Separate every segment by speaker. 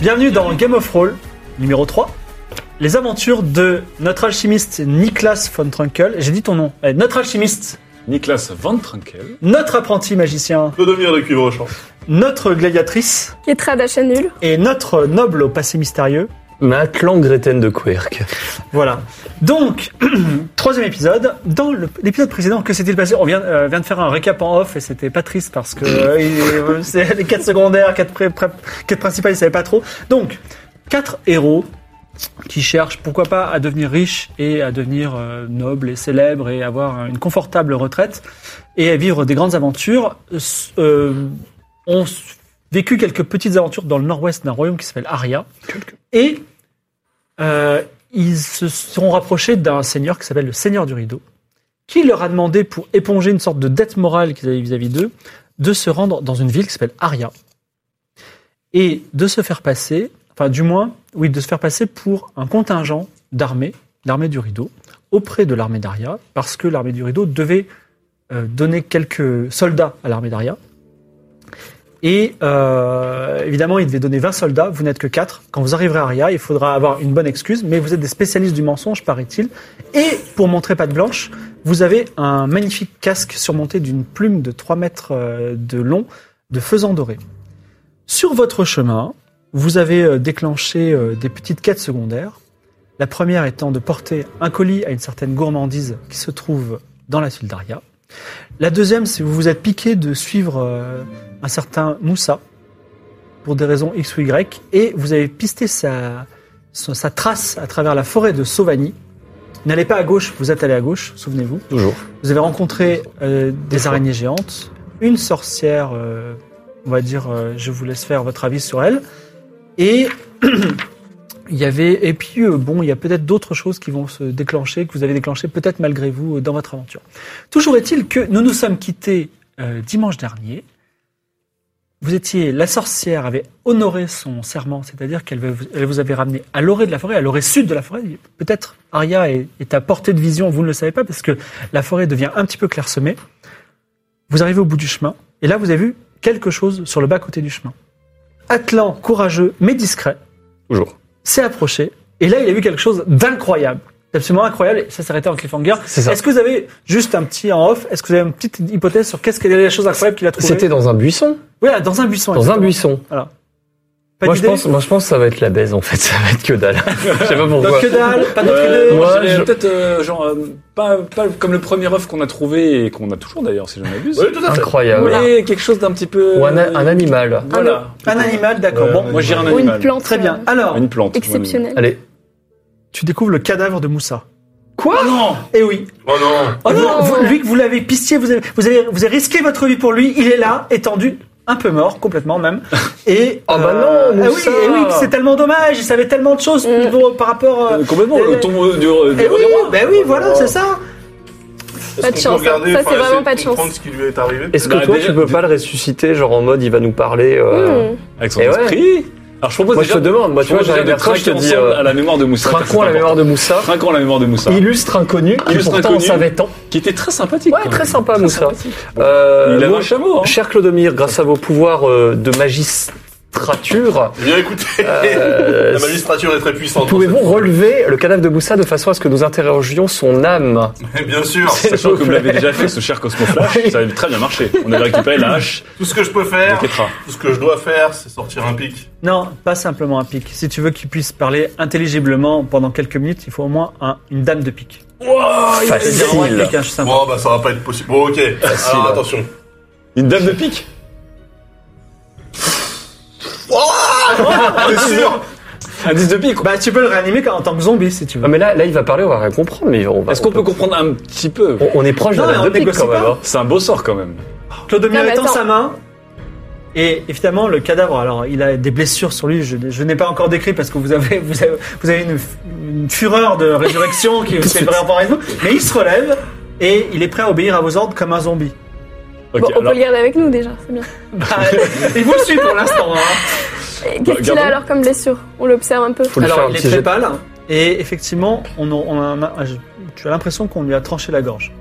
Speaker 1: Bienvenue dans Game of Roll numéro 3. Les aventures de notre alchimiste Niklas von Trunkel. J'ai dit ton nom. Eh, notre alchimiste,
Speaker 2: Niklas Van Trunkel.
Speaker 1: notre apprenti magicien,
Speaker 2: De devenir de cuivre au champ.
Speaker 1: notre gladiatrice
Speaker 3: Qui est très d'achat nul.
Speaker 1: et notre noble au passé mystérieux.
Speaker 4: Matlan Greten de Quirk.
Speaker 1: Voilà. Donc, troisième épisode. Dans le- l'épisode précédent, que s'est-il passé On vient, euh, vient de faire un récap en off et c'était pas triste parce que euh, il- euh, c'est les quatre secondaires, quatre pré- pré- quatre principales, ils savaient pas trop. Donc, quatre héros qui cherchent, pourquoi pas, à devenir riches et à devenir euh, nobles et célèbres et avoir euh, une confortable retraite et à vivre des grandes aventures, s- euh, ont s- vécu quelques petites aventures dans le nord-ouest d'un royaume qui s'appelle Aria. Et euh, ils se sont rapprochés d'un seigneur qui s'appelle le Seigneur du Rideau, qui leur a demandé, pour éponger une sorte de dette morale qu'ils avaient vis-à-vis d'eux, de se rendre dans une ville qui s'appelle Aria, et de se faire passer, enfin du moins, oui, de se faire passer pour un contingent d'armée, l'armée du Rideau, auprès de l'armée d'Aria, parce que l'armée du Rideau devait euh, donner quelques soldats à l'armée d'Aria. Et euh, évidemment, il devait donner 20 soldats, vous n'êtes que 4. Quand vous arriverez à Aria, il faudra avoir une bonne excuse, mais vous êtes des spécialistes du mensonge, paraît-il. Et pour montrer patte blanche, vous avez un magnifique casque surmonté d'une plume de 3 mètres euh, de long de faisan doré. Sur votre chemin, vous avez euh, déclenché euh, des petites quêtes secondaires. La première étant de porter un colis à une certaine gourmandise qui se trouve dans la ville d'Aria. La deuxième, c'est que vous vous êtes piqué de suivre euh, un certain Moussa pour des raisons X ou Y et vous avez pisté sa, sa, sa trace à travers la forêt de Sauvagny. N'allez pas à gauche, vous êtes allé à gauche, souvenez-vous.
Speaker 4: Toujours.
Speaker 1: Vous avez rencontré euh, des araignées géantes, une sorcière, euh, on va dire, euh, je vous laisse faire votre avis sur elle. Et il y avait, et puis euh, bon, il y a peut-être d'autres choses qui vont se déclencher, que vous avez déclenché peut-être malgré vous euh, dans votre aventure. Toujours est-il que nous nous sommes quittés euh, dimanche dernier. Vous étiez, la sorcière avait honoré son serment, c'est-à-dire qu'elle vous- elle vous avait ramené à l'orée de la forêt, à l'orée sud de la forêt. Peut-être Aria est, est à portée de vision, vous ne le savez pas, parce que la forêt devient un petit peu clairsemée. Vous arrivez au bout du chemin, et là vous avez vu quelque chose sur le bas-côté du chemin. Atlan, courageux mais discret,
Speaker 4: Toujours.
Speaker 1: s'est approché, et là il a vu quelque chose d'incroyable. Absolument incroyable, et ça s'arrêtait en cliffhanger.
Speaker 4: C'est ça.
Speaker 1: Est-ce que vous avez juste un petit en off Est-ce que vous avez une petite hypothèse sur qu'est-ce qu'elle est la chose incroyable qu'il a trouvée
Speaker 4: C'était dans un buisson.
Speaker 1: Oui, dans un buisson.
Speaker 4: Dans un
Speaker 1: exactement.
Speaker 4: buisson.
Speaker 1: Pas
Speaker 4: moi, je
Speaker 1: d'idée
Speaker 4: pense, moi, je pense que ça va être la baise, en fait. Ça va être que dalle. je sais pas pourquoi.
Speaker 1: Donc, que dalle, pas d'autre
Speaker 2: Euh,
Speaker 1: idée.
Speaker 2: moi,
Speaker 4: Moi,
Speaker 2: j'irais
Speaker 4: je-
Speaker 2: peut-être euh, genre euh, pas, pas comme le premier œuf qu'on a trouvé et qu'on a toujours d'ailleurs si je ne m'abuse.
Speaker 4: Incroyable.
Speaker 2: Mais quelque chose d'un petit peu. euh,
Speaker 4: Ou un, a- un animal.
Speaker 2: Voilà.
Speaker 1: Un animal, d'accord.
Speaker 5: Ouais,
Speaker 1: bon,
Speaker 5: un
Speaker 2: Moi j'irais un
Speaker 3: Ou
Speaker 2: animal.
Speaker 3: une plante.
Speaker 1: très bien.
Speaker 3: euh,
Speaker 1: Alors,
Speaker 2: Une plante.
Speaker 3: Exceptionnelle.
Speaker 4: Allez.
Speaker 1: tu découvres le cadavre de Moussa.
Speaker 2: Quoi Ah Non
Speaker 1: Eh oui.
Speaker 5: Oh non
Speaker 1: Oh non,
Speaker 3: Non.
Speaker 1: vous- lui que vous l'avez pitié, vous avez, vous, avez, vous avez risqué votre vie pour lui, il est là, étendu, un peu mort, complètement même. Et.
Speaker 4: Oh bah non,
Speaker 1: ah oui,
Speaker 4: Moussa.
Speaker 1: eh oui, c'est tellement dommage, il savait tellement de choses
Speaker 3: Mm.
Speaker 1: pour- par rapport. euh,
Speaker 2: Euh, Complètement,
Speaker 1: Eh,
Speaker 2: le tombeau du, euh, du
Speaker 1: eh oui,
Speaker 2: des rois.
Speaker 1: ben oui,
Speaker 4: oh
Speaker 1: voilà, c'est ça.
Speaker 3: Pas de chance, hein. Ça, c'est vraiment pas de chance.
Speaker 5: comprendre ce qui lui est arrivé.
Speaker 4: Est-ce que
Speaker 2: Bah,
Speaker 4: toi,
Speaker 2: déjà-
Speaker 4: tu peux pas le ressusciter, genre en mode il va nous parler euh...
Speaker 3: Mmh.
Speaker 2: Avec son
Speaker 4: Eh ouais.
Speaker 2: esprit. Alors je propose
Speaker 4: Moi, je
Speaker 2: déjà,
Speaker 4: te demande. Moi,
Speaker 2: je
Speaker 4: tu vois,
Speaker 2: propose déjà
Speaker 4: j'arrive
Speaker 2: de
Speaker 4: vers toi, je te
Speaker 2: craquer
Speaker 4: dis.
Speaker 2: ensemble
Speaker 4: euh,
Speaker 2: à la mémoire de Moussa.
Speaker 4: Trinquons à la mémoire de Moussa.
Speaker 2: Trinquons à la mémoire de Moussa.
Speaker 4: Illustre inconnu, qui
Speaker 2: Illustre
Speaker 4: pourtant
Speaker 2: inconnu.
Speaker 4: savait tant.
Speaker 2: Qui était très sympathique.
Speaker 4: Ouais,
Speaker 2: quand
Speaker 4: très
Speaker 2: même.
Speaker 4: sympa, Moussa.
Speaker 2: sympathique.
Speaker 4: Euh,
Speaker 2: Il avait
Speaker 4: moi,
Speaker 2: un chameau. Hein.
Speaker 4: Cher Clodomir, grâce à vos pouvoirs euh, de magis magistrature.
Speaker 5: Bien écoutez,
Speaker 4: Euh,
Speaker 5: la magistrature est très puissante.
Speaker 4: Pouvez-vous relever le cadavre de Boussa de façon à ce que nous interrogions son âme
Speaker 5: hein. Bien sûr.
Speaker 2: Sachant que vous l'avez déjà fait, ce cher
Speaker 4: Oui.
Speaker 2: Cosmoflash, ça avait très bien marché. On avait récupéré la hache
Speaker 5: Tout ce que je peux
Speaker 2: de
Speaker 5: faire,
Speaker 2: Ketra.
Speaker 5: tout ce que je dois faire, c'est sortir un pic.
Speaker 1: Non, pas simplement un pic. Si tu veux qu'il puisse parler intelligiblement pendant quelques minutes, il faut au moins un- une dame de pique.
Speaker 3: Oh,
Speaker 1: C'est-à-dire au moins hein,
Speaker 4: Facile.
Speaker 1: quelqu'un, je suis sympa.
Speaker 5: Bon, Ah, bah ça va pas être possible. Bon, ok. Alors attention.
Speaker 2: Une dame de pique Ah,
Speaker 5: T'es sûr
Speaker 2: Un 10 de pique
Speaker 1: Bah, tu peux le réanimer quand- en tant que zombie si tu
Speaker 4: Non,
Speaker 1: veux.
Speaker 4: mais là, là, il va parler, on va rien comprendre, mais on va-
Speaker 2: Est-ce qu'on
Speaker 4: on
Speaker 2: peut comprendre un petit peu
Speaker 4: on, on est proche
Speaker 1: Non,
Speaker 4: d'un
Speaker 1: mais on
Speaker 4: de pique
Speaker 1: négocie
Speaker 4: quand même.
Speaker 1: pas.
Speaker 4: hein.
Speaker 2: C'est un beau sort quand même.
Speaker 1: Clodomir
Speaker 3: Non, mais
Speaker 1: étend
Speaker 3: attends.
Speaker 1: sa main. Et évidemment, le cadavre, alors il a des blessures sur lui, je, je n'ai pas encore décrit parce que vous avez, vous avez, vous avez une, une fureur de résurrection qui vous fait vraiment pas avec vous. Mais il se relève et il est prêt à obéir à vos ordres comme un zombie.
Speaker 2: Ok,
Speaker 3: Bon, on
Speaker 2: alors,
Speaker 3: peut le garder avec nous déjà, c'est bien.
Speaker 1: Bah, il vous suit pour l'instant. hein.
Speaker 3: Et Qu'est-ce qu'il
Speaker 2: gardons.
Speaker 3: a alors comme blessure On l'observe un peu.
Speaker 4: Faut lui
Speaker 1: Alors,
Speaker 4: faire un
Speaker 1: il est
Speaker 4: petit
Speaker 1: très
Speaker 4: jet.
Speaker 1: pâle et effectivement, on, en- on en a- tu as l'impression qu'on lui a tranché la gorge.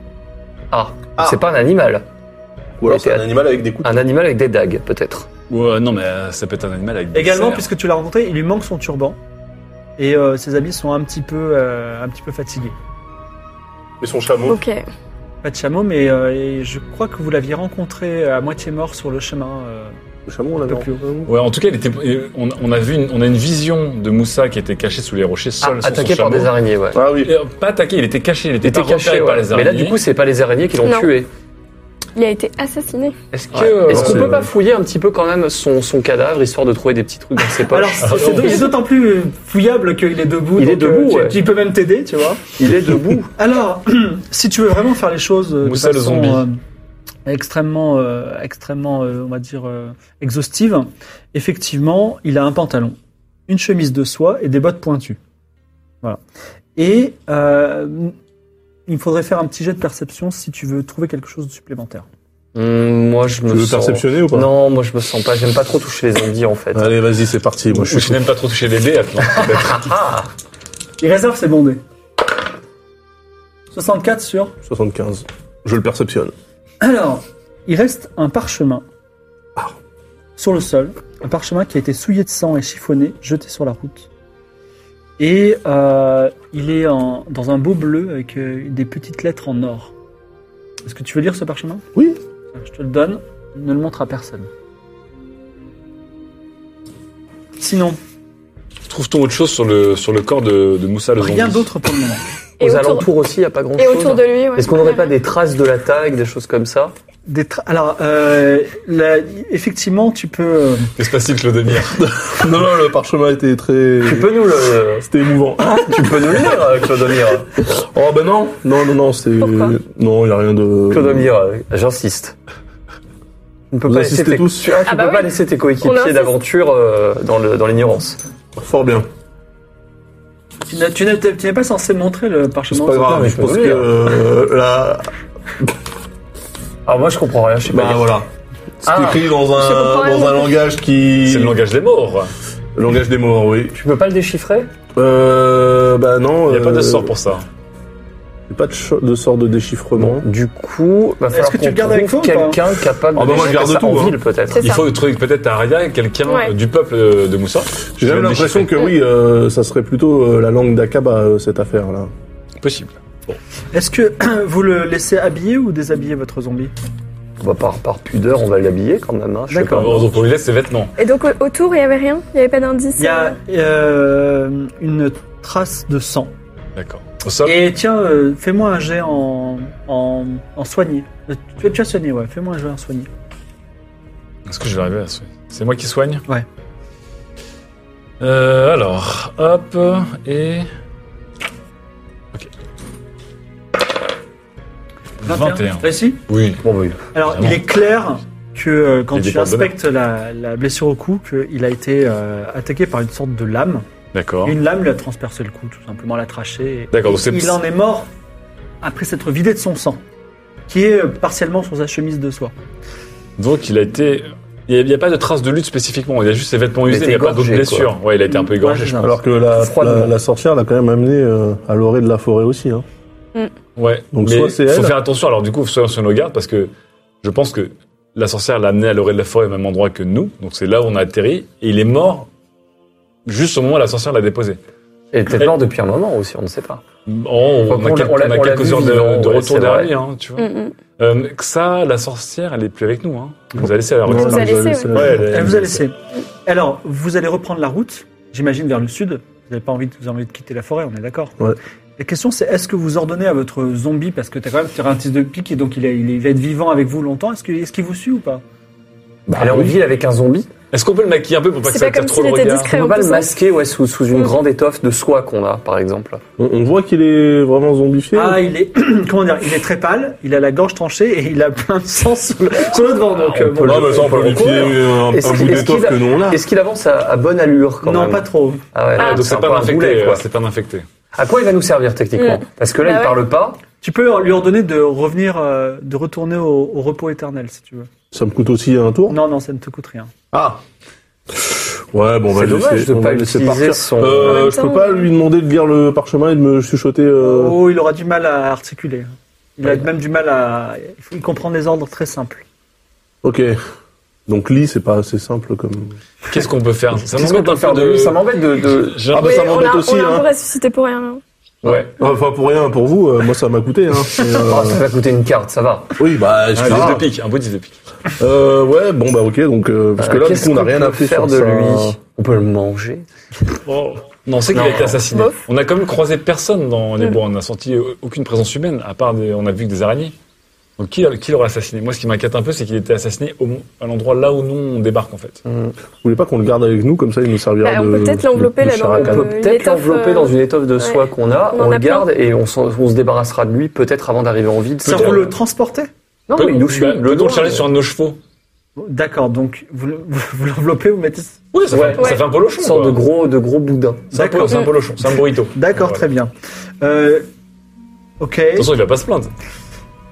Speaker 4: Ah,
Speaker 5: Ah.
Speaker 4: c'est pas un animal.
Speaker 5: Ou alors c'est un animal avec des coups.
Speaker 4: Un animal avec des dagues, peut-être.
Speaker 2: Ouais, non, mais euh, ça peut être un animal avec des
Speaker 1: Également,
Speaker 2: serres.
Speaker 1: puisque tu l'as rencontré, il lui manque son turban et euh, ses habits sont un petit peu, euh, un petit peu fatigués.
Speaker 5: Mais son chameau.
Speaker 3: Ok.
Speaker 1: Pas de chameau, mais euh, et je crois que vous l'aviez rencontré à moitié mort sur le chemin. euh,
Speaker 5: Le chameau, on Ah,
Speaker 1: un peu plus haut.
Speaker 2: Ouais, en tout cas, il était, et on, on a vu une, on a une vision de Moussa qui était caché sous les rochers, seul
Speaker 4: Ah,
Speaker 2: sur
Speaker 4: attaqué
Speaker 2: son
Speaker 4: par
Speaker 2: chameau.
Speaker 4: des araignées,
Speaker 3: Oh.
Speaker 4: ouais.
Speaker 5: Ah oui.
Speaker 2: Et, euh, Pas attaqué, il était caché, il était, pas repéré
Speaker 4: ouais.
Speaker 2: par les
Speaker 4: Mais
Speaker 2: araignées.
Speaker 4: là, du coup, c'est pas les araignées qui l'ont
Speaker 3: Non.
Speaker 4: tué.
Speaker 3: Il a été assassiné.
Speaker 4: Est-ce
Speaker 2: Ouais.
Speaker 4: que- est-ce
Speaker 2: Ouais,
Speaker 4: qu'on
Speaker 2: c'est-
Speaker 4: peut pas fouiller un petit peu quand même son, son cadavre, histoire de trouver des petits trucs dans ses poches
Speaker 1: Alors, c'est c'est- il est d'autant plus euh, fouillable qu'il est debout.
Speaker 4: Ah, oh. Il est
Speaker 1: donc, euh,
Speaker 4: debout,
Speaker 1: tu-
Speaker 4: ouais.
Speaker 1: tu, peux même t'aider, tu vois.
Speaker 4: Il est debout.
Speaker 1: Alors, si tu veux vraiment faire les choses euh, de
Speaker 2: Moussa le
Speaker 1: façon
Speaker 2: zombie.
Speaker 1: euh, extrêmement, euh, extrêmement, euh, on va dire euh, exhaustive, effectivement, il a un pantalon, une chemise de soie et des bottes pointues. Voilà. Et euh, il faudrait faire un petit jet de perception si tu veux trouver quelque chose de supplémentaire.
Speaker 4: Hum, moi, je me
Speaker 5: Tu veux
Speaker 4: sens.
Speaker 5: perceptionner ou pas
Speaker 4: Non, moi, je me sens pas. J'aime pas trop toucher les zombies, en fait.
Speaker 5: Allez, vas-y, c'est parti. Moi, je
Speaker 2: je
Speaker 5: suis.
Speaker 2: n'aime pas trop toucher les dés, attends.
Speaker 1: Il réserve ses bondés. 64 sur.
Speaker 5: 75. Je le perceptionne.
Speaker 1: Alors, il reste un parchemin
Speaker 5: Ah.
Speaker 1: sur le sol, un parchemin qui a été souillé de sang et chiffonné, jeté sur la route. Et euh, il est en- dans un beau bleu avec euh, des petites lettres en or. Est-ce que tu veux lire ce parchemin
Speaker 5: Oui.
Speaker 1: Je te le donne, ne le montre à personne. Sinon,
Speaker 2: Trouve-t-on autre chose sur le, sur le corps de, de Moussa le
Speaker 1: rien
Speaker 2: zombie
Speaker 1: d'autre pour le moment.
Speaker 3: Et
Speaker 4: Aux
Speaker 3: autour,
Speaker 4: alentours aussi, y a pas grand
Speaker 3: et
Speaker 4: chose. hein.
Speaker 3: autour de lui, ouais.
Speaker 4: Est-ce qu'on n'aurait pas des traces de l'attaque, des choses comme ça
Speaker 1: Des tra- Alors, euh, la- effectivement, tu peux... euh,
Speaker 2: Qu'est-ce qui se passe, Clodomir
Speaker 5: Non, non, le parchemin était très.
Speaker 4: Tu peux nous le,
Speaker 5: C'était émouvant.
Speaker 3: Ah.
Speaker 4: tu peux nous le lire, euh, Clodomir.
Speaker 5: Oh ben non, non, non, non, c'est
Speaker 3: Pourquoi
Speaker 5: non, il y a rien de.
Speaker 4: Clodomir, euh, j'insiste. Tu ne peux
Speaker 5: Vous
Speaker 4: pas laisser
Speaker 5: insistez
Speaker 4: tes,
Speaker 5: tous.
Speaker 4: tu- ah, tu
Speaker 3: Ah
Speaker 4: peux
Speaker 3: bah
Speaker 4: pas
Speaker 3: oui.
Speaker 4: laisser tes
Speaker 3: On
Speaker 4: coéquipiers
Speaker 3: insiste.
Speaker 4: d'aventure euh, dans le- dans l'ignorance.
Speaker 5: Fort bien.
Speaker 1: Tu n'es- tu n'es tu n'es pas censé montrer le parchemin.
Speaker 5: C'est pas grave.
Speaker 4: mais
Speaker 5: Je
Speaker 4: je
Speaker 5: pense que
Speaker 4: peux
Speaker 1: hein.
Speaker 4: lire.
Speaker 5: euh, là,
Speaker 4: Alors moi je comprends rien, je sais
Speaker 5: bah
Speaker 4: pas.
Speaker 5: voilà. C'est
Speaker 4: Ah.
Speaker 5: écrit dans
Speaker 3: Je
Speaker 5: un
Speaker 3: comprends
Speaker 5: dans un
Speaker 3: rien.
Speaker 5: langage qui.
Speaker 2: C'est le langage des morts.
Speaker 5: Le langage des morts, oui.
Speaker 4: Tu peux pas le déchiffrer
Speaker 5: Euh, bah
Speaker 2: Il
Speaker 5: non.
Speaker 2: n'y a pas de
Speaker 5: euh,
Speaker 2: sort pour ça.
Speaker 5: y a Pas de, cho- de sort de déchiffrement.
Speaker 4: Du coup, va falloir
Speaker 1: que tu
Speaker 4: qu'on
Speaker 1: le gardes avec
Speaker 4: trouve
Speaker 1: toi ou pas
Speaker 4: quelqu'un capable de
Speaker 5: Ah bah moi, je
Speaker 4: déchiffrer
Speaker 5: garde
Speaker 4: ça
Speaker 5: tout,
Speaker 4: en
Speaker 5: hein.
Speaker 4: ville peut-être.
Speaker 3: C'est
Speaker 2: Il
Speaker 3: ça.
Speaker 2: faut trouver peut-être à Aria quelqu'un
Speaker 3: Ouais.
Speaker 2: euh, du peuple euh, de Moussa.
Speaker 5: J'ai même
Speaker 2: vais le
Speaker 5: l'impression que oui, euh, ça serait plutôt euh, la langue d'Akaba euh, cette affaire là.
Speaker 2: Possible.
Speaker 1: Est-ce que vous le laissez habiller ou déshabiller votre zombie
Speaker 4: Bah, par, par pudeur, on va l'habiller quand même. Hein, je sais
Speaker 1: D'accord.
Speaker 4: pas.
Speaker 2: Alors, Ah, donc on lui laisse ses vêtements.
Speaker 3: Et donc au- autour, il y avait rien Il y avait pas d'indice
Speaker 1: Il y a euh, une trace de sang.
Speaker 2: D'accord. Au sol
Speaker 1: Et tiens, euh, fais-moi un jet en, en, en soigné. Euh, Tu, tu as soigné, ouais. Fais-moi un jet en soigné.
Speaker 2: Est-ce que je vais arriver à soigner C'est moi qui soigne
Speaker 1: Ouais.
Speaker 2: Euh, alors, hop, et. Ok. 21.
Speaker 1: Réussi
Speaker 5: Oh,
Speaker 2: Oui.
Speaker 4: Bon, oui.
Speaker 1: Alors,
Speaker 2: Vraiment.
Speaker 1: il est clair que euh, quand
Speaker 2: Il
Speaker 1: tu
Speaker 2: dépend de
Speaker 1: inspectes la, la blessure au cou, qu'il a été euh, attaqué par une sorte de lame.
Speaker 2: D'accord.
Speaker 1: Une lame lui a transpercé le cou, tout simplement, l'a traché. et-
Speaker 2: D'accord, donc c'est.
Speaker 1: Il en est mort après s'être vidé de son sang, qui est euh, partiellement sur sa chemise de soie.
Speaker 2: Donc il a été. Il n'y a, pas de traces de lutte spécifiquement, il y a juste ses vêtements
Speaker 4: Il a
Speaker 2: usés,
Speaker 4: été
Speaker 2: mais il n'y a pas d'autres
Speaker 4: égorgé, quoi.
Speaker 2: blessures. Ouais, il a été un peu
Speaker 1: Ouais,
Speaker 2: égorgé, je
Speaker 1: c'est
Speaker 2: pense.
Speaker 5: Alors que la,
Speaker 4: Froidement.
Speaker 5: la, la sorcière l'a quand même amené euh, à l'orée de la forêt aussi. Hein.
Speaker 2: Ouais.
Speaker 5: Donc
Speaker 2: mais
Speaker 5: soit c'est
Speaker 2: faut
Speaker 5: elle-
Speaker 2: faire attention, alors du coup, soyons sur nos gardes parce que je pense que La sorcière l'a amené à l'orée de la forêt, au même endroit que nous. Donc c'est là où on a atterri. Et il est mort juste au moment où la sorcière l'a déposé.
Speaker 4: Et peut-être mort depuis un moment aussi, on ne sait pas.
Speaker 2: Oh, on,
Speaker 4: Enfin,
Speaker 2: a
Speaker 4: on l'a-
Speaker 2: quel-
Speaker 4: on l'a-
Speaker 2: on a
Speaker 4: on l'a
Speaker 2: quelques
Speaker 4: vu
Speaker 2: heures de,
Speaker 4: vivant,
Speaker 2: de
Speaker 4: ouais,
Speaker 2: retour
Speaker 4: c'est
Speaker 2: derrière
Speaker 4: vrai.
Speaker 2: lui, hein, tu vois.
Speaker 3: Mm, mm.
Speaker 2: Euh, ça, la sorcière, elle est plus avec nous. Hein. Elle nous a laissé à
Speaker 4: Ah
Speaker 2: la
Speaker 5: Non,
Speaker 2: retraite.
Speaker 3: vous
Speaker 5: non,
Speaker 3: a
Speaker 5: je-
Speaker 3: laissé,
Speaker 5: c'est-
Speaker 3: ouais.
Speaker 2: Ouais, elle-
Speaker 1: Elle Euh, vous a laissé. Alors, vous allez reprendre la route, j'imagine, vers le sud. Vous n'avez pas envie de, vous avez envie de quitter la forêt, on est d'accord
Speaker 5: Ouais.
Speaker 1: La question, c'est est-ce que vous ordonnez à votre zombie, parce que t'as quand même tiré un tis de pique et donc il, est- il est- il va être vivant avec vous longtemps, est-ce que- est-ce qu'il vous suit ou pas
Speaker 4: Bah, Elle est en ville avec un zombie.
Speaker 2: Est-ce qu'on peut le maquiller un peu pour pas que
Speaker 3: C'est
Speaker 2: ça
Speaker 3: pas
Speaker 2: attire
Speaker 3: comme
Speaker 2: trop
Speaker 3: s'il
Speaker 2: le
Speaker 3: était
Speaker 2: regard
Speaker 4: On
Speaker 3: discret
Speaker 4: peut
Speaker 3: en
Speaker 4: pas le
Speaker 3: plus, hein.
Speaker 4: masquer ouais, sous, sous une
Speaker 3: Mm.
Speaker 4: grande étoffe de soie qu'on a, par exemple.
Speaker 5: On, on voit qu'il est vraiment zombifié.
Speaker 1: Ah, il est, comment dire, il est très pâle, il a la gorge tranchée et il a plein de sang sur le, sur le devant.
Speaker 4: Ah,
Speaker 1: Donc, euh, bon,
Speaker 5: Non, mais ça, on peut lui filer
Speaker 4: courir.
Speaker 5: un,
Speaker 4: Est-ce
Speaker 5: un bout
Speaker 4: qu'il- est-ce
Speaker 5: d'étoffe
Speaker 4: qu'il a-
Speaker 5: que nous on a.
Speaker 4: Est-ce qu'il avance à, à bonne allure quand
Speaker 1: non,
Speaker 4: même
Speaker 1: pas trop.
Speaker 4: Ah ouais,
Speaker 3: Ah,
Speaker 4: donc
Speaker 2: Donc
Speaker 4: un
Speaker 2: c'est
Speaker 4: peu
Speaker 2: pas
Speaker 4: un
Speaker 2: un infecté.
Speaker 4: boulet, quoi.
Speaker 2: euh, C'est pas un infecté.
Speaker 4: À quoi il va nous servir techniquement
Speaker 3: Mm.
Speaker 4: Parce que là,
Speaker 3: Bah
Speaker 4: il
Speaker 3: ouais.
Speaker 4: parle pas.
Speaker 1: Tu peux lui ordonner de revenir, euh, de retourner au, au repos éternel, si tu veux.
Speaker 5: Ça me coûte aussi un tour.
Speaker 1: Non, non, ça ne te coûte rien.
Speaker 5: Ah Ouais, bon, on va
Speaker 4: C'est
Speaker 5: le
Speaker 4: dommage
Speaker 5: laisser,
Speaker 4: de
Speaker 5: on va
Speaker 4: pas
Speaker 5: le laisser
Speaker 4: utiliser
Speaker 5: partir.
Speaker 4: son.
Speaker 3: En
Speaker 5: Euh,
Speaker 3: même
Speaker 5: je
Speaker 3: temps,
Speaker 5: peux pas
Speaker 3: euh,
Speaker 5: lui demander de lire le parchemin et de me chuchoter. euh,
Speaker 1: Oh, il aura du mal à articuler. Il a même du mal à. Il faut- il comprend des ordres très simples.
Speaker 5: Ok. Donc lit, c'est pas assez simple comme.
Speaker 2: Qu'est-ce qu'on peut faire Ça
Speaker 4: Qu'est-ce qu'on
Speaker 2: m'embête
Speaker 4: peut
Speaker 2: un
Speaker 4: faire
Speaker 2: peu
Speaker 4: de lui
Speaker 2: de.
Speaker 4: Ça m'embête bah, de. de-
Speaker 2: J'ai
Speaker 5: Ah,
Speaker 2: un peu
Speaker 5: mais
Speaker 3: Oui,
Speaker 5: ça
Speaker 2: ça.
Speaker 3: on
Speaker 5: m'embête
Speaker 3: l'a-
Speaker 5: aussi,
Speaker 3: On l'a un
Speaker 5: hein.
Speaker 3: peu ressuscité pour rien.
Speaker 2: Ouais.
Speaker 5: Enfin, pour rien, pour vous, euh, moi ça m'a coûté. Hein. Mais, euh,
Speaker 4: Ah, ça va coûter une carte, ça va.
Speaker 5: Oui, bah
Speaker 2: Un bout de
Speaker 5: excusez-moi.
Speaker 2: pique. Un bout de pique.
Speaker 5: Euh, ouais, bon bah ok, donc euh, parce que
Speaker 4: Euh,
Speaker 5: là du
Speaker 4: qu'est-ce
Speaker 5: coup on n'a
Speaker 4: qu'on
Speaker 5: rien
Speaker 4: peut
Speaker 5: appris
Speaker 4: faire
Speaker 5: sur
Speaker 4: de
Speaker 5: ça.
Speaker 4: lui. On peut le manger.
Speaker 2: Non, on sait qu'il a
Speaker 4: Non.
Speaker 2: été assassiné.
Speaker 3: Bof.
Speaker 2: On a quand même croisé personne dans les
Speaker 3: Mm.
Speaker 2: bois. On n'a senti euh, aucune présence humaine, à part des, on a vu que des araignées. Donc qui, qui l'aurait assassiné Moi, ce qui m'inquiète un peu, c'est qu'il était assassiné au, à l'endroit là où nous on débarque en fait.
Speaker 5: Vous voulez pas qu'on le garde avec nous comme ça il nous servira
Speaker 3: Bah,
Speaker 5: de.
Speaker 3: on peut peut-être l'envelopper,
Speaker 5: de
Speaker 3: là, dans le-
Speaker 4: On
Speaker 5: characane.
Speaker 4: peut
Speaker 3: une
Speaker 4: peut-être
Speaker 3: étoffe,
Speaker 4: l'envelopper
Speaker 3: euh,
Speaker 4: dans une étoffe de soie
Speaker 3: ouais.
Speaker 4: qu'on a,
Speaker 3: On
Speaker 4: on,
Speaker 3: en
Speaker 4: le
Speaker 3: a plein.
Speaker 4: garde et on, s'en- on se débarrassera de lui peut-être avant d'arriver en ville.
Speaker 1: Ça,
Speaker 4: Peut-être.
Speaker 1: vous le transportez
Speaker 4: Non, mais il nous suit.
Speaker 2: Bah,
Speaker 4: le
Speaker 2: peut-on
Speaker 4: doigt,
Speaker 2: le charger
Speaker 4: mais-
Speaker 2: sur un de nos chevaux
Speaker 1: D'accord, donc vous, le- vous l'enveloppez, vous mettez.
Speaker 2: Oui, ça,
Speaker 4: Ouais.
Speaker 2: fait, ça fait un polochon.
Speaker 4: Sans
Speaker 2: quoi.
Speaker 4: de gros, de gros boudins.
Speaker 2: C'est un, polo- c'est un polochon, c'est un burrito.
Speaker 1: D'accord, très bien. Euh, ok.
Speaker 2: De toute façon, il va pas se plaindre.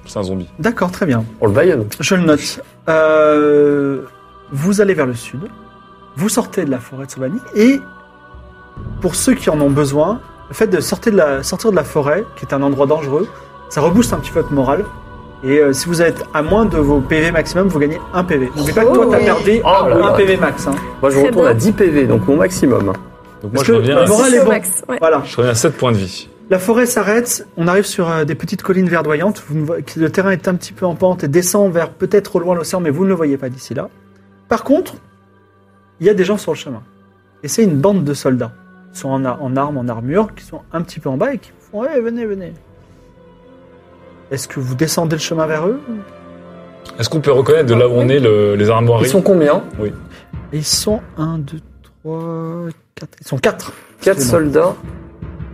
Speaker 2: C'est un zombie.
Speaker 1: D'accord, très bien.
Speaker 4: On le baillonne.
Speaker 1: Je le note. Euh, vous allez vers le sud, vous sortez de la forêt de Sobani, et pour ceux qui en ont besoin, le fait de sortir de la, sortir de la forêt, qui est un endroit dangereux, ça rebooste un petit peu votre morale. Et euh, si vous êtes à moins de vos PV maximum, vous gagnez un PV. N'oubliez pas que toi,
Speaker 4: Oh.
Speaker 1: t'as perdu
Speaker 4: Oh
Speaker 1: un,
Speaker 4: là là.
Speaker 1: un PV max. hein.
Speaker 4: Moi, je
Speaker 3: Très
Speaker 4: retourne
Speaker 3: bien.
Speaker 4: à 10 PV, donc mon maximum.
Speaker 2: Donc
Speaker 1: Parce
Speaker 2: moi, je
Speaker 1: que
Speaker 2: reviens,
Speaker 1: le
Speaker 2: à,
Speaker 1: moral
Speaker 3: C'est
Speaker 1: est
Speaker 3: au
Speaker 1: bon.
Speaker 3: max, ouais.
Speaker 1: Voilà.
Speaker 2: je reviens à 7 points de vie.
Speaker 1: La forêt s'arrête, on arrive sur euh, des petites collines verdoyantes, vous ne vo- qui- le terrain est un petit peu en pente et descend vers peut-être au loin l'océan, mais vous ne le voyez pas d'ici là. Par contre, il y a des gens sur le chemin. Et c'est une bande de soldats, qui sont en, a- en armes, en armure, qui sont un petit peu en bas et qui font Ouais, venez, venez ⁇ Est-ce que vous descendez le chemin vers eux
Speaker 2: Est-ce qu'on peut reconnaître de là où on est le- les armoiries
Speaker 4: Ils sont combien
Speaker 1: Et Ils sont 1, 2, 3, 4. Ils sont 4.
Speaker 4: 4
Speaker 1: Absolument.
Speaker 4: soldats.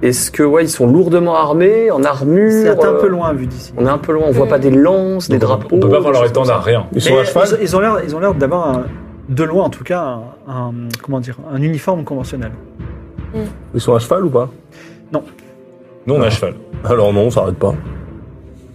Speaker 4: Est-ce que, ouais, ils sont lourdement armés, en armure
Speaker 1: C'est un peu
Speaker 4: euh,
Speaker 1: loin vu d'ici.
Speaker 4: On est un peu loin, on voit pas des lances, des
Speaker 2: Donc, on-
Speaker 4: drapeaux.
Speaker 2: On peut pas voir
Speaker 4: des
Speaker 2: leur
Speaker 4: choses comme ça.
Speaker 2: étendard, rien.
Speaker 5: Ils
Speaker 1: Et
Speaker 5: sont à cheval.
Speaker 1: ils- ils ont l'air, ils ont l'air d'avoir un- de loin en tout cas un, un- comment dire un uniforme conventionnel.
Speaker 5: Ils sont à cheval ou pas
Speaker 2: Nous, on est à cheval.
Speaker 5: Alors non, on s'arrête pas.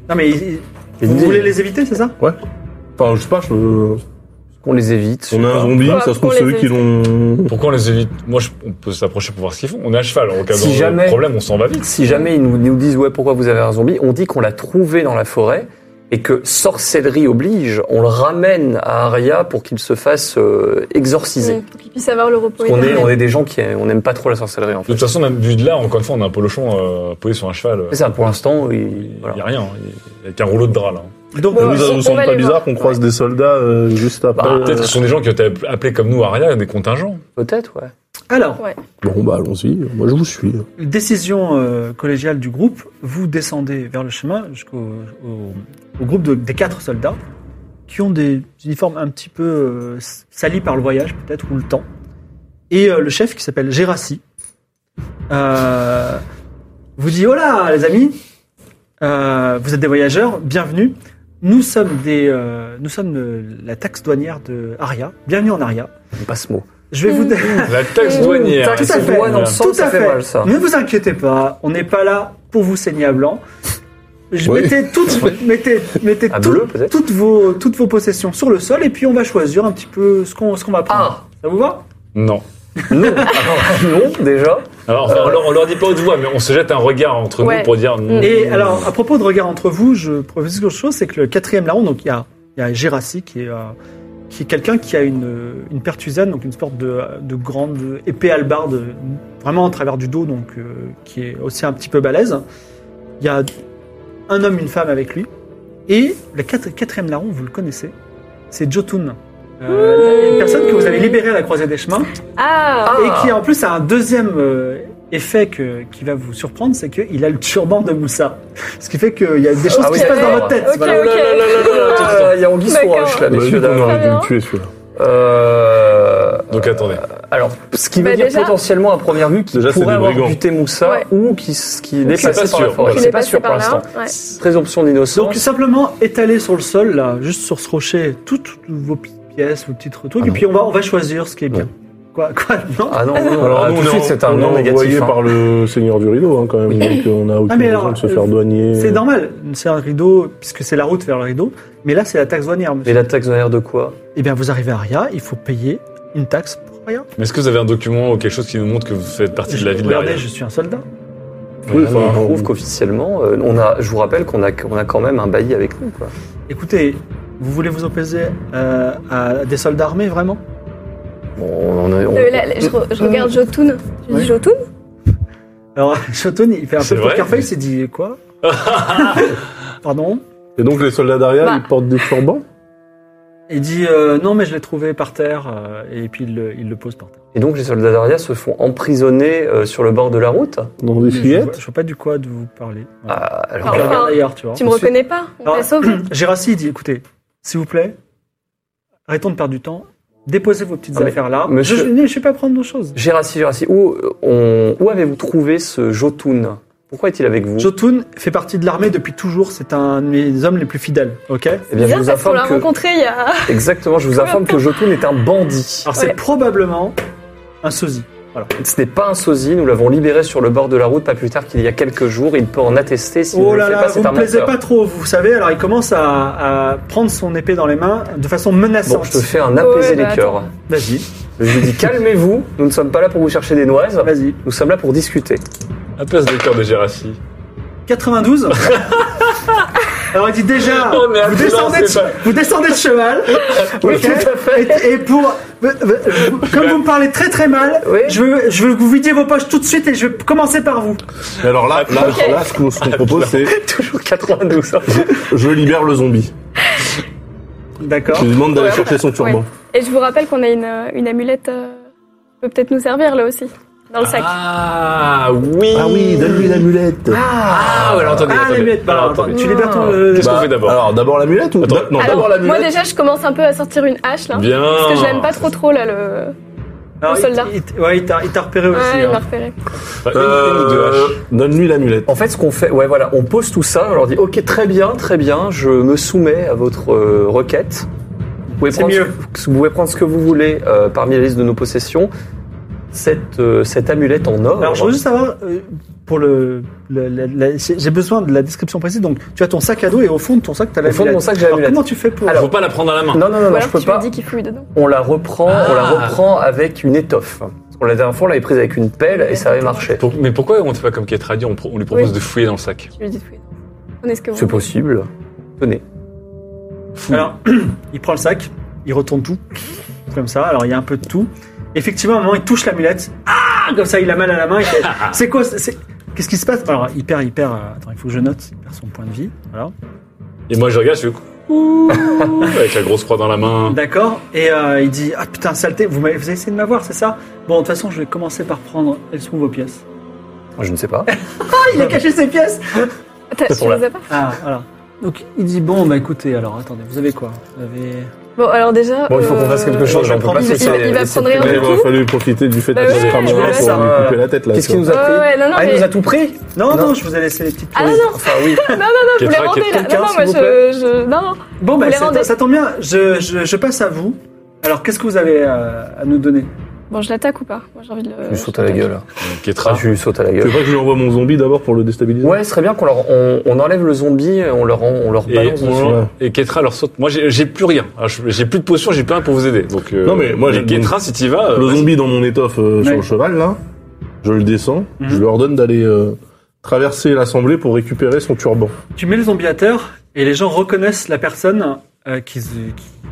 Speaker 1: Non mais ils- ils-
Speaker 4: Et
Speaker 1: vous
Speaker 4: des-
Speaker 1: voulez les éviter, c'est ça
Speaker 5: Enfin, je sais pas. Je... On
Speaker 4: Qu'on les évite. je sais
Speaker 5: a
Speaker 4: pas.
Speaker 5: un zombie,
Speaker 3: Faut-
Speaker 5: ça se
Speaker 3: faut
Speaker 5: trouve
Speaker 3: les
Speaker 5: ceux qui l'ont.
Speaker 2: Pourquoi on les évite Moi, je- on peut s'approcher pour voir ce qu'ils font. On est à cheval. En cas
Speaker 4: Si
Speaker 2: de
Speaker 4: jamais-
Speaker 2: problème, on s'en va vite.
Speaker 4: Si jamais ils nous, nous disent ouais pourquoi vous avez un zombie, on dit qu'on l'a trouvé dans la forêt et que sorcellerie oblige, on le ramène à Aria pour qu'il se fasse euh, exorciser.
Speaker 3: Mm, Pour qu'il puisse avoir le repos
Speaker 4: Parce qu'on est,
Speaker 3: éternel.
Speaker 4: on est des gens qui a- on n'aime pas trop la sorcellerie en
Speaker 2: De
Speaker 4: fait.
Speaker 2: toute façon, même vu de là, encore une fois, on a un polochon euh, posé sur un cheval. euh,
Speaker 4: C'est ça, pour l'instant, il-
Speaker 2: Il y
Speaker 4: voilà.
Speaker 2: a rien. hein. Il y a qu'un rouleau de drap, là. hein.
Speaker 1: Donc
Speaker 5: Ça
Speaker 3: Ouais,
Speaker 5: nous
Speaker 3: on-
Speaker 5: ça
Speaker 3: on
Speaker 5: nous semble
Speaker 3: va
Speaker 5: pas
Speaker 3: les
Speaker 5: bizarre
Speaker 3: voir.
Speaker 5: qu'on croise des soldats euh, juste après.
Speaker 4: Bah,
Speaker 2: Peut-être que
Speaker 5: euh,
Speaker 2: ce sont des gens qui ont été appelés comme nous, Aria, des contingents.
Speaker 4: peut-être ouais.
Speaker 1: alors
Speaker 5: Bon bah allons-y. Moi je vous suis.
Speaker 1: décision euh, collégiale du groupe, vous descendez vers le chemin jusqu'au au, au groupe de- des quatre soldats qui ont des uniformes un petit peu euh, salis par le voyage peut-être ou le temps. Et euh, le chef qui s'appelle Gérassi euh, vous dit Hola les amis, Euh, vous êtes des voyageurs, bienvenue. Nous sommes des, euh, nous sommes euh, la taxe douanière de Aria. Bienvenue en Aria.
Speaker 4: J'aime Pas ce mot.
Speaker 1: Je vais vous
Speaker 2: La taxe
Speaker 3: Mmh,
Speaker 2: douanière.
Speaker 4: taxe
Speaker 2: Est-ce que-
Speaker 4: douane en
Speaker 2: Voilà.
Speaker 4: sang, ça fait mal, ça.
Speaker 1: Ne vous inquiétez pas, on n'est pas là pour vous saigner à blanc. Je
Speaker 5: Oui.
Speaker 1: mettez toutes, mettez, mettez
Speaker 4: À
Speaker 1: tout-
Speaker 4: bleu, peut-être
Speaker 1: toutes vos toutes vos possessions sur le sol et puis on va choisir un petit peu ce qu'on ce qu'on va prendre.
Speaker 4: Ah
Speaker 1: Ça vous va
Speaker 2: Non.
Speaker 4: non, Alors, non déjà.
Speaker 2: Alors, enfin, on, leur, on leur dit pas haute voix, mais on se jette un regard entre
Speaker 3: Ouais.
Speaker 2: nous pour dire.
Speaker 3: Mm.
Speaker 1: Et alors à propos de regard entre vous, je propose quelque chose, c'est que le quatrième larron, donc il y a Il y a Gérassi qui est, euh, qui est quelqu'un qui a une, une pertusane, donc une sorte de, de grande épée hallebarde, vraiment en travers du dos, donc euh, qui est aussi un petit peu balèze. Il y a un homme, une femme avec lui. Et le quatri- quatrième larron, vous le connaissez, c'est Jotun. Euh, une personne que vous avez libérée à la croisée des chemins
Speaker 3: Ah
Speaker 1: et qui en plus a un deuxième euh, effet que- qui va vous surprendre, c'est qu'il a le turban de Moussa. Ce qui fait qu'il y a des choses
Speaker 4: Ah
Speaker 1: qui
Speaker 4: oui,
Speaker 1: se passent dans
Speaker 4: d'accord. Ah.
Speaker 1: votre tête.
Speaker 3: Ok,
Speaker 1: voilà.
Speaker 3: ok.
Speaker 4: Il y a Anguille sous
Speaker 3: D'accord.
Speaker 4: roche, là,
Speaker 5: Bah,
Speaker 4: messieurs,
Speaker 5: on
Speaker 4: dames.
Speaker 5: aurait dû
Speaker 3: bien.
Speaker 5: le tuer celui-là.
Speaker 4: Euh,
Speaker 2: Donc attendez.
Speaker 4: alors, ce qui veut
Speaker 3: Bah,
Speaker 4: dire
Speaker 3: déjà-
Speaker 4: potentiellement à première vue qu'il
Speaker 5: Déjà, c'est
Speaker 4: pourrait
Speaker 5: des
Speaker 4: avoir
Speaker 5: brigands.
Speaker 4: buté Moussa
Speaker 3: Ouais.
Speaker 4: ou qu'il qui est
Speaker 2: c'est pas
Speaker 4: passé par la
Speaker 2: sûr,
Speaker 4: forêt.
Speaker 2: voilà.
Speaker 4: C'est
Speaker 3: est
Speaker 4: pas
Speaker 3: passé
Speaker 4: sûr pour
Speaker 3: par là,
Speaker 4: l'instant.
Speaker 3: ouais.
Speaker 4: Présomption
Speaker 1: Donc
Speaker 4: d'innocence.
Speaker 1: simplement étaler sur le sol, là, juste sur ce rocher, toutes, toutes vos petites pièces, vos petits trucs, et puis on va, on va choisir ce qui est bien. Quoi, quoi non
Speaker 4: Ah non, non,
Speaker 5: Alors,
Speaker 4: ah,
Speaker 5: nous,
Speaker 4: tout de
Speaker 5: on
Speaker 4: suite,
Speaker 5: est-
Speaker 4: c'est un
Speaker 5: on est
Speaker 4: non
Speaker 5: envoyé
Speaker 4: négatif. hein.
Speaker 5: par le seigneur du rideau, hein, quand même. Donc, on
Speaker 3: Ah,
Speaker 5: a aucune
Speaker 1: mais
Speaker 5: raison
Speaker 1: alors,
Speaker 5: de se
Speaker 1: euh,
Speaker 5: faire douanier.
Speaker 1: C'est normal, c'est un rideau, puisque c'est la route vers le rideau, mais là c'est la taxe douanière.
Speaker 4: Mais
Speaker 1: monsieur.
Speaker 4: la taxe d'air de quoi
Speaker 1: Eh bien vous arrivez à Ria, il faut payer une taxe pour Ria.
Speaker 2: Mais est-ce que vous avez un document ou quelque chose qui nous montre que vous faites partie de la vie de
Speaker 1: Regardez,
Speaker 2: l'arrière
Speaker 1: je suis un soldat.
Speaker 5: Oui,
Speaker 4: Ça
Speaker 5: enfin,
Speaker 4: prouve qu'officiellement, euh, on a, je vous rappelle qu'on a, qu'on a quand même un bailli avec nous. Quoi.
Speaker 1: Écoutez, vous voulez vous opposer euh, à des soldats armés vraiment
Speaker 4: Bon, on en est- on-
Speaker 3: Euh, là, là, je, re- je regarde Jotun. Je
Speaker 1: Ouais.
Speaker 3: dis Jotun
Speaker 1: Alors Shoton, il fait un
Speaker 2: C'est
Speaker 1: peu de
Speaker 2: vrai
Speaker 1: poker face, il dit quoi Pardon
Speaker 5: Et donc, les soldats d'Aria,
Speaker 3: Bah.
Speaker 5: ils portent des turbans
Speaker 1: Il dit euh, non mais je l'ai trouvé par terre euh, et puis il, le- il le pose par terre.
Speaker 4: Et donc les soldats d'Aria se font emprisonner euh, sur le bord de la route.
Speaker 5: dans des
Speaker 1: Je vois,
Speaker 5: fillettes.
Speaker 1: je vois pas du quoi de vous parler. Voilà.
Speaker 4: Ah, alors,
Speaker 3: Enfin,
Speaker 1: Regarde ailleurs, tu vois.
Speaker 3: Tu me reconnais pas On
Speaker 1: Alors,
Speaker 3: t'a sauvé.
Speaker 1: Gérassi il dit écoutez, s'il vous plaît, arrêtons de perdre du temps, déposez vos petites
Speaker 4: Ah, mais-
Speaker 1: affaires là.
Speaker 4: monsieur-
Speaker 1: Je, je, ne sais pas prendre nos choses.
Speaker 4: Gérassi, Gérassi, où, euh, on- où avez-vous trouvé ce Jotun Pourquoi est-il avec vous
Speaker 1: Jotun fait partie de l'armée depuis toujours, c'est un de mes hommes les plus fidèles, ok
Speaker 4: Eh bien, je
Speaker 3: Bizarre
Speaker 4: vous
Speaker 3: parce qu'on l'a
Speaker 4: informe que
Speaker 3: rencontré il y a.
Speaker 4: exactement, je vous informe que Jotun est un bandit.
Speaker 1: Alors c'est
Speaker 3: Ouais.
Speaker 1: probablement un sosie.
Speaker 4: Ce n'est pas un sosie, nous l'avons libéré sur le bord de la route pas plus tard qu'il y a quelques jours. Il peut en attester. Si
Speaker 1: Oh
Speaker 4: ne
Speaker 1: là
Speaker 4: le fait
Speaker 1: là,
Speaker 4: pas,
Speaker 1: vous
Speaker 4: c'est
Speaker 1: me
Speaker 4: un
Speaker 1: plaisez
Speaker 4: menteur.
Speaker 1: pas trop, vous savez. Alors il commence à, à prendre son épée dans les mains de façon menaçante.
Speaker 4: Bon, je te fais un
Speaker 1: Oh
Speaker 4: apaiser
Speaker 3: Ouais, bah,
Speaker 4: les cœurs.
Speaker 1: Vas-y,
Speaker 4: Je lui dis calmez-vous, nous ne sommes pas là pour vous chercher des noises.
Speaker 1: vas-y.
Speaker 4: Nous sommes là pour discuter.
Speaker 2: Un place de cœur de Gérassi.
Speaker 1: 92. Alors il dit déjà,
Speaker 2: On est à
Speaker 1: vous
Speaker 2: tout
Speaker 1: descendez,
Speaker 2: dans,
Speaker 1: de,
Speaker 2: c'est pas-
Speaker 1: vous descendez de cheval.
Speaker 4: Oui,
Speaker 1: ok
Speaker 4: tout à fait.
Speaker 1: Et, et pour, comme vous me parlez très très mal,
Speaker 4: Oui.
Speaker 1: je, veux, je veux que vous vidiez vos poches tout de suite et je vais commencer par vous.
Speaker 5: Et alors là, là, là, ce qu'on ce qu'on propose, c'est
Speaker 4: Toujours 92. hein.
Speaker 5: je libère le zombie.
Speaker 1: D'accord.
Speaker 5: Je lui demande d'aller
Speaker 3: Ouais.
Speaker 5: chercher son turban.
Speaker 3: Et je vous rappelle qu'on a une, euh, une amulette euh, qui peut peut-être nous servir là aussi, dans le sac.
Speaker 2: Ah oui
Speaker 5: Ah oui, donne-lui l'amulette.
Speaker 2: Ah, alors attendez.
Speaker 1: Ah,
Speaker 2: attendez.
Speaker 1: les lunettes. Bah, alors,
Speaker 2: Alors,
Speaker 1: attends,
Speaker 2: attendez.
Speaker 1: tu libères ton. euh, le- le-
Speaker 2: Qu'est-ce qu'on fait d'abord
Speaker 5: Bah, Alors, d'abord l'amulette ou
Speaker 2: Attends.
Speaker 5: Non,
Speaker 3: Alors,
Speaker 5: d'abord
Speaker 3: moi
Speaker 5: l'amulette.
Speaker 3: déjà, je commence un peu à sortir une hache là.
Speaker 2: Bien
Speaker 3: Parce que je l'aime pas trop trop là le.
Speaker 1: Alors, il-
Speaker 3: soldat.
Speaker 1: il t- ouais, il t'a il t'a repéré aussi.
Speaker 3: Ouais, il
Speaker 1: hein.
Speaker 3: m'a repéré.
Speaker 4: Ah,
Speaker 2: Bah, une- une ou deux
Speaker 5: Euh,
Speaker 2: haches.
Speaker 5: Donne-lui l'amulette.
Speaker 4: En fait, ce qu'on fait, ouais, voilà, on pose tout ça, on leur dit, ok, très bien, très bien, je me soumets à votre euh, requête. Vous pouvez,
Speaker 1: C'est
Speaker 4: prendre,
Speaker 1: mieux.
Speaker 4: ce- vous pouvez prendre ce que vous voulez euh, parmi la liste de nos possessions. Cette, euh, cette amulette en or.
Speaker 1: Alors, je voudrais juste savoir, euh, pour le. le- la- la- j'ai j'ai besoin de la description précise. Donc, tu as ton sac à dos et au fond de ton sac, tu as la
Speaker 4: Au fond de mon sac, j'ai
Speaker 1: Alors,
Speaker 4: l'amulette.
Speaker 1: comment tu fais pour.
Speaker 2: Faut pas la prendre à la main.
Speaker 4: Non, non, non,
Speaker 3: Ou
Speaker 4: non,
Speaker 3: alors
Speaker 4: je peux
Speaker 3: tu me
Speaker 4: pas.
Speaker 3: dis qu'il fouille dedans.
Speaker 4: On la reprend, on la
Speaker 2: Ah.
Speaker 4: reprend avec une étoffe. Parce qu'on la dernière fois, on l'avait prise avec une pelle et ça avait marché.
Speaker 2: Pour- mais pourquoi on ne fait pas comme Kate Radio, on, pro- on lui propose
Speaker 3: Oui.
Speaker 2: de fouiller dans le sac
Speaker 3: Tu lui dis de fouiller dedans. On est ce que vous.
Speaker 4: C'est possible. Tenez.
Speaker 1: Alors, il prend le sac, il retourne tout, comme ça. Alors, il y a un peu de tout. Effectivement, à un moment, il touche l'amulette. Ah Comme ça, il a mal à la main. il fait, C'est quoi c'est- c'est- Qu'est-ce qui se passe Alors, il perd, il perd. euh, attends, il faut que je note. Il perd son point de vie. Voilà.
Speaker 2: Et moi je regarde, je fais Ouh avec la grosse croix dans la main.
Speaker 1: D'accord. Et euh, il dit Ah putain, saleté, vous, m'avez- vous avez essayé de m'avoir, c'est ça Bon, de toute façon, je vais commencer par prendre. Elles sont vos pièces.
Speaker 4: Je ne sais pas.
Speaker 1: Ah, il a caché ses pièces
Speaker 3: Attends,
Speaker 4: C'est pour
Speaker 3: tu les as pas
Speaker 1: Ah, voilà. Donc il dit bon bah écoutez alors attendez vous avez quoi vous avez...
Speaker 3: Bon, alors déjà.
Speaker 4: Bon, il faut qu'on
Speaker 3: euh,
Speaker 4: fasse quelque chose,
Speaker 1: je vais
Speaker 4: on peut
Speaker 1: prendre-
Speaker 4: pas se
Speaker 3: il va- il va
Speaker 4: laisser-
Speaker 3: prendre rien
Speaker 5: Ouais,
Speaker 3: du
Speaker 5: Il aurait
Speaker 3: tout.
Speaker 5: fallu profiter du fait
Speaker 3: Bah
Speaker 5: que
Speaker 3: ouais,
Speaker 5: ce sera
Speaker 3: je
Speaker 5: moi
Speaker 3: laisse
Speaker 5: pour
Speaker 4: ça.
Speaker 5: lui couper la tête là.
Speaker 4: Qu'est-ce
Speaker 5: tu
Speaker 4: qu'il
Speaker 5: vois.
Speaker 4: nous a
Speaker 3: Ouais,
Speaker 4: pris
Speaker 3: ouais, non, non,
Speaker 4: Ah, il
Speaker 3: mais-
Speaker 4: nous a tout pris
Speaker 1: Non, non
Speaker 4: Non.
Speaker 1: je vous ai laissé les petites
Speaker 3: Ah
Speaker 1: choses.
Speaker 3: non, non,
Speaker 4: Enfin, oui.
Speaker 3: Bah, vous les
Speaker 2: Quelqu'un-
Speaker 3: rendez là.
Speaker 1: quelqu'un,
Speaker 3: Non, non,
Speaker 1: s'il
Speaker 3: moi
Speaker 1: vous
Speaker 3: je,
Speaker 1: plaît.
Speaker 3: je. Non, non.
Speaker 1: Bon bah
Speaker 3: Vous les
Speaker 1: ça,
Speaker 3: rendez.
Speaker 1: ça tombe bien je, je, je passe à vous. Alors qu'est-ce que vous avez euh, à nous donner
Speaker 3: Bon, je l'attaque ou pas Moi j'ai envie de le.
Speaker 4: Je lui saute à la gueule.
Speaker 2: Kate
Speaker 4: Ah,
Speaker 2: Radio.
Speaker 4: je lui saute à la
Speaker 5: Tu
Speaker 4: gueule.
Speaker 5: veux pas que je lui envoie mon zombie d'abord pour le déstabiliser
Speaker 4: Ouais, ce serait bien qu'on leur, on, on enlève le zombie, et on leur, en- on leur
Speaker 2: Et,
Speaker 4: balance dessus.
Speaker 2: on-
Speaker 5: ouais.
Speaker 2: et Ketra leur saute. Moi, j'ai j'ai plus rien. Alors, je- J'ai plus de potion, j'ai plus rien pour vous aider. Donc, euh,
Speaker 5: Non, mais moi, j'ai-
Speaker 2: Ketra, si t'y vas. euh,
Speaker 5: Le
Speaker 2: vas-y.
Speaker 5: zombie dans mon étoffe euh,
Speaker 1: Ouais.
Speaker 5: sur le cheval là, je le descends,
Speaker 1: Mhm.
Speaker 5: je lui ordonne d'aller euh, traverser l'assemblée pour récupérer son turban.
Speaker 1: Tu mets le zombie à terre et les gens reconnaissent la personne euh, qu'ils qui-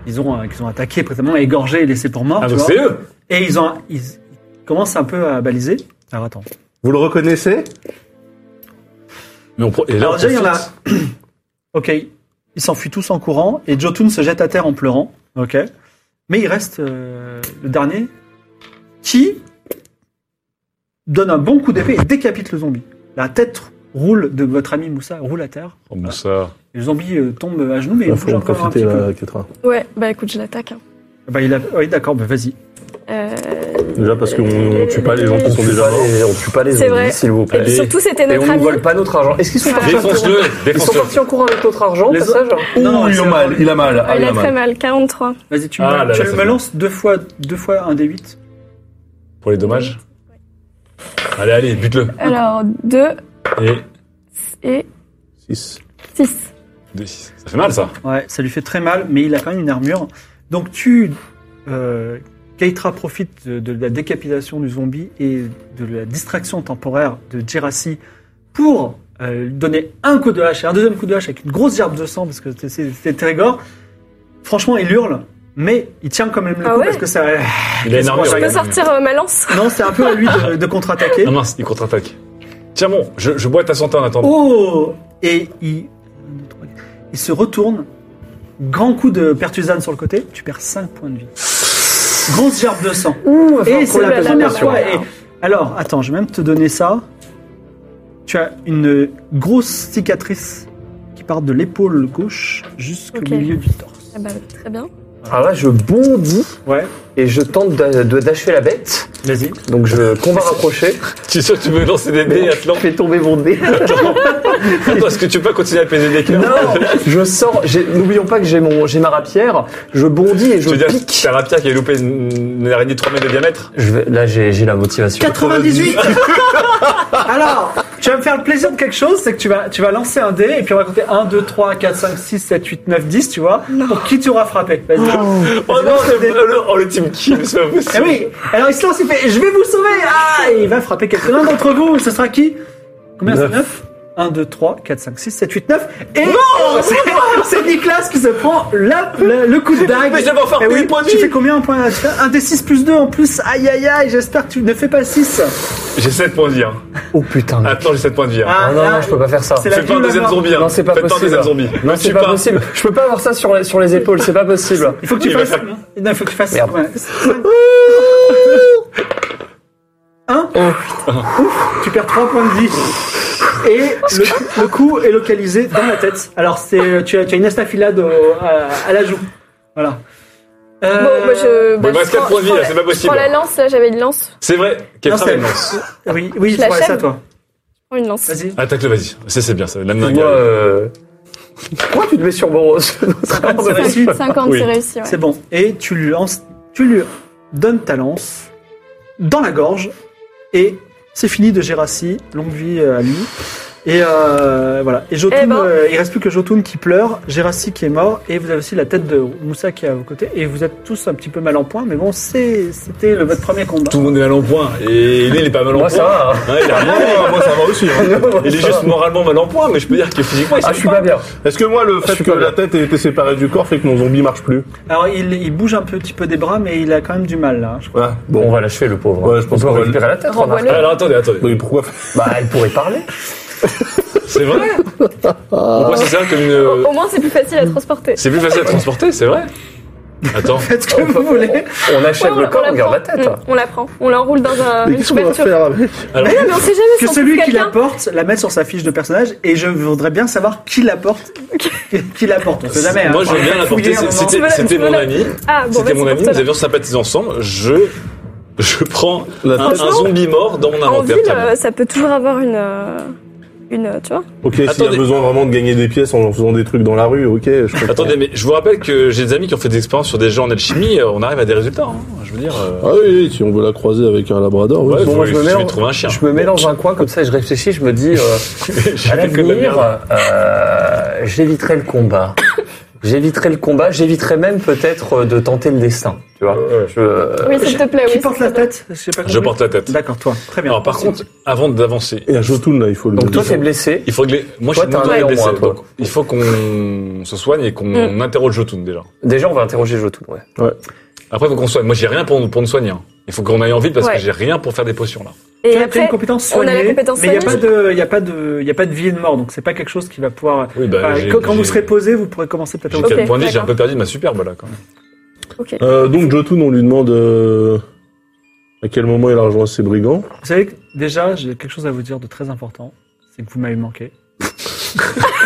Speaker 1: ils ont, euh, qu'ils ont attaqué, précisément égorgé et laissé pour mort.
Speaker 2: Ah,
Speaker 1: tu
Speaker 2: donc
Speaker 1: vois.
Speaker 2: c'est eux
Speaker 1: Et ils, ont, ils, ils commencent un peu à baliser. Alors attends.
Speaker 5: Vous le reconnaissez
Speaker 2: Mais on pro- et là,
Speaker 1: Alors
Speaker 2: on
Speaker 1: déjà, il y en a.
Speaker 2: profite.
Speaker 1: ok, ils s'enfuient tous en courant et Jotun se jette à terre en pleurant. Ok, mais il reste euh, le dernier qui donne un bon coup d'épée et décapite le zombie. La tête roule de votre ami Moussa roule à terre.
Speaker 2: Oh, bon, ça.
Speaker 1: Et le zombie euh, tombe à genoux mais il
Speaker 5: Il faut
Speaker 1: bouge
Speaker 5: en
Speaker 1: encore un
Speaker 5: profiter,
Speaker 1: petit peu.
Speaker 5: là, Ketra.
Speaker 3: Ouais, bah écoute, je l'attaque. hein.
Speaker 1: Bah, il a... Oui, d'accord, bah, vas-y.
Speaker 3: Euh,
Speaker 5: Déjà parce qu'on on tue pas les gens qui
Speaker 4: On
Speaker 5: sont
Speaker 4: tue
Speaker 5: déjà
Speaker 4: pas
Speaker 5: morts.
Speaker 4: les- on tue pas les
Speaker 3: C'est
Speaker 4: zombies,
Speaker 3: vrai.
Speaker 4: s'il vous plaît.
Speaker 3: et surtout, c'était
Speaker 4: Et
Speaker 3: notre
Speaker 4: on ne
Speaker 3: ami.
Speaker 4: vole pas notre argent. Est-ce qu'ils sont
Speaker 3: Voilà.
Speaker 4: partis en courant
Speaker 2: Défonce-le
Speaker 4: Ils sont
Speaker 2: Défonce-le
Speaker 4: partis en courant avec notre argent, au
Speaker 1: Les
Speaker 4: passage
Speaker 1: Non, non, c'est-
Speaker 5: il a mal.
Speaker 3: Ah, il a très mal, 43.
Speaker 1: Vas-y, tu,
Speaker 2: Ah,
Speaker 1: me,
Speaker 2: là, là,
Speaker 1: tu
Speaker 2: ça
Speaker 1: me
Speaker 2: fait mal.
Speaker 1: lances deux fois, deux fois un D8.
Speaker 2: Pour les dommages Allez, allez, bute-le.
Speaker 3: Alors, 2
Speaker 2: Et
Speaker 3: et
Speaker 5: Six.
Speaker 3: 6.
Speaker 2: 2, 6. Ça fait mal, ça.
Speaker 1: Ouais, ça lui fait très mal, mais il a quand même une armure. Donc tu... Euh, Keitra profite de, de la décapitation du zombie et de la distraction temporaire de Jirassi pour euh, lui donner un coup de hache et un deuxième coup de hache avec une grosse gerbe de sang parce que c'est- c'est c'est Trégor. Franchement, il hurle, mais il tient quand même le
Speaker 3: Ah
Speaker 1: coup
Speaker 3: ouais
Speaker 1: parce que ça...
Speaker 2: Il a une armure.
Speaker 3: Je peux
Speaker 2: regarde.
Speaker 3: sortir euh, ma lance
Speaker 1: Non, c'est un peu à lui de, de contre-attaquer.
Speaker 2: Ah mince, il contre-attaque. Tiens bon, je, je bois ta santé en attendant.
Speaker 1: Oh Et il... un, deux, trois, quatre. il se retourne. Grand coup de pertusane sur le côté. Tu perds 5 points de vie. Grosse gerbe de sang. et c'est
Speaker 3: problème
Speaker 1: la
Speaker 3: de
Speaker 1: première
Speaker 3: santé,
Speaker 1: fois.
Speaker 3: hein.
Speaker 1: et- Alors, attends, je vais même te donner ça. Tu as une grosse cicatrice qui part de l'épaule gauche jusqu'au
Speaker 3: Ok.
Speaker 1: milieu du torse.
Speaker 3: Ah bah, Très bien.
Speaker 4: Alors Ah là, je bondis
Speaker 1: Ouais,
Speaker 4: et je tente d'a- de d'achever la bête.
Speaker 1: vas-y.
Speaker 4: Donc je combat rapproché.
Speaker 2: Tu es sûr que tu veux lancer des dés, Atlan
Speaker 4: fais tomber mon dé.
Speaker 2: Attends, est-ce que tu peux pas continuer à peser des cœurs
Speaker 4: Non, je sors. j'ai- N'oublions pas que j'ai mon, j'ai ma rapière. Je bondis et je
Speaker 2: Je veux dire,
Speaker 4: pique.
Speaker 2: t'as Rapia qui a loupé une, une araignée de 3 mètres de diamètre.
Speaker 4: Je vais- là, j'ai j'ai la motivation.
Speaker 1: 98 Alors, tu vas me faire le plaisir de quelque chose, c'est que tu vas, tu vas lancer un dé et puis on va compter 1, 2, 3, 4, 5, 6, 7, 8, 9, 10, tu vois, pour qui tu auras frappé. Vas-y.
Speaker 2: Oh
Speaker 1: non,
Speaker 2: non,
Speaker 1: c'est-
Speaker 2: le, oh, le team kill, c'est pas
Speaker 1: Eh
Speaker 2: possible.
Speaker 1: oui Alors il se lance, il fait Je vais vous sauver Ah Et il va frapper quelqu'un d'entre vous, ce sera qui Combien c'est 9 1, 2, 3, 4, 5, 6, 7, 8, 9 Et C'est- C'est Nicolas qui se prend la- le, le coup de dague
Speaker 2: Mais je vais m'en faire
Speaker 1: Eh
Speaker 2: payer le point de
Speaker 1: Tu
Speaker 2: vie.
Speaker 1: fais combien un point à- Un des 6 plus 2 en plus Aïe aïe aïe, j'espère que tu ne fais pas 6
Speaker 2: J'ai 7 points de vie. Hein.
Speaker 4: Oh putain. mais-
Speaker 2: Attends, j'ai 7 points de vie. Hein.
Speaker 4: Ah, non, non, je peux pas faire ça.
Speaker 1: C'est la
Speaker 2: Fais pas
Speaker 1: vie
Speaker 2: un
Speaker 1: ou la
Speaker 2: deuxième
Speaker 1: mort.
Speaker 2: zombie. Hein.
Speaker 4: Non, c'est pas
Speaker 2: Fais pas
Speaker 4: possible.
Speaker 2: un deuxième zombie.
Speaker 4: Non,
Speaker 2: Me
Speaker 4: c'est
Speaker 2: tue
Speaker 4: pas, possible. Je peux pas avoir ça sur les, sur les épaules. C'est pas possible.
Speaker 1: Il faut que tu
Speaker 2: Il va
Speaker 1: fasses.
Speaker 2: faire-
Speaker 1: Non, il faut que tu fasses.
Speaker 4: Merde.
Speaker 1: 1 Hein Ouf, tu perds 3 points de vie. Et le, le coup est localisé dans la tête. Alors, c'est, tu, as, tu as une estafilade au- à, à la joue. Voilà. Euh,
Speaker 3: Bon, bah, je.
Speaker 2: Bon, il me
Speaker 3: je
Speaker 2: reste quatre
Speaker 3: prends-
Speaker 2: points de vie,
Speaker 3: je prends
Speaker 2: là, c'est pas
Speaker 3: la- Je prends la
Speaker 2: possible.
Speaker 3: lance, là, j'avais une lance.
Speaker 2: C'est vrai, quelle
Speaker 1: Non, c'est-
Speaker 2: frappe lance.
Speaker 1: Oui, oui,
Speaker 3: Je
Speaker 1: tu pourrais
Speaker 3: l'achève.
Speaker 1: ça, toi.
Speaker 3: Je prends Oh, une lance.
Speaker 1: Vas-y.
Speaker 2: Attaque-le, vas-y. C'est c'est bien, ça. La main
Speaker 4: Moi, euh, Pourquoi tu te mets sur Boros
Speaker 1: c'est réussi.
Speaker 3: 50,
Speaker 2: Oui.
Speaker 3: c'est réussi, ouais.
Speaker 1: C'est bon. Et tu lui lances, tu lui donnes ta lance dans la gorge. Et c'est fini de Gérassi. Longue vie euh, à lui. Et euh, voilà. Et Jotun,
Speaker 3: Eh ben.
Speaker 1: euh, il reste plus que Jotun qui pleure, Gérassi qui est mort, et vous avez aussi la tête de Moussa qui est à vos côtés. Et vous êtes tous un petit peu mal en point, mais bon, c'est- c'était le- votre premier combat.
Speaker 2: Tout le monde est mal en point. Et lui, il est pas mal en
Speaker 4: Moi, ça
Speaker 2: point.
Speaker 4: va. hein.
Speaker 2: Ouais, il a rien.
Speaker 5: moi ça va aussi. hein.
Speaker 2: Il est
Speaker 4: Ça va.
Speaker 2: juste moralement mal en point, mais je peux dire que physiquement, il
Speaker 4: Ah,
Speaker 2: s'en
Speaker 4: je suis pas bien.
Speaker 5: Est-ce que moi le
Speaker 4: Je
Speaker 5: fait
Speaker 4: suis
Speaker 5: que
Speaker 4: pas
Speaker 5: la tête ait été séparée du corps fait que mon zombie marche plus
Speaker 1: Alors, il, il bouge un petit peu des bras, mais il a quand même du mal, là. hein, je crois.
Speaker 5: Ouais.
Speaker 4: Bon, on
Speaker 5: Bon.
Speaker 4: va l'achever, le pauvre. hein.
Speaker 5: Ouais, je pense
Speaker 4: on
Speaker 5: qu'on
Speaker 4: peut
Speaker 5: va
Speaker 4: récupérer la tête, remarque.
Speaker 3: Renvoie-le.
Speaker 2: Alors attendez, attendez.
Speaker 5: Mais pourquoi
Speaker 4: Bah, elle pourrait parler.
Speaker 2: C'est vrai Pourquoi ça sert comme une.
Speaker 3: Au au moins, c'est plus facile à transporter.
Speaker 2: C'est plus facile à transporter, c'est vrai Attends.
Speaker 1: Faites ce que vous voulez.
Speaker 4: On achève
Speaker 3: Ouais,
Speaker 4: le corps, on garde la
Speaker 3: prend.
Speaker 2: hein.
Speaker 4: tête.
Speaker 3: Mm, On la prend. On l'enroule dans un,
Speaker 5: Mais
Speaker 3: une
Speaker 5: qu'est-ce qu'on va
Speaker 3: couverture. Ah,
Speaker 5: faire avec
Speaker 2: Alors,
Speaker 3: Mais non, mais on sait jamais
Speaker 1: Que
Speaker 3: si on
Speaker 1: celui
Speaker 3: trouve
Speaker 1: qui la
Speaker 3: quelqu'un.
Speaker 1: porte la mette sur sa fiche de personnage, et je voudrais bien savoir qui la porte. qui la porte, on sait jamais. hein.
Speaker 2: moi, je veux bien l'apporter.
Speaker 1: Fouiller un moment.
Speaker 3: Tu veux
Speaker 2: C'était
Speaker 3: la-
Speaker 2: c'était
Speaker 3: tu veux
Speaker 2: mon
Speaker 3: la-
Speaker 2: ami.
Speaker 3: Ah,
Speaker 2: C'était mon
Speaker 3: bon, bah, c'est
Speaker 2: ami.
Speaker 3: pour
Speaker 2: Nous
Speaker 3: ça.
Speaker 2: avions sympathisé ensemble. Je. Je prends un,
Speaker 5: La
Speaker 2: un
Speaker 3: Franchement,
Speaker 2: zombie mort dans mon
Speaker 3: En
Speaker 2: inventaire.
Speaker 3: ville,
Speaker 2: tiens.
Speaker 3: euh, ça peut toujours avoir une. euh, Une, euh, tu vois
Speaker 5: Ok, s'il y a
Speaker 2: Attendez.
Speaker 5: besoin vraiment de gagner des pièces en faisant des trucs dans la rue, ok, je comprends.
Speaker 2: Attendez, mais je vous rappelle que j'ai des amis qui ont fait des expériences sur des gens en alchimie. euh, On arrive à des résultats. hein. Je veux dire. euh,
Speaker 5: Ah oui, oui, si on veut la croiser avec un labrador, oui.
Speaker 2: Ouais,
Speaker 4: bon, moi,
Speaker 2: faut-
Speaker 4: je me
Speaker 2: je
Speaker 4: mets en-
Speaker 2: vais trouver un chien.
Speaker 4: Je me mets dans un coin comme ça et je réfléchis, je me dis, euh,
Speaker 2: J'ai
Speaker 4: à
Speaker 2: fait que de la merde.
Speaker 4: l'avenir, euh, j'éviterai le combat. J'éviterai le combat, j'éviterai même peut-être euh, de tenter le destin, tu vois.
Speaker 2: Ouais.
Speaker 4: Je- euh,
Speaker 3: Oui, s'il te plaît.
Speaker 1: Qui
Speaker 3: oui,
Speaker 1: porte
Speaker 3: s'il
Speaker 1: la
Speaker 3: te plaît.
Speaker 1: tête Je sais pas
Speaker 2: Je
Speaker 1: compris.
Speaker 2: porte la tête.
Speaker 1: D'accord, toi. Très bien.
Speaker 2: Alors par contre, avant d'avancer,
Speaker 5: Et à Jotun, là, il faut le
Speaker 4: Donc toi,
Speaker 5: dire.
Speaker 4: t'es blessé.
Speaker 2: il faut que les... moi
Speaker 4: Toi,
Speaker 2: je suis
Speaker 4: t'as un
Speaker 2: monté
Speaker 4: œil en
Speaker 2: blessé,
Speaker 4: moins, toi.
Speaker 2: donc il faut qu'on se soigne et qu'on
Speaker 3: Mm.
Speaker 2: interroge Jotun déjà.
Speaker 4: Déjà, on va interroger Jotun, ouais.
Speaker 2: Après faut qu'on soigne. Moi j'ai rien pour, pour nous soigner. hein. Il faut qu'on aille en ville parce
Speaker 3: Ouais.
Speaker 2: que j'ai rien pour faire des potions là.
Speaker 1: tu
Speaker 3: Et
Speaker 1: as- tu as
Speaker 3: après,
Speaker 1: une compétence
Speaker 3: on a la
Speaker 1: soignée,
Speaker 3: compétence
Speaker 1: mais il n'y a pas
Speaker 3: soignée.
Speaker 1: de, il y a pas de, il y a pas de vie et de mort, donc c'est pas quelque chose qui va pouvoir.
Speaker 2: Oui bah,
Speaker 1: Enfin,
Speaker 2: j'ai-
Speaker 1: quand quand vous
Speaker 2: j'ai-
Speaker 1: serez posé, vous pourrez commencer peut-être. à
Speaker 2: J'ai
Speaker 1: vous-
Speaker 3: Ok,
Speaker 2: quatre points de vie, j'ai un
Speaker 3: d'accord.
Speaker 2: peu perdu de ma superbe là quand même.
Speaker 3: ok.
Speaker 5: Euh, donc Jotun, on lui demande euh, à quel moment il a rejoint ses brigands.
Speaker 1: Vous savez que déjà, j'ai quelque chose à vous dire de très important, c'est que vous m'avez manqué. Et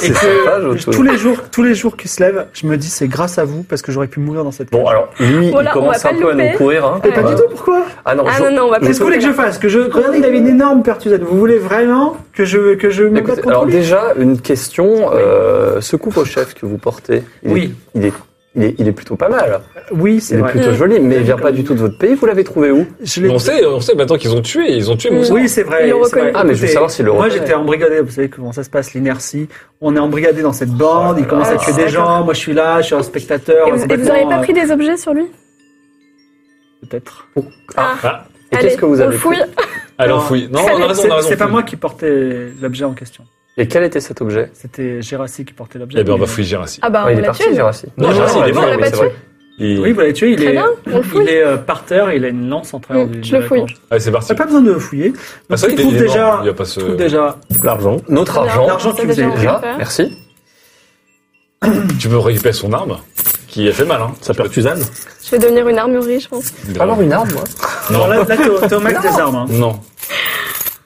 Speaker 4: C'est
Speaker 1: que
Speaker 4: sympa, Jotun.
Speaker 1: tous les jours, tous les jours qui se lèvent, je me dis c'est grâce à vous parce que j'aurais pu mourir dans cette.
Speaker 4: Bon,
Speaker 1: cage.
Speaker 4: alors, lui,
Speaker 3: Voilà,
Speaker 4: il
Speaker 3: on
Speaker 4: commence
Speaker 3: va
Speaker 4: un
Speaker 3: pas
Speaker 4: peu à
Speaker 3: le
Speaker 4: nous
Speaker 3: louper.
Speaker 4: courir. Hein.
Speaker 1: Mais pas
Speaker 4: Ouais.
Speaker 1: du tout. Pourquoi
Speaker 4: Ah non,
Speaker 3: Ah
Speaker 4: Jo-
Speaker 3: non, non, on va pas
Speaker 1: Qu'est-ce que vous voulez que je fasse Que je regardez, il avait une énorme pertusade. Vous voulez vraiment que je que je me batte
Speaker 4: Écoutez,
Speaker 1: contre
Speaker 4: alors
Speaker 1: lui
Speaker 4: déjà, une question. Euh, ce coupe au chef que vous portez, il,
Speaker 1: Oui.
Speaker 4: est, il, est, il, est, il est plutôt pas mal.
Speaker 1: Oui, c'est
Speaker 4: Il est
Speaker 1: vrai.
Speaker 4: plutôt
Speaker 3: Mm.
Speaker 4: joli, mais il vient
Speaker 1: D'accord.
Speaker 4: pas du tout de votre pays. Vous l'avez trouvé où
Speaker 1: Je l'ai-
Speaker 2: Mais on sait, on sait maintenant qu'ils ont tué, ils ont tué
Speaker 3: Mm.
Speaker 2: Moussa.
Speaker 1: Oui, c'est vrai.
Speaker 3: Il le
Speaker 1: c'est
Speaker 3: reconnaît.
Speaker 1: vrai.
Speaker 4: Ah, mais je veux
Speaker 1: Écoutez,
Speaker 4: savoir s'il le
Speaker 1: Moi,
Speaker 4: reconnaît.
Speaker 1: j'étais embrigadé. Vous savez comment ça se passe, l'inertie. On est embrigadé dans cette bande. il commence à
Speaker 2: Ah,
Speaker 1: tuer des gens. Moi, je suis là. Je suis un spectateur.
Speaker 3: Et vous, et vous
Speaker 1: complètement,
Speaker 3: n'auriez pas
Speaker 1: euh,
Speaker 3: pris des objets sur lui
Speaker 1: Peut-être.
Speaker 2: Ah,
Speaker 4: Et
Speaker 3: Allez,
Speaker 4: qu'est-ce que vous
Speaker 3: on
Speaker 4: avez
Speaker 3: le fouille.
Speaker 4: pris
Speaker 2: allez, on
Speaker 1: Non.
Speaker 2: fouille. Non, on a raison, on a
Speaker 1: C'est
Speaker 2: raison.
Speaker 1: c'est pas
Speaker 2: fouille.
Speaker 1: moi qui portais l'objet en question.
Speaker 4: Et quel était cet objet
Speaker 1: C'était Gérassi qui portait l'objet.
Speaker 2: Eh bien, on va
Speaker 1: Mais-
Speaker 2: fouiller Gérassi.
Speaker 3: Ah bah,
Speaker 4: Ah,
Speaker 3: on
Speaker 4: Il est
Speaker 3: l'a
Speaker 4: parti,
Speaker 3: tué.
Speaker 4: Gérassi.
Speaker 2: Non, Gérassi, il est mort,
Speaker 4: oui,
Speaker 3: oui,
Speaker 4: c'est vrai.
Speaker 2: Il-
Speaker 1: Oui, bah. vous l'avez tué. Il
Speaker 3: Très
Speaker 1: est,
Speaker 3: bien, on le fouille.
Speaker 1: il est euh, par terre. Il a une lance en travers
Speaker 3: Mm,
Speaker 1: du.
Speaker 3: je
Speaker 1: de
Speaker 3: le
Speaker 1: la
Speaker 3: fouille.
Speaker 1: corde.
Speaker 2: Allez, c'est parti.
Speaker 1: T'as pas besoin de fouiller.
Speaker 2: Ah,
Speaker 1: Donc,
Speaker 2: c'est vrai
Speaker 1: il
Speaker 2: qu'il
Speaker 1: trouve
Speaker 2: est énorme,
Speaker 1: déjà.
Speaker 2: Il y a pas ce...
Speaker 1: trouve déjà.
Speaker 5: L'argent.
Speaker 4: Notre argent,
Speaker 1: L'argent que
Speaker 3: Ça,
Speaker 1: vous
Speaker 3: déjà,
Speaker 1: avez
Speaker 3: on
Speaker 1: déjà.
Speaker 3: peut le faire.
Speaker 4: merci.
Speaker 2: Tu peux récupérer son arme, qui a fait mal, hein.
Speaker 5: Ça pertusane.
Speaker 3: Je vais devenir une armurerie, je pense.
Speaker 1: Ah
Speaker 4: Je vais avoir une arme, moi.
Speaker 2: Non,
Speaker 1: Alors là, là, t'es au- t'es au max des armes. hein.
Speaker 2: non.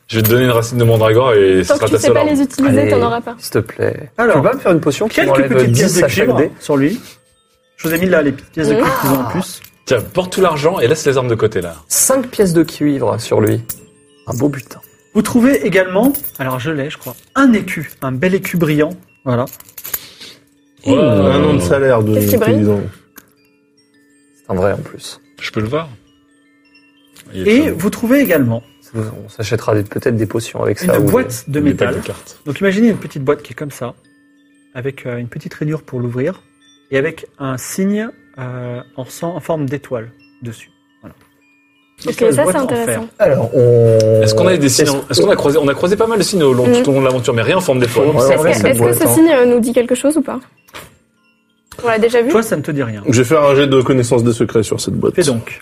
Speaker 2: Je vais te donner une racine de mandragore et ce
Speaker 3: Tant que
Speaker 2: sera
Speaker 3: tu
Speaker 2: ta
Speaker 3: sais
Speaker 2: seule
Speaker 3: pas
Speaker 2: arme.
Speaker 3: les utiliser, t'en auras pas.
Speaker 4: S'il te plaît.
Speaker 1: Alors,
Speaker 4: tu vas me faire une potion qui
Speaker 1: Quelques
Speaker 4: enlève
Speaker 1: petites pièces
Speaker 4: 10
Speaker 1: de
Speaker 4: à chaque
Speaker 1: cuivre
Speaker 4: dé.
Speaker 1: sur lui. Je vous ai mis là les petites pièces de cuivre qu'ils ont en plus.
Speaker 2: Tiens, porte tout l'argent et laisse les armes de côté, là.
Speaker 4: 5 pièces de cuivre sur lui. Un beau butin.
Speaker 1: Vous trouvez également, alors je l'ai, je crois, un écu, un bel écu brillant. Voilà.
Speaker 2: Ouais.
Speaker 5: Un an de salaire de
Speaker 3: Qu'est-ce qui brille
Speaker 5: paysan.
Speaker 4: C'est un vrai en plus.
Speaker 2: Je peux le voir Il est
Speaker 1: Et
Speaker 2: très beau.
Speaker 1: vous trouvez également
Speaker 4: Ça vous- On s'achètera des- peut-être des potions avec ça.
Speaker 1: une
Speaker 4: ou-
Speaker 1: boîte de
Speaker 2: Il est pas
Speaker 1: métal.
Speaker 2: de cartes.
Speaker 1: Donc imaginez une petite boîte qui est comme ça, avec euh, une petite rainure pour l'ouvrir, et avec un signe euh, en, sang- en forme d'étoile dessus. Voilà.
Speaker 3: Ok,
Speaker 1: la
Speaker 3: ça
Speaker 1: boîte
Speaker 3: c'est
Speaker 1: en fer.
Speaker 3: intéressant.
Speaker 4: Alors, on...
Speaker 2: Est-ce qu'on a des signes
Speaker 4: Est-ce-
Speaker 2: Est-ce qu'on a croisé On a croisé pas mal de signes au long,
Speaker 3: Mm.
Speaker 2: tout au long de l'aventure, mais rien en forme d'étoile.
Speaker 4: Ouais,
Speaker 3: Est-ce
Speaker 4: ouais,
Speaker 3: que,
Speaker 4: cette
Speaker 3: est-ce que
Speaker 4: boîte,
Speaker 3: ce
Speaker 4: hein.
Speaker 3: signe euh, nous dit quelque chose ou pas On l'a déjà vu
Speaker 1: Toi, ça ne te dit rien.
Speaker 5: Je vais faire un jet de connaissance des secrets sur cette boîte.
Speaker 1: Fais donc.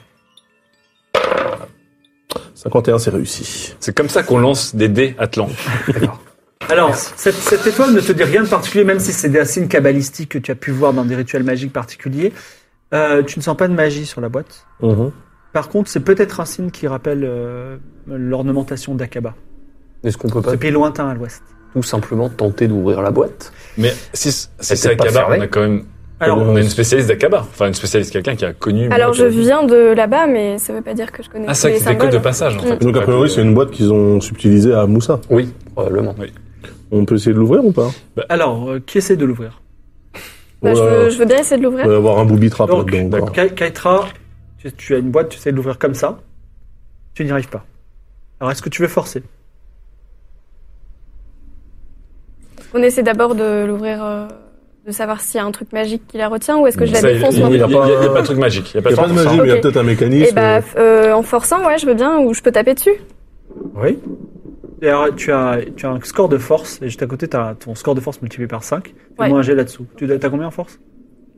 Speaker 5: 51, c'est réussi.
Speaker 2: C'est comme ça qu'on lance des dés Atlan.
Speaker 1: Alors, cette, cette étoile ne te dit rien de particulier, même si c'est des signes cabalistiques que tu as pu voir dans des rituels magiques particuliers. Euh, tu ne sens pas de magie sur la boîte.
Speaker 5: Mhm.
Speaker 1: Par contre, c'est peut-être un signe qui rappelle euh, l'ornementation d'Akaba.
Speaker 4: Est-ce qu'on peut pas
Speaker 1: Ce pays lointain à l'ouest.
Speaker 4: tout simplement tenter d'ouvrir la boîte
Speaker 2: Mais si, si c'est
Speaker 4: peut-être pas
Speaker 2: Akaba,
Speaker 4: fermée.
Speaker 2: on a quand même.
Speaker 1: Alors,
Speaker 2: on a une spécialiste d'Akaba. Enfin, une spécialiste, quelqu'un qui a connu.
Speaker 3: Alors je
Speaker 2: Akaba.
Speaker 3: viens de là-bas, mais ça veut pas dire que je connais
Speaker 2: Ah,
Speaker 3: tous
Speaker 2: ça,
Speaker 3: les
Speaker 2: c'est des codes
Speaker 3: symboles.
Speaker 2: de passage, en fait.
Speaker 5: Donc, a priori, c'est une boîte qu'ils ont subtilisée à Moussa.
Speaker 4: Oui, probablement.
Speaker 5: On peut essayer de l'ouvrir ou pas
Speaker 1: alors, euh, qui essaie de l'ouvrir
Speaker 3: Bah, je,
Speaker 5: Ouais.
Speaker 3: veux, je veux bien essayer de l'ouvrir.
Speaker 5: Il va y avoir un booby-trap
Speaker 1: Donc,
Speaker 5: là-dedans. encore.
Speaker 1: Ka- Kaitra, tu, tu as une boîte, tu essaies de l'ouvrir comme ça. Tu n'y arrives pas. Alors, est-ce que tu veux forcer
Speaker 3: On essaie d'abord de l'ouvrir, euh, de savoir s'il y a un truc magique qui la retient ou est-ce que je la
Speaker 2: Ça, il-
Speaker 3: défonce
Speaker 2: il-
Speaker 3: moi
Speaker 2: Il n'y a,
Speaker 5: Il y a
Speaker 2: pas- il y a
Speaker 5: pas-
Speaker 2: pas de truc magique. Il y a pas
Speaker 5: Il
Speaker 2: de
Speaker 5: n'y a pas de
Speaker 2: truc
Speaker 5: magie,
Speaker 2: pour
Speaker 5: mais il y a
Speaker 3: Ok.
Speaker 5: peut-être un mécanisme.
Speaker 3: Et bah, f- euh, en forçant, ouais, je veux bien, ou je peux taper dessus.
Speaker 1: Oui. Et alors, tu as, tu as un score de force, et juste à côté, tu as ton score de force multiplié par 5. Fais-moi
Speaker 3: Ouais.
Speaker 1: un jet là-dessous. Tu as combien en force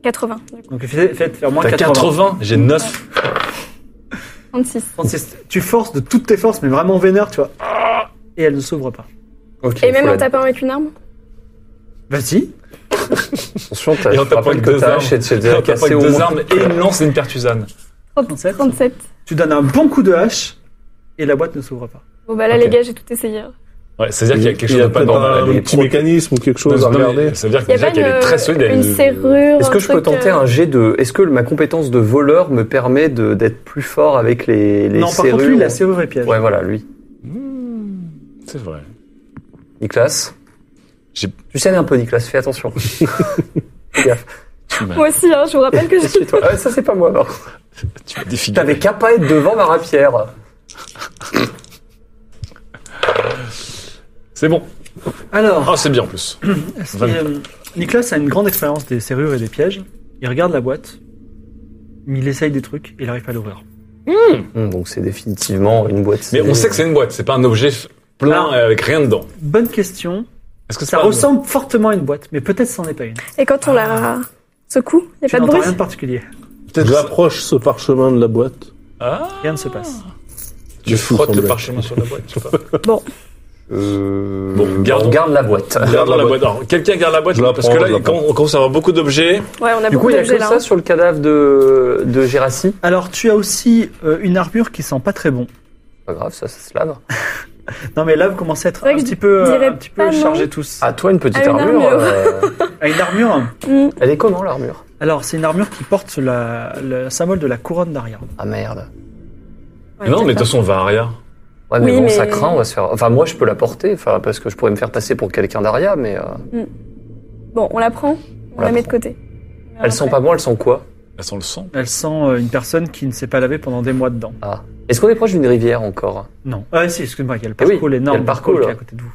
Speaker 3: 80, du coup.
Speaker 1: Donc, fais- faites faire
Speaker 2: ça.
Speaker 1: moins
Speaker 2: T'as
Speaker 1: 80.
Speaker 2: 80, j'ai 9.
Speaker 3: 36.
Speaker 1: Francis, tu forces de toutes tes forces, mais vraiment vénère, tu vois. Ah Et elle ne s'ouvre pas.
Speaker 4: Ok,
Speaker 3: Et même
Speaker 4: faut
Speaker 3: en
Speaker 4: la-
Speaker 3: tapant avec une arme
Speaker 1: Vas-y.
Speaker 4: Attention, t'as-
Speaker 2: Et
Speaker 4: je
Speaker 2: on
Speaker 4: te
Speaker 2: t'a pas
Speaker 4: rappelle
Speaker 2: que
Speaker 4: que
Speaker 2: deux
Speaker 4: ta
Speaker 2: armes.
Speaker 4: hache est de-
Speaker 2: On
Speaker 4: de
Speaker 2: t'a pas
Speaker 4: casser
Speaker 2: que
Speaker 4: au
Speaker 2: deux
Speaker 4: moins.
Speaker 2: armes et une lance et une pertusane.
Speaker 1: 37.
Speaker 3: 37.
Speaker 1: Tu donnes un bon coup de hache, et la boîte ne s'ouvre pas.
Speaker 3: Bon bah là
Speaker 2: Ok.
Speaker 3: les gars, j'ai tout essayé.
Speaker 2: Ouais, c'est-à-dire qu'il y a quelque chose de pas
Speaker 5: peut-être
Speaker 2: normal. Elle
Speaker 5: un
Speaker 2: est
Speaker 5: petit
Speaker 2: pro-
Speaker 5: mécanisme ou quelque
Speaker 2: Non,
Speaker 5: chose à
Speaker 2: non, mais
Speaker 5: regarder.
Speaker 2: Ça veut dire que
Speaker 3: Il y a
Speaker 2: déjà
Speaker 3: pas une,
Speaker 2: qu'elle est très solide. elle
Speaker 3: une
Speaker 2: est-
Speaker 3: serrure
Speaker 4: Est-ce
Speaker 3: un
Speaker 4: que je peux
Speaker 3: truc,
Speaker 4: tenter
Speaker 3: euh,
Speaker 4: un jet de... Est-ce que ma compétence de voleur me permet de- d'être plus fort avec les, les
Speaker 1: non, par
Speaker 4: serrures
Speaker 1: contre, lui, la serrure est piège.
Speaker 4: Ouais, voilà, lui.
Speaker 2: C'est vrai.
Speaker 4: Nicolas
Speaker 2: J'ai-
Speaker 4: Tu sais un peu, Nicolas, fais attention. Fais gaffe.
Speaker 3: Moi aussi, hein, je vous rappelle que j'ai...
Speaker 4: Toi- ah, ça, c'est pas moi, non.
Speaker 2: Tu m'as défiguré.
Speaker 4: T'avais qu'à pas être devant ma rapière.
Speaker 2: C'est bon.
Speaker 1: Alors,
Speaker 2: Ah, c'est bien en plus.
Speaker 1: Est-ce que, euh, Nicolas a une grande expérience des serrures et des pièges. Il regarde la boîte, il essaye des trucs, et il arrive pas à l'ouvrir.
Speaker 4: Hum, donc c'est définitivement une boîte.
Speaker 2: Mais on sait que c'est une boîte, c'est pas un objet f- plein
Speaker 1: Ah.
Speaker 2: euh, avec rien dedans.
Speaker 1: Bonne question.
Speaker 2: Est-ce que c'est
Speaker 1: Ça
Speaker 2: pas un-
Speaker 1: ressemble fortement à une boîte, mais peut-être c'en est pas une.
Speaker 3: Et quand on la secoue, il n'y a
Speaker 1: Tu
Speaker 3: pas de
Speaker 1: n'entends
Speaker 3: bruit
Speaker 1: rien de particulier.
Speaker 5: J'approche ce parchemin de la boîte.
Speaker 2: Ah,
Speaker 1: Rien ne se passe.
Speaker 2: tu
Speaker 5: Je fous,
Speaker 2: frottes le
Speaker 5: semble.
Speaker 2: parchemin sur la boîte. je sais pas.
Speaker 4: Euh,
Speaker 2: Bon, gardons-
Speaker 4: on garde la boîte.
Speaker 2: Garde la boîte. Alors, quelqu'un garde la boîte
Speaker 5: Je la
Speaker 2: parce
Speaker 5: prends,
Speaker 2: que
Speaker 5: je
Speaker 2: là,
Speaker 5: la
Speaker 2: quand on commence à avoir beaucoup d'objets.
Speaker 3: Ouais, on a
Speaker 4: Du coup,
Speaker 3: beaucoup
Speaker 4: il y a que
Speaker 3: d'objets là.
Speaker 4: ça sur le cadavre de, de Gérassi.
Speaker 1: Alors, tu as aussi euh, une armure qui sent pas très bon.
Speaker 4: Pas grave, ça, ça se lave.
Speaker 1: Ah, Non, mais là, vous commencez à être
Speaker 3: C'est vrai
Speaker 1: un
Speaker 3: que
Speaker 1: petit
Speaker 3: je
Speaker 1: peu, euh,
Speaker 3: dirais
Speaker 1: un petit peu
Speaker 3: pas non.
Speaker 1: chargés tous.
Speaker 4: Ah, toi, une petite
Speaker 3: Ah, une
Speaker 4: armure.
Speaker 3: armure.
Speaker 4: euh,
Speaker 1: Ah, Une armure
Speaker 3: Mm.
Speaker 4: elle est comment, l'armure
Speaker 1: Alors, c'est une armure qui porte la, le symbole de la couronne d'Aria.
Speaker 4: Ah merde.
Speaker 3: hein. Ouais,
Speaker 2: non, mais de toute
Speaker 3: peut-être
Speaker 2: façon, on va à rien.
Speaker 4: Ouais, mais
Speaker 3: Oui,
Speaker 4: bon,
Speaker 3: mais-
Speaker 4: ça craint, on va se faire. Enfin, moi, je peux la porter, enfin, parce que je pourrais me faire passer pour quelqu'un d'Aria, mais euh,
Speaker 3: pas. Bon, on la prend, on,
Speaker 4: On
Speaker 3: la,
Speaker 4: la
Speaker 3: met de côté. On verra
Speaker 4: elle sent
Speaker 3: après.
Speaker 4: pas bon, elle sent quoi
Speaker 2: Là, on le sent.
Speaker 1: Elle sent euh, une personne qui ne s'est pas lavée pendant des mois dedans.
Speaker 4: Ah. Est-ce qu'on est proche d'une rivière encore
Speaker 1: Non. Ah, si, excuse-moi, il y a le
Speaker 4: Eh oui,
Speaker 1: parcours,
Speaker 4: il y a le
Speaker 1: l'énorme
Speaker 4: parcours,
Speaker 1: qui est
Speaker 4: là.
Speaker 1: à côté de vous.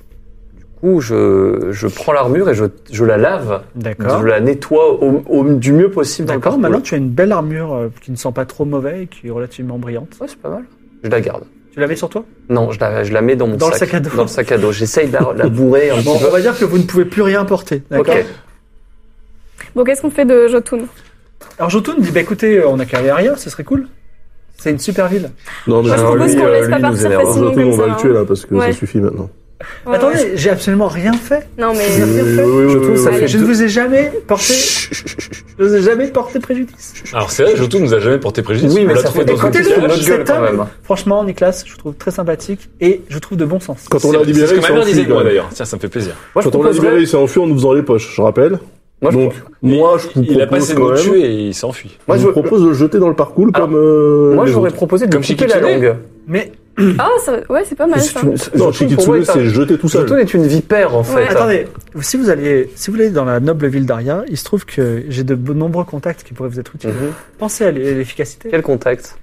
Speaker 4: Du coup, je, je prends l'armure et je, je la lave,
Speaker 1: D'accord.
Speaker 4: je la nettoie au, au- du mieux possible. dans le
Speaker 1: D'accord,
Speaker 4: parcours.
Speaker 1: maintenant tu as une belle armure euh, qui ne sent pas trop mauvais et qui est relativement brillante.
Speaker 4: Ouais, c'est pas mal. Je la garde.
Speaker 1: Tu l'avais sur toi
Speaker 4: Non, je la, je la mets dans mon
Speaker 1: Dans le
Speaker 4: sac.
Speaker 1: sac à dos.
Speaker 4: Dans le sac à dos. J'essaye de la, la bourrer un
Speaker 1: Bon,
Speaker 4: petit
Speaker 1: on va dire que vous ne pouvez plus rien porter.
Speaker 4: peu.
Speaker 1: D'accord.
Speaker 4: Ok.
Speaker 3: Bon, qu'est-ce qu'on fait de Jotun
Speaker 1: Alors Jotun dit bah écoutez, euh, on a Carrière, ce serait cool. C'est une super ville.
Speaker 5: Non, mais
Speaker 3: Moi, je
Speaker 5: alors,
Speaker 3: propose
Speaker 5: lui,
Speaker 3: qu'on
Speaker 5: euh,
Speaker 3: laisse
Speaker 5: lui,
Speaker 3: pas
Speaker 5: nous
Speaker 3: partir
Speaker 5: énerve.
Speaker 3: facilement
Speaker 5: Surtout,
Speaker 3: comme
Speaker 5: on va
Speaker 3: ça,
Speaker 5: le
Speaker 3: hein.
Speaker 5: tuer là parce que
Speaker 3: Ouais.
Speaker 5: ça suffit maintenant.
Speaker 3: Ouais, Euh, ouais.
Speaker 1: Attendez, j'ai absolument rien fait.
Speaker 3: Non,
Speaker 1: J'ai
Speaker 3: mais.
Speaker 1: rien fait.
Speaker 5: oui,
Speaker 4: Jotun, ça
Speaker 3: fait
Speaker 1: je ne
Speaker 4: deux-
Speaker 1: vous ai jamais porté, je vous ai jamais porté préjudice.
Speaker 2: Alors, c'est vrai, Jotun nous a jamais porté préjudice.
Speaker 4: Oui,
Speaker 2: On
Speaker 4: mais
Speaker 2: l'a
Speaker 4: ça
Speaker 2: trouvé
Speaker 4: fait des
Speaker 2: dans une
Speaker 4: côtés
Speaker 1: Écoutez-le,
Speaker 4: de
Speaker 2: pièce.
Speaker 4: notre gueule
Speaker 1: cet
Speaker 4: quand
Speaker 1: homme.
Speaker 4: même. hein.
Speaker 1: Franchement, Nicolas, je vous trouve très sympathique et je trouve de bon sens.
Speaker 5: Quand on
Speaker 2: C'est-
Speaker 5: l'a
Speaker 2: C'est ce
Speaker 5: libéré,
Speaker 2: que
Speaker 5: il
Speaker 2: ma
Speaker 5: s'est
Speaker 2: mère disait,
Speaker 5: enfui.
Speaker 2: moi,
Speaker 5: quand même.
Speaker 2: d'ailleurs. Tiens, ça me fait plaisir.
Speaker 4: Moi, je
Speaker 5: Quand on l'a
Speaker 4: proposerais-
Speaker 5: libéré, il s'est enfui en nous faisant les poches, je rappelle.
Speaker 4: Moi, je
Speaker 5: Donc, moi, je vous
Speaker 2: Il a passé de
Speaker 5: propose quand
Speaker 2: nous
Speaker 5: même.
Speaker 2: tuer et il s'est enfui.
Speaker 4: Moi,
Speaker 5: Moi,
Speaker 4: je-
Speaker 5: je vous propose de le jeter dans le parcours
Speaker 4: Alors,
Speaker 5: comme. euh,
Speaker 4: Moi,
Speaker 5: les
Speaker 4: j'aurais
Speaker 5: autres.
Speaker 4: proposé de
Speaker 2: Comme
Speaker 4: lui couper la
Speaker 2: Shikitsune.
Speaker 4: langue.
Speaker 1: Mais
Speaker 3: Ah, ça- ouais, c'est pas mal ça.
Speaker 5: Non, Shikitsune, c'est jeter tout
Speaker 4: Jotun
Speaker 5: seul.
Speaker 4: est une vipère, en fait.
Speaker 3: Ouais.
Speaker 1: attendez, si vous alliez, si vous allez dans la noble ville d'Aria, il se trouve que j'ai de bo- nombreux contacts qui pourraient vous être utiles.
Speaker 4: Mhm.
Speaker 1: Pensez à l'efficacité.
Speaker 4: Quel contact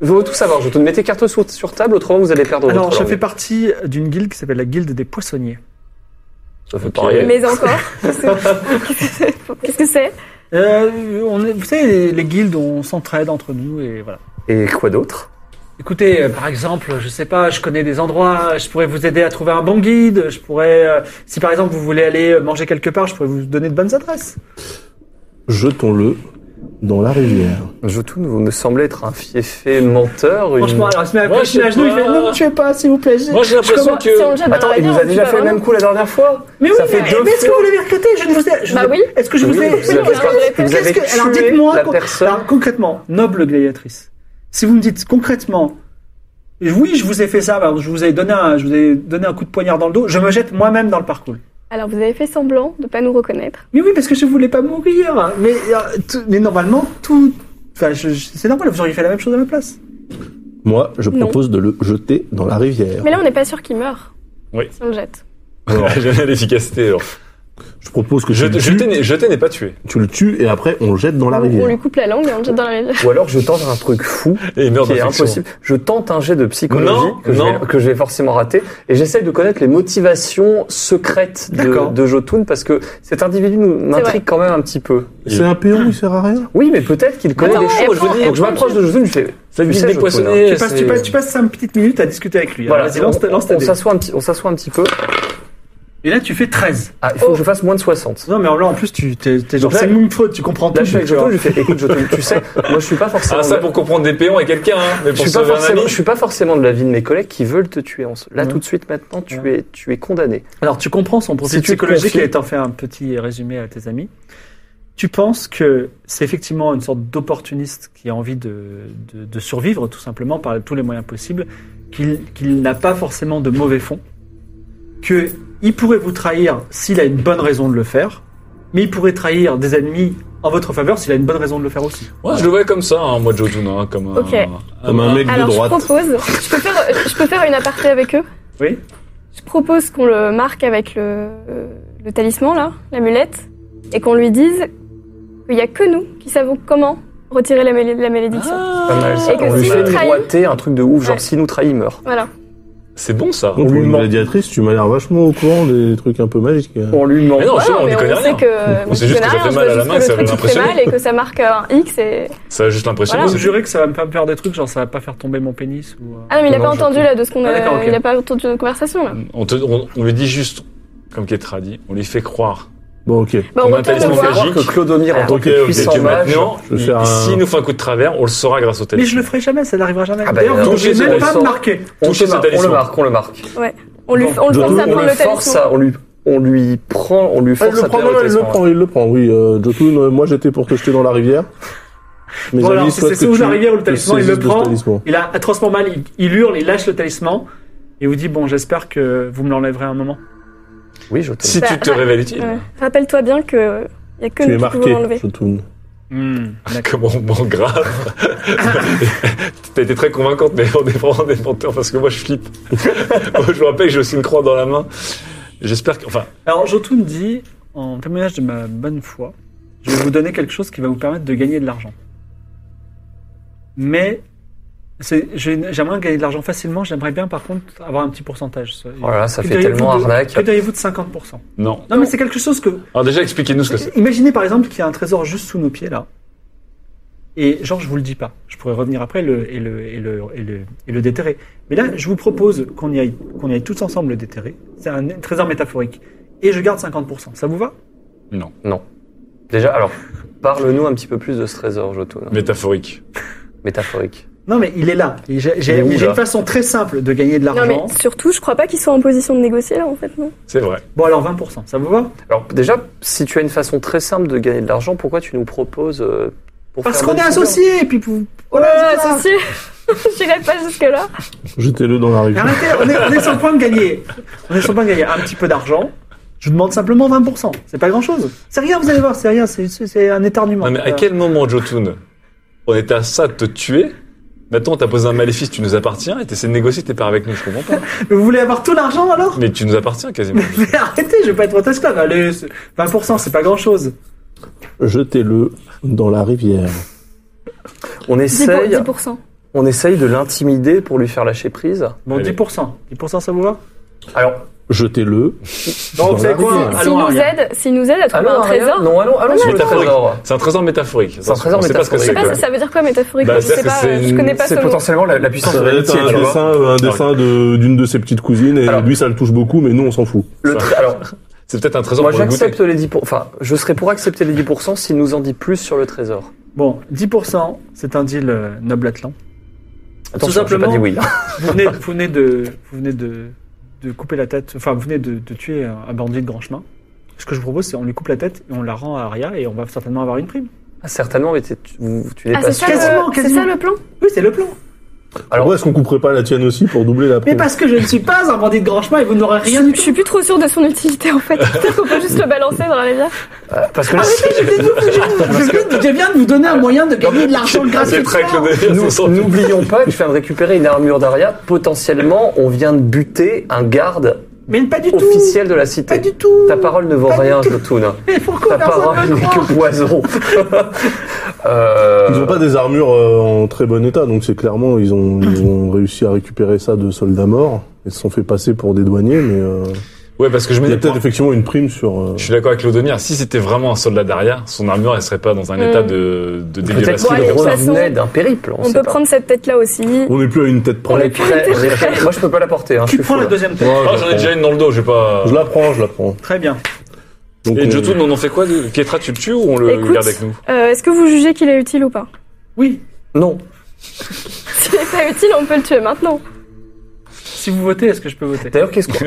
Speaker 4: Je veux tout savoir, Jotun. Mettez cartes sur, sur table, autrement vous allez perdre
Speaker 1: Alors,
Speaker 4: votre
Speaker 1: je
Speaker 4: langue.
Speaker 1: fais partie d'une guilde qui s'appelle la guilde des poissonniers.
Speaker 4: Ça fait
Speaker 2: Ok.
Speaker 4: pareil.
Speaker 3: Mais encore. Qu'est-ce que c'est
Speaker 1: Euh, on est- vous savez, les, les guildes, on s'entraide entre nous et voilà.
Speaker 4: Et quoi d'autre
Speaker 1: Écoutez, euh, par exemple, je sais pas, je connais des endroits, je pourrais vous aider à trouver un bon guide, je pourrais, euh, si par exemple vous voulez aller euh, manger quelque part, je pourrais vous donner de bonnes adresses.
Speaker 5: Jetons-le dans la rivière.
Speaker 4: Jotun, vous me semblez être un fieffé menteur. une-
Speaker 1: Franchement, alors, il se met à
Speaker 2: Moi,
Speaker 1: pousser
Speaker 2: je sais
Speaker 1: à genoux, il fait,
Speaker 2: pas.
Speaker 1: non, me tuez pas, s'il vous plaît.
Speaker 2: Moi, j'ai l'impression
Speaker 3: Si on le
Speaker 2: que.
Speaker 3: jette dans
Speaker 4: Attends,
Speaker 3: la
Speaker 4: il
Speaker 3: rivière,
Speaker 4: nous
Speaker 3: Ah,
Speaker 4: a
Speaker 3: bah, on
Speaker 4: déjà
Speaker 3: tue
Speaker 4: fait le
Speaker 3: pas
Speaker 4: même coup la dernière fois
Speaker 1: Mais oui,
Speaker 4: Ça fait
Speaker 1: mais,
Speaker 4: deux
Speaker 1: mais est-ce que
Speaker 4: fois.
Speaker 1: vous l'avez recruté Je ne vous ai. je
Speaker 3: Bah
Speaker 1: vous ai-
Speaker 3: oui.
Speaker 1: Est-ce que je vous
Speaker 4: Oui,
Speaker 1: ai.
Speaker 4: vous avez-
Speaker 1: qu'est-ce que-
Speaker 4: vous
Speaker 1: qu'est-ce
Speaker 4: avez
Speaker 1: que- Alors
Speaker 4: tué
Speaker 1: dites-moi.
Speaker 4: la
Speaker 1: con-
Speaker 4: personne.
Speaker 1: alors, concrètement, noble gladiatrice, si vous me dites concrètement. Oui, je vous ai fait ça. bah, je vous ai donné, un, je vous ai donné un coup de poignard dans le dos. Je me jette moi-même dans le parcours.
Speaker 3: Alors, vous avez fait semblant de pas nous reconnaître.
Speaker 1: Mais oui, parce que je voulais pas mourir. Mais, euh, tout- mais normalement, tout. Enfin, je- je- c'est normal. Vous auriez fait la même chose à ma place.
Speaker 5: Moi, je
Speaker 3: Non.
Speaker 5: propose de le jeter dans la rivière.
Speaker 3: Mais là, on n'est pas sûr qu'il meurt.
Speaker 2: Oui.
Speaker 3: Si on le jette.
Speaker 5: Alors,
Speaker 2: J'aime bien l'efficacité. alors.
Speaker 5: je propose que tu,
Speaker 2: Jeter
Speaker 5: le tues,
Speaker 2: jeter n'est- jeter n'est pas tuer.
Speaker 5: tu le tues et après on le jette dans la
Speaker 3: on, on lui
Speaker 5: rivière.
Speaker 3: coupe la langue et on le jette dans la rivière.
Speaker 4: Ou alors je tente un truc fou
Speaker 2: Et il meurt
Speaker 4: qui est
Speaker 2: d'infection.
Speaker 4: impossible. Je tente un jet de psychologie
Speaker 2: Non,
Speaker 4: que, je
Speaker 2: non.
Speaker 4: vais, que je vais forcément rater et j'essaye de connaître les motivations secrètes de,
Speaker 1: D'accord.
Speaker 4: de Jotun parce que cet individu nous m'intrigue quand même un petit peu.
Speaker 5: C'est un péon, il sert à rien.
Speaker 4: Oui, mais peut-être qu'il connaît
Speaker 3: Attends,
Speaker 4: des choses.
Speaker 3: elle
Speaker 4: Je veux
Speaker 3: prend-
Speaker 4: dire,
Speaker 3: elle
Speaker 4: donc je
Speaker 3: prend-
Speaker 4: m'approche de Jotun, je fais.
Speaker 2: Ça
Speaker 4: Tu sais,
Speaker 2: des
Speaker 4: Jotun,
Speaker 2: poissonniers.
Speaker 1: Tu passes, tu
Speaker 2: c'est-
Speaker 1: passes, tu passes cinq petites minutes à discuter avec lui.
Speaker 4: Voilà,
Speaker 1: Vas-y, lance, ta-
Speaker 4: on-
Speaker 1: lance ta
Speaker 4: on
Speaker 1: dé.
Speaker 4: s'assoit un petit, on s'assoit un petit peu.
Speaker 1: Et là, tu fais 13.
Speaker 4: Ah, il faut
Speaker 1: Oh.
Speaker 4: que je fasse moins de 60.
Speaker 1: Non, mais là, en plus, tu t'es, t'es genre,
Speaker 4: Donc là-
Speaker 1: c'est une faute, tu comprends
Speaker 4: Là,
Speaker 1: tout.
Speaker 4: je suis avec
Speaker 1: tu vois.
Speaker 4: Jotun, je fais, écoute, Jotun, tu sais, moi, je suis pas forcément.
Speaker 2: Ah, ça pour comprendre des péons et quelqu'un, hein. Mais
Speaker 4: Je
Speaker 2: pour
Speaker 4: suis, pas
Speaker 2: sauver un
Speaker 4: forcément,
Speaker 2: ami.
Speaker 4: je suis pas forcément de l'avis de mes collègues qui veulent te tuer. en ce- Là,
Speaker 3: Mm.
Speaker 1: Mhm.
Speaker 4: tout de suite, maintenant, tu,
Speaker 1: Ouais.
Speaker 4: es, tu es condamné.
Speaker 1: Alors, tu comprends son profil
Speaker 4: Si tu
Speaker 1: psychologique
Speaker 4: confies-
Speaker 1: et t'en fais un petit résumé à tes amis. Tu penses que c'est effectivement une sorte d'opportuniste qui a envie de, de, de survivre, tout simplement, par tous les moyens possibles, qu'il, qu'il n'a pas forcément de mauvais fond, que il pourrait vous trahir s'il a une bonne raison de le faire, mais il pourrait trahir des ennemis en votre faveur s'il a une bonne raison de le faire aussi.
Speaker 2: Ouais, je le vois comme ça, hein, moi, Jotun, hein, comme un.
Speaker 3: Ok.
Speaker 5: Comme un mec de
Speaker 3: Alors, je
Speaker 5: droite.
Speaker 3: propose. Je peux faire, je peux faire une aparté avec eux
Speaker 1: Oui.
Speaker 3: Je propose qu'on le marque avec le, le talisman, là, l'amulette, et qu'on lui dise qu'il n'y a que nous qui savons comment retirer la, mé- la malédiction.
Speaker 2: Ah.
Speaker 4: Pas mal, ça.
Speaker 3: Et que
Speaker 4: On lui
Speaker 3: s'il
Speaker 4: fait
Speaker 3: nous trahit-
Speaker 4: droiter un truc de ouf, genre,
Speaker 3: Ouais.
Speaker 4: si nous trahit, il meurt.
Speaker 3: Voilà.
Speaker 2: C'est bon ça.
Speaker 5: Bon, pour
Speaker 4: lui
Speaker 5: une
Speaker 4: ment.
Speaker 5: gladiatrice, tu m'as l'air vachement au courant des trucs un peu magiques. hein.
Speaker 4: On lui ment.
Speaker 2: Mais non,
Speaker 3: Ouais,
Speaker 2: je- on
Speaker 3: mais
Speaker 2: n'y connaît
Speaker 3: on sait
Speaker 2: rien.
Speaker 3: que
Speaker 2: On sait juste que ça fait
Speaker 3: on
Speaker 2: mal à la
Speaker 3: voit
Speaker 2: main,
Speaker 3: juste
Speaker 2: ça
Speaker 3: que le
Speaker 2: va
Speaker 3: truc fait
Speaker 2: l'impressionner.
Speaker 3: mal et que ça marque un X et...
Speaker 2: Ça a juste l'impression.
Speaker 3: Voilà.
Speaker 1: Vous
Speaker 2: c'est-
Speaker 1: me jurez que ça va me faire perdre des trucs, genre ça va pas faire tomber mon pénis ou. euh,
Speaker 3: Ah non, mais il a
Speaker 5: Non,
Speaker 3: pas
Speaker 5: je-
Speaker 3: entendu là de ce qu'on
Speaker 1: Ah,
Speaker 3: a...
Speaker 1: d'accord, ok.
Speaker 3: Il a pas entendu notre conversation là.
Speaker 2: On, te- on- on lui dit juste, comme Ketra dit, on lui fait croire.
Speaker 5: Bon, ok.
Speaker 3: Bah,
Speaker 2: On
Speaker 3: on
Speaker 2: a
Speaker 3: retourne
Speaker 2: tellement
Speaker 3: le
Speaker 2: fait
Speaker 3: voir. Ah.
Speaker 2: gire.
Speaker 4: que Clodomir, en
Speaker 2: Ok,
Speaker 4: tant
Speaker 2: ok,
Speaker 4: que puissant
Speaker 2: que
Speaker 4: mage,
Speaker 2: maintenant,
Speaker 5: je vais faire
Speaker 2: il-
Speaker 5: un-
Speaker 2: s'il nous fait un coup de travers, on le saura grâce au
Speaker 1: Mais je
Speaker 2: téléphone.
Speaker 1: le ferai jamais, ça n'arrivera jamais.
Speaker 4: Ah bah,
Speaker 1: D'ailleurs,
Speaker 4: euh,
Speaker 1: vous ne pouvez
Speaker 2: touchez
Speaker 1: même pas
Speaker 2: cet
Speaker 1: me
Speaker 4: hérisson.
Speaker 1: marquer.
Speaker 4: on,
Speaker 2: Touchez
Speaker 4: le marque,
Speaker 2: cet
Speaker 4: on le
Speaker 2: hérisson.
Speaker 4: marque, on le marque.
Speaker 3: On lui, on le force
Speaker 5: Jotou,
Speaker 3: à
Speaker 4: on
Speaker 3: prendre
Speaker 4: lui
Speaker 3: le
Speaker 4: force
Speaker 3: talisman.
Speaker 4: à, on lui, on lui prend, on lui
Speaker 5: Ah,
Speaker 4: force
Speaker 5: il le
Speaker 4: à
Speaker 5: prend,
Speaker 4: prendre
Speaker 5: non,
Speaker 4: le
Speaker 5: il le
Speaker 4: talisman.
Speaker 5: prend, il le prend, oui. Euh, Jotun, euh, moi j'étais pour te jeter dans la rivière. Mes
Speaker 1: Bon, alors,
Speaker 5: souhaitent
Speaker 1: c'est sous la rivière ou le
Speaker 5: te
Speaker 1: talisman, il
Speaker 5: saisisses
Speaker 1: le
Speaker 5: de ce
Speaker 1: prend.
Speaker 5: talisman.
Speaker 1: Il a atrocement mal, il, il hurle, il lâche le talisman. Et vous dit, bon, j'espère que vous me l'enlèverez un moment.
Speaker 4: Oui, je te
Speaker 2: Si tu te révèles utile.
Speaker 3: Ouais. Rappelle-toi bien que il y a que
Speaker 5: Tu es
Speaker 3: nous qui pouvons
Speaker 5: marqué,
Speaker 3: l'enlever.
Speaker 5: Jotun.
Speaker 1: Hmm, d'accord.
Speaker 2: Comment on ment grave T'as été très convaincante, mais on est vraiment des menteurs parce que moi je flippe. Moi, je vous rappelle que j'ai aussi une croix dans la main. J'espère que. Enfin,
Speaker 1: Alors, Jotun dit, en témoignage de ma bonne foi, je vais vous donner quelque chose qui va vous permettre de gagner de l'argent. Mais c'est- j'ai- j'aimerais gagner de l'argent facilement, j'aimerais bien par contre avoir un petit pourcentage.
Speaker 4: Oh là là, ça
Speaker 1: Que
Speaker 4: fait
Speaker 1: diriez-vous
Speaker 4: tellement
Speaker 1: de-
Speaker 4: arnaque.
Speaker 1: Que diriez-vous de 50%
Speaker 2: non.
Speaker 1: Non, mais c'est quelque chose que.
Speaker 2: Alors déjà, expliquez-nous ce que c'est.
Speaker 1: Imaginez par exemple qu'il y a un trésor juste sous nos pieds là. Et genre, je vous le dis pas. Je pourrais revenir après le, et, le, et, le, et, le, et le déterrer. Mais là, je vous propose qu'on y aille, qu'on y aille tous ensemble le déterrer. C'est un trésor métaphorique. Et je garde 50%. Ça vous va
Speaker 2: Non.
Speaker 4: Déjà, alors, parle-nous un petit peu plus de ce trésor, Jotun.
Speaker 2: Métaphorique.
Speaker 4: Métaphorique.
Speaker 1: Non, mais il est là. Et J'ai
Speaker 4: Il est
Speaker 1: j'ai-
Speaker 4: où,
Speaker 1: j'ai
Speaker 4: là
Speaker 1: une façon très simple de gagner de
Speaker 3: Non mais
Speaker 1: l'argent.
Speaker 3: surtout, je crois pas qu'ils soient en position de négocier là en fait. Non
Speaker 2: C'est vrai.
Speaker 1: Bon, alors 20%. Ça vous va
Speaker 4: Alors, déjà, si tu as une façon très simple de gagner de l'argent, pourquoi tu nous proposes. euh, pour
Speaker 1: Parce
Speaker 4: faire
Speaker 1: qu'on est
Speaker 4: bonne figure
Speaker 1: associés. Et puis, vous-
Speaker 3: Oh là là,
Speaker 1: voilà.
Speaker 3: associé J'irai pas jusque là.
Speaker 5: Jetez-le dans la
Speaker 1: Mais
Speaker 5: rivière.
Speaker 1: Arrêtez, on est, on est sur le point de gagner. On est sur le point de gagner un petit peu d'argent. Je vous demande simplement 20%. C'est pas grand chose. C'est rien, vous allez voir, c'est rien, c'est- c'est c'est un éternuement.
Speaker 2: Non, mais à quel moment, Jotun, on était à ça de te tuer Maintenant, on t'a posé un maléfice, tu nous appartiens et t'essaies de négocier, t'es pas avec nous, je comprends pas.
Speaker 1: Mais vous voulez avoir tout l'argent alors
Speaker 2: Mais tu nous appartiens quasiment.
Speaker 1: Mais arrêtez, je vais pas être votre esclave. Allez, c'est- 20%, c'est pas grand chose.
Speaker 5: Jetez-le dans la rivière.
Speaker 4: On
Speaker 3: 10%.
Speaker 4: essaye,
Speaker 3: 10%.
Speaker 4: on essaye de l'intimider pour lui faire lâcher prise.
Speaker 1: Bon,
Speaker 2: Allez.
Speaker 1: 10%. 10%, ça vous va
Speaker 4: Alors,
Speaker 5: Jetez-le.
Speaker 1: Donc, c'est
Speaker 5: la
Speaker 1: quoi
Speaker 5: rivière.
Speaker 3: S'il
Speaker 1: Allons,
Speaker 3: nous
Speaker 1: Ariane.
Speaker 3: aide, s'il nous aide à trouver
Speaker 4: allons,
Speaker 3: un trésor.
Speaker 4: non, allons, allons sur le
Speaker 2: métaphorique.
Speaker 4: trésor.
Speaker 2: C'est un trésor métaphorique.
Speaker 4: C'est un trésor
Speaker 2: On sait pas ce que
Speaker 4: métaphorique.
Speaker 3: Je sais
Speaker 4: Ouais.
Speaker 3: pas, ça veut dire quoi métaphoriquement
Speaker 2: Bah,
Speaker 3: Je sais
Speaker 2: c'est-à-dire
Speaker 3: pas,
Speaker 2: que c'est
Speaker 3: je
Speaker 2: une-
Speaker 3: connais pas ce
Speaker 4: C'est
Speaker 3: mot.
Speaker 4: potentiellement la, la puissance
Speaker 5: Ça
Speaker 4: de
Speaker 5: va être
Speaker 4: l'amitié,
Speaker 5: un
Speaker 4: tu vois.
Speaker 5: dessin, euh, un dessin de- d'une de ses petites cousines et
Speaker 4: Alors-
Speaker 5: lui ça le touche beaucoup, mais nous on s'en fout.
Speaker 4: Le tra- alors,
Speaker 2: C'est peut-être un trésor
Speaker 4: moi
Speaker 2: pour le goûter.
Speaker 4: j'accepte les 10%. pour- Enfin, je serais pour accepter les 10% s'il nous en dit plus sur le trésor.
Speaker 1: Bon, 10%, c'est un deal euh, noble atlant.
Speaker 4: Attention, j'ai pas
Speaker 1: simplement-
Speaker 4: dit oui. hein.
Speaker 1: Vous venez, vous venez de, vous venez de, de couper la tête, enfin, vous venez de, de tuer un un bandit de grand chemin. Ce que je vous propose, c'est on lui coupe la tête et on la rend à Aria et on va certainement avoir une prime.
Speaker 4: Ah, Certainement, mais t'es- tu, vous- tu n'es
Speaker 3: Ah,
Speaker 4: pas
Speaker 3: c'est
Speaker 4: sûr.
Speaker 3: ça, le-
Speaker 1: Quasiment,
Speaker 3: c'est
Speaker 1: quasiment.
Speaker 3: ça le plan
Speaker 1: Oui, c'est le plan.
Speaker 4: Alors-
Speaker 5: Pourquoi est-ce qu'on couperait pas la tienne aussi pour doubler la
Speaker 1: Mais
Speaker 5: prime
Speaker 1: parce que je ne suis pas un bandit de grand chemin et vous n'aurez rien du
Speaker 3: Je
Speaker 1: tout.
Speaker 3: suis plus trop sûre de son utilité en fait. Peut-être qu'on peut juste le balancer dans la rivière.
Speaker 4: Ah, Parce que là,
Speaker 1: Arrêtez, je viens de vous- je viens de vous- je viens de- je viens de vous donner un moyen de gagner de l'argent
Speaker 2: C'est
Speaker 1: gratuitement.
Speaker 2: très que le délire,
Speaker 4: nous-
Speaker 2: c'est sans-
Speaker 4: n'oublions pas que je viens de récupérer une armure d'Aria. Potentiellement, on vient de buter un garde
Speaker 1: Mais pas du tout.
Speaker 4: officiel de la cité.
Speaker 1: Pas du tout.
Speaker 4: Ta parole ne vaut
Speaker 1: Pas du
Speaker 4: rien,
Speaker 1: tout.
Speaker 4: Jotun.
Speaker 1: Mais
Speaker 4: Ta
Speaker 1: pourquoi personne
Speaker 4: parole
Speaker 1: ne me
Speaker 4: n'est
Speaker 1: croit
Speaker 4: que poison. Euh,
Speaker 5: Ils ont pas des armures euh, en très bon état, donc c'est clairement ils ont,
Speaker 3: Ah.
Speaker 5: ils ont réussi à récupérer ça de soldats morts. Ils se sont fait passer pour des douaniers, mais euh,
Speaker 2: Ouais, parce que je me
Speaker 5: il y a
Speaker 2: dis,
Speaker 5: peut-être effectivement une prime sur. euh,
Speaker 2: Je suis d'accord avec Lodonir. Si c'était vraiment un soldat d'Aria, son armure, elle serait pas dans un
Speaker 3: Mm.
Speaker 2: état de, de
Speaker 4: Peut-être
Speaker 2: dégradation.
Speaker 3: Bon,
Speaker 4: qu'il
Speaker 3: allez, de toute
Speaker 4: revenait
Speaker 3: façon,
Speaker 4: d'un périple. On,
Speaker 3: On
Speaker 4: sait
Speaker 3: peut
Speaker 4: pas.
Speaker 3: prendre cette tête là aussi.
Speaker 5: On n'est plus à une tête
Speaker 4: On
Speaker 5: près.
Speaker 4: est prêt. on est prêt. Moi, je peux pas la porter. Hein, je
Speaker 1: Qui
Speaker 4: suis
Speaker 1: prend
Speaker 4: fou,
Speaker 1: la
Speaker 4: là.
Speaker 1: deuxième tête
Speaker 5: Ouais,
Speaker 2: Ah, j'en ai déjà une dans le dos, j'ai pas.
Speaker 5: Je la prends, je la prends.
Speaker 1: Très bien.
Speaker 5: Donc,
Speaker 2: Et
Speaker 5: on-
Speaker 2: Jotun, on en fait quoi de... Pietra, tu le tues ou on le
Speaker 3: Écoute,
Speaker 2: garde avec nous
Speaker 3: Euh, Est-ce que vous jugez qu'il est utile ou pas
Speaker 1: Oui,
Speaker 4: Non.
Speaker 3: S'il n'est pas utile, on peut le tuer maintenant.
Speaker 1: si vous votez, est-ce que je peux voter
Speaker 4: D'ailleurs, qu'est-ce qu'on.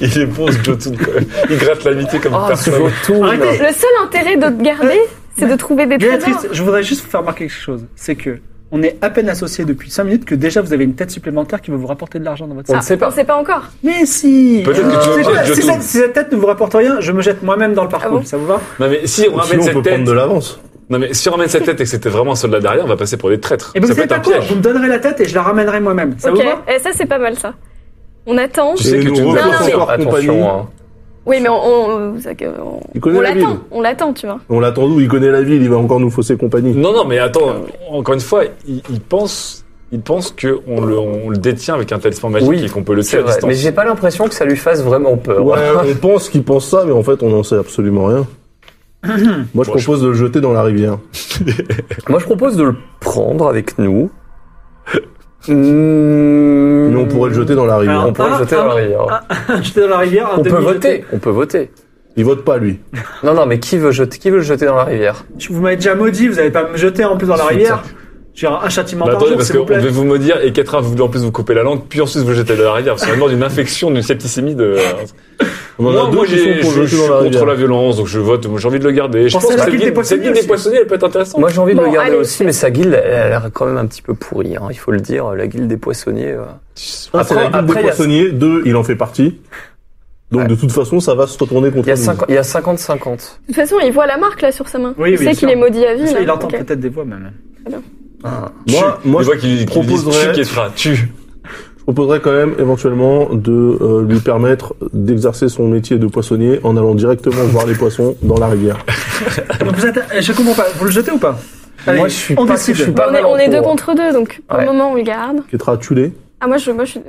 Speaker 2: Il est bon, ce Jotun. quand même. Il gratte l'amitié comme
Speaker 4: Ah, ce
Speaker 2: personne.
Speaker 4: Jotun
Speaker 1: Arrêtez.
Speaker 3: Le seul intérêt de te garder, c'est de trouver des trésors.
Speaker 1: Béatrice, je voudrais juste vous faire remarquer quelque chose. C'est que on est à peine associés depuis 5 minutes que déjà vous avez une tête supplémentaire qui va vous rapporter de l'argent dans votre
Speaker 4: On
Speaker 1: sac.
Speaker 4: ne sait pas.
Speaker 3: Ah, On sait pas encore.
Speaker 1: Mais si
Speaker 2: Peut-être que tu veux
Speaker 1: C'est
Speaker 2: pas
Speaker 1: quoi,
Speaker 2: être
Speaker 1: si,
Speaker 2: Jotun.
Speaker 1: cette, si cette tête ne vous rapporte rien, je me jette moi-même dans le parcours.
Speaker 3: Ah bon
Speaker 1: ça vous va
Speaker 2: Non, mais si on ramène
Speaker 5: Sinon, on peut
Speaker 2: cette tête.
Speaker 5: prendre de l'avance.
Speaker 2: Non, mais si on ramène cette tête et que c'était vraiment un soldat d'Aria, on va passer pour des traîtres.
Speaker 1: Et vous
Speaker 2: Ça peut
Speaker 1: savez
Speaker 2: être un
Speaker 1: pas quoi
Speaker 2: piège.
Speaker 1: Vous me donnerez la tête et je la ramènerai moi-même. Ça
Speaker 3: ok,
Speaker 1: vous va
Speaker 3: et ça c'est pas mal ça. On attend.
Speaker 2: Je sais
Speaker 5: Et
Speaker 2: que
Speaker 5: nous
Speaker 2: tu nous as
Speaker 5: repassons
Speaker 3: Non, non,
Speaker 5: par compagnie.
Speaker 4: Attention, hein.
Speaker 3: Oui, mais on, on, ça que- on,
Speaker 5: Il connaît
Speaker 3: on
Speaker 5: la
Speaker 3: l'attend.
Speaker 5: ville.
Speaker 3: On l'attend, tu vois.
Speaker 5: On l'attend d'où Il connaît la ville, il va encore nous fausser compagnie.
Speaker 2: Non, non, mais attends, encore une fois, il, il pense. il pense qu'on le, on le détient avec un talisman magique
Speaker 4: Oui,
Speaker 2: et qu'on peut le tuer
Speaker 4: C'est
Speaker 2: à
Speaker 4: vrai.
Speaker 2: distance.
Speaker 4: Mais j'ai pas l'impression que ça lui fasse vraiment peur.
Speaker 5: Ouais, on pense qu'il pense ça, mais en fait, on n'en sait absolument rien. Moi, je
Speaker 2: Bon, je-
Speaker 5: propose de le jeter dans la rivière.
Speaker 4: Moi, je propose de le prendre avec nous.
Speaker 5: Mais
Speaker 4: Mais
Speaker 5: on pourrait le jeter dans la rivière.
Speaker 1: Alors,
Speaker 4: On pourrait le
Speaker 1: Ah,
Speaker 4: jeter dans
Speaker 1: ah,
Speaker 4: la rivière.
Speaker 1: J'étais dans la rivière. un
Speaker 4: on peut
Speaker 1: demi-jeté.
Speaker 4: voter. On peut voter.
Speaker 5: Il vote pas, lui.
Speaker 4: Non, non, mais qui veut jeter Qui veut le jeter dans la rivière
Speaker 1: Je- Vous m'avez déjà maudit, vous n'avez pas à me jeter en plus dans la rivière. J'ai un un châtiment
Speaker 2: Bah,
Speaker 1: par
Speaker 2: attendez,
Speaker 1: jour,
Speaker 2: parce
Speaker 1: s'il vous
Speaker 2: qu'on
Speaker 1: plaît.
Speaker 2: devait vous maudire et Catherine vous voulez en plus vous couper la langue, puis ensuite vous jeter dans la rivière. C'est vraiment d'une infection, d'une septicémie de.
Speaker 5: On en
Speaker 2: Moi,
Speaker 5: a deux
Speaker 2: moi,
Speaker 5: qui
Speaker 2: j'ai-
Speaker 5: sont pour
Speaker 2: je,
Speaker 5: le
Speaker 2: je
Speaker 5: jeter
Speaker 2: suis
Speaker 5: dans la
Speaker 2: contre la
Speaker 5: rivière.
Speaker 2: violence, donc je vote. Moi, j'ai envie de le garder. Je
Speaker 1: Pensez
Speaker 2: pense
Speaker 1: à
Speaker 2: que
Speaker 1: la guilde
Speaker 2: cette
Speaker 1: des
Speaker 2: guilde cette
Speaker 1: poissonniers
Speaker 2: guilde des
Speaker 1: aussi.
Speaker 2: poissonniers, elle peut être intéressante.
Speaker 4: Moi, j'ai envie de
Speaker 3: Bon,
Speaker 4: le garder
Speaker 3: allez.
Speaker 4: aussi, mais sa guilde, elle a l'air quand même un petit peu pourrie. hein, il faut le dire, la guilde des poissonniers. euh.
Speaker 5: Un, c'est
Speaker 4: Après-
Speaker 5: la guilde des
Speaker 4: après, il y a-
Speaker 5: poissonniers. Deux, il en fait partie. Donc, de toute façon, ça va se retourner contre
Speaker 4: Il y a
Speaker 5: nous.
Speaker 4: 50 il y a 50-50.
Speaker 3: De toute façon, il voit la marque là sur sa main.
Speaker 1: Oui,
Speaker 3: il
Speaker 1: oui,
Speaker 3: sait
Speaker 1: sûr.
Speaker 3: qu'il est maudit à vie. là. euh,
Speaker 1: Il entend
Speaker 3: Ok.
Speaker 1: peut-être des voix même.
Speaker 5: Moi, moi
Speaker 2: je vois qu'il qu'il
Speaker 5: proposerais-
Speaker 2: dit tue, Kétra, tue.
Speaker 5: je proposerais quand même, éventuellement, de euh, lui permettre d'exercer son métier de poissonnier en allant directement voir les poissons dans la rivière.
Speaker 1: Donc vous êtes, eh, je comprends pas. Vous le jetez ou pas Allez,
Speaker 4: Moi, je suis
Speaker 1: on
Speaker 4: pas-
Speaker 1: décide.
Speaker 4: je suis pas-
Speaker 3: On est, on est
Speaker 4: Pour-
Speaker 3: deux contre deux, donc pour
Speaker 4: Ouais.
Speaker 3: le moment on le garde.
Speaker 5: Kétra, tue-les.
Speaker 3: Ah moi je, moi, je suis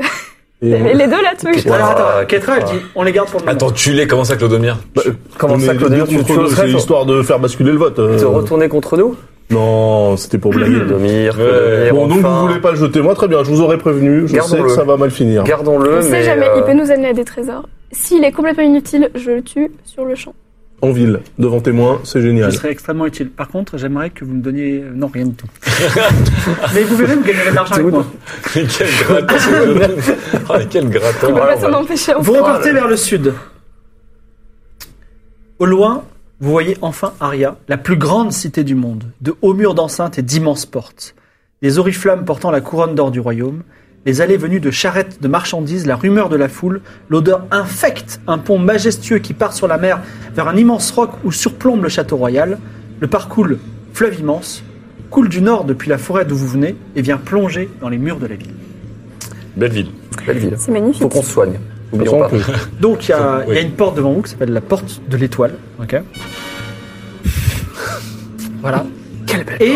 Speaker 5: Et
Speaker 3: les les deux là, tu veux que je-
Speaker 4: Ouais.
Speaker 1: Alors
Speaker 4: Ah,
Speaker 1: attends, Ketra, elle dit, on les garde pour le moment.
Speaker 2: Attends, tu l'es, comment ça, Clodomir
Speaker 5: bah,
Speaker 4: Comment ça,
Speaker 5: mais
Speaker 4: Claude
Speaker 5: dire
Speaker 4: Tu,
Speaker 5: contre
Speaker 4: tu
Speaker 5: nous,
Speaker 4: oserais
Speaker 5: c'est
Speaker 4: te-
Speaker 5: histoire de faire basculer le vote. euh,
Speaker 4: te retourner contre nous
Speaker 5: Non, c'était pour blaguer.
Speaker 4: Domir,
Speaker 2: Ouais.
Speaker 4: Clodomir,
Speaker 5: Bon, donc
Speaker 4: Hmm. enfin.
Speaker 5: vous voulez pas le jeter, moi très bien, je vous aurais prévenu, je sais
Speaker 4: Gardons-le.
Speaker 5: que ça va mal finir.
Speaker 4: Gardons-le,
Speaker 3: On
Speaker 4: mais...
Speaker 3: sait jamais, il
Speaker 4: euh,
Speaker 3: peut nous amener à des trésors. S'il est complètement inutile, je le tue sur le champ.
Speaker 5: En ville, devant témoins, c'est
Speaker 1: Je
Speaker 5: génial.
Speaker 1: serais extrêmement utile. Par contre, j'aimerais que vous me donniez. Non, rien du tout. Mais vous verrez, vous gagnerez de l'argent avec moi.
Speaker 2: Quel gratteur Ah, Quel
Speaker 3: Il peut
Speaker 2: gratteur
Speaker 4: Voilà,
Speaker 3: pas s'en
Speaker 4: ouais.
Speaker 3: empêcher.
Speaker 1: Vous repartez vers le sud. Au loin, vous voyez enfin Aria, la plus grande cité du monde, de hauts murs d'enceinte et d'immenses portes. Des oriflammes portant la couronne d'or du royaume, les allées venues de charrettes de marchandises, la rumeur de la foule, l'odeur infecte, un pont majestueux qui part sur la mer vers un immense roc où surplombe le château royal, le parcours fleuve immense, coule du nord depuis la forêt d'où vous venez et vient plonger dans les murs de la ville.
Speaker 2: Belle ville.
Speaker 4: Belle ville.
Speaker 3: C'est magnifique.
Speaker 4: Faut qu'on se soigne. N'oublions pas.
Speaker 5: Sachant que-
Speaker 1: Donc il y, a- il y a
Speaker 2: Oui.
Speaker 1: une porte devant vous qui s'appelle la porte de l'étoile. ok voilà.
Speaker 4: Quelle belle
Speaker 1: Et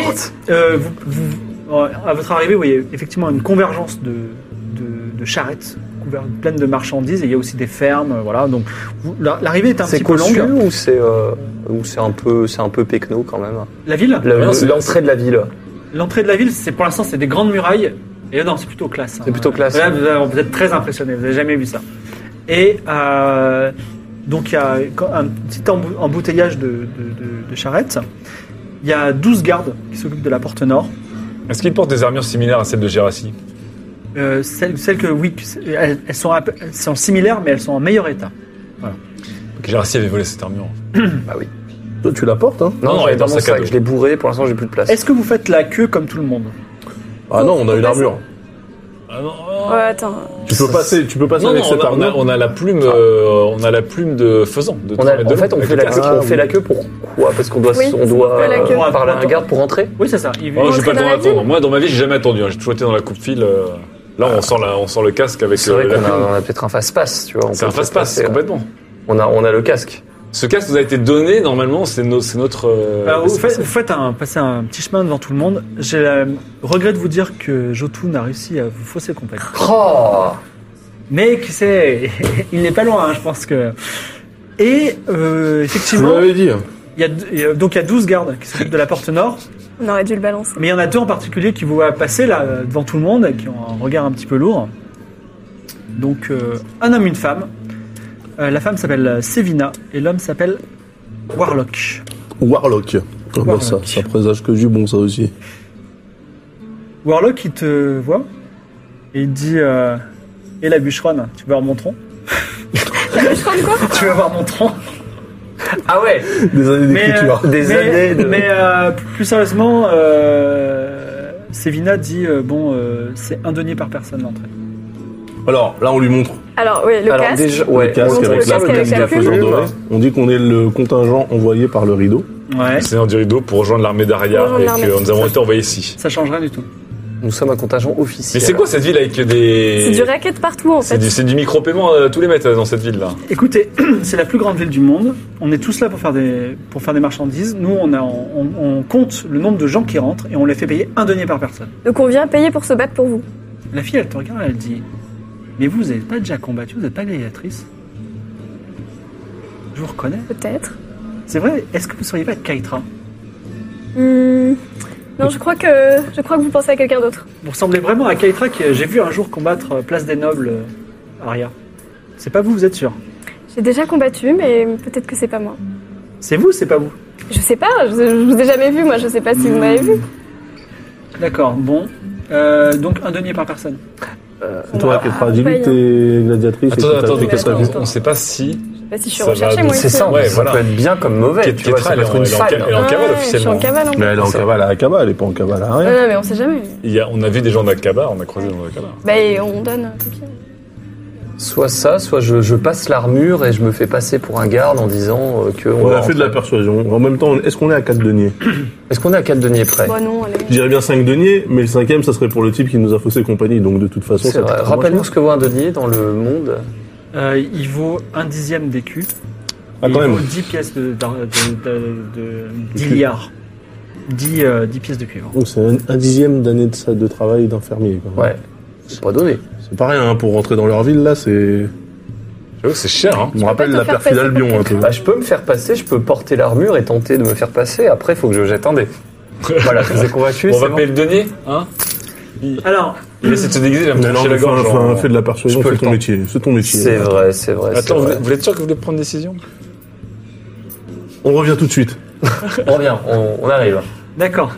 Speaker 1: euh, vous, vous- euh, à votre arrivée, vous voyez effectivement une convergence de, de, de charrettes couvertes- pleines de marchandises et il y a aussi des fermes. euh, Voilà. Donc vous- la- l'arrivée est un
Speaker 4: C'est
Speaker 1: petit peu
Speaker 4: cossu
Speaker 3: hein.
Speaker 1: longue.
Speaker 4: ou c'est euh, ou c'est un peu c'est un peu pecno quand même.
Speaker 1: La ville,
Speaker 4: Le-
Speaker 2: Non, c'est-
Speaker 4: L'entrée de la ville.
Speaker 1: l'entrée de la ville, c'est pour l'instant c'est des grandes murailles. Et euh, non, c'est plutôt classe. hein.
Speaker 4: C'est plutôt classe.
Speaker 1: Là, vous, avez- vous êtes très impressionné. Vous n'avez jamais vu ça. Et euh, donc il y a un petit embou- embouteillage de, de- de- de charrettes. Il y a 12 gardes qui s'occupent de la porte nord.
Speaker 2: Est-ce qu'il porte des armures similaires à celles de Gérassi
Speaker 1: Euh, celles, celles que, oui, que c'est- elles, elles sont, un peu- elles sont similaires, mais elles sont en meilleur état.
Speaker 2: Gérassi avait volé cette armure.
Speaker 4: Bah oui.
Speaker 5: Toi, tu la portes, hein
Speaker 4: Non,
Speaker 2: non,
Speaker 4: non,
Speaker 2: elle est
Speaker 4: dans
Speaker 2: dans
Speaker 4: mon
Speaker 2: sa
Speaker 4: sac,
Speaker 2: cadeau.
Speaker 4: je l'ai bourré, pour l'instant j'ai plus de place.
Speaker 1: Est-ce que vous faites la queue comme tout le monde
Speaker 5: Ah non, on a une
Speaker 4: Bah,
Speaker 5: armure.
Speaker 2: Ah non,
Speaker 3: Ouais, attends.
Speaker 5: Tu peux passer, tu peux passer
Speaker 2: non,
Speaker 5: avec
Speaker 2: on,
Speaker 5: cette
Speaker 2: a, on, a,
Speaker 5: armure.
Speaker 2: on a la plume, euh, on a la plume de faisan. De
Speaker 4: On
Speaker 2: trois
Speaker 4: a,
Speaker 2: mètres de
Speaker 4: en fait,
Speaker 2: long,
Speaker 4: on
Speaker 2: avec
Speaker 4: fait,
Speaker 2: le
Speaker 4: la queue,
Speaker 2: casque.
Speaker 4: on fait la queue pour quoi Parce qu'on doit,
Speaker 3: Oui,
Speaker 4: on doit
Speaker 3: on fait la queue.
Speaker 4: euh, parler à un garde pour rentrer.
Speaker 1: Oui, c'est ça. Il-
Speaker 2: Oh,
Speaker 1: il-
Speaker 2: j'ai pas
Speaker 3: Rentrer
Speaker 2: le
Speaker 3: dans
Speaker 2: temps
Speaker 3: la
Speaker 2: d'attendre.
Speaker 3: ville.
Speaker 2: Moi, dans ma vie, j'ai jamais attendu. hein. J'ai toujours été dans la coupe-fil. euh. Là, on sent, la, on sent le casque avec
Speaker 4: C'est
Speaker 2: euh,
Speaker 4: vrai
Speaker 2: la
Speaker 4: qu'on a,
Speaker 2: plume.
Speaker 4: on a peut-être un fast-pass, tu vois. on
Speaker 2: C'est un
Speaker 4: peut peut-être
Speaker 2: face-pass,
Speaker 4: passer, euh,
Speaker 2: complètement.
Speaker 4: On a, on a le casque.
Speaker 2: Ce casque nous a été donné, normalement, c'est no- c'est notre. euh,
Speaker 1: Alors, vous
Speaker 2: c'est-
Speaker 1: faites, vous faites un, passer un petit chemin devant tout le monde. J'ai le regret de vous dire que Jotun a réussi à vous fausser complètement.
Speaker 4: Oh
Speaker 1: Mais qui sait, il n'est pas loin, hein, je pense que. Et euh,
Speaker 5: Tu me
Speaker 1: effectivement,
Speaker 5: l'avais dit.
Speaker 1: il y a, il y a- donc il y a 12 gardes qui s'occupent de la porte nord,
Speaker 3: On aurait dû le balancer.
Speaker 1: mais il y en a deux en particulier qui vous voient passer là euh, devant tout le monde, et qui ont un regard un petit peu lourd. Donc euh, un homme, une femme. Euh, la femme s'appelle euh, Sévina et l'homme s'appelle Warlock.
Speaker 5: Warlock. Ah bah
Speaker 1: Warlock.
Speaker 5: ça, ça présage que du bon, ça aussi.
Speaker 1: Warlock, il te voit et il dit euh, Et la bûcheronne, tu veux voir mon tronc
Speaker 3: Je crois que quoi
Speaker 1: Tu veux voir mon tronc
Speaker 4: Ah ouais
Speaker 5: Des années
Speaker 1: Mais,
Speaker 5: d'écriture.
Speaker 1: euh,
Speaker 4: Des
Speaker 1: mais,
Speaker 4: années de-
Speaker 1: mais, euh, plus sérieusement, euh, Sévina dit euh, bon, euh, c'est un denier par personne l'entrée.
Speaker 5: Alors, là, on lui montre
Speaker 3: Alors oui, le
Speaker 4: Alors
Speaker 3: casque.
Speaker 4: déjà, ouais,
Speaker 5: le casque
Speaker 4: on-
Speaker 3: montre
Speaker 5: avec
Speaker 4: on-
Speaker 5: la
Speaker 3: casque
Speaker 4: le
Speaker 5: plume
Speaker 3: avec
Speaker 5: de
Speaker 3: la
Speaker 5: la
Speaker 3: plume.
Speaker 5: faisan doré. On dit qu'on est le contingent envoyé par le rideau.
Speaker 1: Ouais,
Speaker 2: C'est un du rideau pour rejoindre l'armée d'Aria
Speaker 3: Pour rejoindre
Speaker 2: et que
Speaker 3: l'armée.
Speaker 2: nous avons été envoyés ici.
Speaker 1: ça change rien du tout.
Speaker 4: Nous sommes un contingent officiel.
Speaker 2: Mais c'est quoi cette ville avec des.
Speaker 3: C'est du racket partout en
Speaker 2: C'est
Speaker 3: fait.
Speaker 2: du, c'est du micro-paiement euh, tous les mètres euh, dans cette ville-là.
Speaker 1: Écoutez, c'est la plus grande ville du monde. On est tous là pour faire des, pour faire des marchandises. Nous, on, a, on, on compte le nombre de gens qui rentrent et on les fait payer un denier par personne.
Speaker 3: Donc on vient payer pour se battre pour vous.
Speaker 1: La fille, elle te regarde, elle dit Mais vous, vous n'avez pas déjà combattu, vous n'êtes pas gladiatrice Je vous reconnais.
Speaker 3: Peut-être.
Speaker 1: C'est vrai, est-ce que vous ne seriez pas Kaitra
Speaker 3: Hmm. Non, je crois que je crois que vous pensez à quelqu'un d'autre.
Speaker 1: Vous ressemblez vraiment à Kaitra que j'ai vu un jour combattre euh, Place des Nobles, euh, Aria. C'est pas vous, vous êtes sûr
Speaker 3: J'ai déjà combattu, mais peut-être que c'est pas moi.
Speaker 1: C'est vous, c'est pas vous
Speaker 3: Je sais pas. Je, je vous ai jamais vu, moi. Je sais pas si vous m'avez vu.
Speaker 1: D'accord, bon. Euh, donc un denier par personne.
Speaker 5: C'est Hmm. toi, Ketra,
Speaker 3: Ah,
Speaker 5: dis-lui
Speaker 3: païen.
Speaker 5: que t'es gladiatrice.
Speaker 2: Attends,
Speaker 5: et que
Speaker 2: attends,
Speaker 5: t'as-
Speaker 2: mais qu'est-ce
Speaker 3: attends,
Speaker 2: qu'on-
Speaker 3: attends.
Speaker 2: On sait pas si.
Speaker 3: Je sais pas Bah, si je suis
Speaker 2: Ça va,
Speaker 3: recherchée
Speaker 2: mais
Speaker 3: moi.
Speaker 4: C'est
Speaker 3: ici.
Speaker 4: ça, en
Speaker 2: Ouais,
Speaker 4: fait, ça
Speaker 2: voilà.
Speaker 4: peut être bien comme mauvais. Tu vois,
Speaker 2: Ketra,
Speaker 4: ça peut
Speaker 2: elle est
Speaker 4: être
Speaker 2: en-
Speaker 4: une
Speaker 2: elle est en
Speaker 4: faille.
Speaker 2: cavale- elle est en cavale
Speaker 3: Ouais, Je suis en
Speaker 2: officiellement.
Speaker 3: cavale. en
Speaker 5: Mais
Speaker 3: fait.
Speaker 5: elle est en
Speaker 2: Ça.
Speaker 5: cavale à Akaba, elle est pas en cavale à
Speaker 3: Non,
Speaker 5: rien.
Speaker 3: non, mais on sait jamais.
Speaker 2: Il y a- on a vu des gens d'Akaba, on a croisé des gens d'Akaba.
Speaker 3: Bah, et on donne. un cookie.
Speaker 4: Soit ça, soit je, je passe l'armure et je me fais passer pour un garde en disant euh, que.
Speaker 5: On
Speaker 4: va
Speaker 5: a fait de la
Speaker 4: rentrer.
Speaker 5: persuasion. En même temps, est-ce qu'on est à 4 deniers
Speaker 4: Est-ce qu'on est à 4 deniers près
Speaker 3: Bon, Bah, non, allez.
Speaker 5: Je dirais bien 5 deniers, mais le cinquième, ça serait pour le type qui nous a faussé compagnie. Donc de toute façon,
Speaker 4: C'est
Speaker 5: ça
Speaker 4: vrai.
Speaker 5: coûtera moins
Speaker 4: Rappelle-nous
Speaker 5: cher.
Speaker 4: ce que vaut un denier dans le monde.
Speaker 1: Euh, il vaut un dixième d'écu.
Speaker 5: Ah,
Speaker 1: il
Speaker 5: quand même.
Speaker 1: vaut 10 pièces de. de, de, de- de- d'illiard. 10, euh, 10 pièces de cuivre.
Speaker 5: Donc Oh, c'est un, un dixième d'année de, sa- de travail d'infirmier. quand même.
Speaker 4: Ouais. C'est pas donné.
Speaker 5: C'est pas rien hein, pour rentrer dans leur ville là. C'est.
Speaker 2: J'avoue, c'est cher, hein.
Speaker 5: Je me rappelle
Speaker 3: te
Speaker 5: la
Speaker 3: faire
Speaker 5: perfide
Speaker 3: passer pour
Speaker 5: Albion un peu.
Speaker 2: Mmh.
Speaker 4: Bah, je peux me faire passer, je peux porter l'armure et tenter de me faire passer. Après, faut que je jette un dé. Voilà, je vous ai convaincu.
Speaker 2: Bon, on
Speaker 4: c'est
Speaker 2: va
Speaker 4: bon
Speaker 2: payer le denier, hein
Speaker 1: Alors,
Speaker 2: Il essaie de se déguiser, il va me
Speaker 5: Non, non,
Speaker 2: trancher
Speaker 5: mais
Speaker 2: la
Speaker 5: enfin,
Speaker 2: gorge.
Speaker 5: enfin,
Speaker 2: en-
Speaker 5: fais de la persuasion,
Speaker 4: Je peux
Speaker 5: c'est
Speaker 4: le
Speaker 5: ton
Speaker 4: temps.
Speaker 5: métier. C'est ton métier.
Speaker 4: C'est vrai, c'est vrai. c'est
Speaker 2: Attends, vous,
Speaker 4: vrai.
Speaker 2: vous êtes sûr que vous voulez prendre une décision
Speaker 5: On revient tout de suite.
Speaker 4: On revient, on, on arrive.
Speaker 1: d'accord.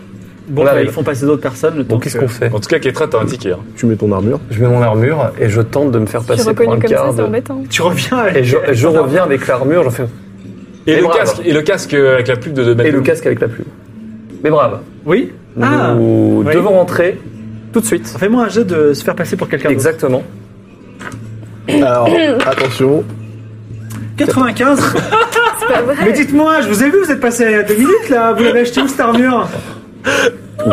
Speaker 1: Bon,
Speaker 4: On
Speaker 1: bah,
Speaker 4: arrive.
Speaker 1: ils font passer d'autres personnes. euh, Le temps
Speaker 4: Bon, qu'est-ce
Speaker 1: que-
Speaker 4: qu'on fait
Speaker 2: En tout cas, Ketra, t'as un ticket. hein.
Speaker 5: Tu mets ton armure.
Speaker 4: Je mets mon armure et je tente de me faire
Speaker 3: Je suis
Speaker 4: passer pour un
Speaker 3: reconnue comme ça,
Speaker 4: garde.
Speaker 3: c'est embêtant.
Speaker 1: Tu reviens avec-
Speaker 4: et je, et je reviens avec l'armure, j'en fais
Speaker 2: Et,
Speaker 4: Et
Speaker 2: le
Speaker 4: brave.
Speaker 2: casque, et le casque euh, avec la plume de 2 mètres.
Speaker 4: et le casque avec la plume. Mais brave,
Speaker 1: Oui
Speaker 4: nous
Speaker 1: Ah oui.
Speaker 4: devons rentrer tout de suite.
Speaker 1: Fais-moi un jeu de se faire passer pour quelqu'un d'autre.
Speaker 4: Exactement.
Speaker 5: Alors, attention.
Speaker 1: 95
Speaker 3: C'est pas vrai.
Speaker 1: Mais dites-moi, je vous ai vu, vous êtes passé il y a deux minutes là, vous l'avez acheté où cette armure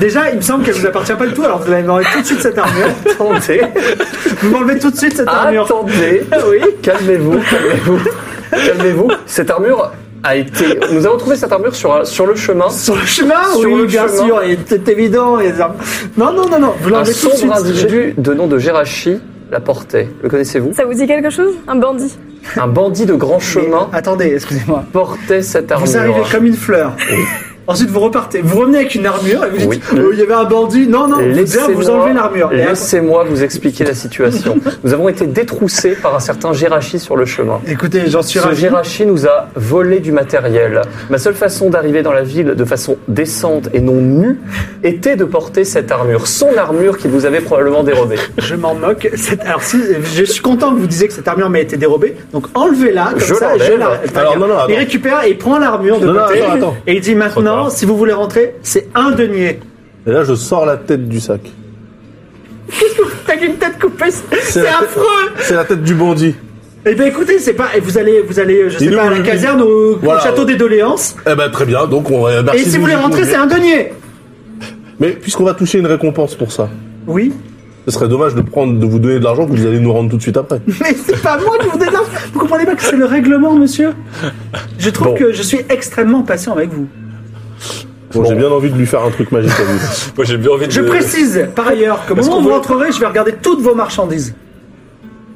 Speaker 1: Déjà, il me semble qu'elle vous appartient pas du tout, alors vous allez m'enlever tout de suite cette armure.
Speaker 4: Attendez,
Speaker 1: Vous m'enlevez tout de suite cette armure.
Speaker 4: attendez. Oui, calmez-vous, calmez-vous, calmez-vous. Cette armure a été. Nous avons trouvé cette armure sur un- sur le chemin.
Speaker 1: Sur le chemin
Speaker 4: Sur
Speaker 1: Oui,
Speaker 4: le
Speaker 1: bien
Speaker 4: chemin.
Speaker 1: sûr, et c'est évident. et ça- Non, non, non, non, vous
Speaker 4: Un
Speaker 1: l'enlevez tout de
Speaker 4: sombre
Speaker 1: suite.
Speaker 4: individu de nom de Gérachi la portait. Le connaissez-vous
Speaker 3: Ça vous dit quelque chose Un bandit.
Speaker 4: Un bandit de grand chemin Oh
Speaker 1: Attendez, excusez-moi.
Speaker 4: portait cette armure.
Speaker 1: ah. Vous arrivez comme une fleur. Ensuite, vous repartez. Vous revenez avec une armure et vous dites
Speaker 4: Oui.
Speaker 1: Oh, il y avait un bandit. Non,
Speaker 4: Ah,
Speaker 1: non, vous,
Speaker 4: Laissez-moi-
Speaker 1: vous enlevez l'armure. Et après-
Speaker 4: Laissez-moi vous expliquer la situation. Nous avons été détroussés par un certain Gérachi sur le chemin.
Speaker 1: Écoutez, j'en suis
Speaker 4: Ce
Speaker 1: ravi.
Speaker 4: Gérachi nous a volé du matériel. Ma seule façon d'arriver dans la ville de façon décente et non nue était de porter cette armure, son armure qu'il vous avait probablement dérobée.
Speaker 1: Je m'en moque. Cette- Alors, si, je suis content que vous disiez que cette armure m'a été dérobée. Donc, enlevez-la. Comme
Speaker 4: Je
Speaker 1: ça,
Speaker 4: l'enlève.
Speaker 1: je la.
Speaker 5: Alors, non, non, attends.
Speaker 1: il récupère et il prend l'armure de
Speaker 5: Non, non,
Speaker 1: côté.
Speaker 5: attends, attends.
Speaker 1: Et il dit
Speaker 2: Trop
Speaker 1: maintenant,
Speaker 2: tard.
Speaker 1: si vous voulez rentrer, c'est un denier.
Speaker 5: Et là, je sors la tête du sac.
Speaker 1: T'as qu'une tête coupée. C'est
Speaker 5: la tête-
Speaker 1: affreux.
Speaker 5: C'est la tête du bandit.
Speaker 1: Eh bien, écoutez, c'est pas. Et vous allez, vous allez, je sais
Speaker 5: Il
Speaker 1: pas, à
Speaker 5: nous-
Speaker 1: la
Speaker 5: il-
Speaker 1: caserne ou au
Speaker 5: Voilà. Ah,
Speaker 1: château des doléances.
Speaker 5: Eh ben, très bien. Donc, on va. merci
Speaker 1: Et si
Speaker 5: de
Speaker 1: vous voulez
Speaker 5: nous
Speaker 1: rentrer,
Speaker 5: écouter.
Speaker 1: c'est un denier.
Speaker 5: Mais puisqu'on va toucher une récompense pour ça,
Speaker 1: Oui.
Speaker 5: ce serait dommage de prendre, de vous donner de l'argent que vous allez nous rendre tout de suite après.
Speaker 1: Mais c'est pas moi qui vous dénonce Vous comprenez pas que c'est le règlement, monsieur Je trouve
Speaker 4: Bon.
Speaker 1: que je suis extrêmement patient avec vous.
Speaker 5: Bon, j'ai bien envie de lui faire un truc magique à lui.
Speaker 2: Moi, j'ai bien envie de.
Speaker 5: Euh.
Speaker 1: Je précise, par ailleurs, que au
Speaker 2: Parce
Speaker 1: moment où
Speaker 2: qu'on
Speaker 1: vous
Speaker 2: veut-
Speaker 1: rentrerez, je vais regarder toutes vos marchandises.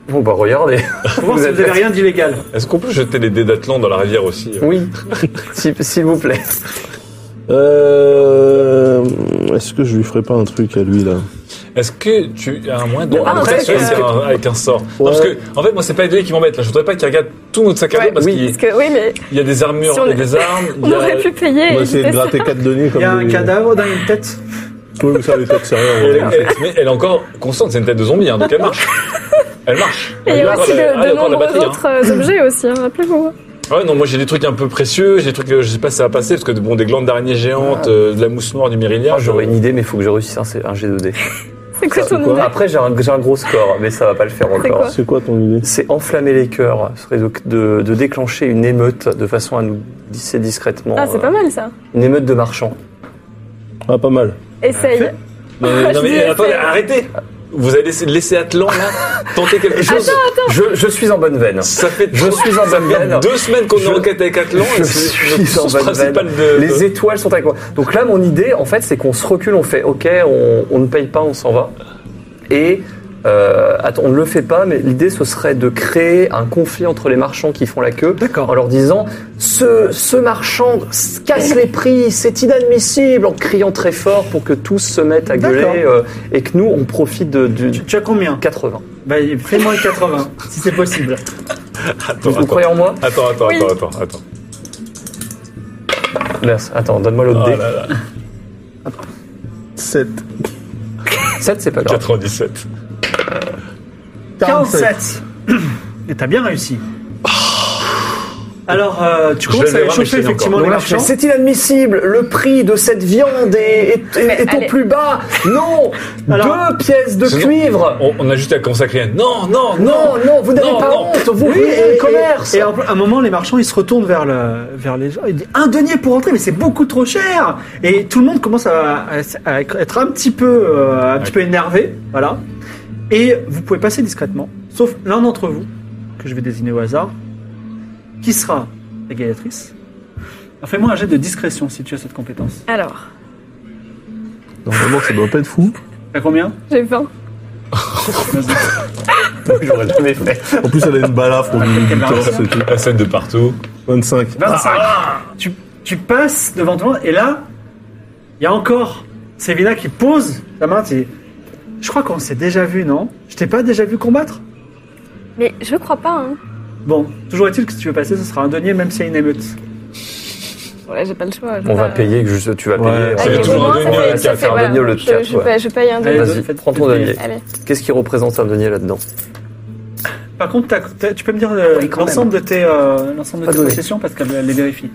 Speaker 4: Bon bah regardez.
Speaker 1: Pour voir si vous avez rien d'illégal.
Speaker 2: Est-ce qu'on peut jeter les dés d'Atlan dans la rivière aussi euh
Speaker 4: Oui, s'il s'il vous plaît.
Speaker 5: Euh, est-ce que je lui ferais pas un truc à lui là
Speaker 2: Est-ce que tu as un moyen de
Speaker 4: Bon,
Speaker 2: Ah,
Speaker 4: après,
Speaker 2: peut-être que
Speaker 4: euh,
Speaker 2: c'est un- avec un sort Non, parce que,
Speaker 5: Ouais.
Speaker 2: en fait, moi, c'est pas les dés qui m'embêtent. là. Je voudrais pas qu'ils regardent tout notre sac à dos
Speaker 3: Ouais,
Speaker 2: parce
Speaker 4: oui.
Speaker 2: qu'il
Speaker 3: Parce que oui, mais
Speaker 2: il y a des armures,
Speaker 3: Si on
Speaker 2: il y a
Speaker 3: est-
Speaker 2: des armes. il
Speaker 3: on
Speaker 2: y a-
Speaker 3: aurait pu payer.
Speaker 5: On va
Speaker 3: et
Speaker 5: essayer de
Speaker 3: j'étais
Speaker 5: gratter 4 deniers comme
Speaker 1: Il y a un
Speaker 5: des-
Speaker 1: cadavre dans une tête.
Speaker 5: Oui, mais ça, les têtes, c'est rien,
Speaker 2: Elle,
Speaker 5: on va-
Speaker 2: elle- mais elle est encore constante, c'est une tête de zombie, hein, donc elle marche. Elle marche.
Speaker 3: Et il y
Speaker 2: Elle
Speaker 3: a
Speaker 2: marche,
Speaker 3: aussi de,
Speaker 2: elle- elle
Speaker 3: de
Speaker 2: a encore la
Speaker 3: nombreux
Speaker 2: batterie, hein.
Speaker 3: autres euh, objets aussi, hein, rappelez-vous.
Speaker 2: Ah Ouais, non, moi j'ai des trucs un peu précieux, j'ai des trucs, euh, je sais pas si ça va passer, parce que bon, des glandes d'araignées géantes,
Speaker 3: Ah.
Speaker 2: euh, de la mousse noire, du
Speaker 4: Moi,
Speaker 2: myrilia.
Speaker 4: Ah, J'aurais une idée mais il faut que je réussisse un, un G2D.
Speaker 3: C'est quoi ton
Speaker 4: Quoi
Speaker 3: idée
Speaker 4: Après j'ai un, j'ai un gros score mais ça va pas le faire
Speaker 3: C'est
Speaker 4: encore.
Speaker 3: quoi
Speaker 5: C'est quoi ton idée
Speaker 4: C'est enflammer les cœurs, ce serait de, de- de déclencher une émeute de façon à nous glisser discrètement.
Speaker 3: Ah, c'est
Speaker 4: euh,
Speaker 3: pas mal ça.
Speaker 4: Une émeute de marchands.
Speaker 5: Ah, pas mal.
Speaker 3: Essaye.
Speaker 2: Non, mais-
Speaker 3: Ah,
Speaker 2: non,
Speaker 3: je
Speaker 2: mais
Speaker 3: l'ai
Speaker 2: attendez,
Speaker 3: fait.
Speaker 2: arrêtez Vous allez laisser, laisser Atlan là tenter quelque chose
Speaker 4: Je, je suis en bonne veine.
Speaker 2: Ça fait
Speaker 4: Je suis en bonne veine.
Speaker 2: deux semaines qu'on est
Speaker 4: Je-
Speaker 2: en quête avec Atlan
Speaker 4: Je
Speaker 2: et c'est
Speaker 4: suis
Speaker 2: le
Speaker 4: en
Speaker 2: source
Speaker 4: bonne veine.
Speaker 2: principale de.
Speaker 4: Les étoiles sont avec moi. Donc là, mon idée, en fait, c'est qu'on se recule, on fait OK, on, on ne paye pas, on s'en va. Et euh, attends, on ne le fait pas, mais l'idée, ce serait de créer un conflit entre les marchands qui font la queue en
Speaker 1: D'accord.
Speaker 4: leur disant ce, ce marchand se casse les prix, c'est inadmissible, en criant très fort pour que tous se mettent à
Speaker 1: D'accord.
Speaker 4: gueuler euh, et que nous, on profite de, du
Speaker 1: Tu, tu as combien
Speaker 4: 80.
Speaker 1: Bah, fais-moi 80, si c'est possible.
Speaker 2: Attends,
Speaker 4: Vous, vous
Speaker 2: attends,
Speaker 4: croyez en moi
Speaker 2: attends, attends,
Speaker 3: Oui.
Speaker 2: attends, attends, attends.
Speaker 4: Merci. Attends, donne-moi
Speaker 2: Oh
Speaker 4: l'autre
Speaker 1: Ah
Speaker 4: dé.
Speaker 2: là là,
Speaker 5: 7.
Speaker 4: 7, c'est pas grave.
Speaker 2: 97.
Speaker 1: 47. Et t'as bien réussi. Alors, euh, tu
Speaker 2: Je
Speaker 1: commences
Speaker 2: vais
Speaker 1: à
Speaker 2: voir
Speaker 1: échauffer
Speaker 2: Micheline
Speaker 1: effectivement
Speaker 2: encore.
Speaker 1: les
Speaker 4: Donc là,
Speaker 1: marchands.
Speaker 4: je fais, c'est inadmissible, le prix de cette viande est, est- est- est au
Speaker 3: allez.
Speaker 4: plus bas. Non
Speaker 1: Alors-
Speaker 4: Deux pièces de
Speaker 2: Sinon-
Speaker 4: cuivre
Speaker 2: On, on a juste à consacrer un. Non, non,
Speaker 4: Non, non, vous n'avez
Speaker 2: Non,
Speaker 4: pas
Speaker 2: non.
Speaker 4: honte, vous
Speaker 1: Oui,
Speaker 4: ruinez
Speaker 1: et-
Speaker 4: le
Speaker 1: et-
Speaker 4: commerce
Speaker 1: Et à un moment, les marchands, ils se retournent vers, le, vers les gens. Ils disent un denier pour entrer, mais c'est beaucoup trop cher. Et tout le monde commence à, à- à être un petit peu, euh, un petit peu énervé, voilà. Et vous pouvez passer discrètement, sauf l'un d'entre vous que je vais désigner au hasard, qui sera la gaillatrice. Alors, Fais-moi un jet de discrétion si tu as cette compétence.
Speaker 3: Alors,
Speaker 5: Normalement, ça doit pas être fou.
Speaker 1: T'as combien
Speaker 3: j'ai 20.
Speaker 4: J'aurais jamais fait.
Speaker 5: En plus, elle a une balafre au milieu du torse et tout.
Speaker 2: La scène de partout.
Speaker 5: 25.
Speaker 1: 25.
Speaker 4: Ah.
Speaker 1: tu, tu passes devant tout le monde et là, il y a encore Sévina qui pose la main. tu dis, Je crois qu'on s'est déjà vu, non Je t'ai pas déjà vu combattre
Speaker 3: Mais je crois pas, hein.
Speaker 1: Bon, toujours est-il que si tu veux passer, ce sera un denier, même s'il y a une émeute.
Speaker 3: Bon, là, j'ai pas le choix. j'ai
Speaker 4: On
Speaker 3: pas-
Speaker 4: va payer, juste, tu vas
Speaker 5: Ouais,
Speaker 4: payer.
Speaker 2: c'est
Speaker 3: Allez,
Speaker 2: toujours
Speaker 3: au
Speaker 2: un
Speaker 3: moins,
Speaker 2: denier,
Speaker 3: ça fait-
Speaker 2: le
Speaker 3: ça
Speaker 4: quatre,
Speaker 3: fait-
Speaker 4: un
Speaker 3: voilà,
Speaker 4: denier, le
Speaker 3: je-
Speaker 4: quatre,
Speaker 3: Je
Speaker 4: ouais.
Speaker 3: paye- je paye un
Speaker 1: Allez,
Speaker 3: denier.
Speaker 4: Vas-y,
Speaker 1: faites-
Speaker 4: prends ton
Speaker 1: faites-
Speaker 4: denier.
Speaker 3: Allez.
Speaker 4: Qu'est-ce qui représente un denier là-dedans
Speaker 1: Par contre, t'as- t'as- tu peux me dire euh,
Speaker 4: Oui, quand
Speaker 1: l'ensemble de tes, euh, l'ensemble de
Speaker 4: Pas
Speaker 1: tes
Speaker 4: donné.
Speaker 1: possessions parce qu'elle elle les vérifie.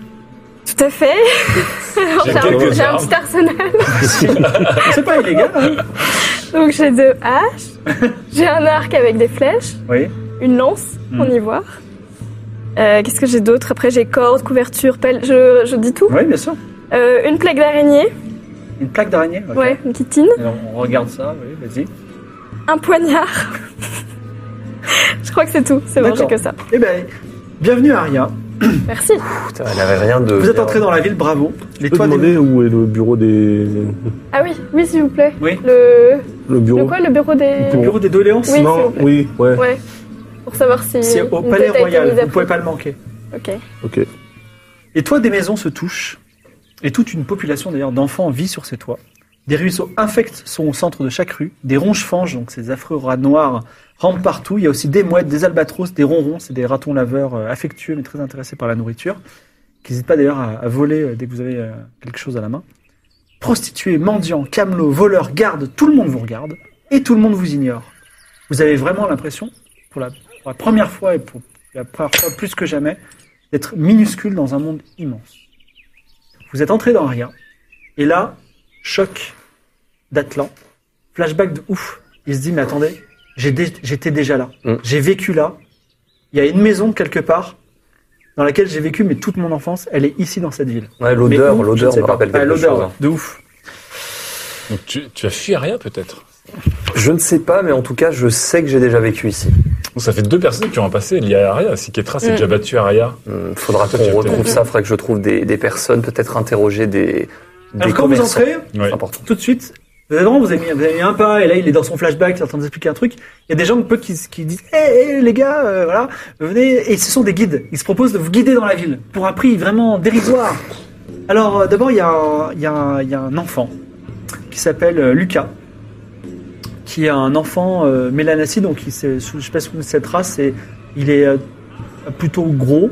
Speaker 3: Tout à fait. Alors,
Speaker 2: J'ai
Speaker 3: J'ai un,
Speaker 2: quelques
Speaker 3: j'ai un
Speaker 2: armes.
Speaker 3: petit arsenal.
Speaker 1: C'est pas illégal, hein
Speaker 3: Donc j'ai deux haches. J'ai un arc avec des flèches.
Speaker 1: Oui.
Speaker 3: Une lance
Speaker 1: Hmm.
Speaker 3: en ivoire. Euh, Qu'est-ce que j'ai d'autre Après, j'ai corde, couverture, pelle. Je, je dis tout.
Speaker 1: Oui, bien sûr.
Speaker 3: Euh, une plaque d'araignée.
Speaker 1: Une plaque d'araignée. ok.
Speaker 3: Ouais, une petite tine.
Speaker 1: Alors, on regarde ça, oui, vas-y.
Speaker 3: Un poignard. je crois que c'est tout. C'est bon, j'ai
Speaker 1: D'accord.
Speaker 3: que ça.
Speaker 1: Eh ben, bienvenue à Aria.
Speaker 3: Merci.
Speaker 4: Putain, elle avait rien de.
Speaker 1: Vous êtes entré dans la ville, bravo. Les
Speaker 5: Je peux
Speaker 1: toits des-
Speaker 5: demander où est le bureau des.
Speaker 3: Ah oui, oui, s'il vous plaît.
Speaker 1: Oui.
Speaker 3: Le,
Speaker 5: Le bureau.
Speaker 3: le quoi Le bureau des.
Speaker 1: Le bureau des doléances.
Speaker 3: Oui, s'il
Speaker 5: non,
Speaker 3: vous plaît.
Speaker 5: oui, ouais.
Speaker 3: Ouais. Pour savoir si.
Speaker 1: C'est au
Speaker 3: une
Speaker 1: Palais
Speaker 3: tête a été
Speaker 1: Royal,
Speaker 3: mise à
Speaker 1: vous pouvez
Speaker 3: prix.
Speaker 1: pas le manquer.
Speaker 3: Ok.
Speaker 5: Ok.
Speaker 1: Les toits des maisons se touchent, et toute une population d'ailleurs d'enfants vit sur ces toits. Des ruisseaux infects sont au centre de chaque rue, des ronges-fanges, donc ces affreux rats noirs, rampent partout. Il y a aussi des mouettes, des albatros, des ronrons, c'est des ratons laveurs euh, affectueux mais très intéressés par la nourriture, qui n'hésitent pas d'ailleurs à, à voler euh, dès que vous avez euh, quelque chose à la main. Prostituées, mendiants, camelots, voleurs, gardes, tout le monde vous regarde, et tout le monde vous ignore. Vous avez vraiment l'impression, pour la, pour la première fois et pour la première fois plus que jamais, d'être minuscule dans un monde immense. Vous êtes entré dans rien, et là, choc d'Atlan, flashback de ouf. Il se dit, mais attendez, j'ai dé- j'étais déjà là,
Speaker 4: Mm.
Speaker 1: j'ai vécu là, il y a une maison quelque part dans laquelle j'ai vécu, mais toute mon enfance, elle est ici dans cette ville.
Speaker 4: Ouais,
Speaker 1: Mais
Speaker 4: l'odeur,
Speaker 1: où, je ne
Speaker 4: l'odeur
Speaker 1: sais
Speaker 4: me
Speaker 1: pas.
Speaker 4: rappelle
Speaker 1: Ouais,
Speaker 4: quelque
Speaker 1: l'odeur,
Speaker 4: chose. hein.
Speaker 1: ouais, de ouf.
Speaker 2: Donc tu, tu as fui à rien peut-être
Speaker 4: hein. Je ne sais pas, mais en tout cas, je sais que j'ai déjà vécu ici.
Speaker 2: Donc, Ça fait deux personnes qui ont un passé lié à Aria. Si Ketra s'est
Speaker 3: Mm.
Speaker 2: déjà battu à Aria.
Speaker 4: Hum, Faudra
Speaker 2: Toi, tu as
Speaker 4: qu'on retrouve
Speaker 2: peut-être-
Speaker 4: ça, faudra que je trouve des, des personnes, peut-être interroger des. des
Speaker 1: Alors quand vous
Speaker 4: commerçants.
Speaker 1: entrez,
Speaker 2: Ouais.
Speaker 4: C'est important.
Speaker 1: tout de suite. Vous avez vraiment, vous avez, mis, vous avez mis un pas, et là, il est dans son flashback, il est en train d'expliquer un truc. Il y a des gens un peu qui, qui disent, hé, les gars, euh, voilà, venez, et ce sont des guides. Ils se proposent de vous guider dans la ville, pour un prix vraiment dérisoire. Alors, euh, d'abord, il y, a un- il y a un- il y a un enfant, qui s'appelle euh, Lucas, qui est un enfant euh, mélanacide, donc il s'est- sous- je sais pas si vous connaissez cette race, et il est euh, plutôt gros,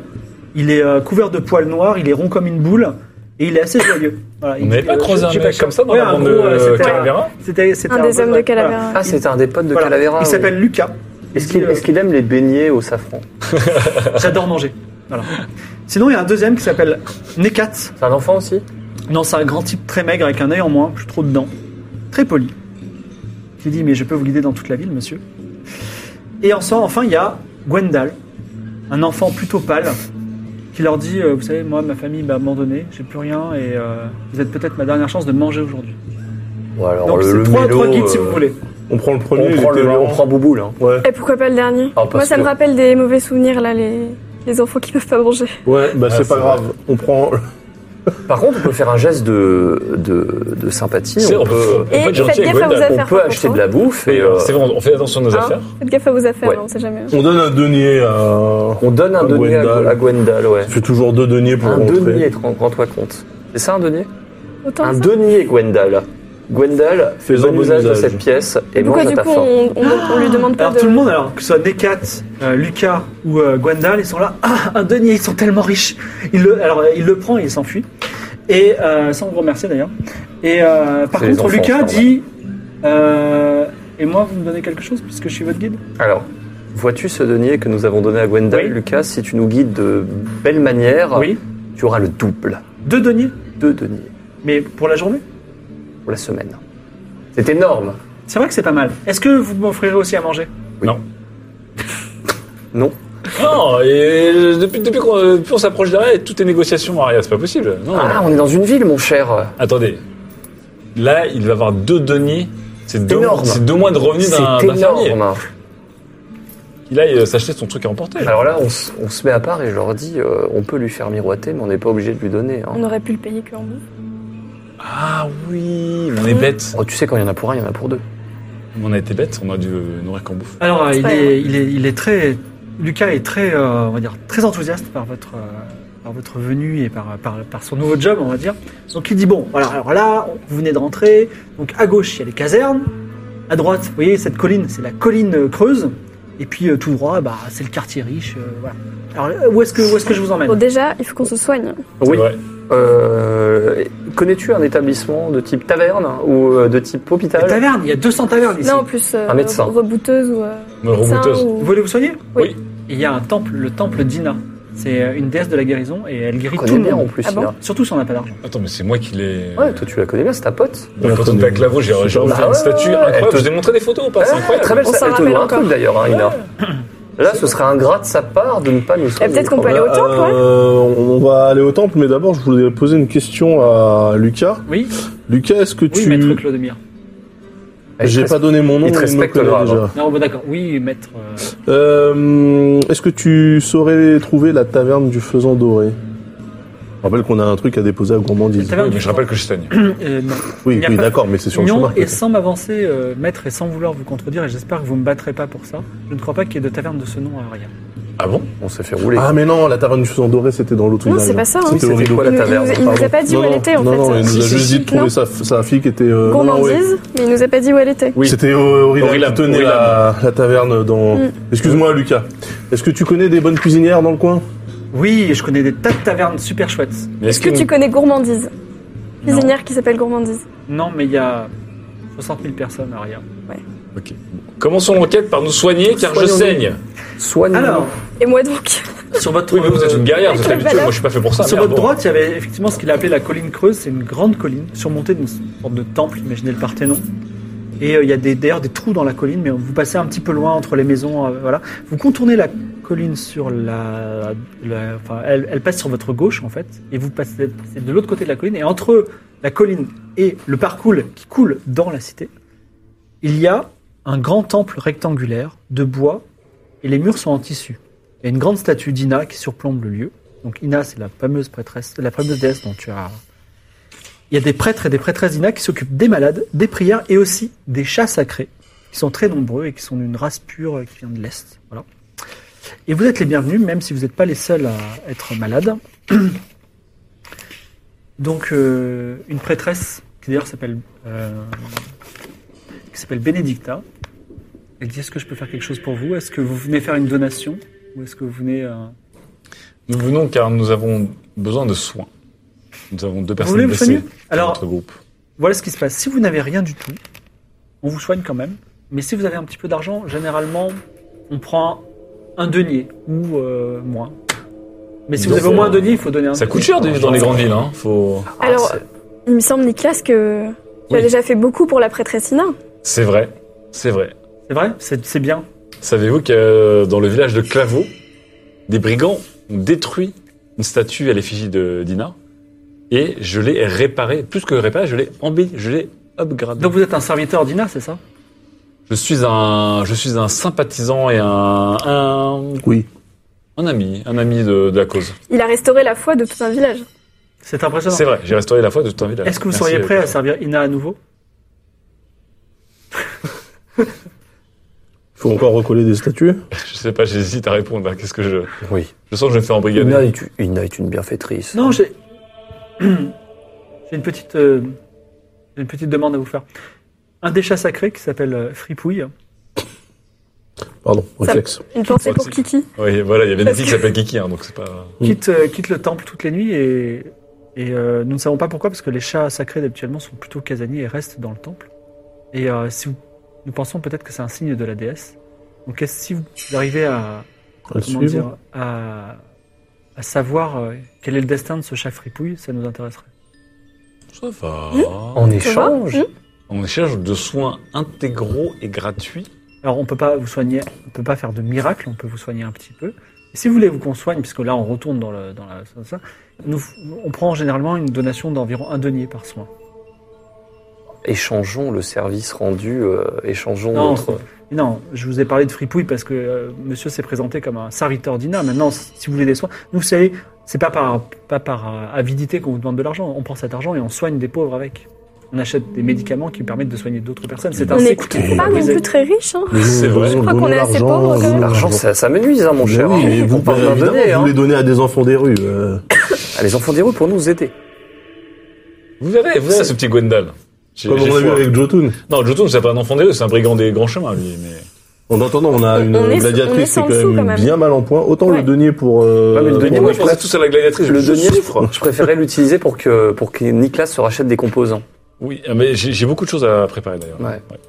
Speaker 1: il est euh, couvert de poils noirs, il est rond comme une boule, et il est assez joyeux. Voilà,
Speaker 2: On
Speaker 1: il
Speaker 2: n'avait
Speaker 1: dit,
Speaker 2: pas
Speaker 1: euh,
Speaker 2: croisé
Speaker 1: je-
Speaker 2: un
Speaker 1: j'ai
Speaker 2: mec
Speaker 1: pas-
Speaker 2: comme ça dans
Speaker 1: Ouais,
Speaker 2: la
Speaker 1: un
Speaker 2: bande
Speaker 1: gros, euh,
Speaker 2: de
Speaker 1: c'était un-
Speaker 2: Calavera
Speaker 1: C'était c'était
Speaker 3: Un
Speaker 1: un
Speaker 3: des hommes de
Speaker 1: voilà.
Speaker 3: Calavera.
Speaker 4: Ah, c'était un des potes de
Speaker 1: Voilà.
Speaker 4: Calavera.
Speaker 1: Il
Speaker 4: oui.
Speaker 1: s'appelle Lucas.
Speaker 4: Est-ce qu'il
Speaker 1: Il dit,
Speaker 4: est-ce qu'il aime les beignets au safran
Speaker 1: euh, J'adore manger. Voilà. Sinon, il y a un deuxième qui s'appelle Nekat.
Speaker 4: C'est un enfant aussi
Speaker 1: Non, c'est un grand type très maigre avec un œil en moins, plus trop dedans. Très poli. Qui dit Mais je peux vous guider dans toute la ville, monsieur. Et en sort, enfin, il y a Gwendal, un enfant plutôt pâle, qui leur dit euh, Vous savez, moi, ma famille m'a abandonné, j'ai plus rien, et euh, vous êtes peut-être ma dernière chance de manger aujourd'hui.
Speaker 4: Bon, alors,
Speaker 1: Donc,
Speaker 4: le-
Speaker 1: c'est
Speaker 4: le
Speaker 1: trois
Speaker 4: mélo,
Speaker 1: trois guides si
Speaker 4: euh,
Speaker 1: vous voulez.
Speaker 5: On prend le premier,
Speaker 4: On
Speaker 5: il
Speaker 4: prend,
Speaker 5: était
Speaker 4: le, on
Speaker 5: marrant.
Speaker 4: prend Bouboule. hein.
Speaker 5: Ouais,
Speaker 3: Et pourquoi pas le dernier
Speaker 4: Ah, parce
Speaker 3: Moi, ça
Speaker 4: que-
Speaker 3: me rappelle des mauvais souvenirs, là, les, les enfants qui peuvent pas manger.
Speaker 5: ouais, bah
Speaker 4: Ah,
Speaker 5: c'est
Speaker 4: c'est
Speaker 5: pas
Speaker 4: vrai.
Speaker 5: grave. On prend.
Speaker 4: Par contre, on peut faire un geste de, de, de sympathie.
Speaker 2: C'est-
Speaker 4: On peut,
Speaker 2: on peut
Speaker 3: Et
Speaker 2: être gentil
Speaker 3: faites
Speaker 2: avec
Speaker 3: gaffe à vos
Speaker 2: Gwendal.
Speaker 4: on
Speaker 3: affaires.
Speaker 4: peut acheter de la bouffe et euh,
Speaker 2: C'est vrai, on fait attention à nos
Speaker 3: Hein
Speaker 2: affaires.
Speaker 3: Faites gaffe à vos affaires,
Speaker 4: Ouais.
Speaker 3: hein, on sait jamais.
Speaker 5: On donne un denier à.
Speaker 4: on donne un
Speaker 5: À
Speaker 4: denier
Speaker 5: Gwendal.
Speaker 4: à, à Gwendal. Ouais.
Speaker 5: Ça fait toujours deux deniers pour
Speaker 4: Un
Speaker 5: rentrer.
Speaker 4: denier, te rends- rends-toi compte. C'est ça un denier
Speaker 3: Autant
Speaker 4: Un
Speaker 3: ça.
Speaker 4: denier, Gwendal. Gwendal, fais
Speaker 5: Fais-en
Speaker 4: bon
Speaker 5: bon
Speaker 4: usage de
Speaker 5: usage.
Speaker 4: cette pièce et
Speaker 3: Et pourquoi
Speaker 4: mange à
Speaker 3: du
Speaker 4: ta
Speaker 3: coup
Speaker 4: faim.
Speaker 3: on, on, on lui demande pas
Speaker 1: Alors
Speaker 3: de.
Speaker 1: tout le monde, alors que ce soit Nekat, euh, Lucas ou euh, Gwendal, ils sont là. Ah, un denier, ils sont tellement riches. Il le, alors euh, il le prend et il s'enfuit. Et euh, sans vous remercier d'ailleurs. Et euh, par
Speaker 4: C'est les
Speaker 1: contre,
Speaker 4: enfants,
Speaker 1: Lucas
Speaker 4: c'est normal.
Speaker 1: dit. euh, et moi, vous me donnez quelque chose puisque je suis votre guide.
Speaker 4: Alors, vois-tu ce denier que nous avons donné à Gwendal,
Speaker 1: Oui.
Speaker 4: Lucas Si tu nous guides de belle manière,
Speaker 1: Oui.
Speaker 4: tu auras le double.
Speaker 1: Deux deniers,
Speaker 4: Deux deniers
Speaker 1: mais pour la journée.
Speaker 4: pour la semaine. C'est énorme.
Speaker 1: C'est vrai que c'est pas mal. Est-ce que vous m'offrirez aussi à manger
Speaker 4: Non
Speaker 2: Non, et depuis, depuis qu'on euh, plus on s'approche derrière, toutes les négociations, Maria, c'est pas possible. Non, non, non.
Speaker 4: Ah, on est dans une ville, mon cher.
Speaker 2: Attendez. Là, il va avoir deux deniers. C'est deux,
Speaker 4: Énorme.
Speaker 2: c'est deux mois de revenus
Speaker 4: C'est
Speaker 2: d'un d'un fermier.
Speaker 4: énorme.
Speaker 2: Il aille euh, s'acheter son truc à emporter.
Speaker 4: Alors là, on, s- on se met à part et je leur dis, euh, on peut lui faire miroiter, mais on n'est pas obligé de lui donner. hein.
Speaker 3: On aurait pu le payer que en bout.
Speaker 2: Ah oui, on est bête.
Speaker 4: Oh, tu sais, quand il y en a pour un, il y en a pour deux.
Speaker 2: On a été bête, on a dû euh, nourrir qu'en bouffe.
Speaker 1: Alors euh,
Speaker 3: C'est
Speaker 1: il,
Speaker 3: pas
Speaker 1: est,
Speaker 3: grave.
Speaker 1: il, est, il est très Lucas est très euh, on va dire très enthousiaste par votre euh, par votre venue et par, par par son nouveau job on va dire. Donc il dit bon voilà alors là vous venez de rentrer donc à gauche il y a les casernes à droite vous voyez cette colline c'est la colline euh, creuse et puis euh, tout droit bah c'est le quartier riche euh, voilà. Alors euh, où est-ce que où est-ce que je vous emmène
Speaker 3: Bon, déjà, il faut qu'on se soigne.
Speaker 4: Oui.
Speaker 2: Ouais.
Speaker 4: Euh, Connais-tu un établissement de type taverne hein, ou euh, de type
Speaker 1: Les
Speaker 4: hôpital
Speaker 1: tavernes il y a 200 tavernes ici.
Speaker 3: Là, en plus, euh,
Speaker 4: Un médecin.
Speaker 3: rebouteuse ou. euh,
Speaker 2: Une rebouteuse.
Speaker 3: médecin ou-
Speaker 1: Vous voulez vous soigner
Speaker 2: Oui.
Speaker 1: Et Il y a un temple le temple d'Ina c'est euh, une déesse de la guérison et elle guérit
Speaker 4: Tu
Speaker 1: tout
Speaker 4: connais
Speaker 1: le
Speaker 4: bien en
Speaker 1: monde.
Speaker 4: plus,
Speaker 3: Ah bon
Speaker 4: Ina.
Speaker 1: Surtout si on n'a pas d'argent.
Speaker 2: Attends, mais c'est moi qui l'ai.
Speaker 4: Ouais, toi tu la connais bien, c'est ta pote.
Speaker 2: Donc, quand on était à Clavaux, j'ai j'ai
Speaker 4: Bah
Speaker 2: refait une
Speaker 4: ouais,
Speaker 2: statue
Speaker 4: ouais,
Speaker 2: incroyable.
Speaker 4: elle te-
Speaker 2: Je vous ai montré des photos ou pas C'est
Speaker 4: Ah,
Speaker 2: incroyable.
Speaker 4: très belle
Speaker 3: On s'en
Speaker 4: statue.
Speaker 3: rappelle
Speaker 4: Elle te doit un
Speaker 3: encore.
Speaker 4: truc d'ailleurs, hein, Ina. Là, ce serait ingrat de sa part de ne pas nous soigner.
Speaker 3: Eh, peut-être qu'on peut aller au temple, hein. ouais.
Speaker 5: Euh, on va aller au temple, mais d'abord, je voulais poser une question à Lucas.
Speaker 1: Oui,
Speaker 5: Lucas, est-ce que
Speaker 1: oui,
Speaker 5: tu.
Speaker 1: maître Claudemire.
Speaker 4: Elle
Speaker 5: J'ai
Speaker 4: te-
Speaker 5: pas donné mon nom,
Speaker 4: il te
Speaker 5: mais me
Speaker 4: respecte
Speaker 5: connaît
Speaker 4: grave,
Speaker 5: déjà.
Speaker 1: Non, bon, d'accord. Oui, maître. euh,
Speaker 5: Euh, Est-ce que tu saurais trouver la taverne du faisan doré Je rappelle qu'on a un truc à déposer à
Speaker 1: La
Speaker 5: Gourmandise.
Speaker 1: taverne
Speaker 2: Oui,
Speaker 1: du
Speaker 2: mais je rappelle que je saigne.
Speaker 1: Euh, non. il
Speaker 5: Oui,
Speaker 1: n'y a
Speaker 5: oui
Speaker 1: pas-
Speaker 5: d'accord, mais c'est sur le
Speaker 1: Non,
Speaker 5: chemin.
Speaker 1: et sans m'avancer, euh, maître, et sans vouloir vous contredire, et j'espère que vous me battrez pas pour ça, je ne crois pas qu'il y ait de taverne de ce nom à rien.
Speaker 2: Ah bon
Speaker 4: On s'est fait rouler.
Speaker 5: Ah, mais non, la taverne du faisan doré, c'était dans l'autre
Speaker 3: Non,
Speaker 5: village.
Speaker 3: c'est pas ça, hein.
Speaker 5: C'était
Speaker 4: Oui,
Speaker 5: au
Speaker 4: c'était
Speaker 5: rideau.
Speaker 4: quoi, la
Speaker 3: Il nous-
Speaker 4: taverne
Speaker 3: il nous- il nous a pas dit où
Speaker 5: non,
Speaker 3: elle était en
Speaker 5: non,
Speaker 3: fait. hein.
Speaker 5: non, il
Speaker 3: Si,
Speaker 5: nous a
Speaker 3: si,
Speaker 5: juste
Speaker 3: si,
Speaker 5: dit de trouver
Speaker 3: non.
Speaker 5: sa, sa fille qui était. euh, non, non, ouais.
Speaker 3: Gourmandise, mais il nous a pas dit où elle était.
Speaker 2: Oui.
Speaker 5: C'était au, au Rilam
Speaker 2: Rilam,
Speaker 5: qui tenait
Speaker 2: au Rilam.
Speaker 5: la, la taverne dans.
Speaker 3: Mm.
Speaker 5: Excuse-moi, Lucas. Est-ce que tu connais des bonnes cuisinières dans le coin
Speaker 1: Oui, je connais des tas de tavernes super chouettes.
Speaker 2: Mais
Speaker 3: Est-ce que
Speaker 4: Mm.
Speaker 3: tu connais Gourmandise
Speaker 1: Non.
Speaker 3: Cuisinière qui s'appelle Gourmandise.
Speaker 1: Non, mais il y a 60 000 personnes à rien.
Speaker 2: Ok. Commençons l'enquête par nous soigner, car je
Speaker 4: Soignons-nous.
Speaker 2: saigne.
Speaker 4: Soigne.
Speaker 1: Alors,
Speaker 3: Et moi donc
Speaker 1: sur votre,
Speaker 2: Oui, mais vous êtes une guerrière,
Speaker 3: Avec
Speaker 2: vous êtes
Speaker 3: la
Speaker 2: habitué.
Speaker 3: valeur.
Speaker 2: Moi, je suis pas fait pour ça.
Speaker 1: sur
Speaker 2: merde,
Speaker 1: votre
Speaker 2: bon.
Speaker 1: droite, il y avait effectivement ce qu'il appelait la colline creuse. C'est une grande colline surmontée d'une sorte de temple, imaginez le Parthénon. Et euh, il y a des- d'ailleurs des trous dans la colline, mais vous passez un petit peu loin entre les maisons. euh, voilà. Vous contournez la colline sur la. la- enfin, elle, elle passe sur votre gauche en fait, et vous passez passez de l'autre côté de la colline. Et entre la colline et le parcours qui coule dans la cité, il y a un grand temple rectangulaire de bois, et les murs sont en tissu. Il y a une grande statue d'Ina qui surplombe le lieu. Donc Ina, c'est la fameuse prêtresse, la fameuse déesse dont tu as. Il y a des prêtres et des prêtresses d'Ina qui s'occupent des malades, des prières et aussi des chats sacrés, qui sont très nombreux et qui sont d'une race pure euh, qui vient de l'Est. Voilà. Et vous êtes les bienvenus, même si vous n'êtes pas les seuls à être malades. Donc euh, une prêtresse qui d'ailleurs s'appelle euh, qui s'appelle Benedicta. Elle dit est-ce que je peux faire quelque chose pour vous Est-ce que vous venez faire une donation ou est-ce que vous venez euh,
Speaker 2: Nous venons car nous avons besoin de soins. Nous avons deux personnes
Speaker 1: voulez vous
Speaker 2: blessées
Speaker 1: soigner
Speaker 2: dans
Speaker 1: Alors-
Speaker 2: notre groupe.
Speaker 1: Voilà ce qui se passe. Si vous n'avez rien du tout, on vous soigne quand même. Mais si vous avez un petit peu d'argent, généralement, on prend un denier ou euh, moins. Mais si
Speaker 2: Donc,
Speaker 1: vous avez au moins un
Speaker 2: c'est-
Speaker 1: denier, il faut donner un.
Speaker 2: Ça
Speaker 1: denier.
Speaker 2: coûte cher de vivre dans les grandes villes, hein. Faut...
Speaker 4: Ah,
Speaker 3: Alors,
Speaker 4: c'est-
Speaker 3: il me semble, Nicolas, que tu as
Speaker 2: Oui.
Speaker 3: déjà fait beaucoup pour la prêtresse Ina.
Speaker 2: C'est vrai, c'est vrai.
Speaker 1: C'est vrai, c'est c'est bien.
Speaker 2: Savez-vous que euh, dans le village de Claveau, des brigands ont détruit une statue à l'effigie de Dina et je l'ai réparée, plus que réparée, je l'ai embellie, je l'ai upgradé.
Speaker 1: Donc vous êtes un serviteur d'Ina, c'est ça
Speaker 2: je suis un, je suis un sympathisant et un, un,
Speaker 5: Oui.
Speaker 2: un ami, un ami de, de la cause.
Speaker 3: Il a restauré la foi de tout un village.
Speaker 1: C'est impressionnant.
Speaker 2: C'est vrai, j'ai restauré la foi de tout un village.
Speaker 1: Est-ce que vous
Speaker 2: Merci,
Speaker 1: seriez prêt à
Speaker 2: Christophe.
Speaker 1: servir Ina à nouveau
Speaker 5: Faut encore recoller des statues
Speaker 2: Je sais pas, j'hésite à répondre. hein. Qu'est-ce que je,
Speaker 4: Oui.
Speaker 2: je sens que je me fais embrigader.
Speaker 4: Ina est, Ina est une bienfaitrice.
Speaker 1: Non, j'ai j'ai une petite euh, j'ai une petite demande à vous faire. Un des chats sacrés qui s'appelle euh, Fripouille.
Speaker 5: Pardon, réflexe.
Speaker 3: Une pensée
Speaker 2: Ouais,
Speaker 3: pour
Speaker 2: c'est-
Speaker 3: Kiki.
Speaker 2: Oui, voilà, il y avait une fille qui s'appelle Kiki, hein, donc c'est pas.
Speaker 5: Mm.
Speaker 1: quitte, euh, quitte le temple toutes les nuits et, et, euh, nous ne savons pas pourquoi parce que les chats sacrés habituellement sont plutôt casaniers et restent dans le temple. Et euh, si vous- nous pensons peut-être que c'est un signe de la déesse. Donc est-ce si vous arrivez à
Speaker 5: À le
Speaker 1: comment
Speaker 5: suivre.
Speaker 1: dire, à, à savoir euh, quel est le destin de ce chat Fripouille, ça nous intéresserait.
Speaker 2: Ça va.
Speaker 4: En échange,
Speaker 5: Mm.
Speaker 3: Mmh.
Speaker 2: On cherche de soins intégraux et gratuits.
Speaker 1: Alors on peut pas vous soigner, on peut pas faire de miracle, on peut vous soigner un petit peu. Et si vous voulez vous qu'on soigne, puisque là on retourne dans, le, dans la dans ça, nous, on prend généralement une donation d'environ un denier par soin.
Speaker 4: échangeons le service rendu, euh, échangeons
Speaker 1: Non.
Speaker 4: notre...
Speaker 1: Non, je vous ai parlé de fripouille parce que euh, monsieur s'est présenté comme un serviteur d'Ina. Maintenant, si si vous voulez des soins, nous, vous savez, c'est pas par, pas par euh, avidité qu'on vous demande de l'argent. On prend cet argent et on soigne des pauvres avec. On achète des médicaments qui permettent de soigner d'autres personnes. C'est
Speaker 3: On
Speaker 1: un
Speaker 3: n'est
Speaker 1: cycle.
Speaker 3: pas non plus très riche. Hein.
Speaker 2: C'est vrai.
Speaker 3: Je crois qu'on est assez pauvres, quand même.
Speaker 4: L'argent, ça, ça m'énuise, hein, mon cher.
Speaker 5: Oui, mais
Speaker 4: On
Speaker 5: vous,
Speaker 4: parle d'un
Speaker 5: évidemment,
Speaker 4: denier,
Speaker 5: vous
Speaker 4: hein.
Speaker 5: les donnez à des enfants des rues. euh.
Speaker 4: Ah, Les enfants des rues pour nous aider.
Speaker 2: Vous verrez, vous verrez ce petit Gwendal. J'ai-
Speaker 5: Comme
Speaker 2: j'ai
Speaker 5: on a vu
Speaker 2: foi.
Speaker 5: avec Jotun.
Speaker 2: Non, Jotun, c'est pas un enfant des rues, c'est un brigand des grands chemins, lui. Mais...
Speaker 5: En attendant, on a
Speaker 3: On-
Speaker 5: une
Speaker 3: on est- on est
Speaker 5: gladiatrice qui est
Speaker 3: sans
Speaker 5: quand
Speaker 3: dessous,
Speaker 5: même,
Speaker 3: quand même.
Speaker 5: bien mal en point. Autant
Speaker 3: Ouais.
Speaker 5: le denier pour. euh,
Speaker 4: Ouais, mais le
Speaker 5: pour
Speaker 4: denier, moi, je
Speaker 5: Nicolas,
Speaker 4: pensais
Speaker 2: tous à la gladiatrice.
Speaker 4: Le denier, je préférais l'utiliser pour que, pour que Nicolas se rachète des composants.
Speaker 2: Oui, ah, mais j'ai j'ai beaucoup de choses à préparer d'ailleurs.
Speaker 4: Ouais.
Speaker 2: Parce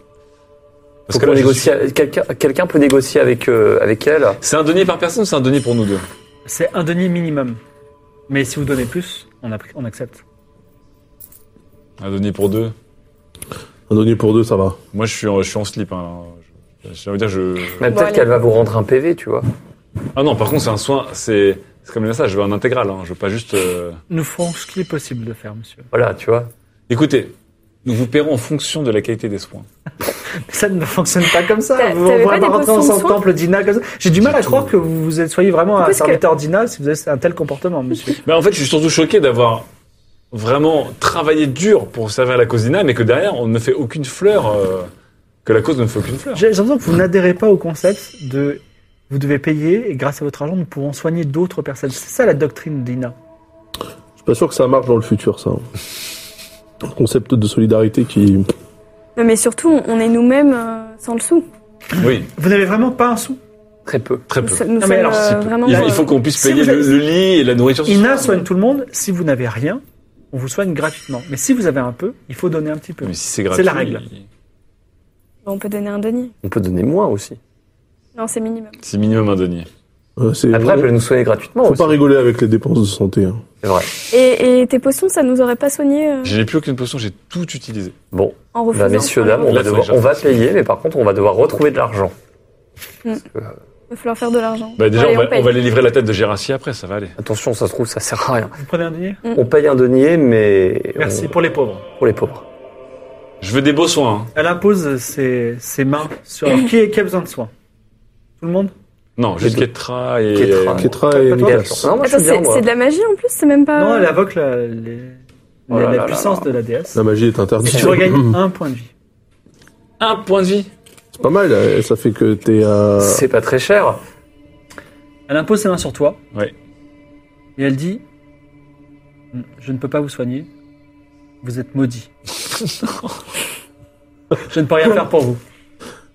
Speaker 4: Faut
Speaker 2: que
Speaker 4: qu'on
Speaker 2: là, je
Speaker 4: négocie à- Quelqu'un quelqu'un peut négocier avec, euh, avec elle.
Speaker 2: suis- C'est un denier par personne ou c'est un denier pour nous deux
Speaker 1: C'est un denier minimum. Mais si vous donnez plus, on, a- on accepte.
Speaker 2: Un denier pour deux
Speaker 5: Un denier pour deux, ça va.
Speaker 2: Moi, je suis en, je suis en slip. Hein. Je, je- je veux dire, je...
Speaker 4: Mais
Speaker 3: Bon,
Speaker 4: peut-être
Speaker 3: allez.
Speaker 4: qu'elle va vous rendre un PV, tu vois.
Speaker 2: Ah non, par contre, c'est un soin, c'est c'est comme ça, je veux un intégral, hein. je veux pas juste... euh,
Speaker 1: Nous ferons ce qu'il est possible de faire, monsieur.
Speaker 4: Voilà, tu vois.
Speaker 2: Écoutez, nous vous paierons en fonction de la qualité des soins.
Speaker 1: Mais ça ne fonctionne pas comme ça.
Speaker 3: T'as-
Speaker 1: Vous ne
Speaker 3: t'avais pas
Speaker 1: pas
Speaker 3: des
Speaker 1: rentrer
Speaker 3: potions de
Speaker 1: ensemble
Speaker 3: soins
Speaker 1: temple d'Ina comme ça. J'ai du mal à croire que vous, vous êtes- soyez vraiment un
Speaker 3: Parce que-
Speaker 1: serviteur d'Ina si vous avez un tel comportement, monsieur.
Speaker 2: Bah, en fait, je suis surtout choqué d'avoir vraiment travaillé dur pour servir la cause d'Ina, mais que derrière, on ne fait aucune fleur, euh, que la cause ne fait aucune fleur.
Speaker 1: J'ai l'impression que vous n'adhérez pas au concept de vous devez payer et grâce à votre argent nous pourrons soigner d'autres personnes. C'est ça la doctrine d'Ina.
Speaker 5: Je suis pas sûr que ça marche dans le futur, ça. Le concept de solidarité qui.
Speaker 3: Non, mais surtout, on est nous-mêmes euh, sans le sou.
Speaker 2: Oui,
Speaker 1: Vous n'avez vraiment pas un sou.
Speaker 4: Très peu.
Speaker 2: très
Speaker 3: Nous,
Speaker 2: peu.
Speaker 3: sommes- nous
Speaker 1: mais
Speaker 3: sommes
Speaker 1: alors,
Speaker 3: euh,
Speaker 1: si peu.
Speaker 3: vraiment.
Speaker 2: Il,
Speaker 3: euh,
Speaker 2: il faut qu'on puisse
Speaker 1: si
Speaker 2: payer
Speaker 1: vous
Speaker 2: le,
Speaker 1: avez-
Speaker 2: le lit et la nourriture.
Speaker 1: Ina soigne tout le monde si vous n'avez rien, on vous soigne gratuitement. Mais si vous avez un peu, il faut donner un petit peu.
Speaker 2: Mais si c'est gratuit...
Speaker 1: la règle.
Speaker 3: On peut donner un denier.
Speaker 4: On peut donner moins aussi.
Speaker 3: Non, c'est minimum.
Speaker 2: C'est minimum un denier.
Speaker 5: euh, c'est-
Speaker 4: Après, elle peut nous soigner gratuitement
Speaker 5: Faut
Speaker 4: aussi.
Speaker 5: pas rigoler avec les dépenses de santé. hein.
Speaker 4: C'est vrai.
Speaker 3: Et, et tes potions, ça nous aurait pas soigné euh,
Speaker 2: Je n'ai plus aucune potion, j'ai tout utilisé.
Speaker 4: Bon,
Speaker 3: en
Speaker 4: bah,
Speaker 3: refusant.
Speaker 4: messieurs, dames, on
Speaker 2: Là,
Speaker 4: va,
Speaker 2: faut
Speaker 4: devoir-
Speaker 2: que je
Speaker 4: on va
Speaker 2: fasse.
Speaker 4: payer, mais par contre, on va devoir retrouver de l'argent.
Speaker 3: Il va falloir faire de l'argent.
Speaker 2: Bah, déjà,
Speaker 3: Bon, allez,
Speaker 2: on, va,
Speaker 3: paye.
Speaker 2: on va aller livrer la tête de Gérassi après, ça va aller.
Speaker 4: Attention, ça se trouve, ça sert à rien.
Speaker 1: Vous prenez un denier
Speaker 4: On paye un denier, mais
Speaker 1: Merci pour les pauvres.
Speaker 4: on- pour les pauvres.
Speaker 2: Je veux des beaux soins. hein.
Speaker 1: Elle impose ses, ses mains sur. Alors, qui, qui a besoin de soins Tout le monde
Speaker 2: Non, juste Ketra et...
Speaker 4: Ketra.
Speaker 2: euh,
Speaker 5: Ketra et
Speaker 1: Pas de
Speaker 4: Et
Speaker 5: Nicolas.
Speaker 4: elle- Non, moi, je
Speaker 3: Attends,
Speaker 4: suis bien,
Speaker 3: c'est
Speaker 4: moi.
Speaker 3: c'est de la magie en plus, c'est même pas.
Speaker 1: Non, elle invoque la, les-
Speaker 4: Oh
Speaker 1: la-
Speaker 4: là
Speaker 1: la
Speaker 4: là
Speaker 1: puissance
Speaker 4: là.
Speaker 1: de la déesse.
Speaker 5: La magie est
Speaker 1: Et
Speaker 5: interdite.
Speaker 1: tu regagnes un point de vie.
Speaker 2: Un point de vie.
Speaker 5: C'est pas mal, euh, ça fait que t'es euh, à.
Speaker 4: C'est pas très cher.
Speaker 1: Elle impose ses mains sur toi.
Speaker 2: Ouais.
Speaker 1: Et elle dit Hum, Je ne peux pas vous soigner. Vous êtes maudit. Je ne peux rien faire pour vous.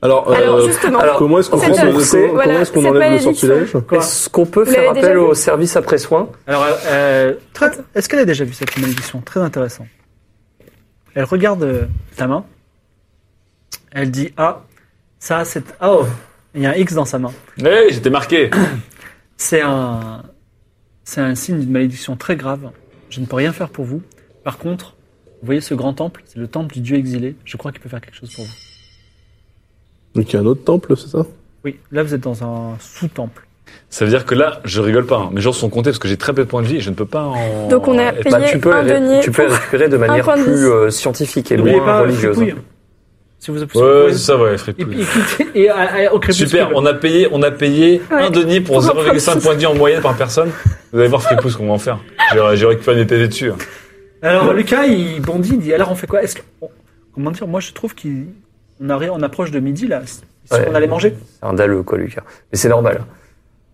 Speaker 5: Alors,
Speaker 3: Alors,
Speaker 5: euh,
Speaker 3: justement,
Speaker 4: alors,
Speaker 5: comment est-ce qu'on
Speaker 3: c'est
Speaker 5: prend
Speaker 3: pas-
Speaker 5: le-
Speaker 4: c'est-
Speaker 5: comment
Speaker 3: voilà,
Speaker 5: est-ce qu'on
Speaker 3: c'est pas
Speaker 5: enlève le
Speaker 3: édite,
Speaker 5: sortilège
Speaker 1: Quoi
Speaker 4: Est-ce qu'on peut
Speaker 3: Vous
Speaker 4: faire
Speaker 3: l'avez déjà
Speaker 4: appel
Speaker 3: vu
Speaker 4: au service après soin
Speaker 1: Alors, euh, très- est-ce qu'elle a déjà vu cette malédiction Très intéressant. Elle regarde euh, ta main. Elle dit Ah, ça, c'est. Ah, Oh, il y a un X dans sa main.
Speaker 2: euh, Hey, j'étais marqué.
Speaker 1: C'est un, c'est un signe d'une malédiction très grave. Je ne peux rien faire pour vous. Par contre, vous voyez ce grand temple, c'est le temple du dieu exilé. Je crois qu'il peut faire quelque chose pour vous.
Speaker 5: Donc il y a un autre temple, c'est ça
Speaker 1: Oui, là vous êtes dans un sous-temple.
Speaker 2: Ça veut dire que là, je rigole pas, hein. mes jours sont comptés parce que j'ai très peu de points de vie et je ne peux pas en.
Speaker 3: Donc on a
Speaker 2: être-
Speaker 3: payé-
Speaker 4: Bah, tu peux,
Speaker 3: un
Speaker 4: les ré-
Speaker 3: denier
Speaker 4: tu peux les
Speaker 3: pour
Speaker 4: récupérer de manière
Speaker 3: point de vie.
Speaker 4: plus euh, scientifique et
Speaker 1: N'oubliez
Speaker 4: moins
Speaker 1: pas
Speaker 4: religieuse. hein.
Speaker 1: Fripouille. Si vous appuyez
Speaker 2: Ouais, c'est
Speaker 1: sur
Speaker 2: ça, ouais,
Speaker 1: le
Speaker 2: fripouille.
Speaker 1: et, et, quitte- et à- à- au crépuscule.
Speaker 2: Super, on a payé, on a payé
Speaker 3: Ouais.
Speaker 2: un denier pour 0,5 points de vie en moyenne par personne. Vous allez voir, Fripouille, ce qu'on va en faire. J'ai j'ai récupéré mes PV dessus. hein.
Speaker 1: Alors Lucas, il bondit, il dit alors on fait quoi Est-ce que on- comment dire Moi je trouve qu'on arrive en approche de midi là. Si
Speaker 4: Ouais.
Speaker 1: on allait manger
Speaker 4: C'est un dalleux, hein, quoi, Lucas. Mais c'est normal.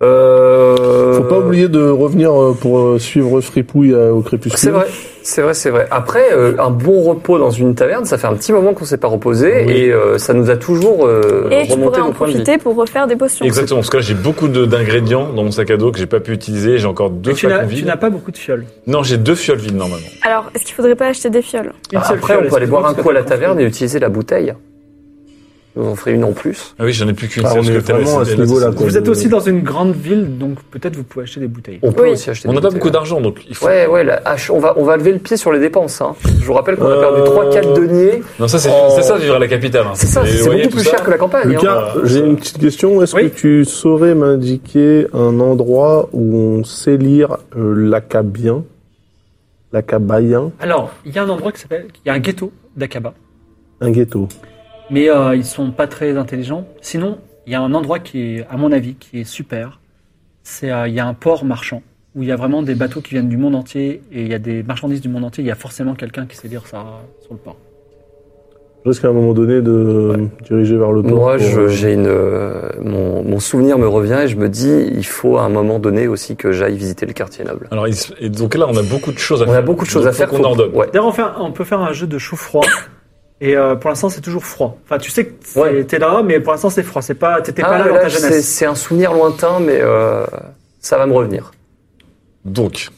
Speaker 4: Euh...
Speaker 5: Faut pas oublier de revenir euh, pour euh, suivre Fripouille euh, au crépuscule.
Speaker 4: C'est vrai, c'est vrai, c'est vrai. Après, euh, un bon repos dans une taverne, ça fait un petit moment qu'on s'est pas reposé
Speaker 2: Oui.
Speaker 4: et euh, ça nous a toujours euh,
Speaker 3: Et tu
Speaker 4: remonté
Speaker 3: pourrais
Speaker 4: nos
Speaker 3: en
Speaker 4: points de vie.
Speaker 3: profiter pour refaire des potions.
Speaker 2: Exactement, parce que là, j'ai beaucoup de- d'ingrédients dans mon sac à dos que j'ai pas pu utiliser. J'ai encore deux
Speaker 1: Mais Tu n'as-
Speaker 2: flacons
Speaker 1: tu
Speaker 2: vides.
Speaker 1: n'as pas beaucoup de fioles.
Speaker 2: Non, j'ai deux fioles vides normalement.
Speaker 3: Alors, est-ce qu'il faudrait pas acheter des fioles
Speaker 1: Une seule
Speaker 4: Après,
Speaker 1: fiole,
Speaker 4: on peut aller
Speaker 1: excuse-moi,
Speaker 4: boire un
Speaker 1: parce
Speaker 4: coup à
Speaker 1: que
Speaker 4: la
Speaker 1: t'as pas
Speaker 4: taverne
Speaker 1: de
Speaker 4: et utiliser la bouteille. Vous en ferez une en plus.
Speaker 2: Ah oui, j'en ai plus qu'une.
Speaker 5: Ah,
Speaker 2: c'est
Speaker 5: on
Speaker 2: parce
Speaker 5: est
Speaker 2: que t'as
Speaker 5: vraiment à
Speaker 2: laissé-
Speaker 5: ce niveau-là,
Speaker 1: fioles.
Speaker 5: quoi.
Speaker 1: Vous êtes aussi dans une grande ville, donc peut-être vous pouvez acheter des bouteilles.
Speaker 4: On peut
Speaker 3: Oui.
Speaker 4: aussi acheter.
Speaker 2: On
Speaker 4: des
Speaker 2: n'a pas
Speaker 4: bouteilles.
Speaker 2: beaucoup d'argent, donc il faut.
Speaker 4: Ouais, ouais, la hache, on va, on va lever le pied sur les dépenses. Hein. Je vous rappelle qu'on a perdu
Speaker 2: Euh,
Speaker 4: 3-4 deniers.
Speaker 2: Non, ça, c'est
Speaker 4: Oh.
Speaker 2: c'est ça, vivre à la capitale. hein.
Speaker 4: C'est ça,
Speaker 2: Les
Speaker 4: c'est
Speaker 2: loyers, tout
Speaker 4: beaucoup plus
Speaker 2: ça.
Speaker 4: cher que la campagne. hein.
Speaker 5: Lucas,
Speaker 2: Ah,
Speaker 5: j'ai
Speaker 2: ça.
Speaker 5: une petite question. Est-ce
Speaker 1: Oui.
Speaker 5: que tu saurais m'indiquer un endroit où on sait lire euh, l'acabien L'acabayen
Speaker 1: Alors, il y a un endroit qui s'appelle, il y a un ghetto d'Akaba,
Speaker 5: Un ghetto.
Speaker 1: mais euh, ils sont pas très intelligents. Sinon, il y a un endroit qui est, à mon avis, qui est super. C'est, euh, il y a un port marchand où il y a vraiment des bateaux qui viennent du monde entier et il y a des marchandises du monde entier. Il y a forcément quelqu'un qui sait lire ça euh, sur le port.
Speaker 5: Je risque à un moment donné de me diriger vers le port.
Speaker 4: Moi,
Speaker 5: pour,
Speaker 4: je-
Speaker 5: euh,
Speaker 4: j'ai une, euh, mon, mon souvenir me revient et je me dis, il faut à un moment donné aussi que j'aille visiter le quartier noble.
Speaker 2: Alors, il se- et donc là, on a beaucoup de choses à
Speaker 4: On
Speaker 2: faire.
Speaker 4: a beaucoup de choses
Speaker 2: Donc,
Speaker 4: à faire.
Speaker 2: Faut qu'on
Speaker 4: faut-
Speaker 2: ordonne.
Speaker 4: Ouais.
Speaker 1: D'ailleurs, on, fait un- on peut faire un jeu de chaud froid. Et euh, pour l'instant, c'est toujours froid. Enfin, tu sais que c'est-
Speaker 4: Ouais.
Speaker 1: t'es là, mais pour l'instant, c'est froid. C'est pas, t'étais pas
Speaker 4: Ah,
Speaker 1: là dans
Speaker 4: là,
Speaker 1: ta
Speaker 4: c'est
Speaker 1: jeunesse.
Speaker 4: c'est un souvenir lointain, mais euh, ça va me revenir.
Speaker 2: Donc,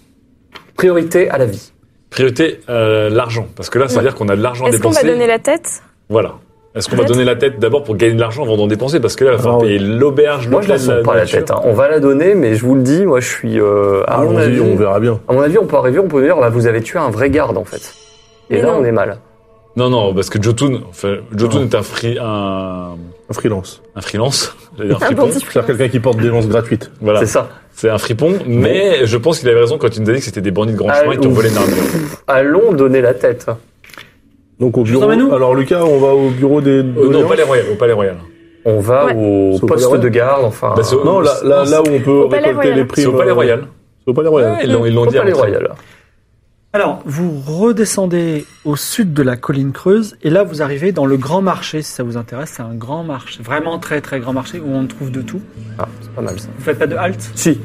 Speaker 4: Priorité à la vie.
Speaker 2: priorité, euh, l'argent. Parce que là, ça veut dire qu'on a de l'argent à
Speaker 3: Est-ce qu'on
Speaker 2: dépenser.
Speaker 3: va donner la tête
Speaker 2: Voilà. Est-ce qu'on va
Speaker 3: Peut-être.
Speaker 2: donner la tête d'abord pour gagner de l'argent avant d'en dépenser Parce que là, il va falloir
Speaker 5: Ah
Speaker 2: payer
Speaker 5: ouais.
Speaker 2: l'auberge,
Speaker 4: Moi, je la
Speaker 2: l'hôtel,
Speaker 4: sens pas la
Speaker 2: nourriture.
Speaker 4: tête. hein. On va la donner, mais je vous le dis, moi, je suis. euh, à, mon avis,
Speaker 5: allons-y, on verra bien.
Speaker 4: à mon avis, on peut arriver, on peut dire, là, vous avez tué un vrai garde, en fait. Et
Speaker 3: Mais
Speaker 4: là,
Speaker 3: non.
Speaker 4: on est mal.
Speaker 2: Non, non, parce que Jotun, enfin, Jotun est un, free, un,
Speaker 5: Un freelance.
Speaker 2: un freelance. j'allais dire
Speaker 3: Un
Speaker 2: Un fripon.
Speaker 3: bandit
Speaker 5: C'est-à-dire quelqu'un qui porte des lances gratuites.
Speaker 2: Voilà.
Speaker 4: C'est ça.
Speaker 2: C'est un fripon, mais je pense qu'il avait raison quand il nous a dit que c'était des bandits de grand
Speaker 4: Ah,
Speaker 2: chemin, ils t'ont
Speaker 4: ouf.
Speaker 2: volé d'un
Speaker 4: Allons donner la tête.
Speaker 5: Donc au
Speaker 1: vous
Speaker 5: bureau.
Speaker 1: emmène où
Speaker 5: Alors Lucas, on va au bureau des.
Speaker 2: Euh, Non, au
Speaker 5: doléances
Speaker 2: palais royal, au palais royal.
Speaker 4: On va
Speaker 3: Ouais.
Speaker 4: au
Speaker 5: C'est au
Speaker 4: poste
Speaker 5: Palais
Speaker 4: de garde, enfin.
Speaker 2: Bah, c'est au-
Speaker 5: Non, là, là, là où on peut
Speaker 3: Au Palais
Speaker 5: récolter
Speaker 3: Royal.
Speaker 5: les prix.
Speaker 2: C'est au palais royal.
Speaker 5: C'est au palais
Speaker 2: Ah,
Speaker 5: royal.
Speaker 2: ils l'ont- ils l'ont
Speaker 4: au
Speaker 2: dit. à
Speaker 4: Palais
Speaker 2: l'entrée.
Speaker 4: Royal.
Speaker 1: Alors, vous redescendez au sud de la colline creuse et là, vous arrivez dans le grand marché, si ça vous intéresse. C'est un grand marché, vraiment très très grand marché où on trouve de tout.
Speaker 4: Ah, c'est pas mal ça.
Speaker 1: Vous faites pas de halte Ah.
Speaker 4: Si.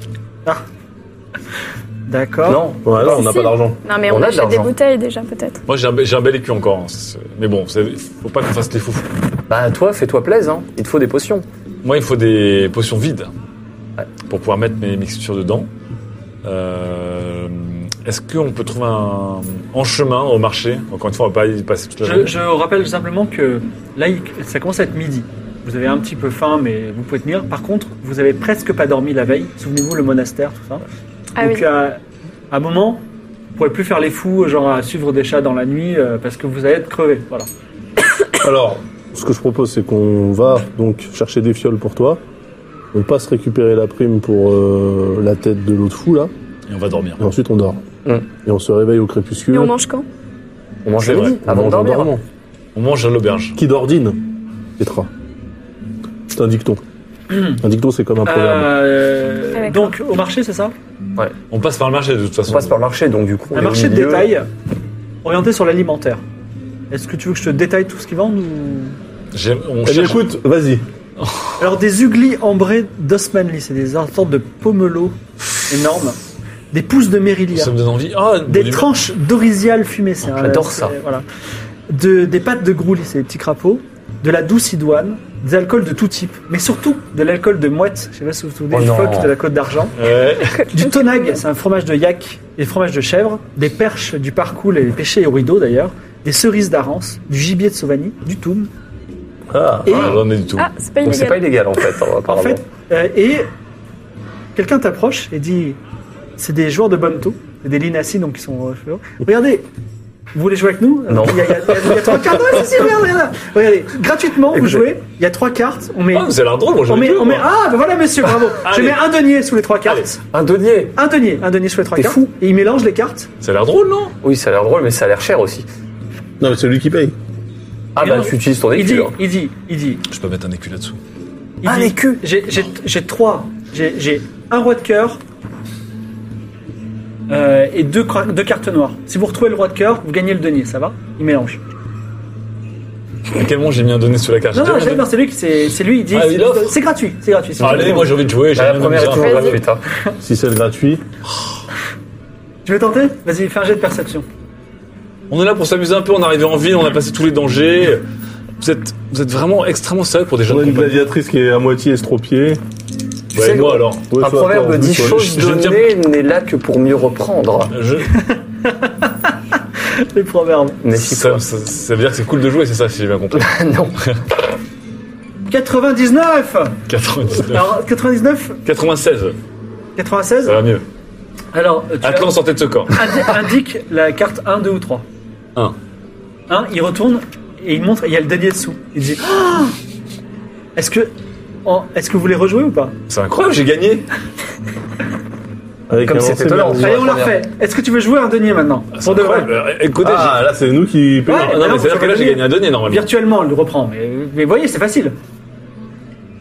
Speaker 1: D'accord.
Speaker 4: Non.
Speaker 5: Ouais, là, on n'a
Speaker 3: Si.
Speaker 5: pas d'argent.
Speaker 3: Non, mais
Speaker 4: On
Speaker 3: on,
Speaker 4: a de
Speaker 3: achète des
Speaker 4: l'argent.
Speaker 3: bouteilles déjà, peut-être.
Speaker 2: Moi, j'ai un, be- j'ai un bel écu encore. hein, c'est- Mais bon, c'est- faut pas qu'on fasse les fous.
Speaker 4: Bah, toi, fais-toi plaisir. Hein. Il te faut des potions.
Speaker 2: Moi, il faut des potions vides
Speaker 4: Ouais.
Speaker 2: pour pouvoir mettre mes mixtures dedans. Euh, Est-ce qu'on peut trouver un en chemin au marché Encore une fois, on va pas y passer toute la
Speaker 1: Je,
Speaker 4: euh,
Speaker 2: journée.
Speaker 1: je rappelle simplement que là, il- ça commence à être midi. Vous avez un petit peu faim, mais vous pouvez tenir. Par contre, vous avez presque pas dormi la veille. Souvenez-vous le monastère, tout ça.
Speaker 3: Ah
Speaker 1: Donc
Speaker 3: oui.
Speaker 1: à, à un moment, vous pourrez plus faire les fous, genre à suivre des chats dans la nuit, euh, parce que vous allez être crevé. Voilà.
Speaker 5: Alors, ce que je propose, c'est qu'on va donc chercher des fioles pour toi. On passe récupérer la prime pour euh, la tête de l'autre fou là,
Speaker 2: Et on va dormir.
Speaker 5: et ensuite on dort.
Speaker 4: Mm.
Speaker 5: Et on se réveille au crépuscule.
Speaker 3: Et on mange quand
Speaker 4: On mange
Speaker 2: C'est
Speaker 4: le
Speaker 2: vrai.
Speaker 4: midi
Speaker 5: On
Speaker 4: avant de
Speaker 5: mange en
Speaker 4: dormir.
Speaker 5: dormant.
Speaker 2: On mange à l'auberge.
Speaker 5: Qui d'ordine Petra. C'est un dicton. Un dicton, c'est comme un proverbe.
Speaker 1: Euh,
Speaker 3: Ah, d'accord.
Speaker 1: donc au marché, c'est ça
Speaker 2: On passe par le marché de toute
Speaker 4: On
Speaker 2: façon.
Speaker 4: passe par le marché, donc du coup. on
Speaker 1: Un
Speaker 4: est au
Speaker 1: marché de
Speaker 4: milieu.
Speaker 1: détail orienté sur l'alimentaire. Est-ce que tu veux que je te détaille tout ce qu'ils vendent ou...
Speaker 2: J'aime- On
Speaker 5: Eh bien,
Speaker 2: cherche.
Speaker 5: écoute, vas-y.
Speaker 1: Alors des uglis ambrés d'Osmanli, c'est des sortes de pomelos énormes, des pousses de mérilia.
Speaker 2: Ça me donne envie. Ah,
Speaker 1: Des
Speaker 2: bon,
Speaker 1: tranches d'orisial fumées, c'est un-
Speaker 4: Ah, J'adore
Speaker 1: c'est-
Speaker 4: ça.
Speaker 1: Voilà. De, des pâtes de groulis, c'est des petits crapauds. De la douce idoine, des alcools de tout type, mais surtout de l'alcool de mouette, je sais pas si vous vous souvenez,
Speaker 4: Oh
Speaker 1: du
Speaker 4: non.
Speaker 1: phoque de la côte d'argent.
Speaker 2: Ouais.
Speaker 1: Du tonag, c'est un fromage de yak et fromage de chèvre. Des perches, du parcoul et des pêchés au rideau d'ailleurs. Des cerises d'Arance, du gibier de Sauvanie, du toum.
Speaker 4: Ah.
Speaker 1: Et,
Speaker 2: Ah, là, on est du tout.
Speaker 3: Ah, c'est pas
Speaker 4: Donc c'est pas
Speaker 3: illégal.
Speaker 4: illégal en fait, hein,
Speaker 1: en
Speaker 4: apparemment.
Speaker 1: fait, euh, et quelqu'un t'approche et dit c'est des joueurs de Bonto, c'est des Linassi donc qui sont. euh, Regardez, Vous voulez jouer avec nous
Speaker 4: Non.
Speaker 1: Il y a, il y a- il y a trois cartes. Ouais, si, si, regarde, regarde. Regardez, gratuitement, vous jouez. Il y a trois cartes. On met.
Speaker 4: Oh,
Speaker 2: Ah, vous avez l'air drôle, moi
Speaker 1: on
Speaker 2: j'aime
Speaker 1: met,
Speaker 2: bien.
Speaker 1: on met- ah, ben voilà, monsieur, bravo. Je
Speaker 2: Allez.
Speaker 1: mets un denier sous les trois cartes.
Speaker 4: Un denier
Speaker 1: Un denier, un denier sous les trois
Speaker 4: T'es
Speaker 1: cartes.
Speaker 4: fou.
Speaker 1: Et il mélange les cartes.
Speaker 2: Ça a l'air drôle, non
Speaker 4: Oui, ça a l'air drôle, mais ça a l'air cher aussi.
Speaker 5: Non, mais c'est lui qui paye.
Speaker 4: Ah
Speaker 1: Et
Speaker 4: bah,
Speaker 1: non.
Speaker 4: tu utilises ton
Speaker 1: Il dit,
Speaker 4: écure.
Speaker 1: il dit, il dit,
Speaker 2: Je peux mettre un écu là-dessous.
Speaker 1: il
Speaker 4: Ah,
Speaker 1: dit,
Speaker 4: les culs.
Speaker 1: J'ai, j'ai, j'ai trois. J'ai, j'ai un roi de cœur euh, et deux, cra- deux cartes noires. Si vous retrouvez le roi de cœur, vous gagnez le denier, ça va Il mélange.
Speaker 2: À quel moment j'ai mis un donné sous la carte
Speaker 1: Non,
Speaker 2: J'ai
Speaker 1: non,
Speaker 2: mis un
Speaker 1: j'ai-
Speaker 2: donné-
Speaker 1: non, c'est lui qui, c'est, c'est lui, il dit,
Speaker 2: Ah, il
Speaker 1: c'est,
Speaker 2: offre
Speaker 1: c'est gratuit, c'est gratuit. c'est
Speaker 2: Allez,
Speaker 1: gratuit.
Speaker 2: moi j'ai envie de jouer, j'ai
Speaker 4: Ah,
Speaker 2: mis
Speaker 4: la
Speaker 2: un
Speaker 4: première est
Speaker 2: bizarre.
Speaker 4: toujours
Speaker 3: Vas-y.
Speaker 4: gratuite. hein.
Speaker 5: Si c'est le gratuit,
Speaker 1: Tu veux tenter Vas-y, fais un jet de perception.
Speaker 2: On est là pour s'amuser un peu, on est arrivé en ville, on a passé tous les dangers. Vous êtes, vous êtes vraiment extrêmement sérieux pour des
Speaker 5: on
Speaker 2: jeunes
Speaker 5: a une
Speaker 2: compagnies.
Speaker 5: gladiatrice qui est à moitié estropiée.
Speaker 2: Ouais,
Speaker 4: sais,
Speaker 2: moi alors.
Speaker 5: Ouais,
Speaker 4: Un
Speaker 5: soit
Speaker 4: proverbe
Speaker 5: toi,
Speaker 4: dit
Speaker 5: soit-
Speaker 4: chose
Speaker 2: je- je tiens-
Speaker 4: donnée n'est là que pour mieux reprendre.
Speaker 2: Je,
Speaker 1: Les proverbes.
Speaker 4: Méfie-toi.
Speaker 2: ça, ça- ça veut dire que c'est cool de jouer, c'est ça, si j'ai bien compris.
Speaker 4: non.
Speaker 1: 99
Speaker 2: 99.
Speaker 1: Alors, 99
Speaker 2: 96,
Speaker 1: 96
Speaker 2: ça va mieux. Euh,
Speaker 1: Alors, tu
Speaker 2: Atlan sortait de ce corps.
Speaker 1: indi- indique la carte 1, 2 ou 3.
Speaker 2: Un.
Speaker 1: 1, il retourne et il montre, il y a le denier dessous. Il dit Ah Est-ce que. en- Est-ce que vous voulez rejouer ou pas
Speaker 2: C'est incroyable, j'ai gagné.
Speaker 5: Avec
Speaker 4: Comme
Speaker 5: un
Speaker 4: c'était
Speaker 5: lancé
Speaker 4: étonnant.
Speaker 5: merdique.
Speaker 1: Allez, on la refait. Est-ce que tu veux jouer un denier maintenant Pour de vrai
Speaker 2: Ah, Incroyable. Écoutez,
Speaker 5: Ah, là, c'est nous qui payons.
Speaker 1: Ouais.
Speaker 2: Euh, j'ai- Ah,
Speaker 1: mais non,
Speaker 2: non, mais c'est-à-dire
Speaker 1: vous
Speaker 2: que là, j'ai
Speaker 1: avez
Speaker 2: gagné un donné normalement.
Speaker 1: Virtuellement, on le reprend. Mais, mais voyez, c'est facile.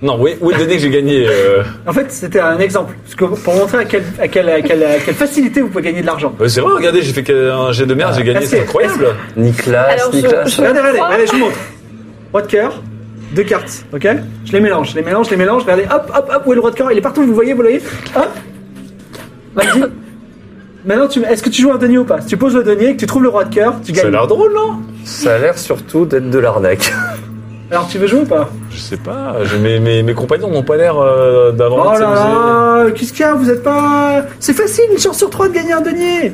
Speaker 2: Non, oui, oui, donné que j'ai gagné. euh,
Speaker 1: En fait, c'était un exemple. Parce que pour montrer à quelle, à quelle, à quelle, à quelle facilité vous pouvez gagner de l'argent.
Speaker 2: ouais, c'est vrai, regardez, j'ai fait un jet de merde, j'ai gagné,
Speaker 1: Assez,
Speaker 2: c'est incroyable.
Speaker 4: Nicolas,
Speaker 3: Alors, je-
Speaker 4: Nicolas.
Speaker 3: je-
Speaker 1: Regardez, regardez, regardez, je vous montre. Roi de cœur, deux cartes, ok Je les mélange, je les mélange, je les mélange. Regardez, hop, hop, hop, où est le roi de cœur Il est partout, vous le voyez, vous le voyez Hop Vas-y. Maintenant, tu- est-ce que tu joues un denier ou pas Si tu poses le denier, que tu trouves le roi de cœur, tu
Speaker 2: Ça a
Speaker 1: gagnes.
Speaker 2: l'air drôle, non
Speaker 4: Ça a l'air surtout d'être de l'arnaque.
Speaker 1: Alors, tu veux jouer ou pas
Speaker 2: Je sais pas, je- mes, mes, mes compagnons n'ont pas l'air euh, d'avoir
Speaker 1: Oh
Speaker 2: envie de
Speaker 1: là
Speaker 2: s'amuser.
Speaker 1: là, qu'est-ce qu'il y a Vous êtes pas. C'est facile, une chance sur trois de gagner un denier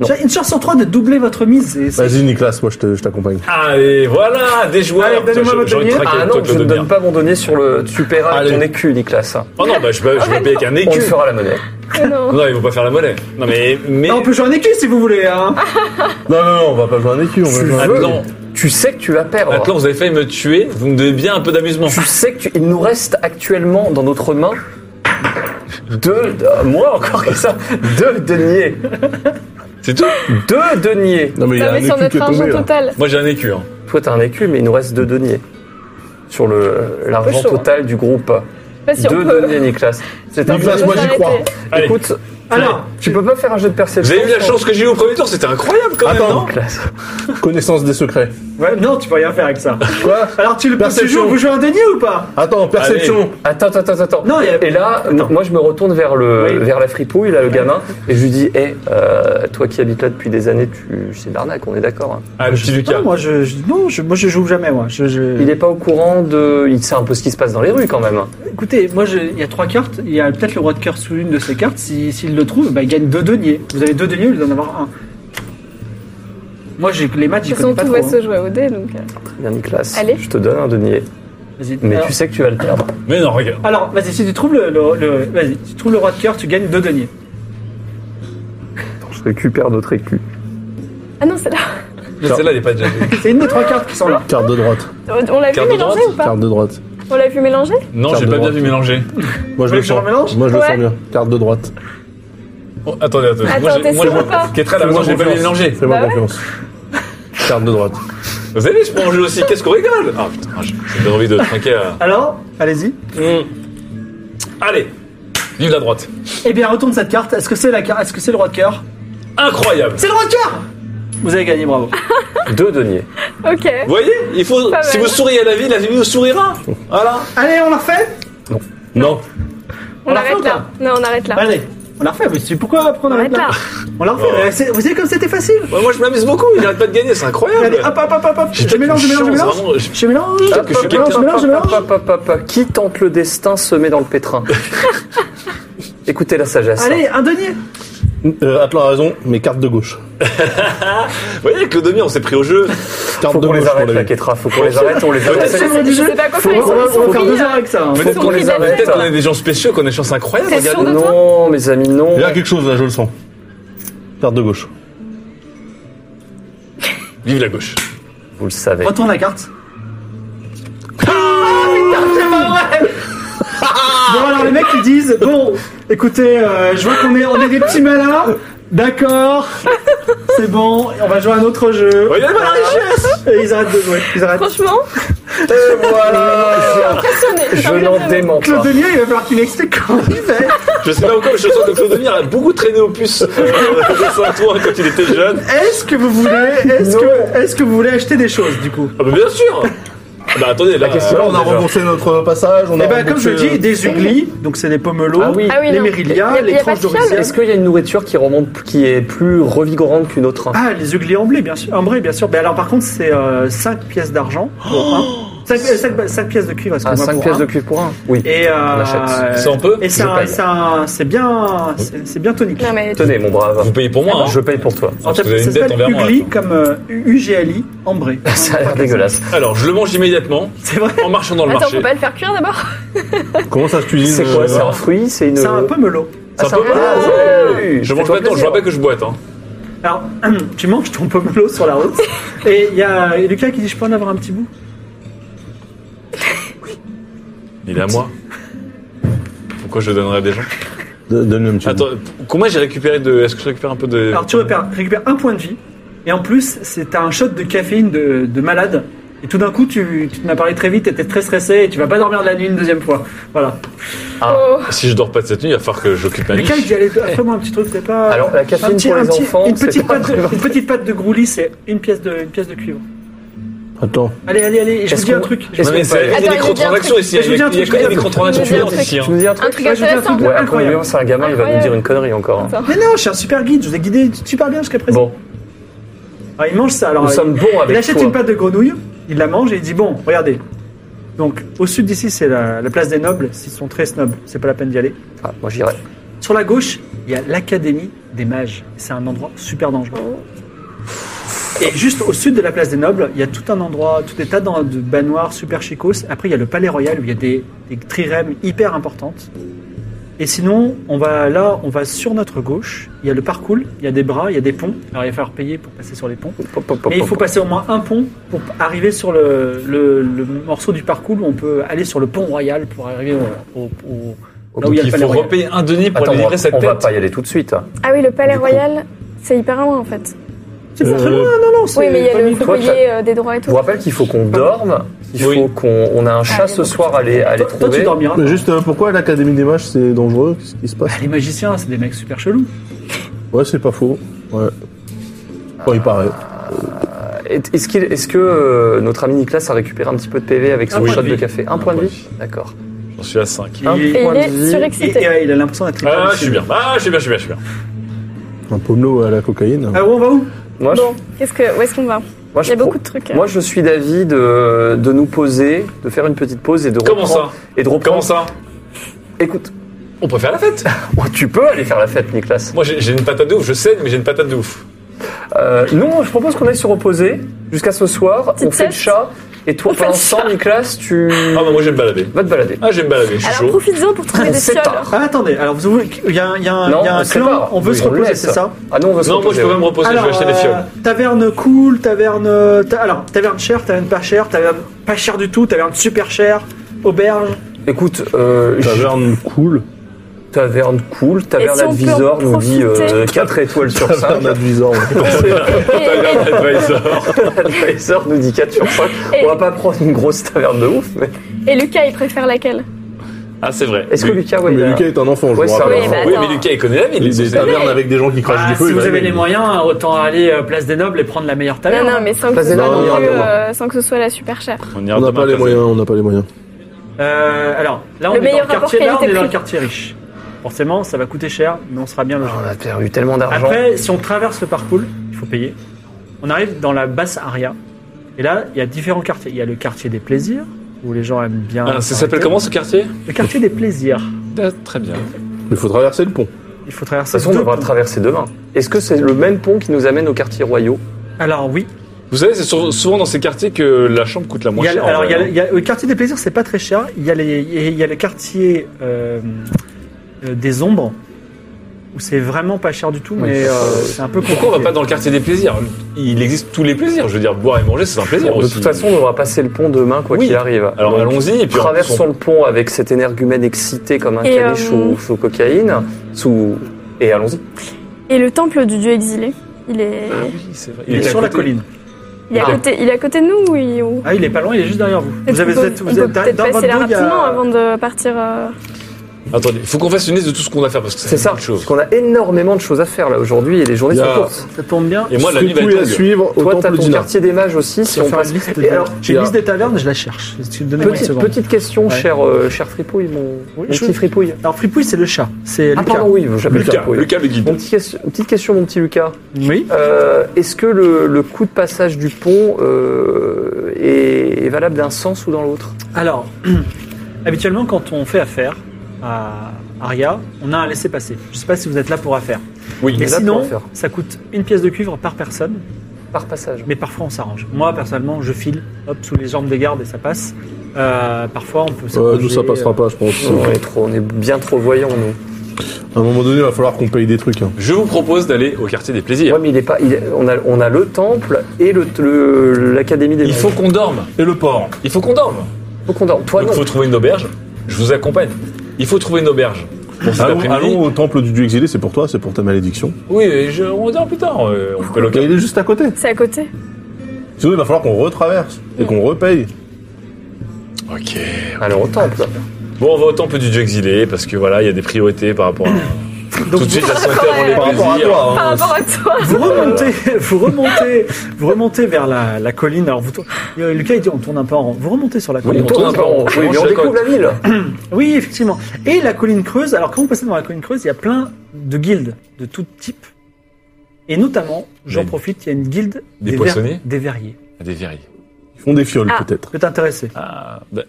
Speaker 4: Non.
Speaker 1: Une chance sur trois de doubler votre mise. c'est- c'est-
Speaker 5: Vas-y, Nicolas, moi je te- je t'accompagne.
Speaker 2: Allez, voilà, des joueurs.
Speaker 1: Allez, donnez-moi
Speaker 2: Putain,
Speaker 1: votre
Speaker 2: j'aurais
Speaker 1: denier.
Speaker 2: traqué
Speaker 4: Ah
Speaker 2: toi
Speaker 4: non,
Speaker 2: que
Speaker 4: je
Speaker 2: le
Speaker 4: ne
Speaker 2: denier.
Speaker 4: donne pas mon denier sur le. Tu paieras avec ton
Speaker 2: Allez.
Speaker 4: écu, Nicolas.
Speaker 2: Oh non, bah, je, peux- je vais payer avec un
Speaker 4: Ah, On le
Speaker 2: écu.
Speaker 4: fera à la monnaie.
Speaker 3: Ah non.
Speaker 2: Non, ils vont pas faire la monnaie. Non, mais. mais...
Speaker 1: Ah, on peut jouer un écu si vous voulez. Hein.
Speaker 5: Non, non, non, on va pas jouer un écu, on va
Speaker 4: Tu
Speaker 5: jouer un
Speaker 4: veux,
Speaker 2: Atlan.
Speaker 4: tu sais que tu vas perdre.
Speaker 2: Atlan, vous avez failli me tuer, vous me devez bien un peu d'amusement.
Speaker 4: Tu sais que tu- il nous reste actuellement dans notre main deux, euh, moi encore que ça, deux deniers,
Speaker 2: C'est tout
Speaker 4: deux deniers.
Speaker 5: Non, mais il y
Speaker 3: Ça
Speaker 5: a un
Speaker 3: met sur
Speaker 5: écu
Speaker 3: notre
Speaker 5: qui est
Speaker 3: argent
Speaker 5: tombé là.
Speaker 3: total.
Speaker 2: Moi j'ai un écu. Hein.
Speaker 4: Toi t'as un écu, mais il nous reste deux deniers sur le l'argent
Speaker 3: chaud, hein.
Speaker 4: total du groupe.
Speaker 3: Pas si
Speaker 4: deux
Speaker 3: on peut.
Speaker 4: deniers, Nicolas. C'est un
Speaker 5: Nicolas,
Speaker 4: peu-
Speaker 5: moi j'y
Speaker 3: Arrêtez.
Speaker 5: crois.
Speaker 2: Allez,
Speaker 4: Écoute,
Speaker 1: Alors,
Speaker 4: tu peux pas faire un jeu de
Speaker 2: vous
Speaker 4: perception.
Speaker 2: avez vu la
Speaker 4: sans-
Speaker 2: chance que j'ai eu au premier tour, c'était incroyable quand même, non
Speaker 4: Attends, Nicolas.
Speaker 5: Connaissance des secrets.
Speaker 1: ouais, non, tu peux rien faire avec ça.
Speaker 5: Quoi
Speaker 1: Alors, tu le tu
Speaker 5: Perception.
Speaker 1: joues, vous jouez un denier ou pas
Speaker 5: Attends, perception.
Speaker 4: Attends, attends, attends, attends.
Speaker 1: Non, il y a-
Speaker 4: Et là, m- moi, je me retourne vers le,
Speaker 1: Oui.
Speaker 4: vers la fripouille, là, le gamin, et je lui dis, hé, toi qui habites là depuis des années, tu, c'est de l'arnaque, on est d'accord. hein.
Speaker 2: Ah, le petit Lucas.
Speaker 1: Non, moi je, je- non, je, moi je joue jamais moi. Je, je-
Speaker 4: Il est pas au courant de, il sait un peu ce qui se passe dans les rues quand même. hein.
Speaker 1: Écoutez, moi je- il y a trois cartes, il y a peut-être le roi de cœur sous une de ces cartes. Si- S'il le trouve, bah, il gagne deux deniers. Vous avez deux deniers, il doit en avoir un. Moi j'ai les matchs,
Speaker 3: De
Speaker 1: j'y
Speaker 3: toute
Speaker 1: connais
Speaker 3: façon,
Speaker 1: pas
Speaker 3: tout
Speaker 1: trop.
Speaker 3: va
Speaker 1: hein.
Speaker 3: se jouer au dé, donc. euh,
Speaker 4: Très bien, Nicolas.
Speaker 3: Allez.
Speaker 4: Je te donne un denier,
Speaker 1: hein. Vas-y.
Speaker 4: mais
Speaker 1: alors,
Speaker 4: tu sais que tu vas le perdre.
Speaker 2: Mais non, regarde.
Speaker 1: alors, vas-y, si tu trouves le, le- le- vas-y, si tu trouves le roi de cœur, tu gagnes deux deniers.
Speaker 4: Je récupère notre écu.
Speaker 3: Ah non, c'est là.
Speaker 2: Mais Celle-là, elle est pas déjà jouée.
Speaker 1: C'est une des trois cartes qui sont là.
Speaker 5: Carte de droite.
Speaker 3: On l'a vu
Speaker 2: Carte de droite,
Speaker 3: mélanger ou pas
Speaker 5: Carte de droite.
Speaker 3: On l'a vu mélanger
Speaker 2: Non,
Speaker 5: Carte
Speaker 2: j'ai
Speaker 5: de
Speaker 2: pas bien
Speaker 5: droite.
Speaker 2: vu mélanger.
Speaker 5: Moi je
Speaker 1: Ouais,
Speaker 5: le
Speaker 1: je
Speaker 5: sens.
Speaker 1: remélange
Speaker 5: Moi je le
Speaker 3: Ouais.
Speaker 5: sens bien. Carte de droite.
Speaker 2: Oh, attendez, attendez.
Speaker 3: Attends,
Speaker 2: moi,
Speaker 3: t'es
Speaker 2: j'ai- moi,
Speaker 3: sûr
Speaker 2: je
Speaker 3: ou pas
Speaker 2: Kétra, la raison, j'ai pas bien mélangé.
Speaker 5: Fais-moi
Speaker 3: Bah ouais.
Speaker 5: confiance. Carte de droite.
Speaker 2: Vous avez vu, je prends un jeu aussi, qu'est-ce qu'on rigole Ah putain, j'ai j'ai bien envie de trinquer à.
Speaker 1: Alors, allez-y.
Speaker 2: Hmm. Allez, vive la droite.
Speaker 1: Eh bien, retourne cette carte. Est-ce que c'est la carte Est-ce que c'est le roi de cœur
Speaker 2: Incroyable.
Speaker 1: C'est le roi de cœur Vous avez gagné, bravo.
Speaker 4: Deux deniers.
Speaker 3: Ok.
Speaker 2: Vous voyez, il faut,
Speaker 3: Pas
Speaker 2: si
Speaker 3: mal.
Speaker 2: vous souriez à la vie, la vie vous sourira. Voilà.
Speaker 1: Allez, on la refait.
Speaker 5: Non.
Speaker 3: On,
Speaker 1: On la
Speaker 3: arrête
Speaker 1: fait ou
Speaker 3: là. Non, on arrête là.
Speaker 1: Allez, on la refait. mais c'est- Pourquoi après, on
Speaker 3: on
Speaker 1: arrête
Speaker 3: arrête
Speaker 1: là
Speaker 3: là.
Speaker 1: On la refait. euh, c'est- Vous savez comme c'était facile.
Speaker 2: Ouais, Moi, je m'amuse beaucoup, il arrête pas de gagner, c'est incroyable.
Speaker 1: Allez, hop, hop, hop, hop, hop.
Speaker 2: J'ai
Speaker 1: Je
Speaker 2: peut-être
Speaker 1: mélange, je
Speaker 2: une
Speaker 1: mélange, je
Speaker 2: chance,
Speaker 1: mélange.
Speaker 2: vraiment, je-
Speaker 1: Je mélange,
Speaker 2: Peut-être que je suis
Speaker 1: je mélange, je
Speaker 4: Hop,
Speaker 1: mélange, je
Speaker 4: hop,
Speaker 1: mélange.
Speaker 4: hop, hop, hop, hop. Qui tente le destin se met dans le pétrin. Écoutez la sagesse. hein.
Speaker 1: Allez, un denier.
Speaker 5: Euh, Atlan a raison, mais carte de gauche.
Speaker 2: Vous voyez, avec le demi, on s'est pris au jeu.
Speaker 5: Carte
Speaker 4: Faut
Speaker 5: de
Speaker 4: qu'on les
Speaker 5: gauche pour
Speaker 4: arrête,
Speaker 5: la
Speaker 4: la
Speaker 5: vie.
Speaker 4: Kétra. Faut qu'on les arrête, on les
Speaker 3: Je
Speaker 4: arrête.
Speaker 3: sais je sais pas quoi faire. ils
Speaker 1: On va
Speaker 3: sont-
Speaker 1: on va
Speaker 3: ils
Speaker 1: faire
Speaker 3: sont
Speaker 1: deux heures
Speaker 3: pris,
Speaker 1: avec ça. hein.
Speaker 3: Faut
Speaker 2: Peut-être
Speaker 3: qu'on
Speaker 2: qu'on
Speaker 3: les
Speaker 2: les
Speaker 3: arrête.
Speaker 2: arrête. Peut-être qu'on est des gens spéciaux, qu'on a des chances incroyables.
Speaker 3: T'es
Speaker 2: Regarde,
Speaker 3: sûr de toi
Speaker 4: Non, mes amis, non.
Speaker 5: Il y a quelque chose là, je le sens. Carte de gauche.
Speaker 2: Vive la gauche.
Speaker 4: Vous le savez.
Speaker 6: Retourne la carte.
Speaker 1: Ah, Bon, alors les mecs ils disent Bon, écoutez, euh, je vois qu'on est, on est des petits malins. D'accord, c'est bon, on va jouer à un autre jeu.
Speaker 2: Regardez ma richesse
Speaker 1: Et ils arrêtent de jouer. Ils arrêtent.
Speaker 3: Franchement,
Speaker 4: Et voilà
Speaker 3: impressionné.
Speaker 4: Je n'en dément pas.
Speaker 1: Claude Nier, il va falloir qu'il explique comment il fait.
Speaker 2: Je sais pas encore, mais je sens que Claude Demir a beaucoup traîné aux puces de Saint-Ouen quand il était jeune.
Speaker 1: Est-ce que vous voulez, est-ce que, est-ce que vous voulez acheter des choses du coup
Speaker 2: Ah bah bien sûr Ah Bah attendez, la question
Speaker 5: Là, Euh, on a remboursé notre passage. On a
Speaker 1: Eh ben, comme je
Speaker 5: remboursé-
Speaker 1: dis, des uglis, donc c'est les pomelos,
Speaker 4: Ah oui.
Speaker 3: Ah oui,
Speaker 1: les
Speaker 3: non.
Speaker 1: mérilias,
Speaker 3: Y a- y
Speaker 1: les
Speaker 3: a pas
Speaker 1: tranches
Speaker 3: de
Speaker 1: d'oriziane.
Speaker 4: Est-ce qu'il y a une nourriture qui remonte, qui est plus revigorante qu'une autre
Speaker 1: Ah, les uglis en blé, bien sûr. En blé, bien sûr. Mais alors, par contre, c'est 5 pièces d'argent
Speaker 3: Oh
Speaker 1: pour un. euh, 5, bah, pièces de cuivre,
Speaker 4: Ah,
Speaker 1: excuse-moi.
Speaker 4: 5
Speaker 1: pour
Speaker 4: pièces
Speaker 1: un.
Speaker 4: de cuivre pour un Oui.
Speaker 1: Et, euh,
Speaker 4: On achète.
Speaker 2: Ça, on peut
Speaker 1: Et c'est
Speaker 4: Je
Speaker 1: un-
Speaker 4: paye.
Speaker 1: c'est un- c'est bien, c'est c'est bien tonique.
Speaker 3: Non, mais
Speaker 4: Tenez, mon brave.
Speaker 2: Vous payez pour moi, hein
Speaker 4: Je paye pour toi.
Speaker 1: En
Speaker 2: Parce que vous avez
Speaker 1: ça
Speaker 2: une dette
Speaker 1: s'appelle
Speaker 2: envers moi,
Speaker 1: Ugly
Speaker 2: attends.
Speaker 1: comme euh, UGLI ambré.
Speaker 4: Ça a l'air dégueulasse.
Speaker 2: Alors, je le mange immédiatement,
Speaker 1: C'est vrai.
Speaker 2: en marchant dans le
Speaker 3: attends, on
Speaker 2: marché.
Speaker 3: peut pas le faire cuire d'abord
Speaker 5: euh, Comment ça se cuisine
Speaker 4: C'est quoi
Speaker 5: euh,
Speaker 4: C'est un fruit C'est une.
Speaker 1: C'est un pomelo.
Speaker 4: Ah,
Speaker 2: C'est un peu-
Speaker 4: ah, oui,
Speaker 2: Je mange maintenant,
Speaker 4: fais-toi
Speaker 2: je
Speaker 4: plaisir.
Speaker 2: vois pas que je boite. Hein.
Speaker 1: Alors, tu manges ton pomelo sur la route. Et il y a Lucas qui dit Je peux en avoir un petit bout
Speaker 2: Il est à moi. Pourquoi je le donnerais à des gens
Speaker 5: Donne- Donne-le un petit
Speaker 2: Attends, combien j'ai récupéré de. Est-ce que je récupère un peu de.
Speaker 1: Alors, tu repères- récupères un point de vie. Et en plus, c'est t'as un shot de caféine de, de malade. Et tout d'un coup, tu, tu m'as parlé très vite, t'étais très stressé et tu vas pas dormir de la nuit une deuxième fois. Voilà.
Speaker 4: Ah.
Speaker 2: Si je dors pas de cette nuit, il va falloir que j'occupe ma
Speaker 1: Lucas, il
Speaker 2: niche.
Speaker 1: dit Allez, fais-moi un petit truc, c'est pas.
Speaker 4: Eh. Alors, la
Speaker 1: un
Speaker 4: caféine
Speaker 1: petit-
Speaker 4: pour
Speaker 1: un
Speaker 4: les
Speaker 1: petit-
Speaker 4: enfants,
Speaker 1: Une
Speaker 4: c'est
Speaker 1: petite,
Speaker 4: pas
Speaker 1: pâte de, une petite pâte de groulis, c'est une pièce de, une pièce de cuivre.
Speaker 5: bout. Attends.
Speaker 1: Allez, allez, allez, je vous
Speaker 4: Est-ce
Speaker 1: dis un
Speaker 4: qu'on-
Speaker 1: truc.
Speaker 4: est-ce
Speaker 2: Non, mais
Speaker 4: qu'on
Speaker 2: c'est-
Speaker 4: peut-
Speaker 2: il y a
Speaker 3: Attends,
Speaker 2: des
Speaker 3: il me dit un
Speaker 2: microtransactions
Speaker 3: truc.
Speaker 2: ici, hein.
Speaker 1: Je
Speaker 2: il
Speaker 1: vous
Speaker 2: y
Speaker 1: dis
Speaker 2: a
Speaker 1: un
Speaker 2: il y
Speaker 1: truc, je vous
Speaker 2: a que des
Speaker 1: dis un
Speaker 2: microtransactions
Speaker 3: truc.
Speaker 2: violentes ici. hein.
Speaker 4: Tu me dis un
Speaker 3: Un
Speaker 4: truc
Speaker 3: truc
Speaker 1: Ouais, je vais
Speaker 3: assez
Speaker 1: faire un truc
Speaker 3: simple.
Speaker 1: de-
Speaker 4: Ouais, après,
Speaker 1: incroyable.
Speaker 4: on c'est un gamin, il va nous dire une connerie encore. hein.
Speaker 1: Mais non, je suis un super guide, je vous ai guidé super bien jusqu'à présent.
Speaker 4: Bon,
Speaker 1: Alors, il mange ça. Alors,
Speaker 4: nous
Speaker 1: il-
Speaker 4: sommes bons
Speaker 1: Il
Speaker 4: avec
Speaker 1: achète
Speaker 4: toi.
Speaker 1: une pâte de grenouille, il la mange et il dit bon, regardez. Donc au sud d'ici c'est la, la place des nobles, ils sont très snobs, c'est pas la peine d'y aller.
Speaker 4: Ah, moi, j'irai.
Speaker 1: Sur la gauche, il y a l'académie des mages. C'est un endroit super dangereux. Et juste au sud de la place des nobles, il y a tout un endroit, tout des tas d'en- de bas noirs super chicos. Après il y a le palais royal où il y a des, des trirèmes hyper importantes. Et sinon, on va là, on va sur notre gauche. Il y a le parcours, il y a des bras, il y a des ponts. Alors il va falloir payer pour passer sur les ponts.
Speaker 4: Pop, pop, pop,
Speaker 1: Mais il
Speaker 4: pop,
Speaker 1: faut
Speaker 4: pop.
Speaker 1: passer au moins un pont pour arriver sur le, le- le morceau du parcours où on peut aller sur le pont royal pour arriver au, au- au- là où
Speaker 2: Donc
Speaker 1: Ah il y a le
Speaker 2: il
Speaker 1: palais
Speaker 2: faut
Speaker 1: royal.
Speaker 2: repayer un denier pour
Speaker 4: Attends,
Speaker 2: aller
Speaker 4: on va-
Speaker 2: livrer cette
Speaker 4: on va
Speaker 2: tête.
Speaker 4: pas y aller tout de suite. hein.
Speaker 3: Ah oui, le palais
Speaker 4: Du coup.
Speaker 3: royal, c'est hyper loin en fait.
Speaker 1: C'est pas
Speaker 5: Euh,
Speaker 1: très loin, non, non. c'est
Speaker 3: Oui, mais il y
Speaker 1: pas
Speaker 3: a le
Speaker 1: mille
Speaker 3: faut
Speaker 1: fois.
Speaker 4: fois,
Speaker 3: payer euh, des droits et
Speaker 4: Je
Speaker 3: tout.
Speaker 4: vous rappelle qu'il faut qu'on dorme, il
Speaker 2: Oui.
Speaker 4: faut qu'on. On a un chat ce
Speaker 3: donc,
Speaker 4: soir à les, à les
Speaker 1: Toi, toi,
Speaker 4: trouver.
Speaker 1: tu dormiras.
Speaker 5: Mais juste, euh, pourquoi l'Académie des Mages, c'est dangereux Qu'est-ce qui se passe
Speaker 1: Bah, les magiciens, c'est des mecs super chelous.
Speaker 5: Ouais, c'est pas faux. Ouais. Bon, il paraît.
Speaker 4: Est- Est-ce qu'il- est-ce que euh, notre ami Nicolas a récupéré un petit peu de PV avec
Speaker 1: Un
Speaker 4: son
Speaker 1: point
Speaker 4: shot
Speaker 1: de
Speaker 4: de
Speaker 1: vie.
Speaker 4: café Un point de vie D'accord.
Speaker 2: J'en suis à 5.
Speaker 4: Un
Speaker 1: Et-
Speaker 3: Et
Speaker 4: point
Speaker 3: il
Speaker 4: de
Speaker 3: est
Speaker 4: vie.
Speaker 1: Et,
Speaker 3: surexcité.
Speaker 1: et, ouais, il a l'impression d'être. hyper
Speaker 2: Ah, je
Speaker 1: excité.
Speaker 2: suis bien. Ah, je suis bien, je suis bien, je suis bien.
Speaker 5: Un pomelo à la cocaïne.
Speaker 1: Ah, ouais, on va où
Speaker 4: Moi, je-
Speaker 3: Bon, qu'est-ce que, où est-ce qu'on va
Speaker 4: moi,
Speaker 3: Il
Speaker 4: je
Speaker 3: y a
Speaker 4: pro-
Speaker 3: beaucoup de trucs. hein.
Speaker 4: moi, je suis d'avis de, de nous poser, de faire une petite pause et de
Speaker 2: Comment ça
Speaker 4: reprendre. et de
Speaker 2: Comment
Speaker 4: reprendre.
Speaker 2: ça
Speaker 4: Écoute,
Speaker 2: On peut faire la fête
Speaker 4: oh, tu peux aller faire la fête, Nicolas.
Speaker 2: Moi j'ai j'ai une patate de ouf, je saigne, mais j'ai une patate de ouf.
Speaker 4: Euh, non, je propose qu'on aille se reposer jusqu'à ce soir.
Speaker 3: Petite
Speaker 4: on fait le
Speaker 3: sieste.
Speaker 4: chat. Et toi,
Speaker 3: On fait
Speaker 4: pour
Speaker 3: le
Speaker 4: l'instant, Nicolas, tu
Speaker 2: Ah, bah moi j'aime me balader.
Speaker 4: vas te balader.
Speaker 2: Ah, j'aime me balader, je suis
Speaker 3: Alors
Speaker 2: chaud.
Speaker 3: profites-en pour trouver des
Speaker 4: C'est
Speaker 3: fioles.
Speaker 4: tard.
Speaker 1: Ah, attendez, alors vous ouvrez- il y a, un- il y a un, il y a un
Speaker 4: on se
Speaker 1: clan,
Speaker 4: sépare.
Speaker 1: on veut
Speaker 4: Oui,
Speaker 1: se
Speaker 4: on
Speaker 1: reposer,
Speaker 4: laisse.
Speaker 1: c'est ça
Speaker 4: Ah non, on veut se
Speaker 2: Non, moi je
Speaker 4: reposer.
Speaker 2: peux pas me reposer, je vais acheter des fioles.
Speaker 1: euh, taverne cool, taverne. euh, ta- alors, taverne chère, taverne pas chère, taverne pas chère du tout, taverne super chère, auberge.
Speaker 4: Écoute, euh,
Speaker 5: Taverne cool.
Speaker 4: Taverne cool, Taverne
Speaker 3: Et si on peut
Speaker 4: Advisor
Speaker 3: en
Speaker 4: nous dit euh,
Speaker 3: profiter
Speaker 4: 4 étoiles sur 5.
Speaker 5: Taverne advisor. ouais.
Speaker 3: Et- et-
Speaker 2: Advisor.
Speaker 4: Advisor nous dit 4 sur 5.
Speaker 3: Et-
Speaker 4: On va pas prendre une grosse taverne de ouf, mais.
Speaker 3: Et Lucas, il préfère laquelle
Speaker 2: Ah, c'est vrai.
Speaker 4: Est-ce que
Speaker 2: Lu-
Speaker 4: Lucas, ouais, il
Speaker 5: Mais
Speaker 4: a-
Speaker 5: Lucas est un enfant, je
Speaker 4: Ouais,
Speaker 5: vous
Speaker 4: c'est
Speaker 5: rappelle.
Speaker 4: un
Speaker 3: bah,
Speaker 2: Oui,
Speaker 3: attends.
Speaker 2: mais Lucas il connaît la ville.
Speaker 5: Des
Speaker 2: c'est-
Speaker 5: tavernes avec des gens qui crachent du feu.
Speaker 1: Ah, si
Speaker 5: il
Speaker 1: vous
Speaker 5: va
Speaker 1: avez
Speaker 5: aimer.
Speaker 1: les moyens, autant aller euh, place des nobles et prendre la meilleure
Speaker 3: Non,
Speaker 1: taverne.
Speaker 3: non, mais sans que,
Speaker 4: Vas-y,
Speaker 3: ce soit
Speaker 4: Ah non,
Speaker 3: non
Speaker 4: on ira
Speaker 3: plus,
Speaker 4: demain.
Speaker 3: euh, sans que ce soit la super chère.
Speaker 2: On ira
Speaker 5: On n'a
Speaker 2: demain,
Speaker 5: pas les
Speaker 2: après.
Speaker 5: moyens, on n'a pas les moyens.
Speaker 1: Euh, alors, là on
Speaker 3: Le
Speaker 1: est dans
Speaker 3: meilleur
Speaker 1: le quartier, là
Speaker 3: rapport
Speaker 1: on est dans le
Speaker 3: qualité-prix.
Speaker 1: quartier riche. Forcément, ça va coûter cher, mais on sera bien logé.
Speaker 4: On a perdu tellement d'argent.
Speaker 1: Après, si on traverse le parcours, il faut payer. On arrive dans la basse aria, et là il y a différents quartiers. Il y a le quartier des plaisirs où les gens aiment bien.
Speaker 2: Ah, ça
Speaker 1: s'arrêter.
Speaker 2: s'appelle comment ce quartier
Speaker 1: Le quartier des plaisirs.
Speaker 2: Ah, Très bien.
Speaker 5: Il faut traverser le pont.
Speaker 1: Il faut
Speaker 4: De
Speaker 1: traverser.
Speaker 4: toute façon, on
Speaker 1: deux
Speaker 4: devra
Speaker 1: ponts.
Speaker 4: traverser demain. Est-ce que c'est le même pont qui nous amène aux quartiers royaux
Speaker 1: Alors oui,
Speaker 2: Vous savez, c'est sur- souvent dans ces quartiers que la chambre coûte la moins
Speaker 1: Il y a-
Speaker 2: chère. en
Speaker 1: alors, il
Speaker 2: vrai,
Speaker 1: y a-
Speaker 2: hein.
Speaker 1: il y a- le quartier des plaisirs, c'est pas très cher. Il y a, les, il y a- il y a le quartier euh, euh, des ombres, où c'est vraiment pas cher du tout,
Speaker 4: Oui.
Speaker 1: mais euh, c'est un peu compliqué.
Speaker 2: Pourquoi on va pas dans le quartier des plaisirs Il existe tous les plaisirs. Je veux dire, boire et manger, c'est un plaisir
Speaker 4: Bon, de
Speaker 2: aussi.
Speaker 4: toute façon, on aura passé le pont demain, quoi
Speaker 2: Oui.
Speaker 4: qu'il arrive.
Speaker 2: Alors,
Speaker 4: Donc,
Speaker 2: allons-y, et puis, en plus,
Speaker 4: Traversons
Speaker 2: on-
Speaker 4: le pont avec cet énergumène excité comme un
Speaker 3: Et,
Speaker 4: caniche
Speaker 3: euh,
Speaker 4: sous, sous cocaïne. Sous... Et allons-y.
Speaker 3: Et le temple du dieu exilé, il est,
Speaker 2: Ah oui, c'est vrai.
Speaker 1: Il est
Speaker 2: était à
Speaker 1: sur la
Speaker 2: côté.
Speaker 1: colline.
Speaker 3: il est, à,
Speaker 4: Ah.
Speaker 3: côté, il est à côté de nous ou il est où
Speaker 1: Ah, il est pas loin, il est juste derrière vous. Vous
Speaker 3: Peut-être
Speaker 1: avez,
Speaker 3: qu'on
Speaker 1: vous
Speaker 3: peut-
Speaker 1: êtes,
Speaker 3: on
Speaker 1: vous
Speaker 3: peut
Speaker 1: êtes dans,
Speaker 3: peut-être
Speaker 1: dans votre
Speaker 3: passer là
Speaker 1: dos, il y a-
Speaker 3: rapidement avant de partir. euh,
Speaker 2: Attendez, faut qu'on fasse une liste de tout ce qu'on a à faire parce que
Speaker 4: C'est ça,
Speaker 2: beaucoup de choses.
Speaker 4: parce qu'on a énormément de choses à faire là aujourd'hui et les journées
Speaker 2: Il y
Speaker 4: sont
Speaker 2: a-
Speaker 4: courtes.
Speaker 1: Ça tombe bien.
Speaker 2: Et moi, la
Speaker 5: Street
Speaker 2: nuit va
Speaker 5: Way à
Speaker 2: être longue.
Speaker 5: suivre au
Speaker 4: Toi, t'as
Speaker 5: temple
Speaker 4: ton
Speaker 5: du Nord.
Speaker 4: quartier des mages aussi, si
Speaker 1: Je vais
Speaker 4: on
Speaker 1: faire
Speaker 4: passe.
Speaker 1: une liste
Speaker 4: Et
Speaker 1: des-
Speaker 4: alors,
Speaker 1: J'ai
Speaker 5: il y
Speaker 1: une
Speaker 5: a-
Speaker 1: liste des tavernes, je la cherche. Si tu me donnes une
Speaker 4: Petite,
Speaker 1: seconde.
Speaker 4: petite question,
Speaker 1: Ouais.
Speaker 4: cher, euh, cher Fripouille, mon, mon
Speaker 1: je-
Speaker 4: petit Fripouille.
Speaker 1: Alors, Fripouille, c'est le chat. C'est
Speaker 4: Ah,
Speaker 1: Lucas.
Speaker 4: pardon, oui, j'appelle
Speaker 2: Lucas,
Speaker 4: Fripouille.
Speaker 2: Lucas le
Speaker 4: Mon
Speaker 2: guide.
Speaker 4: petit ques- petite question, mon petit Lucas.
Speaker 1: Oui.
Speaker 4: Euh, Est-ce que le, le coup de passage du pont euh, est, est valable d'un sens ou dans l'autre
Speaker 1: Alors, habituellement, quand on fait affaire à Aria, on a un laissez-passer. Je sais pas si vous êtes là pour affaire.
Speaker 2: Oui,
Speaker 1: Et
Speaker 4: est là pour
Speaker 1: sinon,
Speaker 4: affaire.
Speaker 1: ça coûte une pièce de cuivre par personne,
Speaker 4: Par passage.
Speaker 1: mais parfois on s'arrange. Moi, personnellement, je file hop, sous les jambes des gardes et ça passe. Euh, parfois, on peut
Speaker 5: Ouais,
Speaker 1: s'arranger.
Speaker 5: Nous, ça passera pas, je pense.
Speaker 4: on, est trop, on est bien trop voyants, nous.
Speaker 5: À un moment donné, il va falloir qu'on paye des trucs. hein.
Speaker 2: Je vous propose d'aller au quartier des
Speaker 4: Ouais,
Speaker 2: plaisirs.
Speaker 4: mais il est pas, il est- on, a, on a le temple et l'académie le, l'académie des
Speaker 2: Il
Speaker 4: mages.
Speaker 2: faut qu'on dorme.
Speaker 5: Et le port
Speaker 2: Il faut qu'on dorme.
Speaker 4: Faut qu'on dorme. Toi,
Speaker 2: Donc il faut
Speaker 4: non.
Speaker 2: trouver une auberge. Je vous accompagne. Il faut trouver une auberge. Pour cet
Speaker 5: Allons,
Speaker 2: après-midi.
Speaker 5: allons au temple du dieu exilé, c'est pour toi, c'est pour ta malédiction.
Speaker 2: Oui, mais je, on dort plus tard. euh, on fait
Speaker 5: Bah,
Speaker 2: l'occasion.
Speaker 5: il est juste à côté.
Speaker 3: C'est à côté.
Speaker 5: Sinon, il va falloir qu'on retraverse et qu'on repaye.
Speaker 2: Ok.
Speaker 4: Allons au temple.
Speaker 2: Bon, on va au temple du dieu exilé parce que voilà, il y a des priorités par rapport à. Tout de suite, la santé avant les
Speaker 3: Par
Speaker 5: rapport à
Speaker 2: plaisirs.
Speaker 3: Par rapport à Ah, bah, toi.
Speaker 1: euh, Vous remontez, vous remontez, vous remontez vers la, la colline. Alors, vous, tour- euh, Lucas, il dit, on tourne un peu en rond. Vous remontez sur la
Speaker 2: Oui,
Speaker 1: colline.
Speaker 2: on
Speaker 4: Toi,
Speaker 2: tourne un
Speaker 4: non,
Speaker 2: peu en rond.
Speaker 4: Oui,
Speaker 2: On
Speaker 4: mais on
Speaker 2: se
Speaker 4: découvre la ville.
Speaker 1: Oui, effectivement. Et la colline creuse, alors quand vous passez dans la colline creuse, il y a plein de guildes de tout type. Et notamment, j'en
Speaker 2: Des-
Speaker 1: profite, il y a une guilde
Speaker 2: des
Speaker 1: ver-
Speaker 2: poissonniers
Speaker 1: des verriers.
Speaker 4: hein.
Speaker 2: Ah, Des verriers.
Speaker 5: Ils font des fioles,
Speaker 3: Ah.
Speaker 5: peut-être.
Speaker 1: Peut t'intéresser.
Speaker 2: Ah, bah,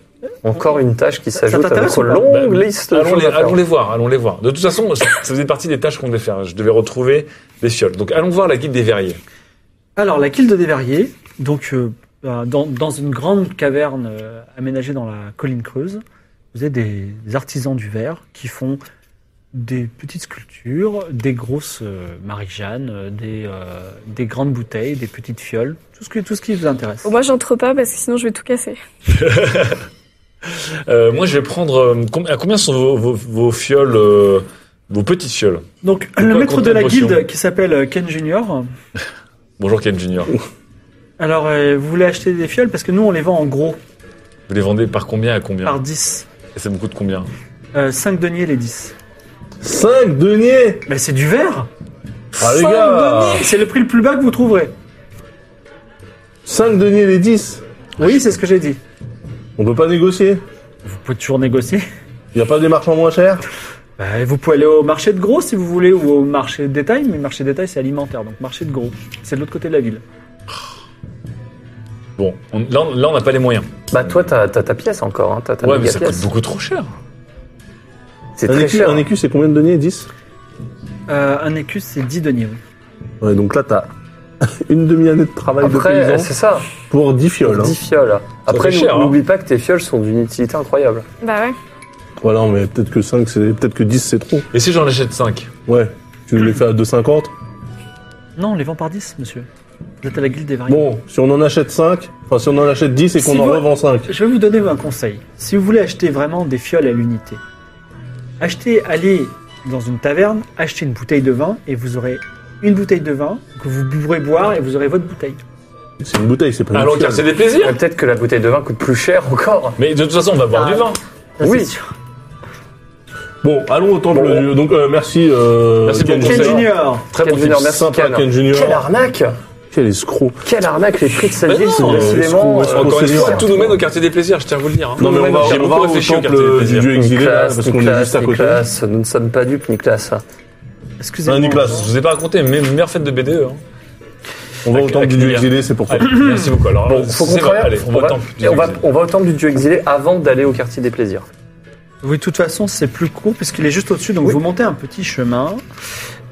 Speaker 4: Encore une tâche qui s'ajoute à
Speaker 1: t'intéresse
Speaker 4: notre
Speaker 1: ou pas
Speaker 4: longue
Speaker 2: Bah,
Speaker 4: liste de
Speaker 2: allons,
Speaker 4: choses
Speaker 2: les,
Speaker 4: à faire.
Speaker 2: allons les voir, allons les voir. De toute façon, ça, ça faisait partie des tâches qu'on devait faire. Je devais retrouver des fioles. Donc allons voir la guide des verriers.
Speaker 1: Alors, la guilde des verriers, donc euh, euh, dans, dans une grande caverne euh, aménagée dans la colline creuse, vous avez des, des artisans du verre qui font des petites sculptures, des grosses euh, Marie-Jeanne, euh, des, euh, des grandes bouteilles, des petites fioles, tout ce, que, tout ce qui vous intéresse.
Speaker 3: Bon, moi, j'entre pas parce que sinon je vais tout casser.
Speaker 2: Euh, moi, je vais prendre. euh, com- à combien sont vos, vos- vos fioles, euh, vos petites fioles
Speaker 1: Donc,
Speaker 2: Pourquoi
Speaker 1: le maître de la
Speaker 2: contemplation
Speaker 1: guilde qui s'appelle euh, Ken Junior.
Speaker 2: Bonjour Ken Junior.
Speaker 1: Alors, euh, vous voulez acheter des fioles parce que nous, on les vend en gros,
Speaker 2: Vous les vendez par combien à combien
Speaker 1: par 10.
Speaker 2: Et ça me coûte combien
Speaker 1: 5 deniers les 10.
Speaker 5: 5 deniers
Speaker 1: Mais c'est du verre
Speaker 5: Ah les
Speaker 1: Cinq
Speaker 5: gars
Speaker 1: deniers C'est le prix le plus bas que vous trouverez.
Speaker 5: 5 deniers les 10
Speaker 1: Oui, c'est ce que j'ai dit.
Speaker 5: On peut pas négocier
Speaker 1: Vous pouvez toujours négocier.
Speaker 5: Il a pas des marchands moins chers
Speaker 1: Bah, vous pouvez aller au marché de gros si vous voulez, ou au marché de détail, mais marché de détail, c'est alimentaire, donc marché de gros. C'est de l'autre côté de la ville.
Speaker 2: Bon, on- là, on- là, on n'a pas les moyens.
Speaker 4: Bah, toi, t'as t'as ta pièce encore. Hein. T'as ta
Speaker 2: Ouais, mais
Speaker 4: méga
Speaker 2: ça coûte
Speaker 4: pièce.
Speaker 2: beaucoup trop cher.
Speaker 4: C'est
Speaker 5: Un
Speaker 4: très
Speaker 5: écu,
Speaker 4: cher.
Speaker 5: un écu, c'est combien de deniers 10
Speaker 1: Euh, un écu, c'est 10 deniers. oui.
Speaker 5: Ouais, donc là, t'as une demi-année de travail de
Speaker 4: Après,
Speaker 5: paysan
Speaker 4: c'est ça.
Speaker 5: pour 10 fioles. hein.
Speaker 4: 10 fioles. Après,
Speaker 2: fait
Speaker 4: nous-
Speaker 2: cher, hein.
Speaker 4: n'oublie pas que tes fioles sont d'une utilité incroyable.
Speaker 3: Bah ouais.
Speaker 5: Ouais, non, mais peut-être que 5, c'est... peut-être que 10, c'est trop.
Speaker 2: Et si j'en achète 5
Speaker 5: Ouais. Tu nous les fais à 2,50
Speaker 1: Non, on les vend par 10, monsieur. Vous êtes à la guilde des variétés.
Speaker 5: Bon, si on en achète 5, enfin, si on en achète 10 et qu'on
Speaker 1: Si
Speaker 5: en
Speaker 1: vous-
Speaker 5: revend 5.
Speaker 1: Je vais vous donner un conseil. Si vous voulez acheter vraiment des fioles à l'unité, achetez, allez dans une taverne, achetez une bouteille de vin et vous aurez une bouteille de vin que vous pourrez boire et vous aurez votre bouteille.
Speaker 5: C'est une bouteille, Ah, c'est pas une
Speaker 2: Allons au
Speaker 5: fiole.
Speaker 2: quartier Ah, des plaisirs
Speaker 4: Mais Peut-être que la bouteille de vin coûte plus cher encore.
Speaker 2: Mais de toute façon, on va boire
Speaker 4: Ah.
Speaker 2: du vin.
Speaker 1: Ça,
Speaker 4: Oui.
Speaker 1: c'est sûr.
Speaker 5: Bon, allons au temple
Speaker 4: Bon.
Speaker 5: du- Donc, euh, merci, euh,
Speaker 2: Merci
Speaker 5: Ken
Speaker 2: pour le
Speaker 1: Ken
Speaker 5: Junior.
Speaker 2: conseil.
Speaker 1: Junior.
Speaker 2: Très bon
Speaker 4: Ken
Speaker 2: type.
Speaker 4: Junior, merci.
Speaker 5: Sympa,
Speaker 4: Ken.
Speaker 5: Ken Junior.
Speaker 4: Quelle arnaque
Speaker 5: Quel escroc.
Speaker 4: Quelle arnaque Les prix de cette
Speaker 2: Bah
Speaker 4: ville
Speaker 2: non,
Speaker 4: sont
Speaker 2: mais
Speaker 4: décidément. euh,
Speaker 5: c'est-
Speaker 2: Encore une fois,
Speaker 5: Conseiller.
Speaker 2: tout nous mène au quartier des plaisirs, je tiens à vous le dire. hein.
Speaker 5: Non, mais on va,
Speaker 2: J'ai
Speaker 5: on
Speaker 2: beaucoup
Speaker 5: va au
Speaker 2: réfléchi au
Speaker 5: temple
Speaker 2: quartier des
Speaker 5: du
Speaker 2: plaisirs.
Speaker 5: dieu exilé, là,
Speaker 4: Nicolas,
Speaker 5: parce qu'on est
Speaker 4: Nicolas,
Speaker 5: juste à côté.
Speaker 4: Nicolas, nous ne sommes pas dupes, Nicolas.
Speaker 1: Excusez-moi.
Speaker 5: Ah, Nicolas.
Speaker 2: Je vous ai pas raconté, mais meilleure fête de BDE. hein.
Speaker 5: On va au
Speaker 2: Avec-
Speaker 5: temple du
Speaker 2: avec
Speaker 5: dieu
Speaker 2: les
Speaker 5: exilé, c'est pour ça.
Speaker 2: Allez, merci beaucoup. Alors,
Speaker 4: Bon,
Speaker 2: c'est
Speaker 4: faut qu'on
Speaker 2: vrai,
Speaker 4: traverse.
Speaker 2: Allez, on va au temple du
Speaker 4: et on, va,
Speaker 2: exilé.
Speaker 4: on va au temple du dieu exilé avant d'aller au quartier des plaisirs.
Speaker 1: Oui, de toute façon, c'est plus court puisqu'il est juste au-dessus. Donc,
Speaker 4: Oui.
Speaker 1: vous montez un petit chemin.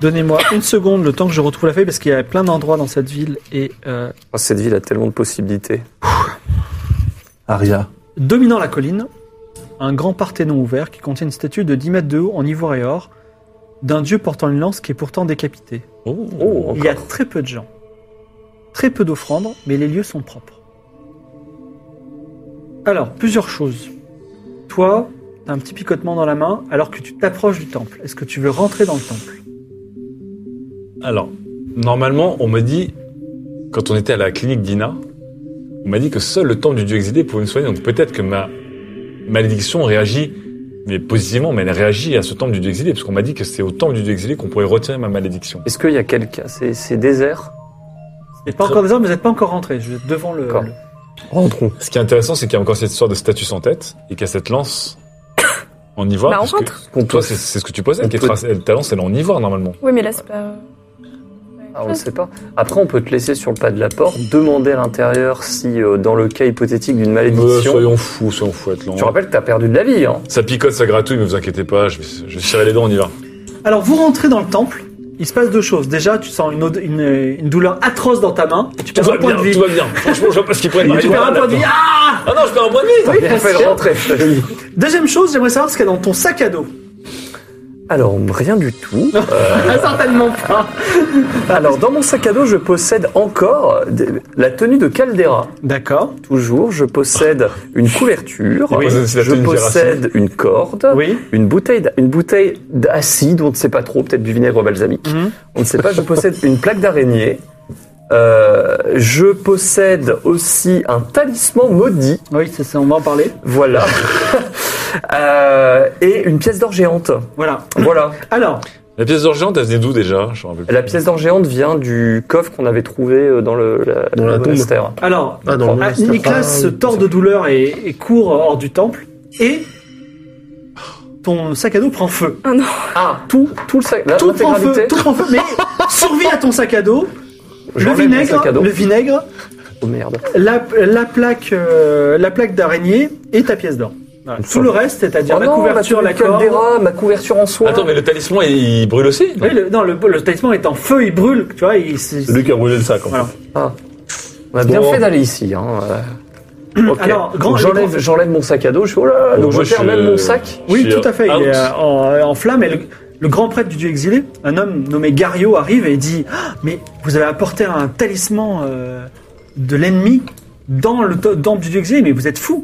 Speaker 1: Donnez-moi une seconde le temps que je retrouve la feuille parce qu'il y a plein d'endroits dans cette ville. Et euh,
Speaker 4: Oh, Cette ville a tellement de possibilités.
Speaker 5: Aria.
Speaker 1: dominant la colline, un grand parthénon ouvert qui contient une statue de 10 mètres de haut en ivoire et or, d'un dieu portant une lance qui est pourtant décapité.
Speaker 7: Oh,
Speaker 1: Il y a
Speaker 7: encore.
Speaker 1: très peu de gens, très peu d'offrandes, mais les lieux sont propres. Alors, plusieurs choses. Toi, t'as un petit picotement dans la main alors que tu t'approches du temple. Est-ce que tu veux rentrer dans le temple
Speaker 2: Alors, normalement, on m'a dit, quand on était à la clinique d'Ina, on m'a dit que seul le temps du dieu exilé pouvait me soigner. Donc peut-être que ma malédiction réagit, mais positivement, mais elle réagit à ce temple du dieu exilé, parce qu'on m'a dit que c'est au temple du dieu exilé qu'on pourrait retirer ma malédiction.
Speaker 7: Est-ce qu'il y a quelqu'un C'est c'est désert.
Speaker 1: Vous n'êtes pas
Speaker 2: Très-
Speaker 1: encore des hommes, vous n'êtes pas encore rentré. Vous êtes devant le.
Speaker 7: D'accord.
Speaker 1: le-
Speaker 5: Rentrons.
Speaker 2: Ce qui est intéressant, c'est qu'il y a encore cette histoire de statut sans tête, et qu'il y a cette lance en ivoire.
Speaker 3: Bah, on
Speaker 2: puisque-
Speaker 3: rentre.
Speaker 7: Qu'on
Speaker 2: Toi, c'est c'est ce que tu possèdes,
Speaker 7: On
Speaker 2: qui est
Speaker 7: peut-
Speaker 2: tracé- elle- ta lance, elle est en ivoire, normalement.
Speaker 3: Oui, mais là, c'est pas. euh,
Speaker 7: Ah, on ne sait pas. Après, on peut te laisser sur le pas de la porte, demander à l'intérieur si, euh, dans le cas hypothétique d'une
Speaker 2: Euh,
Speaker 7: malédiction.
Speaker 2: soyons fous, soyons fous, Atlan.
Speaker 7: Tu rappelles que t'as perdu de la vie, hein
Speaker 2: Ça picote, ça gratouille, mais vous inquiétez pas, je vais, je vais serrer les dents, on y va.
Speaker 1: Alors, vous rentrez dans le temple. Il se passe deux choses. Déjà, tu sens une, ode- une- une douleur atroce dans ta main. Tu
Speaker 2: Tout
Speaker 1: perds
Speaker 2: va
Speaker 1: un point
Speaker 2: bien,
Speaker 1: de vie.
Speaker 2: tout va bien. Franchement, je vois pas ce qu'ils prennent.
Speaker 1: Tu perds un point de vie. Ah
Speaker 2: Ah non, je perds un point de vie
Speaker 1: Oui,
Speaker 7: Bien
Speaker 1: parce
Speaker 7: fait de
Speaker 1: que-
Speaker 7: rentrer, je t'avais dit.
Speaker 1: Deuxième chose, j'aimerais savoir ce qu'il y a dans ton sac à dos.
Speaker 7: Alors, rien du tout.
Speaker 1: Certainement pas.
Speaker 7: Alors, dans mon sac à dos, je possède encore des- la tenue de Caldera.
Speaker 1: D'accord.
Speaker 7: Toujours, je possède une couverture,
Speaker 2: Oui, c'est la
Speaker 7: je
Speaker 2: tenue de
Speaker 7: possède une corde,
Speaker 1: Oui.
Speaker 7: une bouteille, d'a- une bouteille d'acide, on ne sait pas trop, peut-être du vinaigre balsamique.
Speaker 1: Mhm.
Speaker 7: On ne sait pas. Je possède une plaque d'araignée. Euh, je possède aussi un talisman maudit,
Speaker 1: Oui, c'est ça, on va en parler.
Speaker 7: voilà, Euh, et une pièce d'or géante.
Speaker 1: Voilà.
Speaker 7: Voilà.
Speaker 1: Alors,
Speaker 2: La pièce d'urgence, elle venait d'où déjà Je me rappelle plus.
Speaker 7: La pièce d'or géante vient du coffre qu'on avait trouvé euh, dans le la,
Speaker 5: Dans la
Speaker 7: le
Speaker 5: tombe.
Speaker 7: monastère.
Speaker 1: alors,
Speaker 5: Ah, dans le
Speaker 1: ah,
Speaker 5: monastère.
Speaker 1: Nicolas
Speaker 5: Ah,
Speaker 1: se
Speaker 5: oui.
Speaker 1: tord de douleur et, et court hors du temple et ton sac à dos prend feu.
Speaker 7: Ah, tout, tout le sac, la-
Speaker 1: Tout prend feu,
Speaker 7: l'intégralité.
Speaker 1: tout prend feu, mais survie à ton sac à dos. Le
Speaker 7: J'enlève mon
Speaker 1: vinaigre,
Speaker 7: sac à dos.
Speaker 1: le vinaigre,
Speaker 7: Oh merde.
Speaker 1: la, la plaque, euh, la plaque d'araignée et ta pièce d'or. Voilà. Tout le reste, c'est-à-dire
Speaker 7: Oh
Speaker 1: la
Speaker 7: non,
Speaker 1: couverture,
Speaker 7: tenue
Speaker 1: la
Speaker 7: de
Speaker 1: corde.
Speaker 7: Caldera, ma couverture en soie.
Speaker 2: Attends, mais le talisman, il brûle aussi
Speaker 1: Oui, le, non, le, le talisman est en feu, il brûle, tu vois. Il, c'est-
Speaker 5: C'est lui qui a brûlé le sac. En
Speaker 1: Voilà.
Speaker 5: fait.
Speaker 7: On a bien
Speaker 5: Bon.
Speaker 7: fait d'aller ici. Hein. euh. Ok.
Speaker 1: Alors, grand-
Speaker 7: Donc, j'enlève,
Speaker 1: grand-
Speaker 7: j'enlève mon sac à dos. Je fais oh là là.
Speaker 2: Donc,
Speaker 7: Donc
Speaker 2: moi,
Speaker 7: je perds
Speaker 2: je-
Speaker 7: même mon sac.
Speaker 1: Oui,
Speaker 2: Je suis
Speaker 1: tout à fait. Il
Speaker 2: out.
Speaker 1: est euh, en, en flamme. Et le, le grand prêtre du dieu exilé, un homme nommé Gario, arrive et dit Ah, Mais vous avez apporté un talisman euh, de l'ennemi dans le to- temple du dieu exilé, mais vous êtes fou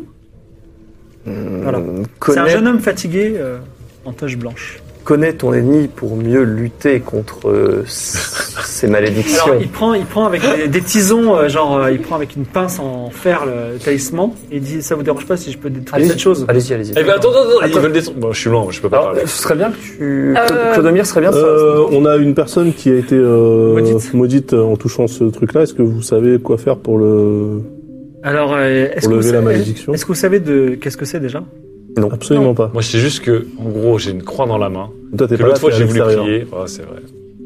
Speaker 1: Voilà. C'est un
Speaker 7: Hmm, Connais,
Speaker 1: jeune homme fatigué euh, en tache blanche.
Speaker 7: connais ton ennemi pour mieux lutter contre euh, ses
Speaker 1: Alors,
Speaker 7: malédictions.
Speaker 1: il prend, il prend avec des, des tisons, euh, genre, euh, il prend avec une pince en fer le talisman et il dit Ça vous dérange pas si je peux
Speaker 4: Ah,
Speaker 1: détruire cette chose
Speaker 7: Allez-y, allez-y.
Speaker 2: Eh ben attends, attends, attends, ils
Speaker 7: Attends.
Speaker 2: veulent descendre. Bon, je suis loin, je peux pas
Speaker 7: Alors,
Speaker 2: parler.
Speaker 4: euh,
Speaker 7: ce serait bien que tu.
Speaker 3: Euh,
Speaker 7: Cla- Clodomir serait bien. ça-
Speaker 5: Euh, on a une personne qui a été euh,
Speaker 1: Maudite.
Speaker 5: maudite. euh, en touchant ce truc-là. Est-ce que vous savez quoi faire pour le
Speaker 1: Alors, euh, est-ce
Speaker 5: Pour
Speaker 1: que, vous
Speaker 5: lever la
Speaker 1: savez-
Speaker 5: malédiction.
Speaker 1: est-ce que vous savez de qu'est-ce que c'est déjà
Speaker 5: Absolument pas.
Speaker 2: Moi, je sais juste que, en gros, j'ai une croix dans la main.
Speaker 5: Toi, t'es
Speaker 2: Que
Speaker 5: pas là.
Speaker 2: l'autre fois,
Speaker 5: t'es à
Speaker 2: j'ai voulu
Speaker 5: l'extérieur.
Speaker 2: prier. Ah, c'est vrai.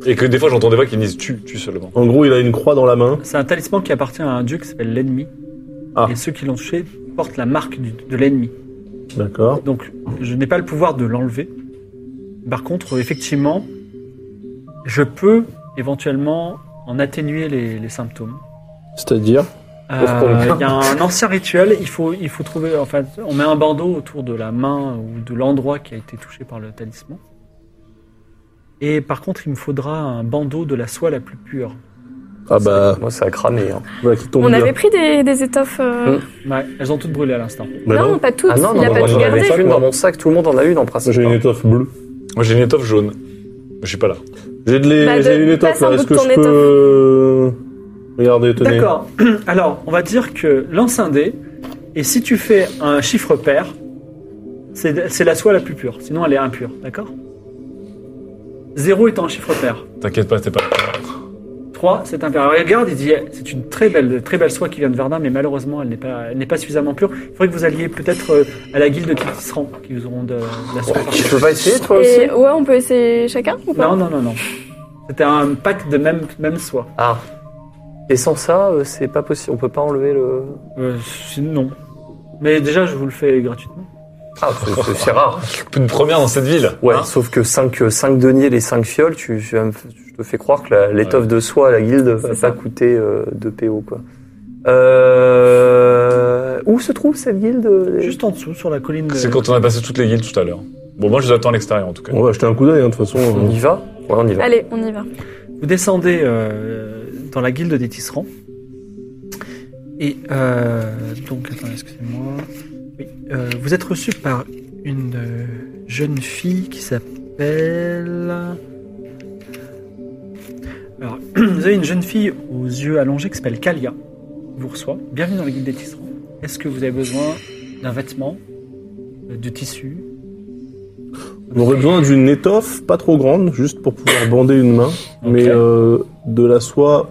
Speaker 2: Et que des fois, j'entends des voix qui me disent tue, tue seulement.
Speaker 5: En gros, il a une croix dans la main.
Speaker 1: C'est un talisman qui appartient à un dieu qui s'appelle l'ennemi.
Speaker 5: Ah.
Speaker 1: Et ceux qui l'ont touché portent la marque du- de l'ennemi.
Speaker 5: D'accord.
Speaker 1: Donc, je n'ai pas le pouvoir de l'enlever. Par contre, effectivement, je peux éventuellement en atténuer les, les symptômes.
Speaker 5: C'est-à-dire.
Speaker 1: Euh,
Speaker 7: Pourquoi
Speaker 1: Il y a un ancien rituel. Il faut, il faut trouver. En fait, on met un bandeau autour de la main ou de l'endroit qui a été touché par le talisman. Et par contre, il me faudra un bandeau de la soie la plus pure.
Speaker 5: Ah bah,
Speaker 7: Moi, ça a cramé. hein.
Speaker 5: voilà qui tombe
Speaker 3: On
Speaker 5: bien.
Speaker 3: avait pris des, des étoffes. euh,
Speaker 1: Ouais, elles ont toutes brûlé à l'instant.
Speaker 5: Bah
Speaker 3: non,
Speaker 5: non.
Speaker 3: pas toutes.
Speaker 7: Ah non,
Speaker 3: il
Speaker 7: non,
Speaker 3: a
Speaker 7: non,
Speaker 3: pas
Speaker 7: moi,
Speaker 3: tout
Speaker 7: j'en avais
Speaker 3: gardé.
Speaker 7: une
Speaker 5: moi.
Speaker 7: dans mon sac. Tout le monde en a une en
Speaker 5: Moi,
Speaker 7: principe.
Speaker 5: J'ai une
Speaker 7: hein.
Speaker 5: étoffe bleue.
Speaker 2: Moi, j'ai une étoffe jaune. Je suis pas là.
Speaker 5: J'ai de l'é-
Speaker 3: Bah, de-
Speaker 5: j'ai une
Speaker 3: passe
Speaker 5: étoffe
Speaker 3: un
Speaker 5: là.
Speaker 3: bout
Speaker 5: Est-ce
Speaker 3: de
Speaker 5: que
Speaker 3: ton
Speaker 5: je peux. Regardez, tenez.
Speaker 1: D'accord. Alors, on va dire que lance un dé, et si tu fais un chiffre pair, c'est c'est la soie la plus pure. Sinon, elle est impure, d'accord Zéro étant un chiffre pair.
Speaker 2: T'inquiète pas, t'es pas là.
Speaker 1: 3, c'est impair. Alors, regarde, il dit, eh, c'est une très belle, très belle soie qui vient de Verdun, mais malheureusement, elle n'est pas, elle n'est pas suffisamment pure. Il faudrait que vous alliez peut-être euh, à la guilde qui tisserand, qui vous auront de, de la soie.
Speaker 7: Tu peux pas essayer toi aussi
Speaker 3: Et ouais, on peut essayer chacun ou pas
Speaker 1: Non, non, non, non. C'était un pack de même, même soie.
Speaker 7: Ah. Et sans ça, euh, c'est pas possible. On peut pas enlever le.
Speaker 1: Euh, c'est- non. Mais déjà, je vous le fais gratuitement.
Speaker 7: Ah, c'est- c'est- c'est rare.
Speaker 2: Une première dans cette ville.
Speaker 7: Ouais,
Speaker 2: Hein
Speaker 7: sauf que 5, deniers les 5 fioles, tu, tu vas me- je te fais croire que la- l'étoffe de soie à la guilde va pas
Speaker 3: ça.
Speaker 7: coûter euh, 2 PO, quoi. Euh, Où se trouve cette guilde
Speaker 1: Juste en dessous, sur la colline. de-
Speaker 2: c'est quand on a passé toutes les guildes tout à l'heure. Bon, moi, je vous attends à l'extérieur, en tout cas.
Speaker 5: On va jeter un coup d'œil, hein, de toute façon.
Speaker 4: On
Speaker 5: euh,
Speaker 4: y va Ouais, on y va.
Speaker 3: Allez, on y va.
Speaker 1: Vous descendez euh, dans la guilde des tisserands. Et euh, donc, attendez, excusez-moi. Oui, euh, vous êtes reçu par une euh, jeune fille qui s'appelle. Alors, vous avez une jeune fille aux yeux allongés qui s'appelle Kalia. Vous reçoit. Bienvenue dans la guilde des tisserands. Est-ce que vous avez besoin d'un vêtement, euh, de tissu
Speaker 5: On aurait besoin d'une étoffe pas trop grande, juste pour pouvoir bander une main, mais euh, de la soie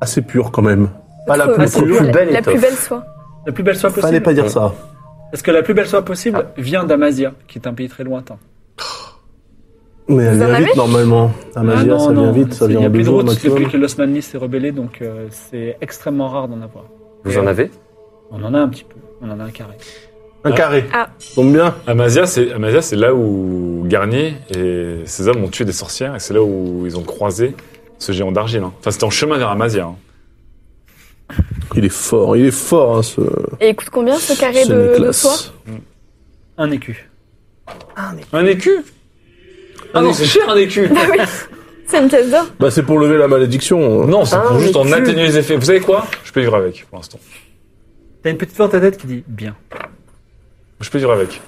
Speaker 5: assez pure quand même. Pas la
Speaker 3: Notre-
Speaker 5: plus
Speaker 1: assez
Speaker 3: la-
Speaker 5: pure.
Speaker 1: pure.
Speaker 3: la-
Speaker 4: belle
Speaker 3: La
Speaker 4: étoffe.
Speaker 3: plus belle soie.
Speaker 1: La plus belle soie
Speaker 5: Fallait
Speaker 1: possible.
Speaker 5: pas dire Ah. ça.
Speaker 1: Est-ce que la plus belle soie possible vient d'Amazia, qui est un pays très lointain
Speaker 5: Mais elle
Speaker 3: Vous en
Speaker 5: vient
Speaker 3: avez
Speaker 5: vite normalement.
Speaker 1: Ah
Speaker 5: Amalia,
Speaker 1: non,
Speaker 5: ça vient
Speaker 1: non,
Speaker 5: vite, ça
Speaker 1: il y
Speaker 5: vient
Speaker 1: a
Speaker 5: en
Speaker 1: plus de
Speaker 5: deux jours
Speaker 1: route depuis
Speaker 5: maximum.
Speaker 1: que l'Osman Lee s'est rebellé, donc euh, c'est extrêmement rare d'en avoir. euh,
Speaker 4: Vous en avez
Speaker 1: On en a un petit peu, on en a un carré.
Speaker 5: Un carré.
Speaker 3: Ah.
Speaker 5: Tombe bien.
Speaker 2: Amazia, c'est Amazia, c'est là où Garnier et ses hommes ont tué des sorcières et c'est là où ils ont croisé ce géant d'argile. hein. Enfin, c'était en chemin vers Amazia. hein.
Speaker 5: Il est fort, il est fort, hein, ce,
Speaker 3: Et il coûte combien ce carré
Speaker 5: ce
Speaker 3: de, de soie
Speaker 5: Nicolas.
Speaker 1: Un écu.
Speaker 2: Un écu Ah non, c'est cher un écu
Speaker 3: Bah oui, c'est une pièce d'or.
Speaker 5: Bah, c'est pour lever la malédiction.
Speaker 2: Oh Non, c'est pour
Speaker 4: Un
Speaker 2: juste en
Speaker 4: écu.
Speaker 2: atténuer les effets. Vous savez quoi Ah, Je peux vivre avec pour l'instant.
Speaker 1: T'as une petite voix dans ta tête qui dit bien.
Speaker 2: Je peux vivre avec.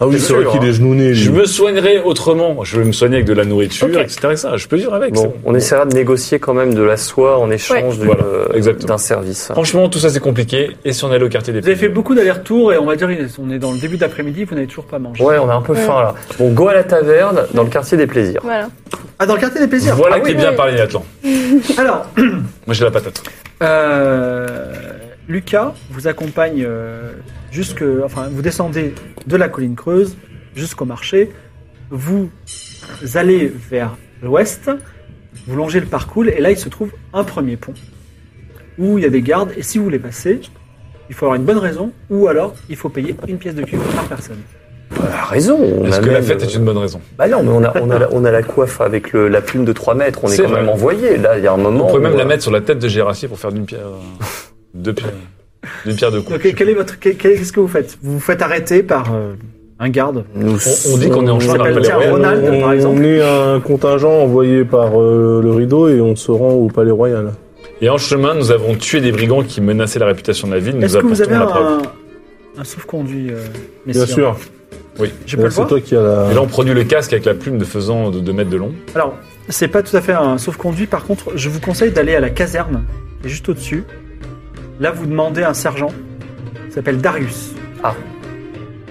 Speaker 5: Ah oui,
Speaker 2: C'est
Speaker 5: c'est vrai
Speaker 2: sûr,
Speaker 5: qu'il
Speaker 2: hein.
Speaker 5: est genouné. lui.
Speaker 2: Je me soignerai autrement. Je vais me soigner avec de la nourriture,
Speaker 3: Ok.
Speaker 2: etc. et ça. Je peux vivre avec. c'est
Speaker 4: Bon,
Speaker 2: bon.
Speaker 4: on essaiera de négocier quand même de la soie en échange d'une-
Speaker 2: Voilà,
Speaker 4: euh,
Speaker 2: exactement.
Speaker 4: d'un service.
Speaker 2: Franchement, tout ça c'est compliqué. Et si on allait au quartier des
Speaker 1: Vous avez fait
Speaker 2: Pygmées
Speaker 1: beaucoup d'allers-retours et on va dire on est dans le début d'après-midi, vous n'avez toujours pas mangé.
Speaker 4: Ouais, on a un peu
Speaker 3: Ouais.
Speaker 4: faim là. Bon, go à la taverne dans le quartier des plaisirs.
Speaker 3: Voilà.
Speaker 1: Ah, dans le quartier des plaisirs
Speaker 2: Voilà
Speaker 3: Ah
Speaker 2: qui
Speaker 3: oui,
Speaker 2: est bien
Speaker 3: oui.
Speaker 2: parlé, Atlan.
Speaker 1: Alors,
Speaker 2: Moi j'ai la patate.
Speaker 1: euh, Lucas vous accompagne euh, jusque. Enfin, vous descendez de la colline creuse jusqu'au marché. Vous allez vers l'ouest, vous longez le parcours et là il se trouve un premier pont où il y a des gardes et si vous voulez passer, il faut avoir une bonne raison ou alors il faut payer une pièce de cuivre par personne.
Speaker 4: Bah, raison. On
Speaker 2: Est-ce
Speaker 4: a
Speaker 2: que la
Speaker 4: même,
Speaker 2: fête
Speaker 4: euh,
Speaker 2: est une bonne raison
Speaker 4: Bah non, mais on a, on a, la, on a la coiffe avec le- la plume de 3 mètres. On est,
Speaker 2: C'est
Speaker 4: quand
Speaker 2: vrai.
Speaker 4: même envoyé. Là, il y a un moment.
Speaker 2: On pourrait
Speaker 4: où,
Speaker 2: même la
Speaker 4: euh,
Speaker 2: mettre sur la tête de Gérassi pour faire d'une pierre. euh, Deux pierres. D'une pierre de coups.
Speaker 1: Donc quel est votre quel- quel- qu'est-ce que vous faites Vous vous faites arrêter par euh, un garde.
Speaker 4: nous
Speaker 2: On, on dit qu'on est en chemin
Speaker 1: s'appelle
Speaker 2: vers le palais
Speaker 1: Tiens,
Speaker 2: royal.
Speaker 1: Ronald,
Speaker 5: on,
Speaker 1: par exemple.
Speaker 5: on est un contingent envoyé par euh, le rideau et on se rend au palais royal.
Speaker 2: Et en chemin, nous avons tué des brigands qui menaçaient la réputation de la ville. Nous
Speaker 1: Est-ce que vous
Speaker 2: apportons
Speaker 1: avez
Speaker 2: la preuve.
Speaker 1: un, un sauf-conduit euh,
Speaker 5: Bien
Speaker 1: messieurs
Speaker 5: sûr.
Speaker 1: Je peux le
Speaker 5: C'est
Speaker 1: voir
Speaker 5: toi qui as la.
Speaker 2: Et là, on produit le casque avec la plume de faisant de 2 mètres de long.
Speaker 1: Alors, c'est pas tout à fait un sauf-conduit. Par contre, je vous conseille d'aller à la caserne, qui est juste au-dessus. Là, vous demandez un sergent. Il s'appelle Darius.
Speaker 4: Ah.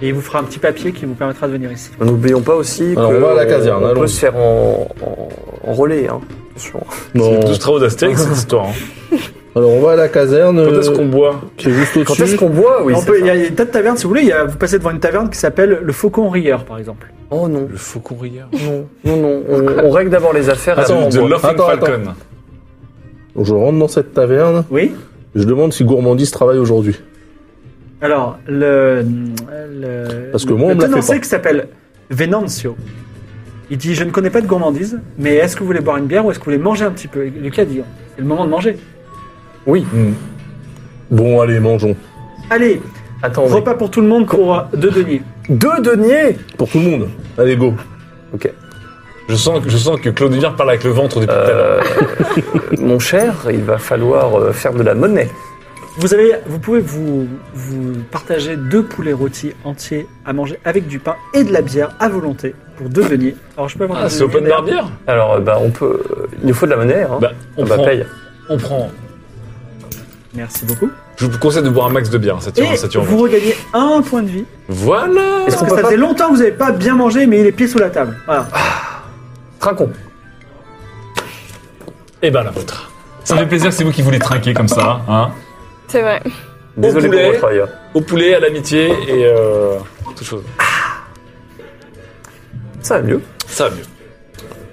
Speaker 1: Et il vous fera un petit papier qui vous permettra de venir ici.
Speaker 4: euh, N'oublions pas aussi
Speaker 5: Alors,
Speaker 4: que
Speaker 5: on va à la caserne,
Speaker 4: on
Speaker 5: allons.
Speaker 4: peut se faire en, en- en relais. Hein. Attention.
Speaker 5: Non.
Speaker 2: C'est 12 travaux d'Astérix, cette histoire. hein.
Speaker 5: Alors on va à la caserne
Speaker 2: Quand est-ce
Speaker 5: euh,
Speaker 2: qu'on boit
Speaker 5: qui est juste
Speaker 4: Quand est-ce
Speaker 5: au-dessus.
Speaker 4: qu'on boit Oui.
Speaker 1: On
Speaker 4: c'est
Speaker 1: peut- Il
Speaker 4: ça.
Speaker 1: y a des tas de tavernes, si vous voulez. Il y a- vous passez devant une taverne qui s'appelle le Faucon Rieur, par exemple.
Speaker 4: Oh non,
Speaker 2: Le faucon rieur.
Speaker 4: non, non, non. On, on règle d'abord les affaires. et
Speaker 7: Ah,
Speaker 2: Attends,
Speaker 4: après, on
Speaker 2: The
Speaker 4: boit.
Speaker 2: Ah, Laughing
Speaker 5: Attends, attends.
Speaker 2: Falcon.
Speaker 5: Donc, Je rentre dans cette taverne.
Speaker 1: Oui.
Speaker 5: Je demande si Gourmandise travaille aujourd'hui.
Speaker 1: Alors, le. le
Speaker 5: Parce que moi, on
Speaker 1: le
Speaker 5: me l'a fait
Speaker 1: tenancier
Speaker 5: pas.
Speaker 1: qui s'appelle Venancio. Il dit Je ne connais pas de gourmandise, mais est-ce que vous voulez boire une bière ou est-ce que vous voulez manger un petit peu Et Lucas dit C'est le moment de manger.
Speaker 4: Oui.
Speaker 5: Bon allez mangeons.
Speaker 1: Allez,
Speaker 4: Attends. mais-
Speaker 1: repas pour tout le monde pour euh, deux deniers.
Speaker 4: Deux deniers.
Speaker 5: Pour tout le monde. Allez go.
Speaker 2: Je sens, que- je sens que Claude Villard parle avec le ventre depuis tout à l'heure.
Speaker 4: Euh, mon cher, il va falloir euh, faire de la monnaie.
Speaker 1: Vous, avez, vous pouvez vous, vous partager deux poulets rôtis entiers à manger avec du pain et de la bière à volonté pour deux deniers. Alors je peux avoir
Speaker 2: Ah,
Speaker 1: un
Speaker 2: c'est
Speaker 1: denier
Speaker 2: open
Speaker 1: d'air
Speaker 2: bar bière
Speaker 4: Alors, euh, bah, on peut. euh, Il nous faut de la monnaie. Hein.
Speaker 2: Bah, on
Speaker 4: on va
Speaker 2: prend.
Speaker 4: payer.
Speaker 2: On prend.
Speaker 1: Merci beaucoup.
Speaker 2: Je vous conseille de boire un max de bière, hein, ça tue,
Speaker 1: et
Speaker 2: ça tue en
Speaker 1: vous
Speaker 2: ventre.
Speaker 1: regagnez un point de vie.
Speaker 2: Voilà
Speaker 1: Parce
Speaker 4: Est-ce qu'on
Speaker 1: que
Speaker 4: peut
Speaker 1: ça
Speaker 4: pas-
Speaker 1: faisait longtemps que vous n'avez pas bien mangé, mais il est pieds sous la table. Voilà.
Speaker 4: Trinquons.
Speaker 2: Et ben la vôtre. Ça fait plaisir, c'est vous qui voulez trinquer comme ça. Hein
Speaker 3: C'est vrai.
Speaker 4: Désolé
Speaker 2: poulet.
Speaker 4: pour votre ailleurs.
Speaker 2: Au poulet, à l'amitié et euh, toute chose.
Speaker 4: Ça va mieux.
Speaker 2: Ça va mieux.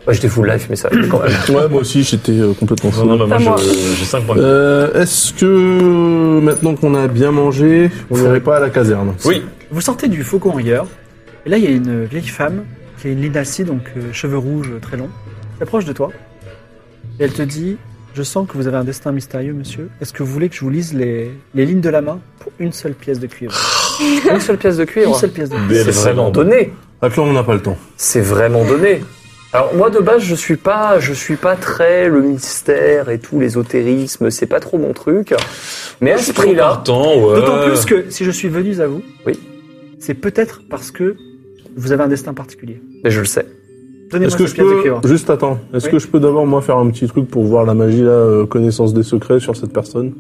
Speaker 4: Ouais, J'étais full life, mais ça va mieux quand même.
Speaker 5: Ouais moi aussi j'étais euh, complètement fou.
Speaker 2: Non, non, bah,
Speaker 3: Pas
Speaker 2: moi je- j'ai 5 points de
Speaker 5: Euh, est-ce que euh, maintenant qu'on a bien mangé, on n'irait pas à la caserne
Speaker 2: Oui,
Speaker 1: Vous sortez du faucon rieur, et là il y a une vieille femme qui a une linacée, donc euh, cheveux rouges euh, très longs, qui s'approche de toi. Et elle te dit Je sens que vous avez un destin mystérieux, monsieur. Est-ce que vous voulez que je vous lise les, les lignes de la main pour une seule pièce de cuivre
Speaker 4: Une seule pièce de
Speaker 1: Une
Speaker 4: cuivre.
Speaker 5: Ah,
Speaker 1: seule pièce de cuivre.
Speaker 2: Mais elle
Speaker 4: C'est
Speaker 2: est vraiment
Speaker 4: vraiment donné.
Speaker 5: Atlan, Ah, on n'a pas le temps.
Speaker 4: C'est vraiment donné. Alors moi de base je suis pas je suis pas très le mystère et tout l'ésotérisme c'est pas trop mon truc mais à ce prix là
Speaker 2: Partant, ouais.
Speaker 1: D'autant plus que si je suis venu à vous,
Speaker 4: Oui.
Speaker 1: c'est peut-être parce que vous avez un destin particulier.
Speaker 4: mais je le sais
Speaker 1: Donnez-moi
Speaker 5: Est-ce que
Speaker 1: cette
Speaker 5: je
Speaker 1: pièce de
Speaker 5: peux
Speaker 1: cuivre.
Speaker 5: juste attends Est-ce
Speaker 1: Oui.
Speaker 5: que je peux d'abord moi faire un petit truc pour voir la magie là, euh, connaissance des secrets sur cette personne,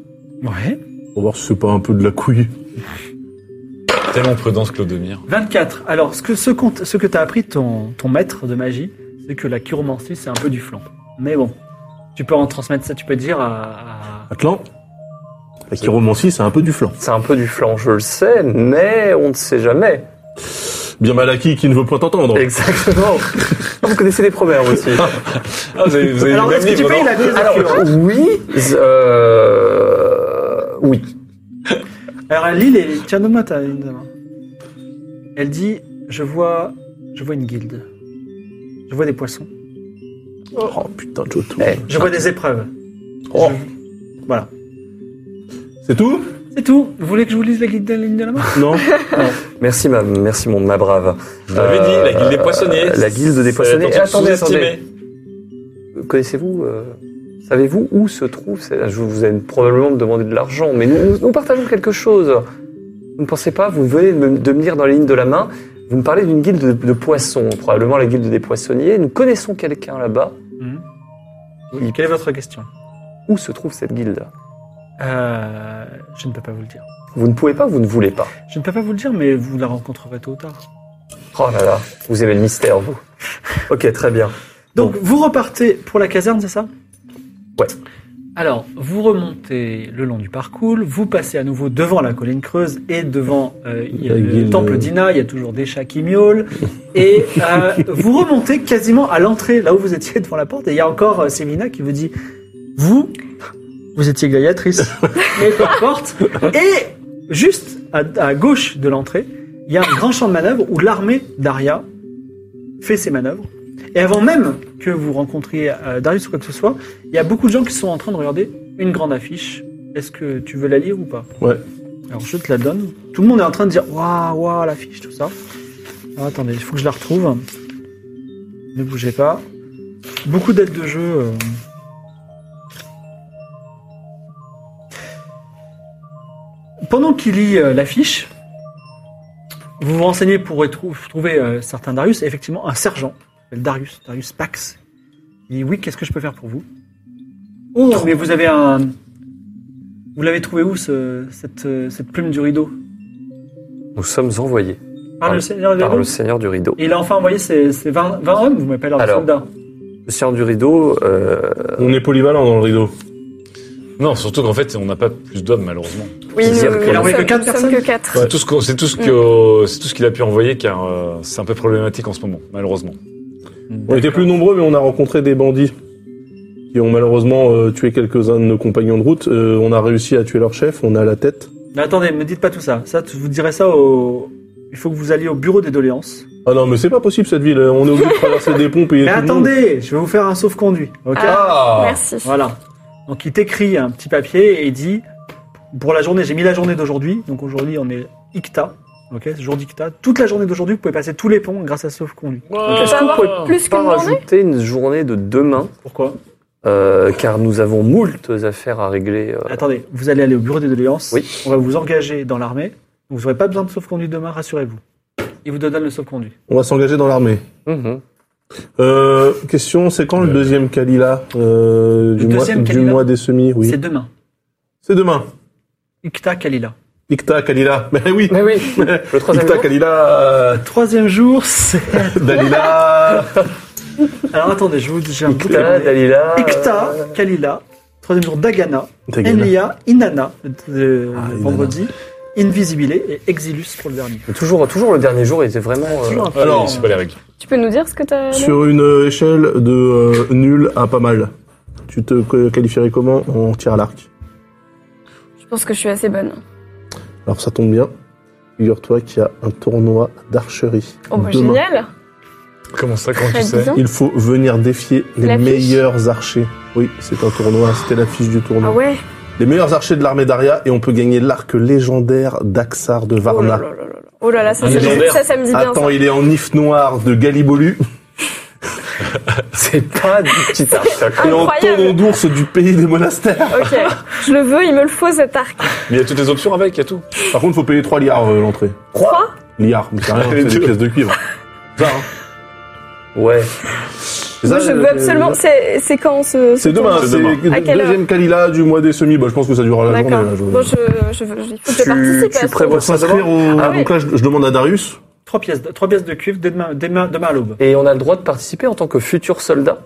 Speaker 1: Ouais.
Speaker 5: pour voir si c'est pas un peu de la couille.
Speaker 2: Tellement prudence, Claude Demire.
Speaker 1: 24. Alors, ce que, ce compte, ce que t'as appris ton, ton maître de magie, c'est que la chiromancie, c'est un peu du flanc. Mais bon, tu peux en transmettre ça, tu peux dire à... à-
Speaker 5: Atlan, la chiromancie c'est un peu du flan.
Speaker 4: c'est un peu du flanc je le sais mais on ne sait jamais
Speaker 5: Bien Malaki qui ne veut point t'entendre.
Speaker 4: exactement Ah, vous connaissez les proverbes aussi
Speaker 2: Ah, vous avez, vous avez
Speaker 1: Alors,
Speaker 2: le
Speaker 1: est-ce que
Speaker 2: même
Speaker 1: tu
Speaker 2: livre,
Speaker 1: payes
Speaker 2: non
Speaker 1: la pièce de
Speaker 4: alors
Speaker 1: cuivre
Speaker 4: oui euh, oui
Speaker 1: Alors, Lille, est... tiens, donne-moi ta une de main. Elle dit, je vois, je vois une guilde. Je vois des poissons.
Speaker 5: Oh putain Joto.
Speaker 4: Eh,
Speaker 1: Je vois des épreuves.
Speaker 4: oh,
Speaker 1: Voilà.
Speaker 5: C'est tout
Speaker 1: C'est tout. Vous voulez que je vous lise la guilde de la ligne de la main
Speaker 5: Non.
Speaker 4: merci ma merci mon ma brave
Speaker 2: Je vous l'avais dit, la guilde des poissonniers.
Speaker 4: Euh, la guilde des
Speaker 2: C'est
Speaker 4: poissonniers.
Speaker 2: attention,
Speaker 4: Attendez,
Speaker 2: sous-estimé.
Speaker 4: connaissez-vous, euh, savez-vous où se trouve c'est- Je vous ai probablement demandé de l'argent, mais nous, nous partageons quelque chose. Vous ne pensez pas Vous venez de me, de me lire dans la ligne de la main. Vous me parlez d'une guilde de, de poissons, probablement la guilde des poissonniers. Nous connaissons quelqu'un là-bas.
Speaker 1: Oui, Hmm. Quelle est votre question
Speaker 4: Où se trouve cette guilde
Speaker 1: euh, Je ne peux pas vous le dire.
Speaker 4: Vous ne pouvez pas, vous ne voulez pas.
Speaker 1: Je ne peux pas vous le dire, mais vous la rencontrerez tôt ou tard.
Speaker 4: Oh là là, vous aimez le mystère, vous. Ok, très bien.
Speaker 1: Donc, vous repartez pour la caserne, c'est ça
Speaker 4: Ouais.
Speaker 1: Alors, vous remontez le long du parcours, vous passez à nouveau devant la colline creuse et devant euh, il y a
Speaker 5: La
Speaker 1: le
Speaker 5: guilde.
Speaker 1: temple d'Ina, il y a toujours des chats qui miaulent. Et euh, vous remontez quasiment à l'entrée, là où vous étiez devant la porte, et il y a encore euh, Sémina qui vous dit Vous, vous étiez gladiatrice, mais peu importe. Et juste à, à gauche de l'entrée, il y a un grand champ de manœuvre où l'armée d'Aria fait ses manœuvres. Et avant même que vous rencontriez euh, Darius ou quoi que ce soit, il y a beaucoup de gens qui sont en train de regarder une grande affiche. Est-ce que tu veux la lire ou pas
Speaker 5: Ouais.
Speaker 1: Alors je te la donne. Tout le monde est en train de dire waouh waouh l'affiche tout ça. Alors, attendez, il faut que je la retrouve. Ne bougez pas. Beaucoup d'aides de jeu. euh. Pendant qu'il lit euh, l'affiche, vous vous renseignez pour trou- trouver euh, certains Darius. Et effectivement, un sergent, s'appelle Darius, Darius Pax. Il dit oui, qu'est-ce que je peux faire pour vous Oh, mais vous avez un. Vous l'avez trouvé où ce- cette, euh, cette plume du rideau
Speaker 4: Nous sommes envoyés
Speaker 1: Par le
Speaker 4: Par-
Speaker 1: Seigneur du
Speaker 4: par
Speaker 1: rideau
Speaker 4: le Seigneur du Rideau.
Speaker 1: Et il a enfin envoyé ses, ses 20, 20 hommes, vous m'avez pas l'air de
Speaker 4: Alors.
Speaker 1: soldat.
Speaker 4: Le Seigneur du Rideau, euh,
Speaker 5: On est polyvalent dans le rideau.
Speaker 2: Non, surtout qu'en fait, on n'a pas plus d'hommes, malheureusement.
Speaker 3: Oui,
Speaker 4: C'est dire
Speaker 3: nous,
Speaker 4: qu'il
Speaker 3: nous
Speaker 4: a envoyé
Speaker 3: sommes-
Speaker 1: que quatre
Speaker 3: nous sommes
Speaker 1: personnes
Speaker 3: que quatre.
Speaker 2: C'est tout ce qu'on- c'est tout ce que- c'est tout ce qu'il a pu envoyer, car euh, c'est un peu problématique en ce moment, malheureusement.
Speaker 5: On était plus nombreux, mais on a rencontré des bandits qui ont malheureusement euh, tué quelques-uns de nos compagnons de route. Euh, on a réussi à tuer leur chef, on a la tête.
Speaker 1: Mais attendez, me dites pas tout ça. Ça, tu- vous direz ça au. Il faut que vous alliez au bureau des doléances.
Speaker 5: Ah non, mais c'est pas possible cette ville. On est obligé de traverser des ponts, payer
Speaker 1: Mais
Speaker 5: tout le monde.
Speaker 1: attendez, je vais vous faire un sauf-conduit. Ok
Speaker 2: Ah
Speaker 3: Merci.
Speaker 1: Voilà. Donc il t'écrit un petit papier et il dit pour la journée, j'ai mis la journée d'aujourd'hui. Donc aujourd'hui, on est ICTA. Ok, c'est jour d'ICTA. Toute la journée d'aujourd'hui, vous pouvez passer tous les ponts grâce à sauf-conduit.
Speaker 4: est-ce que vous pouvez
Speaker 3: Plus
Speaker 4: pas
Speaker 3: qu'une journée
Speaker 4: rajouter une journée de demain
Speaker 1: Pourquoi
Speaker 4: Euh, car nous avons moult affaires à régler. euh.
Speaker 1: Attendez, vous allez aller au bureau des doléances.
Speaker 4: Oui.
Speaker 1: On va vous engager dans l'armée. Vous n'aurez pas besoin de sauf-conduit demain, rassurez-vous. Il vous donne le sauf-conduit.
Speaker 5: On va s'engager dans l'armée.
Speaker 4: Mhm.
Speaker 5: Euh, question, c'est quand le
Speaker 2: Euh.
Speaker 5: deuxième Kalila euh, du, mois,
Speaker 1: deuxième
Speaker 5: du
Speaker 1: Kalila
Speaker 5: mois des semis Oui.
Speaker 1: C'est demain.
Speaker 5: C'est demain.
Speaker 1: ICTA Kalila.
Speaker 5: Icta Kalila. Mais oui.
Speaker 4: Mais oui, le troisième
Speaker 5: Icta
Speaker 4: jour,
Speaker 5: Kalila. euh,
Speaker 1: Troisième jour, c'est.
Speaker 5: Dalila.
Speaker 1: Alors attendez, je vous j'ai un bouquin.
Speaker 4: Icta, Dalila.
Speaker 1: Ikta, Kalila, troisième jour Dagana,
Speaker 5: Dalila.
Speaker 1: Enlia, Inanna, le- le-
Speaker 5: Ah,
Speaker 1: le
Speaker 5: Inanna.
Speaker 1: vendredi, Invisibilé et Exilus pour le dernier.
Speaker 4: Mais Euh, toujours, toujours le dernier jour, il était vraiment. euh,
Speaker 1: Toujours un peu-
Speaker 2: Alors, Ah c'est pas les règles.
Speaker 3: Tu peux nous dire ce que t'as lu
Speaker 5: Sur une euh, échelle de euh, nul à pas mal, tu te que- qualifierais comment en tir à l'arc
Speaker 3: Je pense que je suis assez bonne.
Speaker 5: Alors ça tombe bien. Figure-toi qu'il y a un tournoi d'archerie.
Speaker 3: Oh, bah,
Speaker 5: demain.
Speaker 3: génial hein.
Speaker 2: Comment ça, comment
Speaker 3: Très
Speaker 2: tu sais
Speaker 3: bien.
Speaker 5: Il faut venir défier les
Speaker 3: L'affiche
Speaker 5: meilleurs archers. Oui, c'est un tournoi. C'était l'affiche du tournoi.
Speaker 3: Ah ouais
Speaker 5: Les meilleurs archers de l'armée d'Aria et on peut gagner l'arc légendaire d'Axar de
Speaker 3: Oh là
Speaker 5: Varna.
Speaker 3: là là là là. Oh là là, ça,
Speaker 2: Un
Speaker 3: ça,
Speaker 2: légendaire.
Speaker 3: ça, ça me dit bien.
Speaker 5: Attends,
Speaker 3: Ça.
Speaker 5: il est en if noir de Galibolu.
Speaker 4: C'est pas du petit arc. ça.
Speaker 5: Il est en
Speaker 3: Incroyable.
Speaker 5: taureau d'ours du pays des monastères.
Speaker 3: Ok, je le veux, il me le faut cet arc.
Speaker 2: Mais il y a toutes les options avec, il y a tout.
Speaker 5: Par contre, faut payer 3 liards euh, l'entrée.
Speaker 3: Trois
Speaker 5: Liards, mais c'est rien, c'est des pièces de cuivre. Ça, hein.
Speaker 4: Ouais.
Speaker 3: Moi,
Speaker 5: Ça,
Speaker 3: je veux
Speaker 5: euh,
Speaker 3: absolument. C'est c'est quand ce. ce
Speaker 5: C'est
Speaker 3: tour
Speaker 5: demain,
Speaker 2: C'est
Speaker 5: c'est
Speaker 2: demain.
Speaker 3: À quelle heure
Speaker 5: deuxième Kalila du mois des semis. Bah, je pense que ça durera la journée.
Speaker 3: D'accord.
Speaker 5: là, je-
Speaker 3: Bon, je, je, veux- il faut que je
Speaker 4: Tu-
Speaker 3: participe
Speaker 4: tu
Speaker 3: à ce
Speaker 4: prévois-
Speaker 5: Pour
Speaker 3: tour.
Speaker 5: s'inscrire au.
Speaker 3: Ah oui.
Speaker 5: Donc là, je, je demande à Darius.
Speaker 1: Trois pièces, de, trois pièces de cuivre dès demain, dès demain, demain à l'aube.
Speaker 4: Et on a le droit de participer en tant que futur soldat.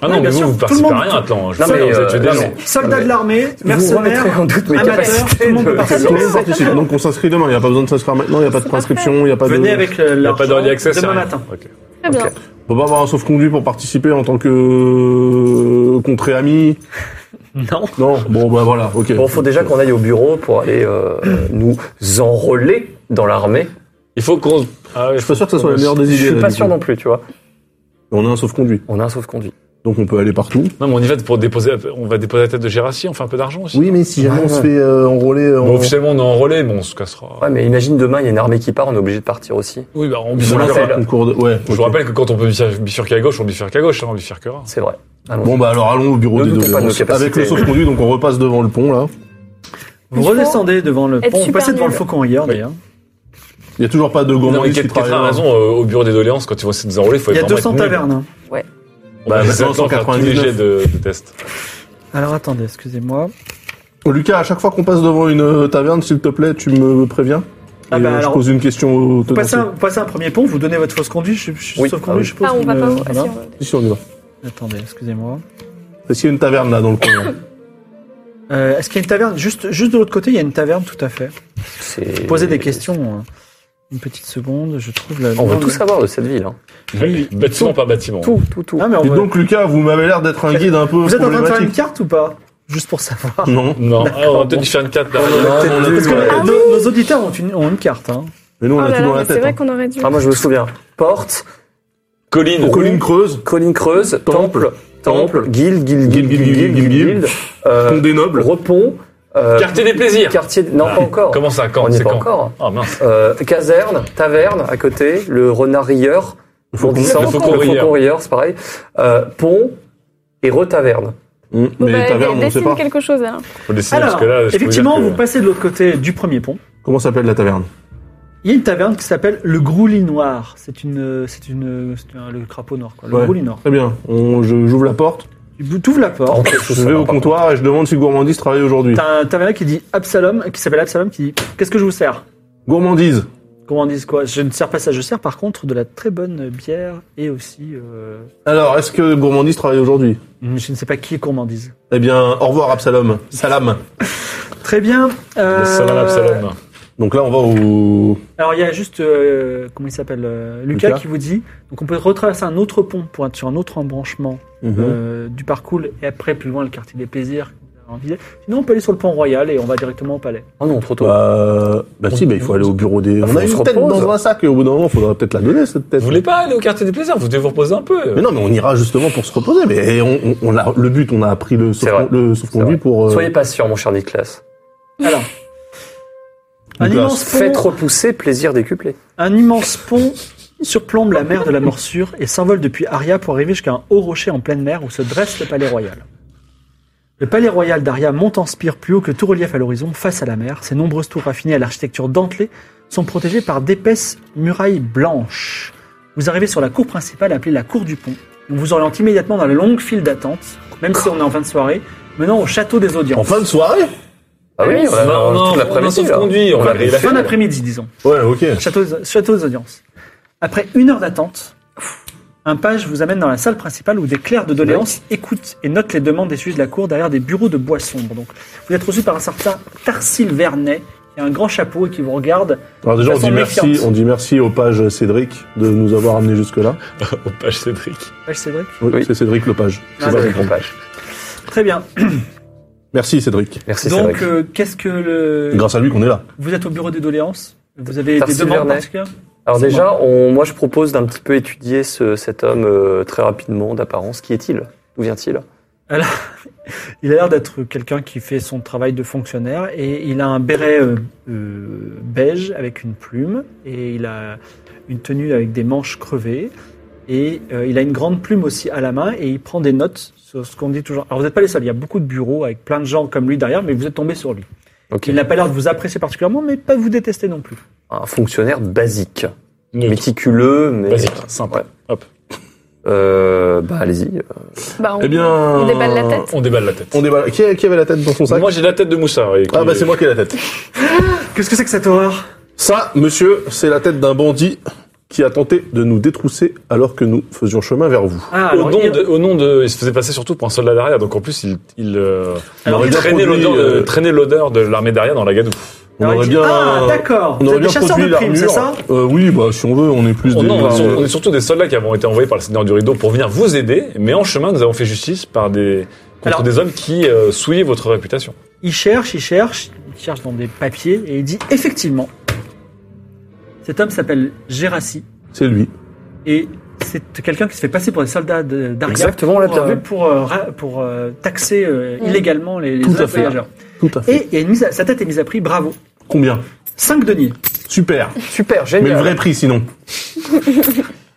Speaker 2: Ah
Speaker 1: Oui,
Speaker 2: non, mais
Speaker 1: bien
Speaker 2: vous,
Speaker 1: sûr,
Speaker 2: vous
Speaker 1: tout le
Speaker 2: participez à
Speaker 1: monde-
Speaker 2: rien, attends. Je
Speaker 4: Non,
Speaker 2: sais,
Speaker 4: mais,
Speaker 2: vous avez tué
Speaker 4: euh,
Speaker 2: des
Speaker 4: non,
Speaker 2: gens.
Speaker 4: mais-
Speaker 1: Soldats
Speaker 4: mais-
Speaker 1: de l'armée,
Speaker 4: Vous remettrez en
Speaker 1: mercenaires,
Speaker 4: doute mes
Speaker 1: amateurs, tout
Speaker 4: capacités
Speaker 1: le monde peut
Speaker 4: de...
Speaker 1: participer.
Speaker 5: Tout le monde participe. Donc on s'inscrit demain. Il n'y a pas besoin de s'inscrire maintenant. Il n'y a pas de
Speaker 3: C'est
Speaker 5: prescription. Il n'y a pas de.
Speaker 1: venez avec
Speaker 2: Il n'y a
Speaker 1: l'argent
Speaker 2: pas hein. d'early access,
Speaker 1: demain
Speaker 2: rien.
Speaker 1: matin.
Speaker 2: Ok.
Speaker 3: Très bien.
Speaker 5: Faut pas avoir un sauf-conduit pour participer en tant que contré ami.
Speaker 1: Non.
Speaker 5: Non. Bon bah voilà. Ok.
Speaker 4: Bon, faut déjà qu'on aille au bureau pour aller euh, nous enrôler dans l'armée.
Speaker 2: Il faut qu'on. Ah,
Speaker 5: Je suis pas sûr que ce soit la meilleure des
Speaker 4: Je
Speaker 5: idées.
Speaker 4: suis
Speaker 5: là,
Speaker 4: pas
Speaker 5: du
Speaker 4: sûr
Speaker 5: coup.
Speaker 4: non plus, tu vois.
Speaker 5: On a un sauf-conduit,
Speaker 4: On a un sauf-conduit.
Speaker 5: donc on peut aller partout.
Speaker 2: Non, mais on y va pour déposer. la- On va déposer la tête de Gérassi, on fait un peu d'argent aussi.
Speaker 5: Oui, mais si jamais on se fait euh, enrôler, euh,
Speaker 2: Bon,
Speaker 5: en-
Speaker 2: officiellement, on est enrôlé, mais on se cassera.
Speaker 4: Ouais, mais imagine demain, il y a une armée qui part, on est obligé de partir aussi.
Speaker 2: Oui, bah, on
Speaker 4: Bon,
Speaker 5: on lance
Speaker 4: c'est
Speaker 5: un
Speaker 4: là.
Speaker 2: bifurquera.
Speaker 5: concours de. Ouais.
Speaker 2: Je vous
Speaker 5: ok.
Speaker 2: rappelle que quand on peut bifur- bifurquer à gauche, on bifurque à gauche, hein, on bifurquera.
Speaker 4: C'est vrai. Allons-y.
Speaker 5: Bon bah alors allons au bureau
Speaker 4: Ne
Speaker 5: des
Speaker 4: doutons pas de nos
Speaker 5: doléances.
Speaker 4: capacités.
Speaker 5: Avec le sauf-conduit, donc on repasse devant le pont là.
Speaker 1: Vous
Speaker 3: Il faut
Speaker 1: redescendez devant le
Speaker 3: être
Speaker 1: pont. Vous
Speaker 3: super
Speaker 1: passez devant
Speaker 3: nul.
Speaker 1: le faucon hier,
Speaker 2: Oui.
Speaker 1: d'ailleurs.
Speaker 5: Il y a toujours pas de
Speaker 2: Non, mais
Speaker 5: gourmandise qui
Speaker 2: Kate- Kate
Speaker 5: travaille.
Speaker 2: a raison, euh, au bureau des doléances, quand ils vont essayer de nous enrôler, il faut
Speaker 1: Il y a
Speaker 2: vraiment être
Speaker 1: 200
Speaker 2: nul.
Speaker 1: tavernes. hein.
Speaker 2: On va
Speaker 5: Bah,
Speaker 2: les attendre faire tous les
Speaker 5: 99.
Speaker 2: jets de, de test.
Speaker 1: Alors attendez, excusez-moi.
Speaker 5: Lucas, à chaque fois qu'on passe devant une euh, taverne, s'il te plaît, tu me préviens.
Speaker 1: Ah
Speaker 5: Et,
Speaker 1: bah
Speaker 5: euh, je
Speaker 1: alors,
Speaker 5: pose une question au
Speaker 1: Vous passez,
Speaker 5: tenancier.
Speaker 1: un, vous passez un premier pont, vous donnez votre fausse conduite, je, je,
Speaker 4: Oui.
Speaker 1: sauf
Speaker 4: Ah
Speaker 1: conduite,
Speaker 4: oui.
Speaker 1: je suppose.
Speaker 3: Ah, on va
Speaker 1: mais-
Speaker 3: pas où Ah,
Speaker 1: voilà.
Speaker 3: si, on va-
Speaker 5: Si, si, on y va.
Speaker 1: Attendez, excusez-moi.
Speaker 5: Est-ce qu'il y a une taverne là dans le coin là
Speaker 1: Euh, Est-ce qu'il y a une taverne juste, juste de l'autre côté, il y a une taverne, tout à fait.
Speaker 4: C'est-
Speaker 1: Posez des questions. euh, Une petite seconde, je trouve la.
Speaker 4: On veut
Speaker 1: non,
Speaker 4: tout
Speaker 1: mais-
Speaker 4: savoir de cette ville. Hein.
Speaker 1: Oui, oui.
Speaker 2: Bâtiment par bâtiment.
Speaker 4: Tout, tout, tout.
Speaker 1: Ah, mais on
Speaker 5: Et
Speaker 1: va-
Speaker 5: donc Lucas, vous m'avez l'air d'être un guide un peu
Speaker 1: vous êtes en train de faire une
Speaker 5: problématique.
Speaker 1: carte ou pas Juste pour savoir.
Speaker 5: Non.
Speaker 2: Non, Ah, on va peut-être faire une 4 là.
Speaker 5: on a
Speaker 1: Parce que
Speaker 5: tout dans la
Speaker 1: nos,
Speaker 2: Ah
Speaker 5: tête.
Speaker 1: nos auditeurs ont une, ont une carte. Hein.
Speaker 5: Mais nous on
Speaker 3: Oh là
Speaker 5: a tout
Speaker 3: là,
Speaker 5: dans la
Speaker 3: mais c'est
Speaker 5: tête.
Speaker 3: vrai
Speaker 5: hein.
Speaker 3: qu'on aurait dû.
Speaker 4: Ah, moi, je me souviens. Porte,
Speaker 2: Colline.
Speaker 5: Colline creuse,
Speaker 4: colline creuse, temple, temple, guilde, guilde, guilde, guilde, guilde, guilde, guilde,
Speaker 5: pont
Speaker 4: euh,
Speaker 5: des nobles.
Speaker 4: repont, euh,
Speaker 2: Quartier des plaisirs.
Speaker 4: quartier, non,
Speaker 2: Ah,
Speaker 4: pas encore.
Speaker 2: Comment ça, quand
Speaker 4: On n'y
Speaker 2: C'est
Speaker 4: est pas
Speaker 2: quand
Speaker 4: encore.
Speaker 2: Ah mince.
Speaker 4: Euh, caserne, taverne à côté, le renard rieur,
Speaker 5: Il faut qu'on-
Speaker 4: bondissant,
Speaker 2: le faucon
Speaker 4: le
Speaker 2: rieur.
Speaker 4: faucon rieur, c'est pareil, euh, pont et retaverne.
Speaker 5: Mmh,
Speaker 3: Bon,
Speaker 5: Mais
Speaker 3: bah,
Speaker 5: les tavernes, on ne sait
Speaker 3: dessine
Speaker 5: pas.
Speaker 3: quelque chose alors.
Speaker 2: Faut le dessiner,
Speaker 1: Alors,
Speaker 2: parce que là, je peux
Speaker 1: effectivement, vous
Speaker 2: vous dire que-
Speaker 1: passez de l'autre côté du premier pont.
Speaker 5: Comment s'appelle la taverne
Speaker 1: Il y a une taverne qui s'appelle le Groulis Noir. C'est une, euh, c'est une, euh, c'est un- le crapaud noir, quoi. Le
Speaker 5: Ouais.
Speaker 1: Groulis Noir.
Speaker 5: Très bien. On- je- J'ouvre la porte.
Speaker 1: Tu ouvres la porte.
Speaker 5: Je vais au comptoir et je demande si Gourmandise travaille aujourd'hui.
Speaker 1: T'as un tavernier qui dit Absalom, qui s'appelle Absalom, qui dit Qu'est-ce que je vous sers
Speaker 5: Gourmandise.
Speaker 1: Comment on dit quoi Je ne sers pas ça, je sers par contre de la très bonne bière et aussi. euh,
Speaker 5: Alors, est-ce que Gourmandise travaille aujourd'hui
Speaker 1: je ne sais pas qui est gourmandise.
Speaker 5: Eh bien, au revoir Absalom. Salam.
Speaker 1: Très bien. euh,
Speaker 2: Le Salam Absalom.
Speaker 5: Donc là, on va au...
Speaker 1: Alors il y a juste euh, comment il s'appelle euh, Lucas,
Speaker 5: Lucas.
Speaker 1: qui vous dit donc on peut retracer un autre pont pour être sur un autre embranchement
Speaker 5: Mhm.
Speaker 1: euh, du parcours et après plus loin le quartier des plaisirs. que vous avez envie d'aller. Sinon on peut aller sur le pont royal et on va directement au palais.
Speaker 4: Oh non, trop tôt.
Speaker 5: Bah, bah si, bah, il faut aller au bureau des...
Speaker 4: Bah,
Speaker 5: on a
Speaker 4: on se
Speaker 5: une tête
Speaker 4: repose.
Speaker 5: dans un sac et au bout d'un moment, faudra peut-être la donner, cette tête.
Speaker 2: Vous voulez pas aller au quartier des plaisirs Vous devez vous reposer un peu.
Speaker 5: Mais non, mais on ira justement pour se reposer. Mais on, on, on a, le but, on a appris le,
Speaker 4: C'est vrai.
Speaker 5: sauf- le
Speaker 4: C'est
Speaker 5: sauf-conduit
Speaker 4: vrai.
Speaker 5: pour... euh,
Speaker 4: Soyez patient, mon cher Nicolas.
Speaker 1: Alors un
Speaker 5: Lucas,
Speaker 1: immense pont,
Speaker 4: Faites repousser plaisir décuplé.
Speaker 1: un immense pont surplombe la mer de la morsure et s'envole depuis Aria pour arriver jusqu'à un haut rocher en pleine mer où se dresse le palais royal. Le palais royal d'Aria monte en spire plus haut que tout relief à l'horizon face à la mer. Ses nombreuses tours raffinées à l'architecture dentelée sont protégées par d'épaisses murailles blanches. Vous arrivez sur la cour principale appelée la cour du pont. On vous oriente immédiatement dans la longue file d'attente, même si on est en fin de soirée, menant au château des
Speaker 5: En
Speaker 1: audiences.
Speaker 5: fin de soirée
Speaker 4: Ah oui, on a
Speaker 2: Non, non,
Speaker 4: toute
Speaker 2: on a
Speaker 4: là.
Speaker 2: sauf-conduit, on
Speaker 4: On
Speaker 2: va
Speaker 4: a
Speaker 2: griller la
Speaker 4: fait-
Speaker 1: Fin d'après-midi, disons.
Speaker 5: Ouais, ok.
Speaker 1: Château des, château des audiences. Après une heure d'attente, un page vous amène dans la salle principale où des clercs de doléances écoutent et notent les demandes des sujets de la cour derrière des bureaux de bois sombre. Donc, vous êtes reçu par un certain Tarsil Vernet, qui a un grand chapeau et qui vous regarde.
Speaker 5: Alors déjà, on
Speaker 1: façon
Speaker 5: dit, merci,
Speaker 1: méfiante.
Speaker 5: on dit merci au page Cédric de nous avoir amenés jusque-là.
Speaker 2: Au page Cédric.
Speaker 1: Page Cédric.
Speaker 5: Oui,
Speaker 4: Oui.
Speaker 5: c'est Cédric le page.
Speaker 1: Ah,
Speaker 5: C'est pas
Speaker 1: d'accord.
Speaker 5: mon page.
Speaker 1: Très bien.
Speaker 5: Merci Cédric.
Speaker 4: Merci, c'est
Speaker 1: Donc,
Speaker 4: vrai.
Speaker 1: euh, qu'est-ce que le.
Speaker 5: C'est grâce à lui qu'on est là.
Speaker 1: Vous êtes au bureau des doléances Vous avez
Speaker 4: Tarsil
Speaker 1: des demandes
Speaker 4: Vernet.
Speaker 1: particulières
Speaker 4: Alors
Speaker 1: c'est
Speaker 4: déjà, on- moi je propose d'un petit peu étudier ce- cet homme euh, très rapidement d'apparence. Qui est-il D'où vient-il
Speaker 1: Elle a- il a l'air d'être quelqu'un qui fait son travail de fonctionnaire et il a un béret euh, euh, beige avec une plume et il a une tenue avec des manches crevées et euh, il a une grande plume aussi à la main et il prend des notes sur ce qu'on dit toujours. Alors vous n'êtes pas les seuls, il y a beaucoup de bureaux avec plein de gens comme lui derrière, mais vous êtes tombés sur lui.
Speaker 4: Ok.
Speaker 1: Il n'a pas l'air de vous apprécier particulièrement, mais pas de vous détester non plus.
Speaker 4: Un fonctionnaire basique.
Speaker 2: Neutre.
Speaker 4: Méticuleux, mais.
Speaker 2: Basique, simple.
Speaker 4: Ouais.
Speaker 2: Hop.
Speaker 4: Euh, bah, allez-y.
Speaker 3: Bah, on,
Speaker 5: Eh bien.
Speaker 3: on déballe la tête.
Speaker 2: On déballe la tête.
Speaker 5: On déballe. Qui, qui avait la tête dans son sac
Speaker 2: Moi, j'ai la tête de Moussa. oui,
Speaker 5: Ah
Speaker 2: qui-
Speaker 5: bah c'est moi qui ai la tête.
Speaker 1: Qu'est-ce que c'est que cette horreur
Speaker 5: Ça, monsieur, c'est la tête d'un bandit qui a tenté de nous détrousser alors que nous faisions chemin vers vous.
Speaker 1: ah,
Speaker 2: Au
Speaker 1: alors,
Speaker 2: nom,
Speaker 1: il-
Speaker 2: de, au nom de, il se faisait passer surtout pour un soldat derrière, donc en plus il, il, euh,
Speaker 1: Alors,
Speaker 2: il
Speaker 5: il a
Speaker 2: traînait
Speaker 5: produit,
Speaker 2: l'odeur de,
Speaker 5: euh,
Speaker 2: traînait l'odeur de l'armée derrière dans la gadoue.
Speaker 5: On
Speaker 1: alors, il
Speaker 5: aurait
Speaker 1: dit-
Speaker 5: bien,
Speaker 1: Ah, d'accord.
Speaker 5: on
Speaker 1: Vous
Speaker 5: aurait
Speaker 1: êtes des
Speaker 5: bien
Speaker 1: chasseurs de
Speaker 5: produit
Speaker 1: primes, c'est
Speaker 5: l'armure.
Speaker 1: ça
Speaker 5: Euh, oui, bah si on veut, on est plus
Speaker 2: Oh
Speaker 5: des. euh,
Speaker 2: non, on, est sur- on est surtout des soldats qui avons été envoyés par le seigneur du rideau pour venir vous aider, mais en chemin nous avons fait justice par des contre
Speaker 1: Alors-
Speaker 2: des hommes qui euh, souillaient votre réputation.
Speaker 1: Il cherche, il cherche, il cherche dans des papiers et il dit effectivement, cet homme s'appelle Gérassi
Speaker 5: C'est lui.
Speaker 1: et c'est quelqu'un qui se fait passer pour des soldats de- d'Aria.
Speaker 4: Exactement, on l'a
Speaker 1: pour,
Speaker 4: bien
Speaker 1: euh,
Speaker 4: vu.
Speaker 1: Pour, euh, ra- pour, euh, taxer euh,
Speaker 3: Mm.
Speaker 1: illégalement les, les
Speaker 5: Tout à
Speaker 1: autres
Speaker 5: fait.
Speaker 1: voyageurs.
Speaker 5: Tout à fait.
Speaker 1: Et il y a une mise à- sa tête est mise à prix, bravo.
Speaker 5: Combien
Speaker 1: 5 deniers.
Speaker 5: Super.
Speaker 4: Super,
Speaker 5: Mais
Speaker 4: génial.
Speaker 5: le vrai prix sinon.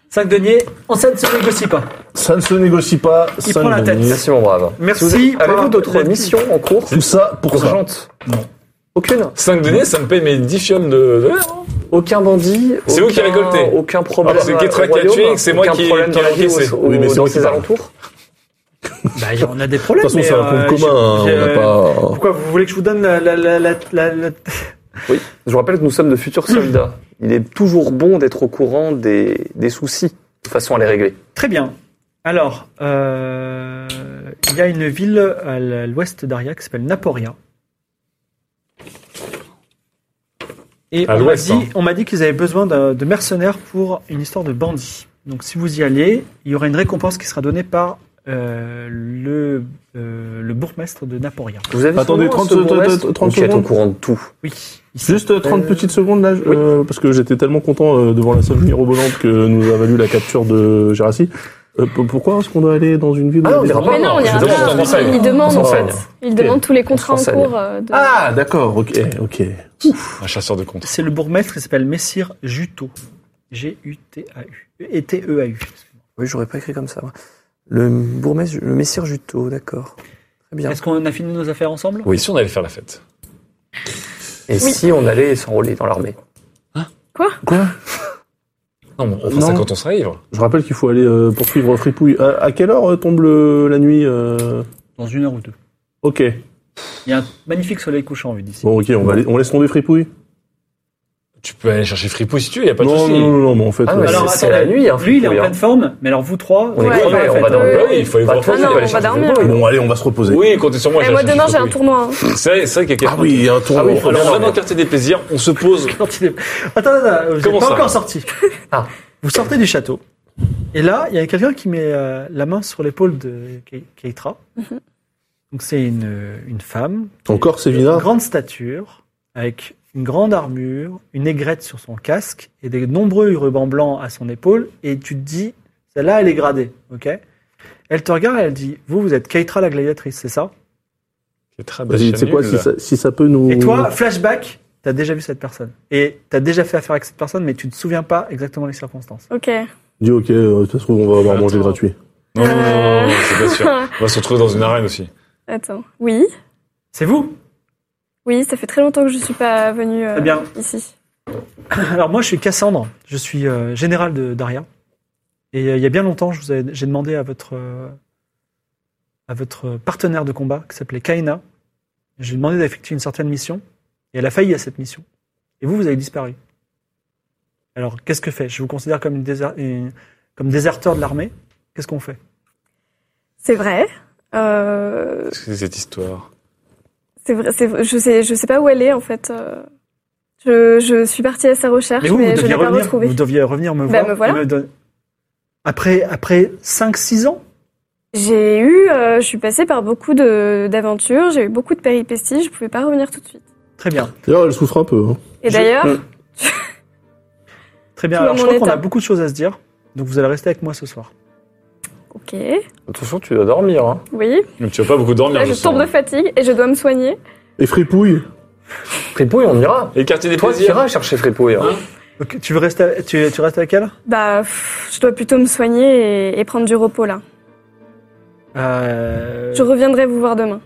Speaker 1: 5 deniers, en ça ne se négocie pas.
Speaker 5: Ça ne se négocie pas.
Speaker 1: Il
Speaker 5: ça
Speaker 1: prend
Speaker 5: ne
Speaker 1: la tête.
Speaker 5: négocie-
Speaker 4: Merci, mon brave.
Speaker 1: Merci
Speaker 4: Si vous avez-
Speaker 1: pour
Speaker 4: Avez-vous
Speaker 1: la-
Speaker 4: d'autres
Speaker 1: la-
Speaker 4: missions en cours
Speaker 5: Tout ça pour ça.
Speaker 4: urgentes Aucune.
Speaker 2: 5 deniers, ça me paye mes 10 fioles de. de-
Speaker 4: Aucun bandit.
Speaker 2: C'est vous qui
Speaker 4: aucun-
Speaker 2: récoltez.
Speaker 4: Aucun problème.
Speaker 2: Ah, c'est Ketra
Speaker 4: au
Speaker 2: qui a
Speaker 4: royaume,
Speaker 2: tué et c'est moi
Speaker 4: aucun
Speaker 2: qui-
Speaker 4: problème
Speaker 2: qui
Speaker 4: dans
Speaker 2: ai
Speaker 4: la vie
Speaker 2: encaissé.
Speaker 4: au-
Speaker 5: Oui, mais
Speaker 4: au-
Speaker 5: c'est
Speaker 4: dans
Speaker 5: moi qui
Speaker 4: ses
Speaker 5: parle.
Speaker 4: alentours.
Speaker 1: Bah, on a des problèmes.
Speaker 5: De toute façon,
Speaker 1: mais,
Speaker 5: c'est un
Speaker 1: euh,
Speaker 5: compte
Speaker 1: j'ai-
Speaker 5: commun. hein,
Speaker 1: j'ai-
Speaker 5: On n'a pas.
Speaker 1: Pourquoi vous voulez que je vous donne la, la, la, la, la- la-
Speaker 4: Oui, je vous rappelle que nous sommes de futurs soldats. Il est toujours bon d'être au courant des, des soucis, de façon à les régler.
Speaker 1: Très bien. Alors, euh, il y a une ville à l'ouest d'Aria qui s'appelle Naporia. Et
Speaker 2: À
Speaker 1: on m'a
Speaker 2: l'ouest,
Speaker 1: dit,
Speaker 2: hein.
Speaker 1: on m'a dit qu'ils avaient besoin de, de mercenaires pour une histoire de bandits. Donc, si vous y allez, il y aura une récompense qui sera donnée par euh, le, euh, le bourgmestre de Naporia.
Speaker 4: Vous avez
Speaker 5: Attendez, 30
Speaker 4: secondes.
Speaker 5: secondes, 30
Speaker 4: qui est au
Speaker 5: secondes.
Speaker 4: courant de tout.
Speaker 1: Oui. Il s'appelle-
Speaker 5: Juste 30 petites secondes là, euh, parce que j'étais tellement content euh, devant la salle mirobolante que nous a valu la capture de Gérassi. Euh, p- pourquoi est-ce qu'on doit aller dans une ville
Speaker 4: Ah,
Speaker 5: où
Speaker 4: on
Speaker 5: des
Speaker 4: ira
Speaker 5: bandits
Speaker 4: pas.
Speaker 3: Mais non, on
Speaker 4: Je
Speaker 3: ira
Speaker 4: demande,
Speaker 3: pas.
Speaker 4: on s'enseigne.
Speaker 3: Il demande,
Speaker 4: On
Speaker 3: en fait.
Speaker 4: s'enseigne.
Speaker 3: Il demande tous les contrats en
Speaker 4: s'enseigne.
Speaker 3: cours. euh, de-
Speaker 5: Ah, d'accord, ok, ok.
Speaker 2: Un chasseur de comptes.
Speaker 1: C'est le bourgmestre qui s'appelle Messire Juto. G-U-T-A-U. Et E T-E-A-U.
Speaker 4: Oui, j'aurais pas écrit comme ça. moi. Le bourgmestre, le messire Juto, d'accord. Très bien.
Speaker 1: Est-ce qu'on a fini nos affaires ensemble
Speaker 2: Oui, si on allait faire la fête.
Speaker 4: Et si on allait s'enrôler dans l'armée
Speaker 2: Non, mais on fera ça
Speaker 5: Non.
Speaker 2: quand on sera ivre.
Speaker 5: Je rappelle qu'il faut aller euh, poursuivre Fripouille. À, à quelle heure euh, tombe le- la nuit euh
Speaker 1: Dans une heure ou deux.
Speaker 5: Ok.
Speaker 1: Il y a un magnifique soleil couchant vu
Speaker 4: Oh,
Speaker 1: d'ici.
Speaker 5: Bon, ok, on, va la- on laisse tomber Fripouille.
Speaker 2: Tu peux aller chercher Fripouille si tu veux, y a pas de
Speaker 5: Non, non,
Speaker 2: souci.
Speaker 5: non, non, mais en fait.
Speaker 4: Ah,
Speaker 5: euh,
Speaker 4: mais
Speaker 1: Alors,
Speaker 4: c'est c'est
Speaker 1: attendez,
Speaker 4: la nuit, hein,
Speaker 1: Lui, il est en
Speaker 4: Fripouille, hein.
Speaker 1: pleine forme, mais alors vous euh, trois,
Speaker 4: On est
Speaker 3: Ouais,
Speaker 4: crevés,
Speaker 3: en fait,
Speaker 4: on va
Speaker 3: oui,
Speaker 4: dormir.
Speaker 2: Ah oui, il faut aller
Speaker 4: Pas
Speaker 2: voir
Speaker 4: trop,
Speaker 2: Fripouille,
Speaker 4: il
Speaker 3: Ah non, on va
Speaker 4: faut aller chercher
Speaker 3: dormir.
Speaker 4: Fripouille.
Speaker 5: bon, allez, on va se reposer.
Speaker 2: Oui, comptez sur moi.
Speaker 3: Eh,
Speaker 2: j'irai
Speaker 3: moi,
Speaker 2: chercher
Speaker 3: demain, j'ai un
Speaker 2: Fripouille.
Speaker 3: tournoi. hein.
Speaker 2: C'est vrai- c'est vrai qu'il y a quelqu'un.
Speaker 5: Ah oui, il y a un tour.
Speaker 4: Ah oui,
Speaker 2: Alors on va dans le quartier des plaisirs, on se pose.
Speaker 1: Sorti des- Attends, attends, attends, vous
Speaker 2: Comment
Speaker 1: n'êtes pas
Speaker 2: ça
Speaker 1: encore sorti.
Speaker 4: Ah.
Speaker 1: Vous sortez du château. Et là, il y a quelqu'un qui met euh, la main sur l'épaule de Ke- Keitra. Donc c'est une, euh, une femme,
Speaker 5: Encore
Speaker 1: une
Speaker 5: Sévina
Speaker 1: grande stature, avec une grande armure, une aigrette sur son casque et des nombreux rubans blancs à son épaule. Et tu te dis, celle-là, elle est gradée, ok Elle te regarde, elle dit, vous, vous êtes Keitra la gladiatrice, c'est ça
Speaker 2: Bah,
Speaker 5: Vas-y, tu sais quoi, si ça, si ça peut nous.
Speaker 1: Et toi, flashback, t'as déjà vu cette personne. Et t'as déjà fait affaire avec cette personne, mais tu ne te souviens pas exactement les circonstances.
Speaker 3: Ok.
Speaker 5: Dis ok, euh, ça se trouve, on va avoir mangé
Speaker 2: Attends.
Speaker 5: gratuit.
Speaker 2: Non, non, non, non, non, c'est pas sûr. On va se retrouver dans une arène aussi.
Speaker 3: Attends. Oui.
Speaker 1: C'est vous
Speaker 3: Oui, ça fait très longtemps que je suis pas venue euh,
Speaker 1: Très bien.
Speaker 3: ici.
Speaker 1: Alors moi, je suis Cassandre. Je suis euh, général de Daria. Et euh, il y a bien longtemps, je vous avais- j'ai demandé à votre euh, à votre partenaire de combat qui s'appelait Kaina. Je lui ai demandé d'effectuer une certaine mission. Et elle a failli à cette mission. Et vous, vous avez disparu. Alors, qu'est-ce que fait Je vous considère comme, une déser- une- comme déserteur de l'armée. Qu'est-ce qu'on fait
Speaker 3: C'est vrai. Euh,
Speaker 2: Qu'est-ce que c'est cette histoire
Speaker 3: c'est vrai, c'est vrai. Je sais, je sais pas où elle est en fait. Euh, Je, je suis partie à sa recherche, mais,
Speaker 1: Mais vous, vous
Speaker 3: Ah, je
Speaker 1: deviez,
Speaker 3: l'ai pas
Speaker 1: revenir,
Speaker 3: retrouvée.
Speaker 1: vous deviez revenir me
Speaker 3: Bah,
Speaker 1: voir.
Speaker 3: me voilà.
Speaker 1: et don- Après, après 5-6 ans
Speaker 3: J'ai eu, euh, je suis passée par beaucoup de d'aventures, j'ai eu beaucoup de péripéties, je pouvais pas revenir tout de suite.
Speaker 1: Très bien.
Speaker 5: D'ailleurs, elle souffre un peu. hein.
Speaker 3: Et
Speaker 1: Je- Hmm.
Speaker 3: d'ailleurs,
Speaker 1: Très bien.
Speaker 3: Tout
Speaker 1: Alors,
Speaker 3: dans
Speaker 1: je
Speaker 3: mon
Speaker 1: crois qu'on
Speaker 3: état.
Speaker 1: a beaucoup de choses à se dire. Donc, vous allez rester avec moi ce soir.
Speaker 3: ok, Ok,
Speaker 4: Attention, tu dois dormir. Hein.
Speaker 3: oui.
Speaker 2: Donc tu vas pas beaucoup dormir.
Speaker 3: Là, je
Speaker 2: sens.
Speaker 3: tombe de fatigue et je dois me soigner.
Speaker 5: Et fripouille
Speaker 4: Fripouille, on ira.
Speaker 2: Et le quartier des
Speaker 4: Toi, tu
Speaker 2: plaisirs.
Speaker 4: iras chercher Fripouille. hein.
Speaker 2: Hein
Speaker 1: Ok, tu veux rester, avec- tu, tu restes avec elle
Speaker 3: Bah, pff, je dois plutôt me soigner et, et prendre du repos là.
Speaker 1: Euh,
Speaker 3: Je reviendrai vous voir demain.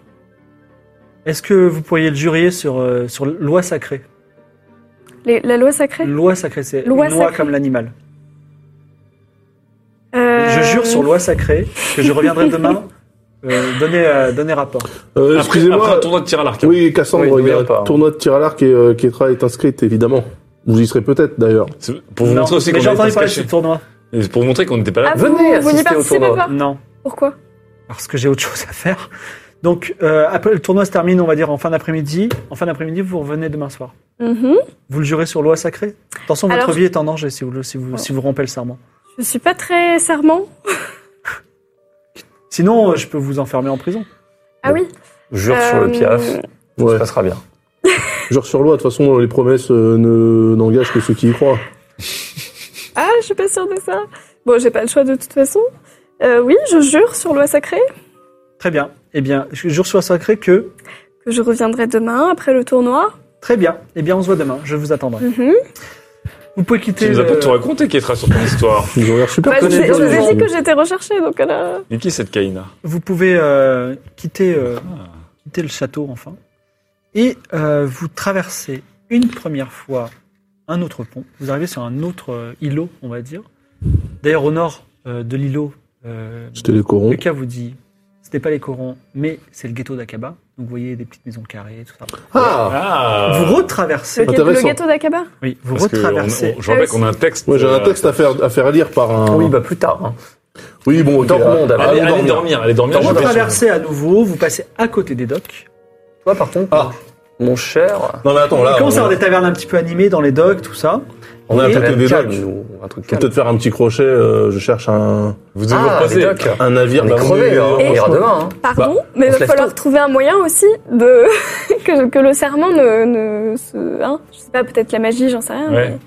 Speaker 1: Est-ce que vous pourriez le jurier sur, euh, sur loi sacrée
Speaker 3: Les- la loi sacrée
Speaker 4: Mm.
Speaker 1: Loi sacrée, c'est une
Speaker 3: Loi
Speaker 1: loi
Speaker 3: sacrée.
Speaker 1: comme l'animal.
Speaker 3: Euh,
Speaker 1: Je jure sur loi sacrée que je reviendrai demain euh, donner, euh, donner rapport.
Speaker 5: Euh,
Speaker 2: Après, après un
Speaker 5: Excusez-moi.
Speaker 2: tournoi de tir à l'arc.
Speaker 5: Oui, Cassandre,
Speaker 4: Oui,
Speaker 5: il y a
Speaker 4: n'oublions pas,
Speaker 5: un
Speaker 4: hein.
Speaker 5: tournoi de tir à l'arc et euh, Ketra est inscrite, évidemment. Vous y serez peut-être, d'ailleurs.
Speaker 2: C'est Pour vous
Speaker 1: Non,
Speaker 2: montrer aussi
Speaker 1: mais
Speaker 2: qu'on
Speaker 1: j'ai
Speaker 2: n'était pas
Speaker 1: entendu parler de ce
Speaker 2: caché.
Speaker 1: tournoi.
Speaker 2: C'est Pour vous montrer qu'on n'était pas là.
Speaker 3: Ah,
Speaker 4: Venez
Speaker 3: vous, vous
Speaker 4: assister
Speaker 3: n'y
Speaker 4: au
Speaker 3: participez
Speaker 4: tournoi. Mm.
Speaker 3: pas
Speaker 1: Non,
Speaker 3: Pourquoi
Speaker 1: parce que j'ai autre chose à faire. Donc euh, après le tournoi se termine, on va dire en fin d'après-midi. En fin d'après-midi, vous revenez demain soir.
Speaker 3: Mhm.
Speaker 1: Vous le jurez sur loi sacrée Attention, votre
Speaker 3: Alors-
Speaker 1: vie est en danger si vous, le- si vous, si vous rompez le serment.
Speaker 3: Je suis pas très serment.
Speaker 1: Sinon, euh, je peux vous enfermer en prison.
Speaker 3: Ah oui.
Speaker 4: Jure sur le
Speaker 3: Euh,
Speaker 4: piaf,
Speaker 5: Ouais.
Speaker 4: ça passera bien.
Speaker 5: Jure sur loi, de toute façon, les promesses euh, ne n'engagent que ceux qui y croient.
Speaker 3: Ah, je suis pas sûre de ça. Bon, j'ai pas le choix de toute façon. Euh, oui, je jure sur loi sacrée
Speaker 1: Très bien. Eh bien, je jure sur loi sacrée que.
Speaker 3: que je reviendrai demain après le tournoi.
Speaker 1: Très bien. Eh bien, on se voit demain. Je vous attendrai.
Speaker 3: Mhm.
Speaker 1: Vous pouvez quitter. euh,
Speaker 2: Tu nous as pas
Speaker 1: le-
Speaker 2: tout raconté, Kétra, sur ton histoire.
Speaker 5: Ils ont l'air super
Speaker 3: Bah, je
Speaker 5: connus,
Speaker 3: je vous
Speaker 5: les gens.
Speaker 3: ai dit que j'étais recherchée, donc euh, elle a...
Speaker 2: Mais qui cette Kaina
Speaker 1: Vous pouvez euh, quitter, euh, quitter le château enfin. Et euh, vous traversez une première fois un autre pont. Vous arrivez sur un autre euh, îlot, on va dire. D'ailleurs, au nord euh, de l'îlot, euh,
Speaker 5: C'était les corons.
Speaker 1: Lucas vous dit ce n'est pas les corons, mais c'est le ghetto d'Akaba. Donc vous voyez des petites maisons carrées, tout ça.
Speaker 5: Ah
Speaker 2: Ah
Speaker 1: Vous
Speaker 3: Le,
Speaker 1: retraversez.
Speaker 3: gâteau- le
Speaker 5: Intéressant.
Speaker 3: gâteau d'Akaba
Speaker 1: Oui, vous
Speaker 2: Parce que
Speaker 1: retraversez.
Speaker 2: on- on- Je rappelle qu'on a un texte.
Speaker 5: Ouais, j'ai un
Speaker 2: euh,
Speaker 5: texte à faire, à faire lire par un...
Speaker 4: Oui, bah plus tard. hein.
Speaker 5: Oui, bon, ok.
Speaker 4: Dormons
Speaker 5: Ah,
Speaker 4: d'abord.
Speaker 2: Allez,
Speaker 5: allons
Speaker 2: allez
Speaker 5: dormir.
Speaker 2: dormir, allez dormir.
Speaker 1: Vous
Speaker 2: je vais-
Speaker 1: traversez à nouveau, vous passez à côté des docks.
Speaker 4: Toi, par contre,
Speaker 5: Ah.
Speaker 4: mon cher,
Speaker 5: Non, mais attends, là,
Speaker 1: Il commence à
Speaker 5: Ah, on,
Speaker 1: avoir des tavernes un petit peu animées dans les docks, tout ça.
Speaker 5: on est à
Speaker 1: Et-
Speaker 5: côté des
Speaker 4: calme,
Speaker 5: docks.
Speaker 4: nous, un truc
Speaker 5: Faut
Speaker 4: calme.
Speaker 5: peut-être faire un petit crochet, euh, je cherche un,
Speaker 2: Vous devez vous
Speaker 4: Ah, les
Speaker 2: reposer.
Speaker 4: docks.
Speaker 5: un navire.
Speaker 4: On est
Speaker 5: Bah, on
Speaker 4: crevés,
Speaker 5: est-
Speaker 4: hein. on ira demain. hein.
Speaker 3: Pardon,
Speaker 4: on
Speaker 3: mais
Speaker 4: se
Speaker 3: il va
Speaker 4: lève
Speaker 3: falloir
Speaker 4: tôt.
Speaker 3: trouver un moyen aussi de que, que le serment ne, ne se, hein, je sais pas, peut-être la magie, j'en sais rien.
Speaker 2: Ouais.
Speaker 3: mais-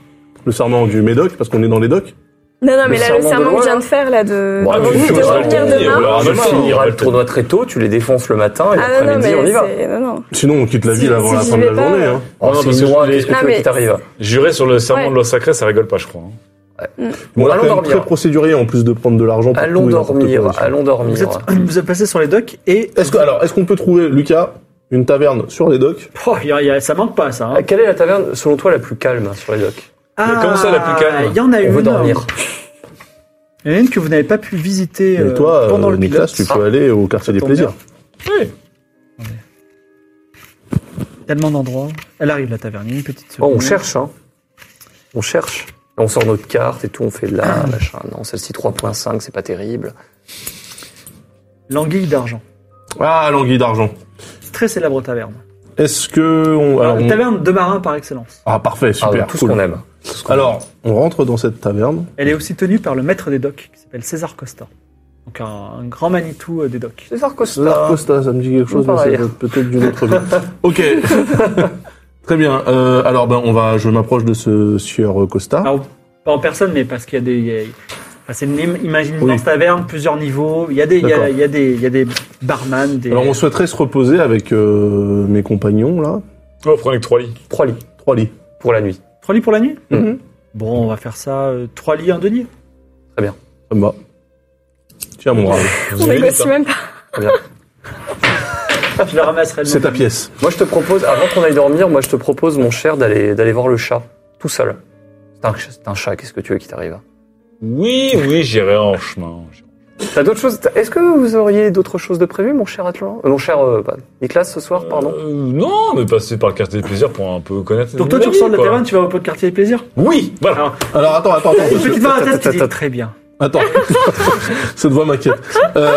Speaker 5: Le serment du Médoc, parce qu'on est dans les docks.
Speaker 3: Non, non, mais
Speaker 4: Le
Speaker 3: là, le
Speaker 4: serment de
Speaker 3: serment
Speaker 4: loi,
Speaker 3: que je viens
Speaker 4: là.
Speaker 3: de faire là de,
Speaker 4: Bon,
Speaker 3: de-
Speaker 4: ah, mais
Speaker 3: de
Speaker 4: je vais
Speaker 3: revenir
Speaker 4: le dire,
Speaker 3: demain.
Speaker 2: alors,
Speaker 4: Tu
Speaker 2: demain, on
Speaker 4: finiras
Speaker 2: va
Speaker 4: le
Speaker 2: le
Speaker 4: tournoi très tôt, tu les défonces le matin et
Speaker 3: Ah non, non,
Speaker 4: l'après-midi,
Speaker 3: mais
Speaker 4: on y va.
Speaker 3: c'est- non, non.
Speaker 5: Sinon, on quitte la
Speaker 3: Si-
Speaker 5: ville avant
Speaker 3: si
Speaker 5: la
Speaker 3: j'y
Speaker 5: fin de
Speaker 3: vais
Speaker 5: la
Speaker 3: pas,
Speaker 5: journée.
Speaker 3: euh,
Speaker 5: hein.
Speaker 4: Oh,
Speaker 2: Non,
Speaker 4: c'est
Speaker 2: parce que
Speaker 4: une loi,
Speaker 2: les-
Speaker 4: qu'est-ce que
Speaker 3: Non,
Speaker 4: tu veux
Speaker 3: mais-
Speaker 4: qui t'arrive
Speaker 2: Jurer sur le serment
Speaker 3: Ouais.
Speaker 2: de loi sacrée, ça rigole pas, je crois. hein.
Speaker 5: Bon, on
Speaker 4: allons
Speaker 5: est quand même
Speaker 4: dormir.
Speaker 5: très procédurier en plus de prendre de l'argent pour
Speaker 4: Allons
Speaker 5: tout et n'importe quoi
Speaker 4: dormir,
Speaker 5: aussi.
Speaker 4: allons
Speaker 1: Vous
Speaker 4: dormir.
Speaker 1: êtes, vous êtes passé sur les docks et
Speaker 5: Est-ce que, alors, est-ce qu'on peut trouver, Lucas, une taverne sur les docks
Speaker 1: Oh, il y a- il y a- ça manque pas ça. hein.
Speaker 4: Ah, Quelle est la taverne, selon toi, la plus calme sur les docks
Speaker 1: Ah,
Speaker 2: comment ça, la plus calme
Speaker 1: Il y en a
Speaker 4: On
Speaker 1: une.
Speaker 4: veut dormir.
Speaker 1: Il y en a une que vous n'avez pas pu visiter
Speaker 5: Et
Speaker 1: euh,
Speaker 5: toi, euh,
Speaker 1: pendant le
Speaker 5: Nicolas,
Speaker 1: pilote.
Speaker 5: tu peux
Speaker 4: Ah.
Speaker 5: aller au quartier des
Speaker 1: Ton
Speaker 5: plaisirs.
Speaker 1: Tellement d'endroits. Elle arrive la taverne. il y a Une petite.
Speaker 5: Oh,
Speaker 4: Bon, on
Speaker 1: seconde.
Speaker 4: cherche, hein. On cherche. On sort notre carte et tout, on fait de là, machin. Non, celle-ci 3.5, c'est pas terrible.
Speaker 1: L'anguille d'argent.
Speaker 5: Ah, l'anguille d'argent.
Speaker 1: Très célèbre taverne.
Speaker 5: Est-ce que on, alors,
Speaker 1: Une
Speaker 5: on-
Speaker 1: taverne de marins par excellence.
Speaker 5: ah parfait,
Speaker 4: Ah,
Speaker 5: super,
Speaker 4: tout ce
Speaker 5: cool.
Speaker 4: qu'on aime. Tout ce qu'on
Speaker 5: Alors, on rentre dans cette taverne.
Speaker 1: Elle est aussi tenue par le maître des docks qui s'appelle César Costa. Donc un, un grand Manitou euh, des docks.
Speaker 4: César
Speaker 5: César
Speaker 4: Costa.
Speaker 5: Costa, ça me dit quelque chose, mais ça
Speaker 4: Pareil.
Speaker 5: doit être peut-être d'une autre vie. ok. Très bien. euh, alors, ben, on va. Je m'approche de ce sieur euh, Costa.
Speaker 2: Ah
Speaker 1: Alors, pas en personne, mais parce qu'il y a des. il y a- enfin, c'est une im- imagine une
Speaker 5: Oui.
Speaker 1: immense taverne, plusieurs niveaux. Il y a des, il y a-
Speaker 5: D'accord.
Speaker 1: il y a des, il y a des barman, des.
Speaker 5: Alors, on souhaiterait se reposer avec euh, mes compagnons là.
Speaker 2: Toi, Oh, prenez que trois lits.
Speaker 4: Trois lits
Speaker 5: Trois lits.
Speaker 4: pour la nuit.
Speaker 1: Trois lits pour la nuit
Speaker 5: Mhm.
Speaker 1: Bon, on va faire ça. euh, trois lits, un denier.
Speaker 5: Ça me va. Tiens mon brave.
Speaker 3: On négocie même pas.
Speaker 1: Je le ramasserai. le
Speaker 5: C'est ta
Speaker 1: lendemain.
Speaker 5: pièce.
Speaker 4: Moi, je te propose, avant qu'on aille dormir, moi, je te propose, mon cher, d'aller d'aller voir le chat, tout seul. C'est un, ch- c'est un chat, qu'est-ce que tu veux qui t'arrive
Speaker 2: Oui, oui, j'irai en chemin.
Speaker 4: T'as d'autres choses t'as- Est-ce que vous auriez d'autres choses de prévues, mon cher Atlan Euh, Mon cher euh, bah, Nicolas, ce soir, pardon
Speaker 2: Euh, non, mais passer par le quartier des plaisirs pour un peu connaître.
Speaker 1: Donc toi,
Speaker 2: la
Speaker 1: tu
Speaker 2: vie,
Speaker 1: ressors de la
Speaker 2: quoi.
Speaker 1: taverne, tu vas au pot de quartier des plaisirs.
Speaker 2: Oui, voilà.
Speaker 5: Alors attends, attends, attends.
Speaker 1: Une petite main à la tête qui dit
Speaker 5: Attends,
Speaker 1: très bien.
Speaker 5: Attends, cette voix m'inquiète.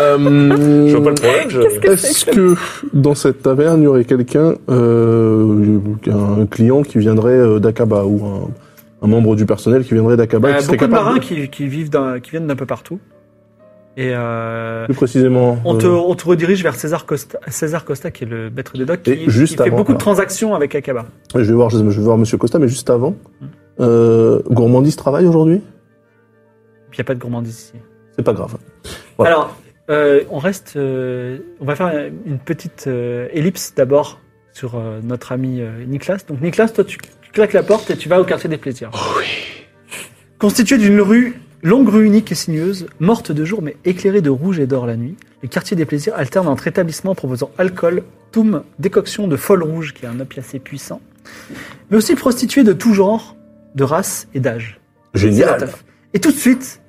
Speaker 5: Euh,
Speaker 2: Je vois pas le problème. je-
Speaker 5: Est-ce que dans cette taverne, il y aurait quelqu'un, euh, un client qui viendrait euh, d'Akaba ou un, un membre du personnel qui viendrait d'Akaba et
Speaker 1: Euh,
Speaker 5: qui serait
Speaker 1: beaucoup de
Speaker 5: capable
Speaker 1: marins qui, qui vivent d'un- qui viennent d'un peu partout. Et euh,
Speaker 5: plus précisément
Speaker 1: on, te,
Speaker 5: euh,
Speaker 1: on te redirige vers César Costa, César Costa qui est le maître des docks,
Speaker 5: Et
Speaker 1: qui, qui
Speaker 5: juste
Speaker 1: fait
Speaker 5: avant,
Speaker 1: beaucoup de
Speaker 5: là.
Speaker 1: transactions avec Akaba.
Speaker 5: je vais voir, je vais voir Monsieur Costa, mais juste
Speaker 1: Hmm.
Speaker 5: avant, euh, Gourmandise travaille aujourd'hui
Speaker 1: Il n'y a pas de gourmandise ici.
Speaker 5: C'est pas grave. Voilà.
Speaker 1: Alors, euh, on reste. euh, on va faire une petite euh, ellipse d'abord sur euh, notre ami euh, Nicolas. Donc, Nicolas, toi, tu, tu claques la porte et tu vas au quartier des plaisirs. Constitué d'une rue, longue rue unique et sinueuse, morte de jour mais éclairée de rouge et d'or la nuit, le quartier des plaisirs alterne entre établissements proposant alcool, toum, décoction de folle rouge, qui est un opiacé assez puissant, mais aussi prostituées de tout genre, de race et d'âge.
Speaker 5: Génial.
Speaker 1: Et tout de suite,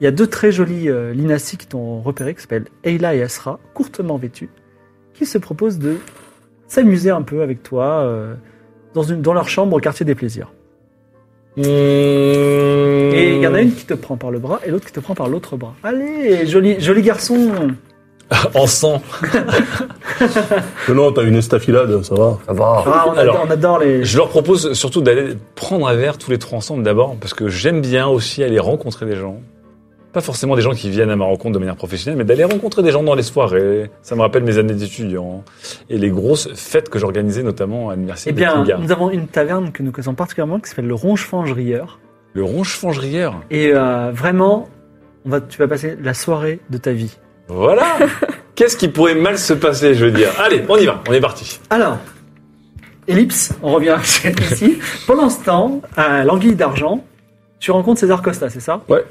Speaker 1: il y a deux très jolies euh, Linassi qui t'ont repéré, qui s'appellent Eila et Asra, courtement vêtues, qui se proposent de s'amuser un peu avec toi euh, dans, une, dans leur chambre au quartier des plaisirs. Et il y en a une qui te prend par le bras et l'autre qui te prend par l'autre bras. Allez, joli, joli garçon
Speaker 2: En sang.
Speaker 5: Non, Euh, non, t'as une estafilade, ça va.
Speaker 4: Ça va.
Speaker 1: Ah, on,
Speaker 2: Alors,
Speaker 1: adore, on adore les...
Speaker 2: Je leur propose surtout d'aller prendre un verre tous les trois ensemble d'abord, parce que j'aime bien aussi aller rencontrer des gens. Pas forcément des gens qui viennent à ma rencontre de manière professionnelle, mais d'aller rencontrer des gens dans les soirées. Ça me rappelle mes années d'étudiant et les grosses fêtes que j'organisais, notamment à l'université
Speaker 1: Eh
Speaker 2: de
Speaker 1: bien,
Speaker 2: Kinga.
Speaker 1: nous avons une taverne que nous connaissons particulièrement qui s'appelle le Ronchefange Rieur.
Speaker 2: Le ronche rieur.
Speaker 1: Et euh, vraiment, on va, tu vas passer la soirée de ta vie.
Speaker 2: Voilà Qu'est-ce qui pourrait mal se passer, je veux dire Allez, on y va, on est parti.
Speaker 1: Alors, ellipse, on revient ici. Pendant ce temps, à l'anguille d'argent, tu rencontres César Costa, c'est ça
Speaker 5: Ouais.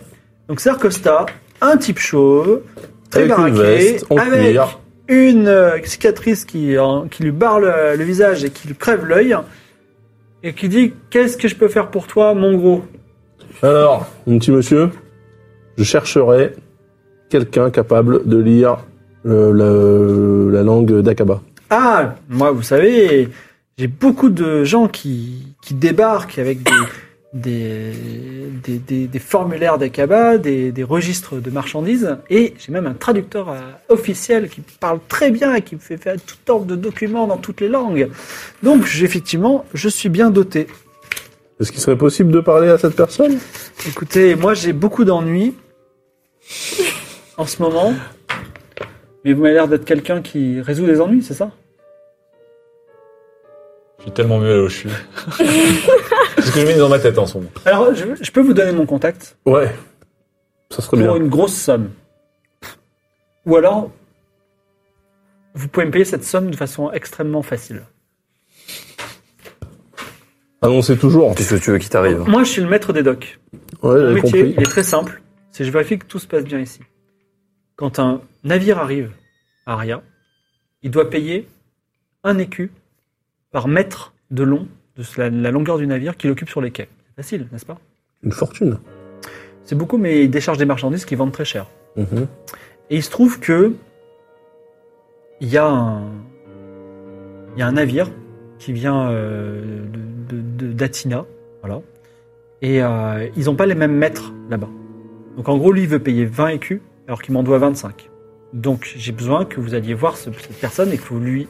Speaker 1: Donc César Costa, un type chauve, très
Speaker 5: Avec une
Speaker 1: baraqué,
Speaker 5: veste en
Speaker 1: avec
Speaker 5: cuir.
Speaker 1: une euh, cicatrice qui, en- qui lui barre le, le visage et qui lui crève l'œil, et qui dit « Qu'est-ce que je peux faire pour toi, mon gros
Speaker 5: Alors, mon petit monsieur, je chercherai quelqu'un capable de lire euh, la, la langue d'Akaba. ?»
Speaker 1: Ah, moi, vous savez, j'ai beaucoup de gens qui, qui débarquent avec des, des, des, des- des formulaires d'Akaba, des, des registres de marchandises, et j'ai même un traducteur euh, officiel qui parle très bien et qui me fait faire toute ordre de documents dans toutes les langues. Donc, j'ai- effectivement, je suis bien doté.
Speaker 5: Est-ce qu'il serait possible de parler à cette personne
Speaker 1: Écoutez, moi, j'ai beaucoup d'ennuis en ce moment, mais vous m'avez l'air d'être quelqu'un qui résout les ennuis, c'est ça
Speaker 2: Je suis tellement mieux là où je suis. C'est ce que je mets dans ma tête en ce moment.
Speaker 1: Alors, je- je peux vous donner mon contact
Speaker 5: Ouais. Ça serait
Speaker 1: pour
Speaker 5: bien.
Speaker 1: une grosse somme. Ou alors, vous pouvez me payer cette somme de façon extrêmement facile.
Speaker 5: Annoncez toujours.
Speaker 4: Qu'est-ce que tu veux qui t'arrive
Speaker 1: Moi, je suis le maître des docs.
Speaker 5: Ouais,
Speaker 1: Mon
Speaker 5: j'avais
Speaker 1: métier,
Speaker 5: compris.
Speaker 1: il est très simple. C'est je vérifie que tout se passe bien ici. Quand un navire arrive à Aria, il doit payer un écu par mètre de long de la, la longueur du navire qu'il occupe sur les quais. C'est facile, n'est-ce pas
Speaker 5: Une fortune.
Speaker 1: C'est beaucoup, mais il décharge des marchandises qui vendent très cher.
Speaker 5: Mhm.
Speaker 1: Et il se trouve que il y a un, il y a un navire qui vient euh, de- de- de- d'Atina, voilà. Et euh, ils n'ont pas les mêmes maîtres là-bas. Donc en gros, lui, il veut payer 20 écus, alors qu'il m'en doit 25. Donc j'ai besoin que vous alliez voir ce- cette personne et que vous lui,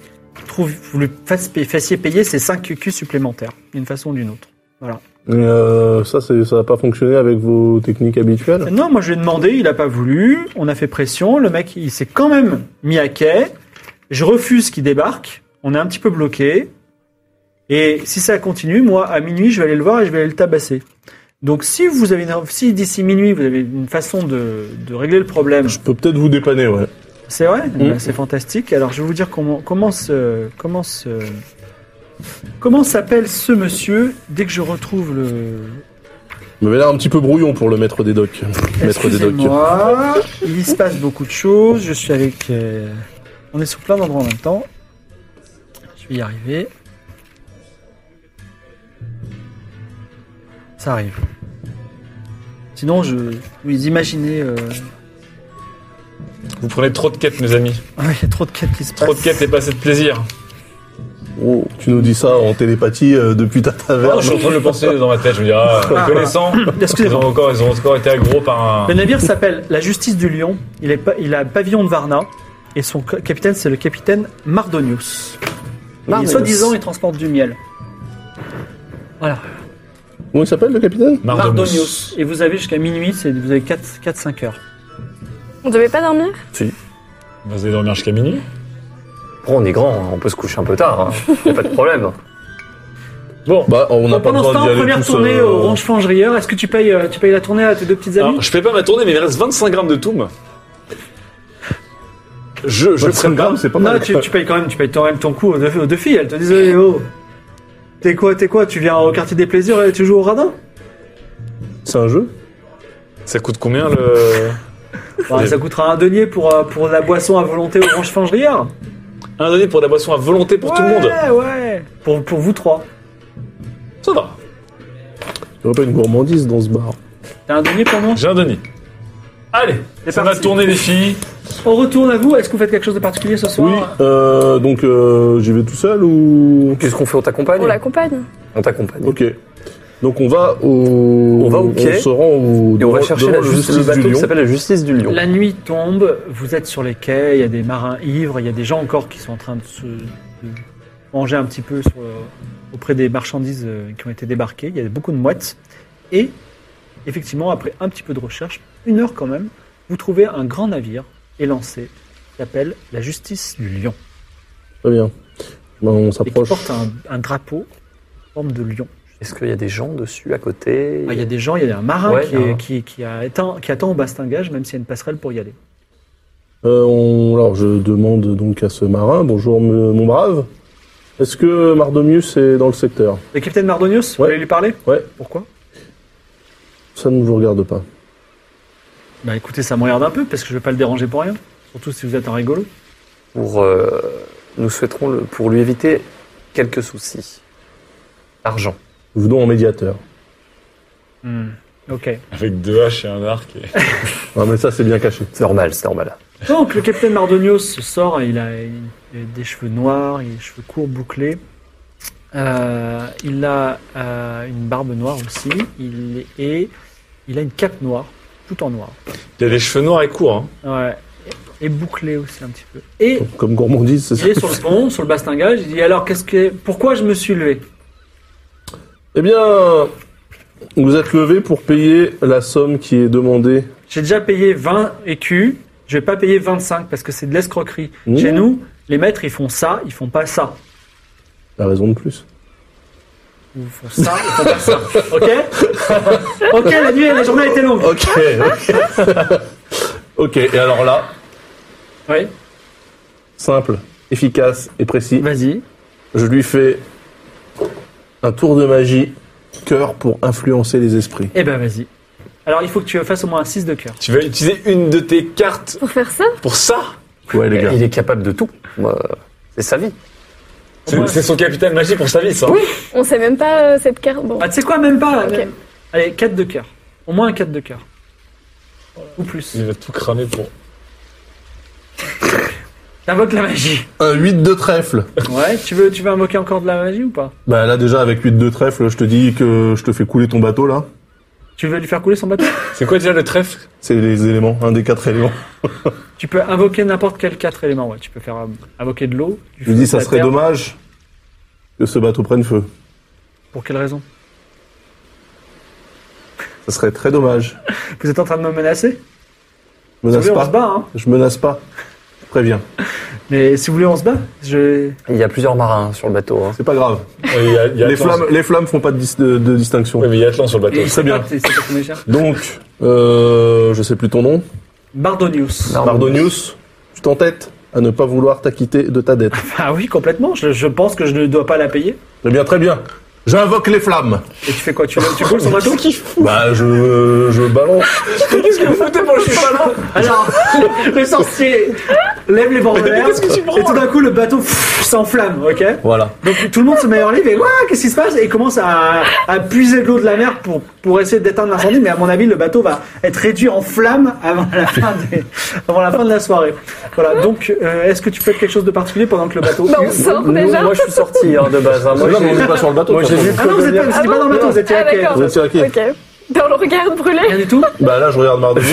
Speaker 1: trouve, vous lui fasse- fassiez payer ces 5 écus supplémentaires, d'une façon ou d'une autre.
Speaker 5: Mais, euh, ça, c'est- ça n'a pas fonctionné avec vos techniques habituelles.
Speaker 1: Non, moi je lui ai demandé, il n'a pas voulu, on a fait pression, le mec il s'est quand même mis à quai, je refuse qu'il débarque, on est un petit peu bloqué, et si ça continue, moi à minuit je vais aller le voir et je vais aller le tabasser. Donc si vous avez, une- si d'ici minuit vous avez une façon de, de régler le problème,
Speaker 5: Je peux peut-être vous dépanner, ouais.
Speaker 1: c'est vrai, Bah, c'est fantastique. Alors je vais vous dire comment comment se- comment se- comment s'appelle ce monsieur dès que je retrouve le,
Speaker 5: Mais là, un petit peu brouillon pour le maître des docks. maître des docks.
Speaker 1: Excusez-moi, il se passe beaucoup de choses. Je suis avec. euh, on est sur plein d'endroits en même temps. Je vais y arriver. Ça arrive. Sinon, je. Vous imaginez. euh,
Speaker 2: Vous prenez trop de quêtes, mes amis.
Speaker 1: ah, il y a trop de quêtes qui se passent.
Speaker 2: Trop de quêtes et pas assez de plaisir.
Speaker 5: Oh, tu nous dis ça en télépathie euh, depuis ta taverne.
Speaker 2: Ah,
Speaker 4: Oh,
Speaker 2: je suis en train de le penser dans ma tête. Je me dis, ah,
Speaker 1: Ah.
Speaker 2: connaissant, ils
Speaker 1: Excusez-moi.
Speaker 2: ont, encore, ils ont encore été aggro par un.
Speaker 1: Le navire s'appelle La Justice du Lion. Il, est, pa- il a pavillon de Varna. Et son ca- capitaine, c'est le capitaine Mardonius. Et
Speaker 5: Mardonius.
Speaker 1: Soi-disant, il transporte du miel. Voilà.
Speaker 5: Comment il s'appelle, le capitaine
Speaker 1: Mardonius. Et vous avez jusqu'à minuit, c'est vous avez 4-5 heures.
Speaker 3: On devait pas dormir
Speaker 2: Vous allez dormir jusqu'à minuit
Speaker 4: Après, on est grand, hein, on peut se coucher un peu tard. Hein. y a pas de problème.
Speaker 2: Bon.
Speaker 5: Bah, on n'a pas
Speaker 1: Pendant ce
Speaker 5: besoin
Speaker 1: temps,
Speaker 5: d'y aller
Speaker 1: première
Speaker 5: tous.
Speaker 1: tournée
Speaker 5: euh,
Speaker 1: au Ranch Fangerière, est-ce que tu payes, euh, tu payes la tournée à tes deux petites amies
Speaker 2: Alors, je fais pas ma tournée, mais il me reste 25 grammes de toum. Je, je
Speaker 5: 25
Speaker 2: prends pas.
Speaker 5: grammes, c'est pas
Speaker 1: Non,
Speaker 5: mal.
Speaker 1: tu, tu payes quand même, tu payes quand même ton coup aux deux, aux deux filles. Elles te disent, eh, oh, t'es quoi, t'es quoi Tu viens au quartier des plaisirs et tu joues au radin
Speaker 5: C'est un jeu
Speaker 2: Ça coûte combien le.
Speaker 1: Bah,
Speaker 2: Oui.
Speaker 1: Ça coûtera un denier pour, euh, pour la boisson à volonté au Ranch Fangerière.
Speaker 2: Un donné pour la boisson à volonté pour tout le monde.
Speaker 1: Ouais, ouais. Pour, pour vous trois.
Speaker 2: Ça va.
Speaker 5: Il n'y aurait pas une gourmandise dans ce bar.
Speaker 1: T'as un denier pour moi
Speaker 2: J'ai un denier. Allez,
Speaker 1: C'est
Speaker 2: ça va
Speaker 1: parti.
Speaker 2: tourner les filles.
Speaker 1: On retourne à vous. Est-ce que vous faites quelque chose de particulier ce soir
Speaker 5: Oui, euh, donc euh, j'y vais tout seul ou
Speaker 4: Qu'est-ce qu'on fait On t'accompagne
Speaker 3: On l'accompagne.
Speaker 4: On t'accompagne.
Speaker 5: Ok. Donc on va au.
Speaker 4: On va au quai.
Speaker 5: On se rend au.
Speaker 4: Et on va
Speaker 5: devant-
Speaker 4: chercher
Speaker 5: devant
Speaker 4: la
Speaker 5: le
Speaker 4: justice le bateau
Speaker 5: du
Speaker 4: qui
Speaker 5: lion.
Speaker 4: s'appelle la justice du lion.
Speaker 1: La nuit tombe, vous êtes sur les quais, il y a des marins ivres, il y a des gens encore qui sont en train de se de manger un petit peu sur, euh, auprès des marchandises euh, qui ont été débarquées, il y a beaucoup de mouettes. Et effectivement, après un petit peu de recherche, une heure quand même, vous trouvez un grand navire élancé qui s'appelle la Justice du Lion
Speaker 5: Très bien. Ben,
Speaker 1: et
Speaker 5: on
Speaker 1: qui
Speaker 5: s'approche.
Speaker 1: porte hein. un, un drapeau en forme de lion.
Speaker 4: Est-ce qu'il y a des gens dessus à côté
Speaker 1: Ah, Il y a des gens, il y a un marin
Speaker 4: Ouais,
Speaker 1: qui,
Speaker 4: il y a
Speaker 1: est-
Speaker 4: un-
Speaker 1: qui, qui a éteint- qui attend au bastingage, même s'il y a une passerelle pour y aller.
Speaker 5: Euh, on- Alors je demande donc à ce marin, bonjour me- mon brave, est-ce que Mardomius est dans le secteur
Speaker 1: Le capitaine Mardonius, vous
Speaker 5: Ouais.
Speaker 1: voulez lui parler
Speaker 5: Ouais.
Speaker 1: Pourquoi
Speaker 5: Ça ne vous regarde pas.
Speaker 1: Bah écoutez, ça me regarde un peu parce que je vais pas le déranger pour rien. Surtout si vous êtes un rigolo.
Speaker 4: pour euh, nous souhaiterons le, pour lui éviter quelques soucis. Argent.
Speaker 5: Nous venons en médiateur.
Speaker 1: Ok.
Speaker 2: Avec deux haches et un arc.
Speaker 5: Ah mais ça c'est bien caché.
Speaker 4: C'est normal, c'est normal.
Speaker 1: Donc le capitaine Mardonios sort, il a, il a des cheveux noirs, il a des cheveux courts bouclés. Euh, il a euh, une barbe noire aussi. Il est, il a une cape noire, tout en noir.
Speaker 2: Il a les cheveux noirs et courts. Hein.
Speaker 1: Ouais. Et bouclé aussi un petit peu. Et
Speaker 5: Comme gourmandise, c'est
Speaker 1: il est
Speaker 5: ça.
Speaker 1: sur le pont, sur le bastingage. Il dit alors qu'est-ce que, pourquoi je me suis levé
Speaker 5: Eh bien, vous êtes levé pour payer la somme qui est demandée.
Speaker 1: J'ai déjà payé 20 écus, je vais pas payer 25 parce que c'est de l'escroquerie.
Speaker 5: Mmh.
Speaker 1: Chez nous, les maîtres, ils font ça, ils font pas ça.
Speaker 5: La raison de plus.
Speaker 1: Ils font ça, ils font pas ça. Ok Ok, la nuit, la journée a été longue.
Speaker 5: Ok. ok. Et alors là,
Speaker 1: Oui,
Speaker 5: simple, efficace et précis.
Speaker 1: vas-y.
Speaker 5: Je lui fais un tour de magie cœur pour influencer les esprits.
Speaker 1: Eh ben, vas-y. Alors, il faut que tu fasses au moins un 6 de cœur.
Speaker 2: Tu vas utiliser une de tes cartes
Speaker 3: Pour faire ça
Speaker 2: pour ça
Speaker 5: Ouais les gars.
Speaker 4: Il est capable de tout. Moi, C'est sa vie.
Speaker 2: C'est c'est son capital magique pour sa vie, ça.
Speaker 3: On sait même pas euh, cette carte. Bon.
Speaker 1: Ah, tu sais quoi, même pas
Speaker 3: Ok.
Speaker 1: Allez, 4 de cœur. Au moins un 4 de cœur. Ou plus.
Speaker 2: Il va tout cramer pour.
Speaker 1: T'invoques la magie.
Speaker 5: Un 8 Euh, de trèfle.
Speaker 1: Ouais, tu veux, tu veux invoquer encore de la magie ou pas
Speaker 5: Bah là déjà avec 8 de trèfle, je te dis que je te fais couler ton bateau là.
Speaker 1: Tu veux lui faire couler son bateau
Speaker 2: C'est quoi déjà le trèfle
Speaker 5: C'est les éléments, un des quatre éléments.
Speaker 1: Tu peux invoquer n'importe quel 4 éléments, ouais. Tu peux faire euh, invoquer de l'eau. du
Speaker 5: Je
Speaker 1: feu,
Speaker 5: lui dis
Speaker 1: de
Speaker 5: ça
Speaker 1: la
Speaker 5: serait
Speaker 1: terre.
Speaker 5: dommage que ce bateau prenne feu.
Speaker 1: Pour quelle raison
Speaker 5: Ça serait très dommage.
Speaker 1: Vous êtes en train de me menacer
Speaker 5: Je
Speaker 1: Si vous
Speaker 5: menace
Speaker 1: voulez, on se
Speaker 5: pas.
Speaker 1: bat, hein.
Speaker 5: Je menace pas. Je préviens.
Speaker 1: Mais si vous voulez, on se bat. Je...
Speaker 4: Il y a plusieurs marins sur le bateau. hein.
Speaker 5: C'est pas grave.
Speaker 2: Ouais, Euh, il y a- il y a
Speaker 5: Les
Speaker 2: Atlan.
Speaker 5: flammes, les flammes font pas de, dis- de- de distinction.
Speaker 2: Ouais, mais il y a Atlan sur le bateau.
Speaker 5: Très bien.
Speaker 1: Ah, c'est- c'est pas combien cher
Speaker 5: Donc, euh, je sais plus ton nom.
Speaker 1: Bardonius.
Speaker 4: Non.
Speaker 5: Mardonius, tu t'entêtes à ne pas vouloir t'acquitter de ta dette.
Speaker 1: Ah oui, complètement. Je, je pense que je ne dois pas la payer.
Speaker 5: Très bien, très bien. J'invoque les flammes.
Speaker 1: Et tu fais quoi Tu, tu coules son bateau
Speaker 5: Bah, je, je balance.
Speaker 1: Qu'est-ce que vous foutez Moi, je suis pas là. Alors, le sorcier lève les bords de l'air. Et tout d'un coup, le bateau pff, s'enflamme, ok
Speaker 5: Voilà.
Speaker 1: Donc tout le monde se met en livre et Ouah, qu'est-ce qui se passe Et commence à, à puiser de l'eau de la mer pour, pour essayer d'éteindre l'incendie. Mais à mon avis, le bateau va être réduit en flammes avant la fin, des- avant la, fin de la soirée. Voilà, donc euh, est-ce que tu fais quelque chose de particulier pendant que le bateau...
Speaker 3: Bah, on sort
Speaker 4: Nous,
Speaker 3: déjà.
Speaker 4: moi, je suis sorti hein, de base. hein. Moi,
Speaker 5: Non, mais on
Speaker 4: j'ai-
Speaker 5: n'est pas sur le bateau.
Speaker 4: moi,
Speaker 5: de toute
Speaker 4: j'ai
Speaker 5: façon.
Speaker 4: vu
Speaker 1: Ah non, vous n'êtes pas, vous étiez pas dans le bateau, vous étiez à
Speaker 3: Ah,
Speaker 1: quai.
Speaker 3: d'accord.
Speaker 5: Vous êtes sur la quai.
Speaker 3: Ok. Ben, on le regarde brûler.
Speaker 1: Rien du tout
Speaker 5: Bah là, je regarde Mardonius.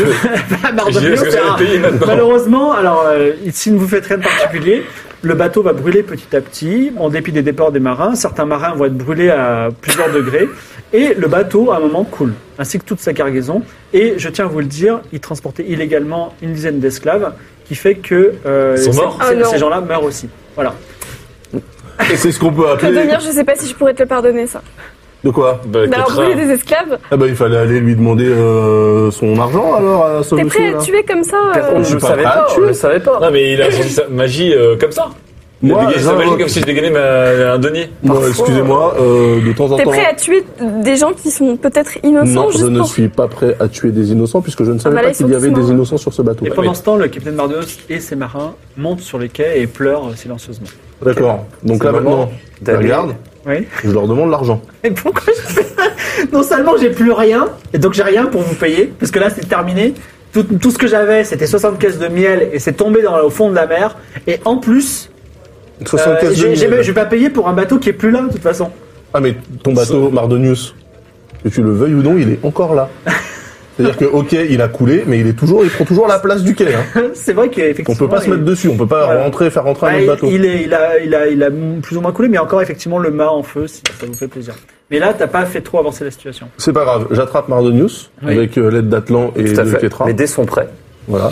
Speaker 1: Ah, merde,
Speaker 2: Je dis, est-ce que ça va
Speaker 1: Pierre.
Speaker 2: payer maintenant
Speaker 1: Malheureusement, alors euh, si ne vous faites rien de particulier, le bateau va brûler petit à petit, en dépit des déports des marins. Certains marins vont être brûlés à plusieurs degrés, et le bateau à un moment coule, ainsi que toute sa cargaison. Et je tiens à vous le dire, il transportait illégalement une dizaine d'esclaves, qui fait que euh,
Speaker 2: Ils sont
Speaker 1: ces-
Speaker 2: morts
Speaker 1: ces-
Speaker 3: Ah non.
Speaker 1: ces gens-là meurent aussi. Voilà.
Speaker 5: C'est ce qu'on peut appeler.
Speaker 3: Clodomir, je sais pas si je pourrais te le pardonner, ça.
Speaker 5: De quoi
Speaker 2: Bah,
Speaker 3: D'avoir
Speaker 2: Ketra,
Speaker 3: brûlé des esclaves.
Speaker 5: Ah bah il fallait aller lui demander euh, son argent alors à ce
Speaker 3: T'es
Speaker 5: monsieur
Speaker 3: prêt à
Speaker 5: là.
Speaker 3: tuer comme ça
Speaker 4: Par
Speaker 3: euh,
Speaker 4: contre,
Speaker 5: je
Speaker 4: je
Speaker 5: suis
Speaker 4: ne
Speaker 5: pas
Speaker 4: savais
Speaker 5: prêt à
Speaker 4: pas,
Speaker 5: tuer.
Speaker 4: je le savais pas.
Speaker 2: Non, mais il a sorti sa magie euh, comme ça. Il a
Speaker 5: Moi,
Speaker 2: dégainé sa
Speaker 5: j'avoue
Speaker 2: magie
Speaker 5: que-
Speaker 2: comme si je dégainais ma- un denier.
Speaker 5: Moi,
Speaker 4: Parfois,
Speaker 5: excusez-moi, euh, de temps en
Speaker 3: T'es
Speaker 5: temps.
Speaker 3: prêt à tuer des gens qui sont peut-être innocents
Speaker 5: Non, je
Speaker 3: juste
Speaker 5: ne
Speaker 3: pour...
Speaker 5: suis pas prêt à tuer des innocents puisque je ne savais
Speaker 3: bah là,
Speaker 5: pas
Speaker 3: ils
Speaker 5: qu'il
Speaker 3: sont
Speaker 5: y avait
Speaker 3: tous
Speaker 5: des
Speaker 3: morts.
Speaker 5: innocents sur ce bateau.
Speaker 1: Et pendant ce temps, le capitaine Bardos et ses marins montent sur les quais et pleurent silencieusement.
Speaker 5: D'accord. Donc là
Speaker 4: C'est le
Speaker 5: maintenant,
Speaker 4: moment
Speaker 5: je
Speaker 4: d'aller-
Speaker 5: regarde,
Speaker 1: Oui.
Speaker 5: je leur demande l'argent.
Speaker 3: Euh,
Speaker 1: Mais pourquoi je fais ça Non seulement j'ai plus rien, et donc j'ai rien pour vous payer, parce que là c'est terminé. Tout, tout ce que j'avais, c'était 60 caisses de miel et c'est tombé dans, au fond de la mer. Et en plus, euh,
Speaker 5: 75
Speaker 1: j'ai- j'ai-
Speaker 5: 000.
Speaker 1: je vais pas payer pour un bateau qui est plus là de toute façon.
Speaker 5: Ah mais ton bateau Mardonius, que tu le veuilles ou non, il est encore là. C'est-à-dire que ok, il a coulé, mais il est toujours, il prend toujours la place du quai. hein.
Speaker 1: c'est vrai
Speaker 5: On
Speaker 1: qu'effectivement.
Speaker 5: peut pas se
Speaker 1: il-
Speaker 5: mettre dessus, on peut pas
Speaker 1: Voilà.
Speaker 5: rentrer, faire rentrer un
Speaker 1: Ouais,
Speaker 5: autre bateau.
Speaker 1: il, est, il, a, il, a, il a plus ou moins coulé, mais encore effectivement le mât en feu, si ça vous fait plaisir. Mais là, t'as pas fait trop avancer la situation.
Speaker 5: C'est pas grave, j'attrape Mardonius
Speaker 1: Oui.
Speaker 5: avec euh, l'aide d'Atlan et
Speaker 4: Tout à
Speaker 5: de
Speaker 4: fait.
Speaker 5: Ketra.
Speaker 4: Les dés sont prêts.
Speaker 5: Voilà.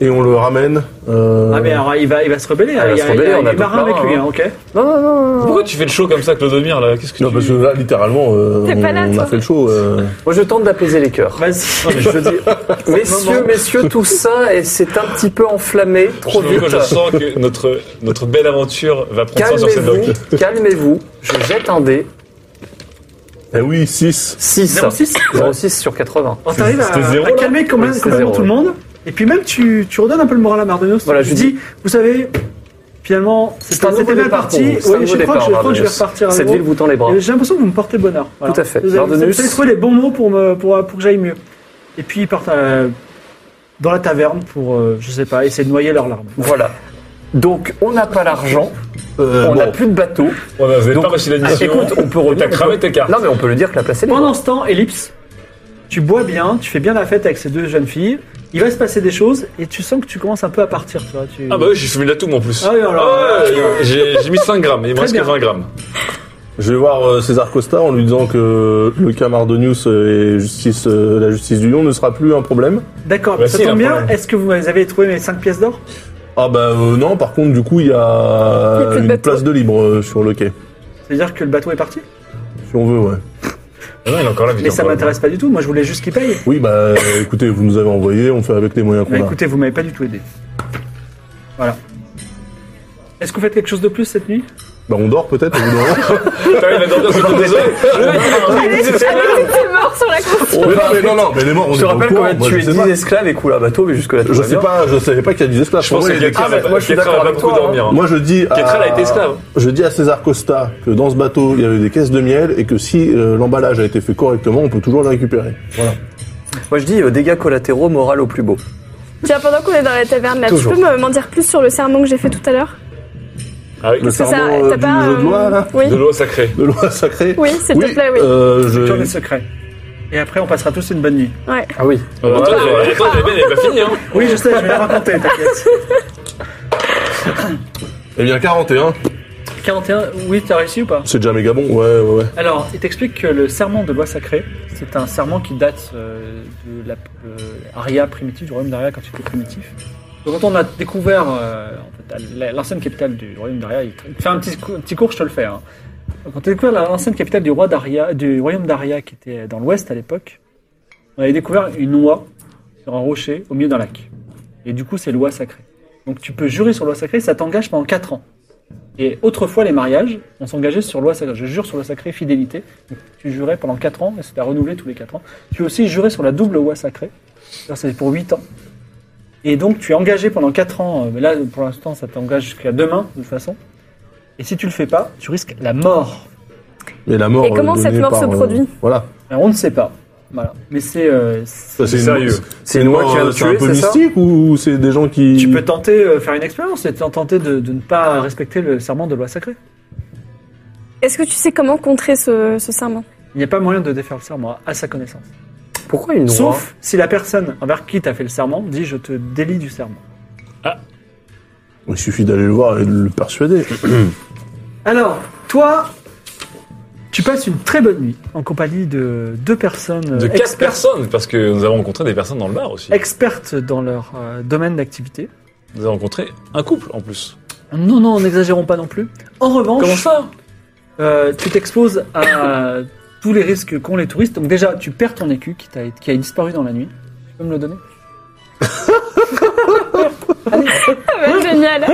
Speaker 5: Et on le ramène. euh,
Speaker 1: Ah mais alors il va, il va se rebeller. hein.
Speaker 4: va
Speaker 1: Il y
Speaker 4: se
Speaker 1: a,
Speaker 4: rebeller,
Speaker 1: il y a
Speaker 4: on a
Speaker 1: les marins
Speaker 4: d'autres
Speaker 1: avec lui, hein,
Speaker 4: marins,
Speaker 1: ok.
Speaker 4: Non, non, non, non.
Speaker 2: Pourquoi tu fais le show comme ça, Clodomir là Qu'est-ce que
Speaker 5: Non,
Speaker 2: tu
Speaker 5: parce que là, littéralement, euh,
Speaker 3: T'es
Speaker 5: on,
Speaker 3: pas là,
Speaker 5: on a
Speaker 3: toi.
Speaker 5: fait le show. euh.
Speaker 4: Moi, je tente d'apaiser les cœurs.
Speaker 1: Vas-y.
Speaker 4: Je dis, messieurs, messieurs, tout ça, et c'est un petit peu enflammé, trop
Speaker 2: Je-
Speaker 4: vite.
Speaker 2: je sens que notre, notre belle aventure va prendre fin sur cette doc.
Speaker 4: Calmez-vous, calmez-vous. Je jette un dé.
Speaker 5: Eh oui, 6.
Speaker 4: 6.
Speaker 1: 06
Speaker 4: 06 sur 80.
Speaker 7: Oh,
Speaker 1: On t'arrive à,
Speaker 2: C'était zéro,
Speaker 1: à
Speaker 2: là
Speaker 1: calmer quand même-
Speaker 4: Oui, c'était
Speaker 1: quand même
Speaker 4: zéro,
Speaker 1: tout le
Speaker 4: ouais.
Speaker 1: monde. Et puis même tu, tu redonnes un peu le moral à Mardenos.
Speaker 4: Voilà,
Speaker 1: tu
Speaker 4: je
Speaker 1: dis, vous savez, finalement,
Speaker 4: C'est un
Speaker 1: c'était c'était
Speaker 4: nouveau
Speaker 1: bien
Speaker 4: départ
Speaker 1: parti.
Speaker 4: pour vous.
Speaker 1: Oui,
Speaker 4: C'est un
Speaker 1: je crois
Speaker 4: nouveau
Speaker 1: que je- je
Speaker 4: départ,
Speaker 1: crois que je vais
Speaker 4: Mardenos.
Speaker 1: repartir à
Speaker 4: Cette
Speaker 1: nouveau.
Speaker 4: ville vous tend les bras.
Speaker 1: Et J'ai l'impression que vous me portez bonheur. Voilà.
Speaker 4: Tout à fait.
Speaker 1: Vous avez, vous avez-
Speaker 4: Mardenos.
Speaker 1: vous avez trouvé les bons mots pour me pour, pour que j'aille mieux. Et puis ils partent euh, dans la taverne pour, euh, je sais pas, essayer de noyer leurs larmes.
Speaker 4: Voilà. Donc, on n'a pas l'argent,
Speaker 5: Euh,
Speaker 4: on n'a
Speaker 5: bon.
Speaker 4: plus de bateau.
Speaker 2: Ouais, bah, vous n'avez
Speaker 4: Donc,
Speaker 2: pas réussi la
Speaker 4: Ah,
Speaker 2: mission.
Speaker 4: écoute, on peut
Speaker 2: T'as
Speaker 4: revenir.
Speaker 2: cramé tes cartes.
Speaker 4: Non, mais Euh, on peut le dire que la place est libre.
Speaker 1: Pendant ce temps, Ellipse, tu bois bien, tu fais bien la fête avec ces deux jeunes filles. Il va se passer des choses et tu sens que tu commences un peu à partir. Tu vois, tu...
Speaker 2: Ah bah oui, j'ai soumis la toux en plus.
Speaker 1: Ah oui, alors.
Speaker 2: Ouais, j'ai j'ai mis 5 grammes, il me
Speaker 1: Très
Speaker 2: reste que
Speaker 1: bien.
Speaker 2: 20 grammes.
Speaker 5: Je vais voir euh, César Costa en lui disant que le cas Mardonius et justice, euh, la justice du lion ne sera plus un problème.
Speaker 1: D'accord,
Speaker 2: Bah
Speaker 1: ça
Speaker 2: si,
Speaker 1: tombe
Speaker 2: là,
Speaker 1: bien.
Speaker 2: problème.
Speaker 1: Est-ce que vous avez trouvé mes 5 pièces d'or
Speaker 5: Ah bah euh, non, par contre, du coup, il y
Speaker 3: Il y a
Speaker 5: a
Speaker 3: plus de
Speaker 5: une
Speaker 3: bateau.
Speaker 5: place de libre euh, sur le quai.
Speaker 1: C'est-à-dire que le bateau est parti
Speaker 5: Si on veut, ouais.
Speaker 2: Ah non, il est encore là, putain,
Speaker 1: Mais ça
Speaker 2: encore là.
Speaker 1: m'intéresse pas du tout. Moi, je voulais juste qu'il paye.
Speaker 5: Oui, bah écoutez, vous nous avez envoyé, on fait avec les moyens qu'on
Speaker 3: Bah,
Speaker 1: Mais
Speaker 5: a.
Speaker 1: écoutez, vous m'avez pas du tout aidé. Voilà. Est-ce que vous faites quelque chose de plus cette nuit
Speaker 5: Bah on dort peut-être au bout d'un moment.
Speaker 2: Putain, il va dormir sur le dos des
Speaker 3: Allez,
Speaker 2: autres.
Speaker 3: allez, t'es mort sur la course.
Speaker 5: Mais non, mais non, non, mais les morts, on
Speaker 4: Je
Speaker 5: est
Speaker 4: te
Speaker 5: pas au
Speaker 4: rappelle qu'on
Speaker 5: courant,
Speaker 4: a
Speaker 5: moi,
Speaker 4: tué
Speaker 5: je sais
Speaker 4: 10
Speaker 5: pas.
Speaker 4: esclaves et coulé un bateau, mais jusque-là, tout
Speaker 5: Je
Speaker 4: va
Speaker 5: sais
Speaker 4: bien.
Speaker 5: pas, je savais pas qu'il y a 10 esclaves.
Speaker 2: Je pense
Speaker 5: Pour moi,
Speaker 2: que
Speaker 5: il y a des-
Speaker 2: Ketra
Speaker 4: Ah,
Speaker 2: va
Speaker 4: bah, moi, je suis
Speaker 2: Ketra va
Speaker 4: d'accord
Speaker 2: pas
Speaker 4: avec
Speaker 2: beaucoup
Speaker 4: toi,
Speaker 2: dormir. hein.
Speaker 5: Moi je dis à...
Speaker 2: Ketra, elle a été esclave.
Speaker 5: Je dis à César Costa que dans ce bateau il y avait des caisses de miel et que si euh, l'emballage a été fait correctement, on peut toujours le récupérer. Voilà.
Speaker 4: Moi, je dis euh, dégâts collatéraux, morale au plus beau.
Speaker 3: Tiens, pendant qu'on est dans la taverne, là,
Speaker 5: Toujours.
Speaker 3: tu peux me- m'en dire plus sur le serment que j'ai fait tout à l'heure
Speaker 2: Ah oui,
Speaker 5: Le
Speaker 3: Parce que ça-
Speaker 5: serment euh,
Speaker 3: t'as
Speaker 5: du
Speaker 3: pas,
Speaker 5: jeu de
Speaker 3: euh,
Speaker 5: loi là,
Speaker 3: Oui,
Speaker 2: de l'eau sacrée.
Speaker 5: de loi sacrée.
Speaker 3: oui s'il te plaît, oui.
Speaker 5: euh, je-
Speaker 1: Tour des secrets. Et après, on passera tous une bonne nuit.
Speaker 3: Ouais.
Speaker 4: Ah oui.
Speaker 2: Attends, j'ai- attends, j'ai bien, elle est pas finie, hein.
Speaker 1: Oui, je sais, je vais la raconter, t'inquiète.
Speaker 5: Eh bien 41,
Speaker 1: 41, oui, t'as réussi ou pas
Speaker 5: c'est déjà méga bon. Ouais, ouais, ouais.
Speaker 1: Alors, il t'explique que le serment de loi sacrée, c'est un serment qui date euh, de la euh, Aria primitive, du royaume d'Aria quand il était primitif. Donc, quand on a découvert euh, en fait, la- l'ancienne capitale du royaume d'Aria, il te il te fait un petit, cou- un petit cours, je te le fais. hein. Donc, Quand on a découvert la- l'ancienne capitale du, roi d'Aria, du royaume d'Aria, qui était dans l'ouest à l'époque, on avait découvert une oie sur un rocher au milieu d'un lac. Et du coup, c'est loi sacrée. Donc, tu peux jurer sur loi sacrée, ça t'engage pendant 4 ans. Et autrefois, les mariages, on s'engageait sur loi sacrée. Je jure sur loi sacrée, fidélité. Donc, tu jurais pendant 4 ans, et c'était à renouveler tous les 4 ans. Tu peux aussi jurer sur la double loi sacrée. Ça, C'est pour 8 ans. Et donc, tu es engagé pendant 4 ans. euh, Mais là, pour l'instant, ça t'engage jusqu'à demain, de toute façon. Et si tu le fais pas, tu risques la mort.
Speaker 5: Mais la mort.
Speaker 3: Et comment
Speaker 5: euh,
Speaker 3: cette
Speaker 5: donnée
Speaker 3: mort se
Speaker 5: par, euh,
Speaker 3: produit
Speaker 5: Voilà.
Speaker 1: Alors, on ne sait pas. Voilà. Mais c'est. euh, c'est-
Speaker 5: Ça, c'est une-
Speaker 2: Sérieux.
Speaker 4: C'est une loi
Speaker 5: mort,
Speaker 4: qui vient de
Speaker 5: euh, un
Speaker 4: tuer,
Speaker 5: peu
Speaker 4: c'est ça
Speaker 5: mystique ou c'est des gens qui.
Speaker 1: tu peux tenter euh, faire une expérience et tenter de, de ne pas respecter le serment de loi sacrée.
Speaker 3: Est-ce que tu sais comment contrer ce, ce serment
Speaker 1: Il n'y a pas moyen de défaire le serment à sa connaissance.
Speaker 4: Pourquoi une noire
Speaker 1: Sauf si la personne envers qui tu as fait le serment dit je te délie du serment.
Speaker 5: Il suffit d'aller le voir et de le persuader.
Speaker 1: Alors, toi, tu passes une très bonne nuit en compagnie de deux personnes
Speaker 2: De
Speaker 1: euh,
Speaker 2: 4
Speaker 1: expertes,
Speaker 2: personnes, parce que nous avons rencontré des personnes dans le bar aussi.
Speaker 1: expertes dans leur euh, domaine d'activité.
Speaker 2: Nous avons rencontré un couple en plus.
Speaker 1: Non, non, n'exagérons pas non plus. En revanche,
Speaker 7: Comment ça
Speaker 1: euh, tu t'exposes à tous les risques qu'ont les touristes. Donc déjà, tu perds ton écu qui, t'a- qui a disparu dans la nuit. Tu peux me le donner
Speaker 3: Ah bah, génial.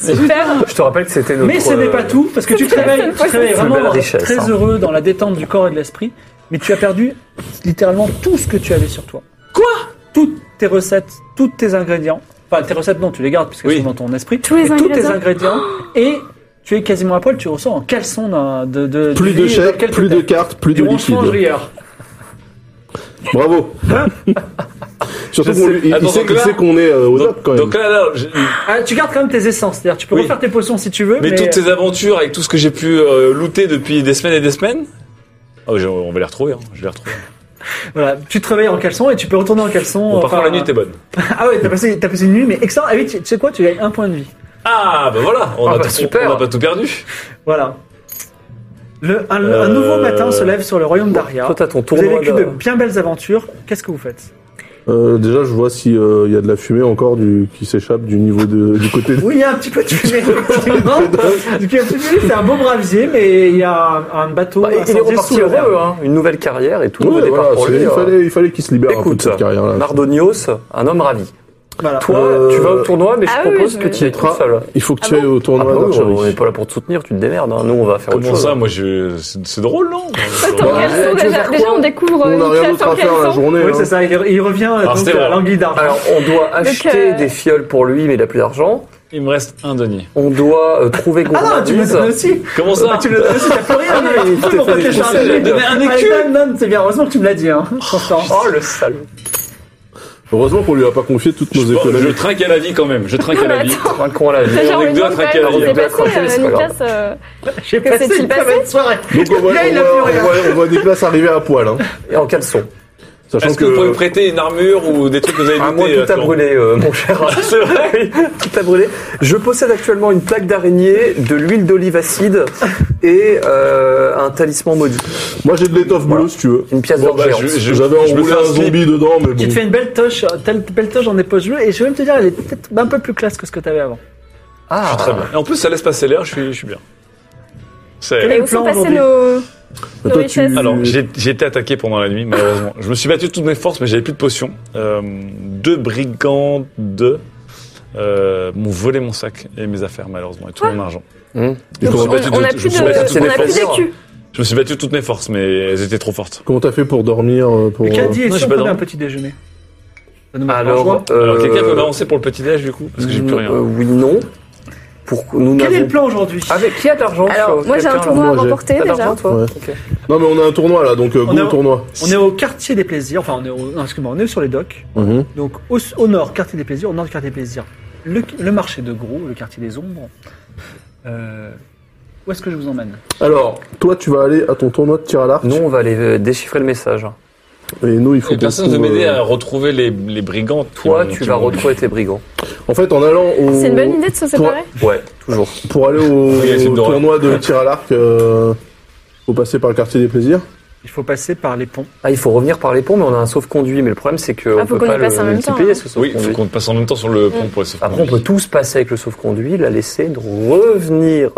Speaker 3: Super.
Speaker 7: Je te rappelle que c'était notre.
Speaker 1: Mais ce n'est pas
Speaker 7: euh,
Speaker 1: tout, parce que tu te
Speaker 3: C'est
Speaker 1: réveilles,
Speaker 3: une
Speaker 1: tu te réveilles
Speaker 7: C'est une belle
Speaker 1: vraiment
Speaker 7: richesse,
Speaker 1: très
Speaker 7: hein.
Speaker 1: heureux dans la détente du corps et de l'esprit, mais tu as perdu littéralement tout ce que tu avais sur toi. Quoi Toutes tes recettes, tous tes ingrédients. Enfin, tes recettes, non, tu les gardes puisqu'elles
Speaker 2: Oui.
Speaker 1: sont dans ton esprit.
Speaker 3: Tous les
Speaker 1: Et tous tes
Speaker 3: ingrédients.
Speaker 1: ingrédients. Et tu es quasiment à poil, tu ressors en caleçon d'un- de, de,
Speaker 5: Plus de chèques, plus de cartes, plus de liquide. Bravo.
Speaker 2: Je
Speaker 5: Surtout qu'on
Speaker 2: sais.
Speaker 5: lui- il- il
Speaker 2: Attends,
Speaker 5: sait
Speaker 2: donc
Speaker 5: qu'il
Speaker 2: là-
Speaker 5: sait qu'on est euh, au top
Speaker 2: Donc,
Speaker 5: quand même.
Speaker 2: donc là, là, j'ai-
Speaker 1: Ah, tu gardes quand même tes essences, c'est-à-dire tu peux
Speaker 2: Oui.
Speaker 1: refaire tes potions si tu veux, mais, euh,
Speaker 2: mais toutes ces aventures avec tout ce que j'ai pu euh, looter depuis des semaines et des semaines. Ah, j'ai- on va les retrouver, hein. je vais les retrouver.
Speaker 1: voilà, tu te réveilles en caleçon et tu peux retourner en caleçon.
Speaker 2: Bon, par
Speaker 1: enfin,
Speaker 2: contre, la nuit était bonne.
Speaker 1: Ah ouais, t'as passé, t'as passé une nuit, mais excellent. Ah oui, tu tu sais quoi, tu gagnes un point de vie.
Speaker 2: Ah, bah voilà, on
Speaker 7: Ah,
Speaker 2: a
Speaker 7: bah,
Speaker 2: tout-
Speaker 7: super.
Speaker 2: on a pas tout perdu.
Speaker 1: Voilà. Le, un, un
Speaker 2: Euh,
Speaker 1: nouveau matin se lève sur le royaume d'Aria.
Speaker 7: Toi, t'as ton
Speaker 1: Vous avez
Speaker 7: tournoi.
Speaker 1: vécu
Speaker 7: de- Bah,
Speaker 1: de bien belles aventures. Qu'est-ce que vous faites
Speaker 5: Euh, déjà, je vois s'il y a de la fumée encore du, qui s'échappe du niveau de, du côté de...
Speaker 1: Oui, il y a un petit peu de fumée. effectivement. Donc, il y a un petit peu de fumée, C'est un beau brasier, mais il y a un, un bateau.
Speaker 7: Bah, il- il est
Speaker 1: incendié sous
Speaker 7: reparti
Speaker 1: le
Speaker 7: heureux, hein. Une nouvelle carrière et tout.
Speaker 5: Ouais,
Speaker 7: nouveau départ
Speaker 5: voilà,
Speaker 7: pour
Speaker 5: c'est-
Speaker 7: lui.
Speaker 5: il,
Speaker 7: euh.
Speaker 5: fallait, il fallait qu'il se libère un peu de
Speaker 7: Écoute,
Speaker 5: cette carrière-là.
Speaker 7: Mardonios, un homme ravi.
Speaker 1: Voilà.
Speaker 7: hein. Toi,
Speaker 5: Euh, Bah,
Speaker 7: tu vas au tournoi, mais
Speaker 3: ah
Speaker 7: je
Speaker 3: oui,
Speaker 7: propose
Speaker 3: je
Speaker 7: que
Speaker 3: vais.
Speaker 7: tu y ailles tout seul.
Speaker 5: Il faut que
Speaker 3: Ah
Speaker 5: tu ailles au
Speaker 7: Ah
Speaker 5: tournoi
Speaker 7: bah oui,
Speaker 5: d'archerie.
Speaker 7: on n'est pas là pour te soutenir, tu te démerdes. hein. Nous, on va faire autre
Speaker 2: Comment
Speaker 7: chose.
Speaker 2: ça, moi, je... c'est c'est drôle, non
Speaker 3: Attends,
Speaker 5: Bah,
Speaker 3: quels sont
Speaker 7: tu veux
Speaker 3: déjà,
Speaker 7: faire
Speaker 3: déjà,
Speaker 7: quoi
Speaker 3: on découvre
Speaker 5: On
Speaker 3: euh,
Speaker 5: n'a
Speaker 3: une
Speaker 5: rien
Speaker 3: classe
Speaker 5: d'autre
Speaker 3: en
Speaker 5: à faire la
Speaker 3: caleçon.
Speaker 5: journée.
Speaker 7: euh,
Speaker 1: Oui,
Speaker 5: hein.
Speaker 1: c'est ça. Il, il revient donc,
Speaker 2: c'était
Speaker 1: à
Speaker 2: vrai.
Speaker 1: l'Anguille
Speaker 7: Ah, Alors, on doit acheter
Speaker 3: euh,
Speaker 7: des fioles pour lui, mais il a plus d'argent.
Speaker 2: Il me reste un denier.
Speaker 7: On doit euh, trouver
Speaker 1: Ah non, tu me le
Speaker 7: gourmandise.
Speaker 1: donnes aussi.
Speaker 2: Comment ça
Speaker 1: Ah, tu me le donnes aussi. T'as plus rien. mais tu peux
Speaker 7: t'es
Speaker 1: mon
Speaker 7: Ah, fait
Speaker 1: papier
Speaker 7: des
Speaker 1: chargé.
Speaker 7: conseils.
Speaker 1: Donner un
Speaker 2: Ah,
Speaker 1: écu. Non, non, c'est bien. Heureusement que tu me l'as dit. Hein. Constant.
Speaker 7: oh, le salaud.
Speaker 5: Heureusement qu'on lui a pas confié toutes nos
Speaker 2: je, bon, je
Speaker 5: économies.
Speaker 2: trinque à la vie quand même, je trinque à la vie.
Speaker 7: Un con à la vie.
Speaker 3: C'est genre
Speaker 2: On est
Speaker 3: une
Speaker 2: deux à
Speaker 3: bonne
Speaker 2: traquer la
Speaker 3: nouvelle.
Speaker 7: route.
Speaker 3: C'est passé,
Speaker 7: Accrochez-les, c'est
Speaker 3: euh,
Speaker 7: pas
Speaker 3: Nicolas.
Speaker 7: grave.
Speaker 3: euh,
Speaker 1: J'ai
Speaker 3: Que
Speaker 1: passé
Speaker 3: s'est-il
Speaker 1: une très
Speaker 3: passé
Speaker 1: belle soirée.
Speaker 5: Donc on voit,
Speaker 1: Là, il
Speaker 5: on
Speaker 1: a
Speaker 5: voit-
Speaker 1: plus rien.
Speaker 5: on voit- on voit Nicolas arriver à poil. Hein.
Speaker 7: Et en caleçon.
Speaker 5: Sachant
Speaker 2: Est-ce que vous pouvez me prêter une armure ou des trucs que vous avez
Speaker 7: Ah, moi,
Speaker 2: lootés,
Speaker 7: tout a
Speaker 2: Florent
Speaker 7: brûlé, euh, mon cher.
Speaker 2: C'est vrai
Speaker 7: Oui, tout a brûlé. Je possède actuellement une plaque d'araignée, de l'huile d'olive acide et euh, un talisman maudit.
Speaker 5: Moi j'ai de l'étoffe bleue
Speaker 7: Voilà.
Speaker 5: si tu veux.
Speaker 7: Une pièce
Speaker 2: Bon,
Speaker 7: d'or
Speaker 2: bah,
Speaker 7: géante.
Speaker 2: je-
Speaker 5: J'avais
Speaker 2: je me
Speaker 5: enroulé
Speaker 2: fais un
Speaker 5: un
Speaker 2: slip.
Speaker 5: zombie dedans, mais
Speaker 1: Qui te
Speaker 5: bon.
Speaker 1: fait une belle toche, telle belle toche en dépose jeu et je vais même te dire, elle est peut-être un peu plus classe que ce que t'avais avant.
Speaker 7: Ah,
Speaker 2: Ah, Très bien. Et en plus, ça laisse passer l'air, je suis, je suis bien. C'est... Ah,
Speaker 1: est
Speaker 3: Et
Speaker 1: le
Speaker 3: où
Speaker 1: plan
Speaker 3: sont passés
Speaker 1: aujourd'hui
Speaker 3: nos
Speaker 5: Mais
Speaker 3: nos
Speaker 5: toi, tu-
Speaker 3: richesses
Speaker 2: Alors, j'ai, j'ai été attaqué pendant la nuit, malheureusement. Je me suis battu de toutes mes forces, mais j'avais plus de potions. Euh, deux brigands de euh, m'ont volé mon sac et mes affaires, malheureusement, et tout mon argent.
Speaker 7: Hum.
Speaker 2: Je me
Speaker 3: Donc,
Speaker 2: suis
Speaker 3: on
Speaker 2: battu de-
Speaker 3: on a
Speaker 2: je
Speaker 3: plus
Speaker 2: me suis battu de
Speaker 3: de-
Speaker 2: toutes
Speaker 3: on
Speaker 2: mes
Speaker 3: a plus
Speaker 2: forces.
Speaker 3: d'écus.
Speaker 2: Je me suis battu de toutes mes forces, mais elles étaient trop fortes.
Speaker 5: Comment t'as fait pour dormir euh, pour...
Speaker 1: Mais qu'a dit,
Speaker 2: non,
Speaker 1: si
Speaker 2: j'ai
Speaker 1: on
Speaker 2: pas
Speaker 1: prenait
Speaker 2: dormi.
Speaker 1: un petit déjeuner Ça nous hein. met en
Speaker 7: Alors,
Speaker 1: joie.
Speaker 7: euh,
Speaker 2: Alors, quelqu'un peut m'avancer pour le petit-déj, du coup Parce que j'ai plus rien.
Speaker 7: euh, oui, non. Pour nous
Speaker 1: Quel est
Speaker 7: n'avons-
Speaker 1: le plan aujourd'hui
Speaker 7: Avec qui a de l'argent
Speaker 3: Alors,
Speaker 7: sur-
Speaker 3: moi j'ai un
Speaker 7: quelqu'un,
Speaker 3: tournoi
Speaker 7: là
Speaker 3: à
Speaker 5: Moi, j'ai-
Speaker 3: remporter
Speaker 7: T'as de
Speaker 3: déjà.
Speaker 7: l'argent, toi
Speaker 5: Ouais.
Speaker 7: Ok.
Speaker 5: Non mais on a un tournoi là, donc euh,
Speaker 1: On
Speaker 5: go
Speaker 1: est
Speaker 5: au
Speaker 1: au-
Speaker 5: tournoi.
Speaker 1: On est au quartier des plaisirs, enfin on est au, non, excuse-moi, on est sur les docks.
Speaker 5: Mhm.
Speaker 1: Donc au, au nord, quartier des plaisirs, au nord du quartier des plaisirs, le, le marché de gros, le quartier des ombres. Euh, où est-ce que je vous emmène
Speaker 5: Alors, toi tu vas aller à ton tournoi de tir à l'arc.
Speaker 7: Nous, on va aller euh, déchiffrer le message.
Speaker 5: Et nous il faut
Speaker 2: Et
Speaker 5: qu'on
Speaker 2: personne ne veut
Speaker 5: trouve,
Speaker 2: m'aider
Speaker 5: euh,
Speaker 2: à retrouver les, les brigands. qui
Speaker 7: Toi,
Speaker 2: m'ont-
Speaker 7: tu
Speaker 2: qui
Speaker 7: vas
Speaker 2: m'ont-
Speaker 7: retrouver tes brigands.
Speaker 5: En fait, en allant au...
Speaker 3: C'est une bonne idée de se séparer
Speaker 7: Ouais, toujours.
Speaker 5: Pour aller au
Speaker 2: Oui, c'est drôle.
Speaker 5: tournoi de tir à l'arc, euh, faut passer par le quartier des plaisirs.
Speaker 1: Il faut passer par les ponts.
Speaker 7: Ah, il faut revenir par les ponts, mais on a un sauve-conduit. Mais le problème, c'est qu'on
Speaker 3: Ah, faut
Speaker 7: peut
Speaker 3: qu'on y
Speaker 7: pas le
Speaker 3: passe en même temps,
Speaker 7: multiplier,
Speaker 3: hein.
Speaker 7: ce
Speaker 2: Oui, il
Speaker 7: sauve-conduit.
Speaker 2: faut qu'on passe en même temps sur le pont pour se
Speaker 7: Après, on peut tous passer avec le sauve-conduit, la laisser, de revenir.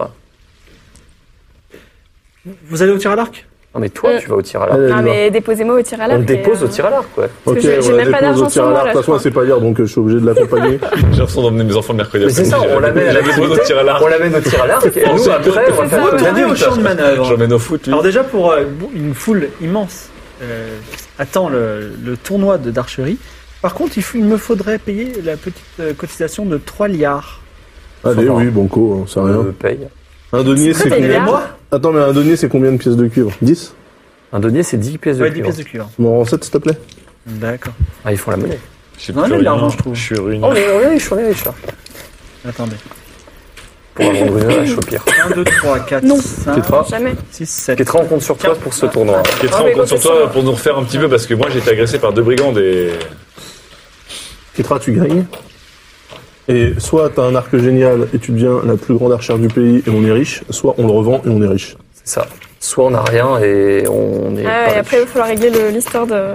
Speaker 1: Vous allez au tir à l'arc
Speaker 7: Non, mais toi,
Speaker 3: Mm.
Speaker 7: tu vas au tir à l'arc.
Speaker 5: Allez, elle y
Speaker 3: Ah
Speaker 5: va.
Speaker 3: mais déposez-moi au tir à
Speaker 7: On
Speaker 3: l'arc.
Speaker 7: le
Speaker 3: et,
Speaker 7: dépose
Speaker 3: euh,
Speaker 7: au tir à l'arc, ouais.
Speaker 3: Parce que j'ai- j'ai
Speaker 5: on la
Speaker 3: même pas
Speaker 5: dépose
Speaker 3: d'argent
Speaker 5: au tir à
Speaker 3: sur moi,
Speaker 5: l'arc.
Speaker 3: là,
Speaker 5: De toute
Speaker 3: je
Speaker 5: façon,
Speaker 3: crois.
Speaker 5: elle sait pas lire, donc euh, je suis obligé de l'accompagner.
Speaker 2: J'ai l'impression d'emmener mes enfants le mercredi
Speaker 7: Mais c'est ça,
Speaker 2: après-midi.
Speaker 7: on l'amène à
Speaker 2: Je les pose au tir à l'arc.
Speaker 7: On l'amène au tir à l'arc, et nous,
Speaker 2: C'est
Speaker 7: après, on va
Speaker 3: c'est
Speaker 7: faire
Speaker 3: ça,
Speaker 7: le
Speaker 3: ouais.
Speaker 7: tour.
Speaker 1: Bienvenue au champ de manœuvre.
Speaker 2: J'emmène au foot, lui.
Speaker 1: Alors déjà pour euh, une foule immense euh, attend le, le tournoi de d'archerie. Par contre, il, faut- il me faudrait payer la petite euh, cotisation de 3 liards.
Speaker 5: Allez,
Speaker 7: va.
Speaker 5: oui, banco, on sait
Speaker 7: On
Speaker 5: rien.
Speaker 2: Euh,
Speaker 7: le paye.
Speaker 5: Un denier,
Speaker 3: C'est
Speaker 5: c'est
Speaker 3: très
Speaker 1: Et
Speaker 3: Liards
Speaker 5: combien
Speaker 3: bien.
Speaker 1: moi,
Speaker 5: Attends, mais un denier, c'est combien de pièces de cuivre 10
Speaker 7: Un denier, c'est 10 pièces de
Speaker 1: ouais, 10
Speaker 7: cuivre.
Speaker 1: pièces de cuivre.
Speaker 5: Tu m'en rends 7, s'il te plaît
Speaker 1: D'accord.
Speaker 7: Ah, ils font la monnaie.
Speaker 2: J'ai
Speaker 1: Non,
Speaker 2: plus
Speaker 1: il y a de
Speaker 2: rien.
Speaker 1: l'argent, je trouve.
Speaker 2: suis ruiné.
Speaker 7: On est on est riche, on est riche, là.
Speaker 1: Attendez.
Speaker 7: Pour la vendre une à la Chopir.
Speaker 1: 1, 2, 3, 4,
Speaker 3: Non.
Speaker 1: 5,
Speaker 7: Kétra,
Speaker 3: Jamais.
Speaker 1: 6, 7.
Speaker 7: Kétra, on compte sur toi pour ce tournoi.
Speaker 2: Kétra,
Speaker 3: Ah,
Speaker 2: on
Speaker 3: mais
Speaker 2: compte sur
Speaker 3: écoute,
Speaker 2: toi
Speaker 3: ça-
Speaker 2: pour nous refaire un petit peu parce que moi j'ai été agressé par deux brigands et.
Speaker 5: Kétra, tu gagnes. Et soit t'as un arc génial et tu deviens la plus grande archère du pays et on est riche, soit on le revend et on est riche.
Speaker 7: C'est ça. Soit on n'a rien et on est.
Speaker 3: Ah
Speaker 7: pas
Speaker 3: ouais,
Speaker 7: riche.
Speaker 3: après il va falloir régler le- l'histoire de.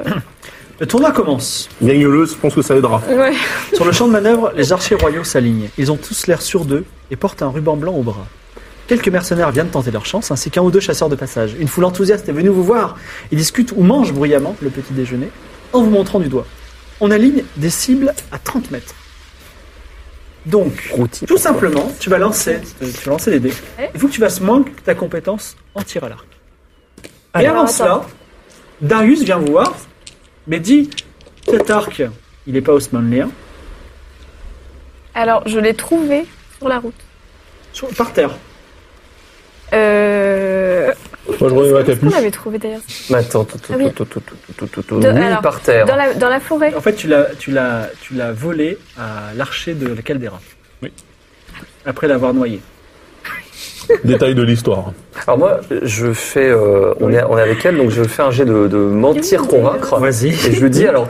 Speaker 1: Le tournoi commence.
Speaker 5: Gagneuse, je pense que ça aidera.
Speaker 3: Ouais.
Speaker 1: Sur le champ de manœuvre, les archers royaux s'alignent. Ils ont tous l'air sur d'eux et portent un ruban blanc au bras. Quelques mercenaires viennent tenter leur chance, ainsi qu'un ou deux chasseurs de passage. Une foule enthousiaste est venue vous voir. Ils discutent ou mangent bruyamment le petit déjeuner en vous montrant du doigt. On aligne des cibles à 30 mètres. Donc, tout simplement, tu vas lancer, euh, tu vas lancer les dés.
Speaker 3: Ouais.
Speaker 1: Il faut que tu fasses moins que ta compétence en tir à l'arc. Et
Speaker 3: Alors,
Speaker 1: avant
Speaker 3: attends.
Speaker 1: cela, Darius vient vous voir, mais dit cet arc, il n'est pas haussmannien,
Speaker 3: Alors, je l'ai trouvé sur la route.
Speaker 1: sur- par terre.
Speaker 3: Euh...
Speaker 5: Moi, je remets ma
Speaker 3: Qu'est-ce qu'on
Speaker 5: capuche.
Speaker 3: avait trouvé d'ailleurs
Speaker 4: Mais attends, tout, tout,
Speaker 3: Ah oui.
Speaker 4: tout, tout, tout, tout, tout, tout, tout,
Speaker 3: De-
Speaker 4: mis
Speaker 3: alors,
Speaker 4: par terre.
Speaker 3: dans la, dans la forêt.
Speaker 1: En fait, tu l'as, tu l'as, tu l'as volé à l'archer de la caldeira.
Speaker 2: Oui.
Speaker 1: Après l'avoir noyé.
Speaker 5: Détail de l'histoire.
Speaker 4: Alors moi, je fais, euh, on, est, on est avec elle, donc je fais un jet de, de mentir, convaincre.
Speaker 1: Vas-y.
Speaker 4: Et je lui dis, alors,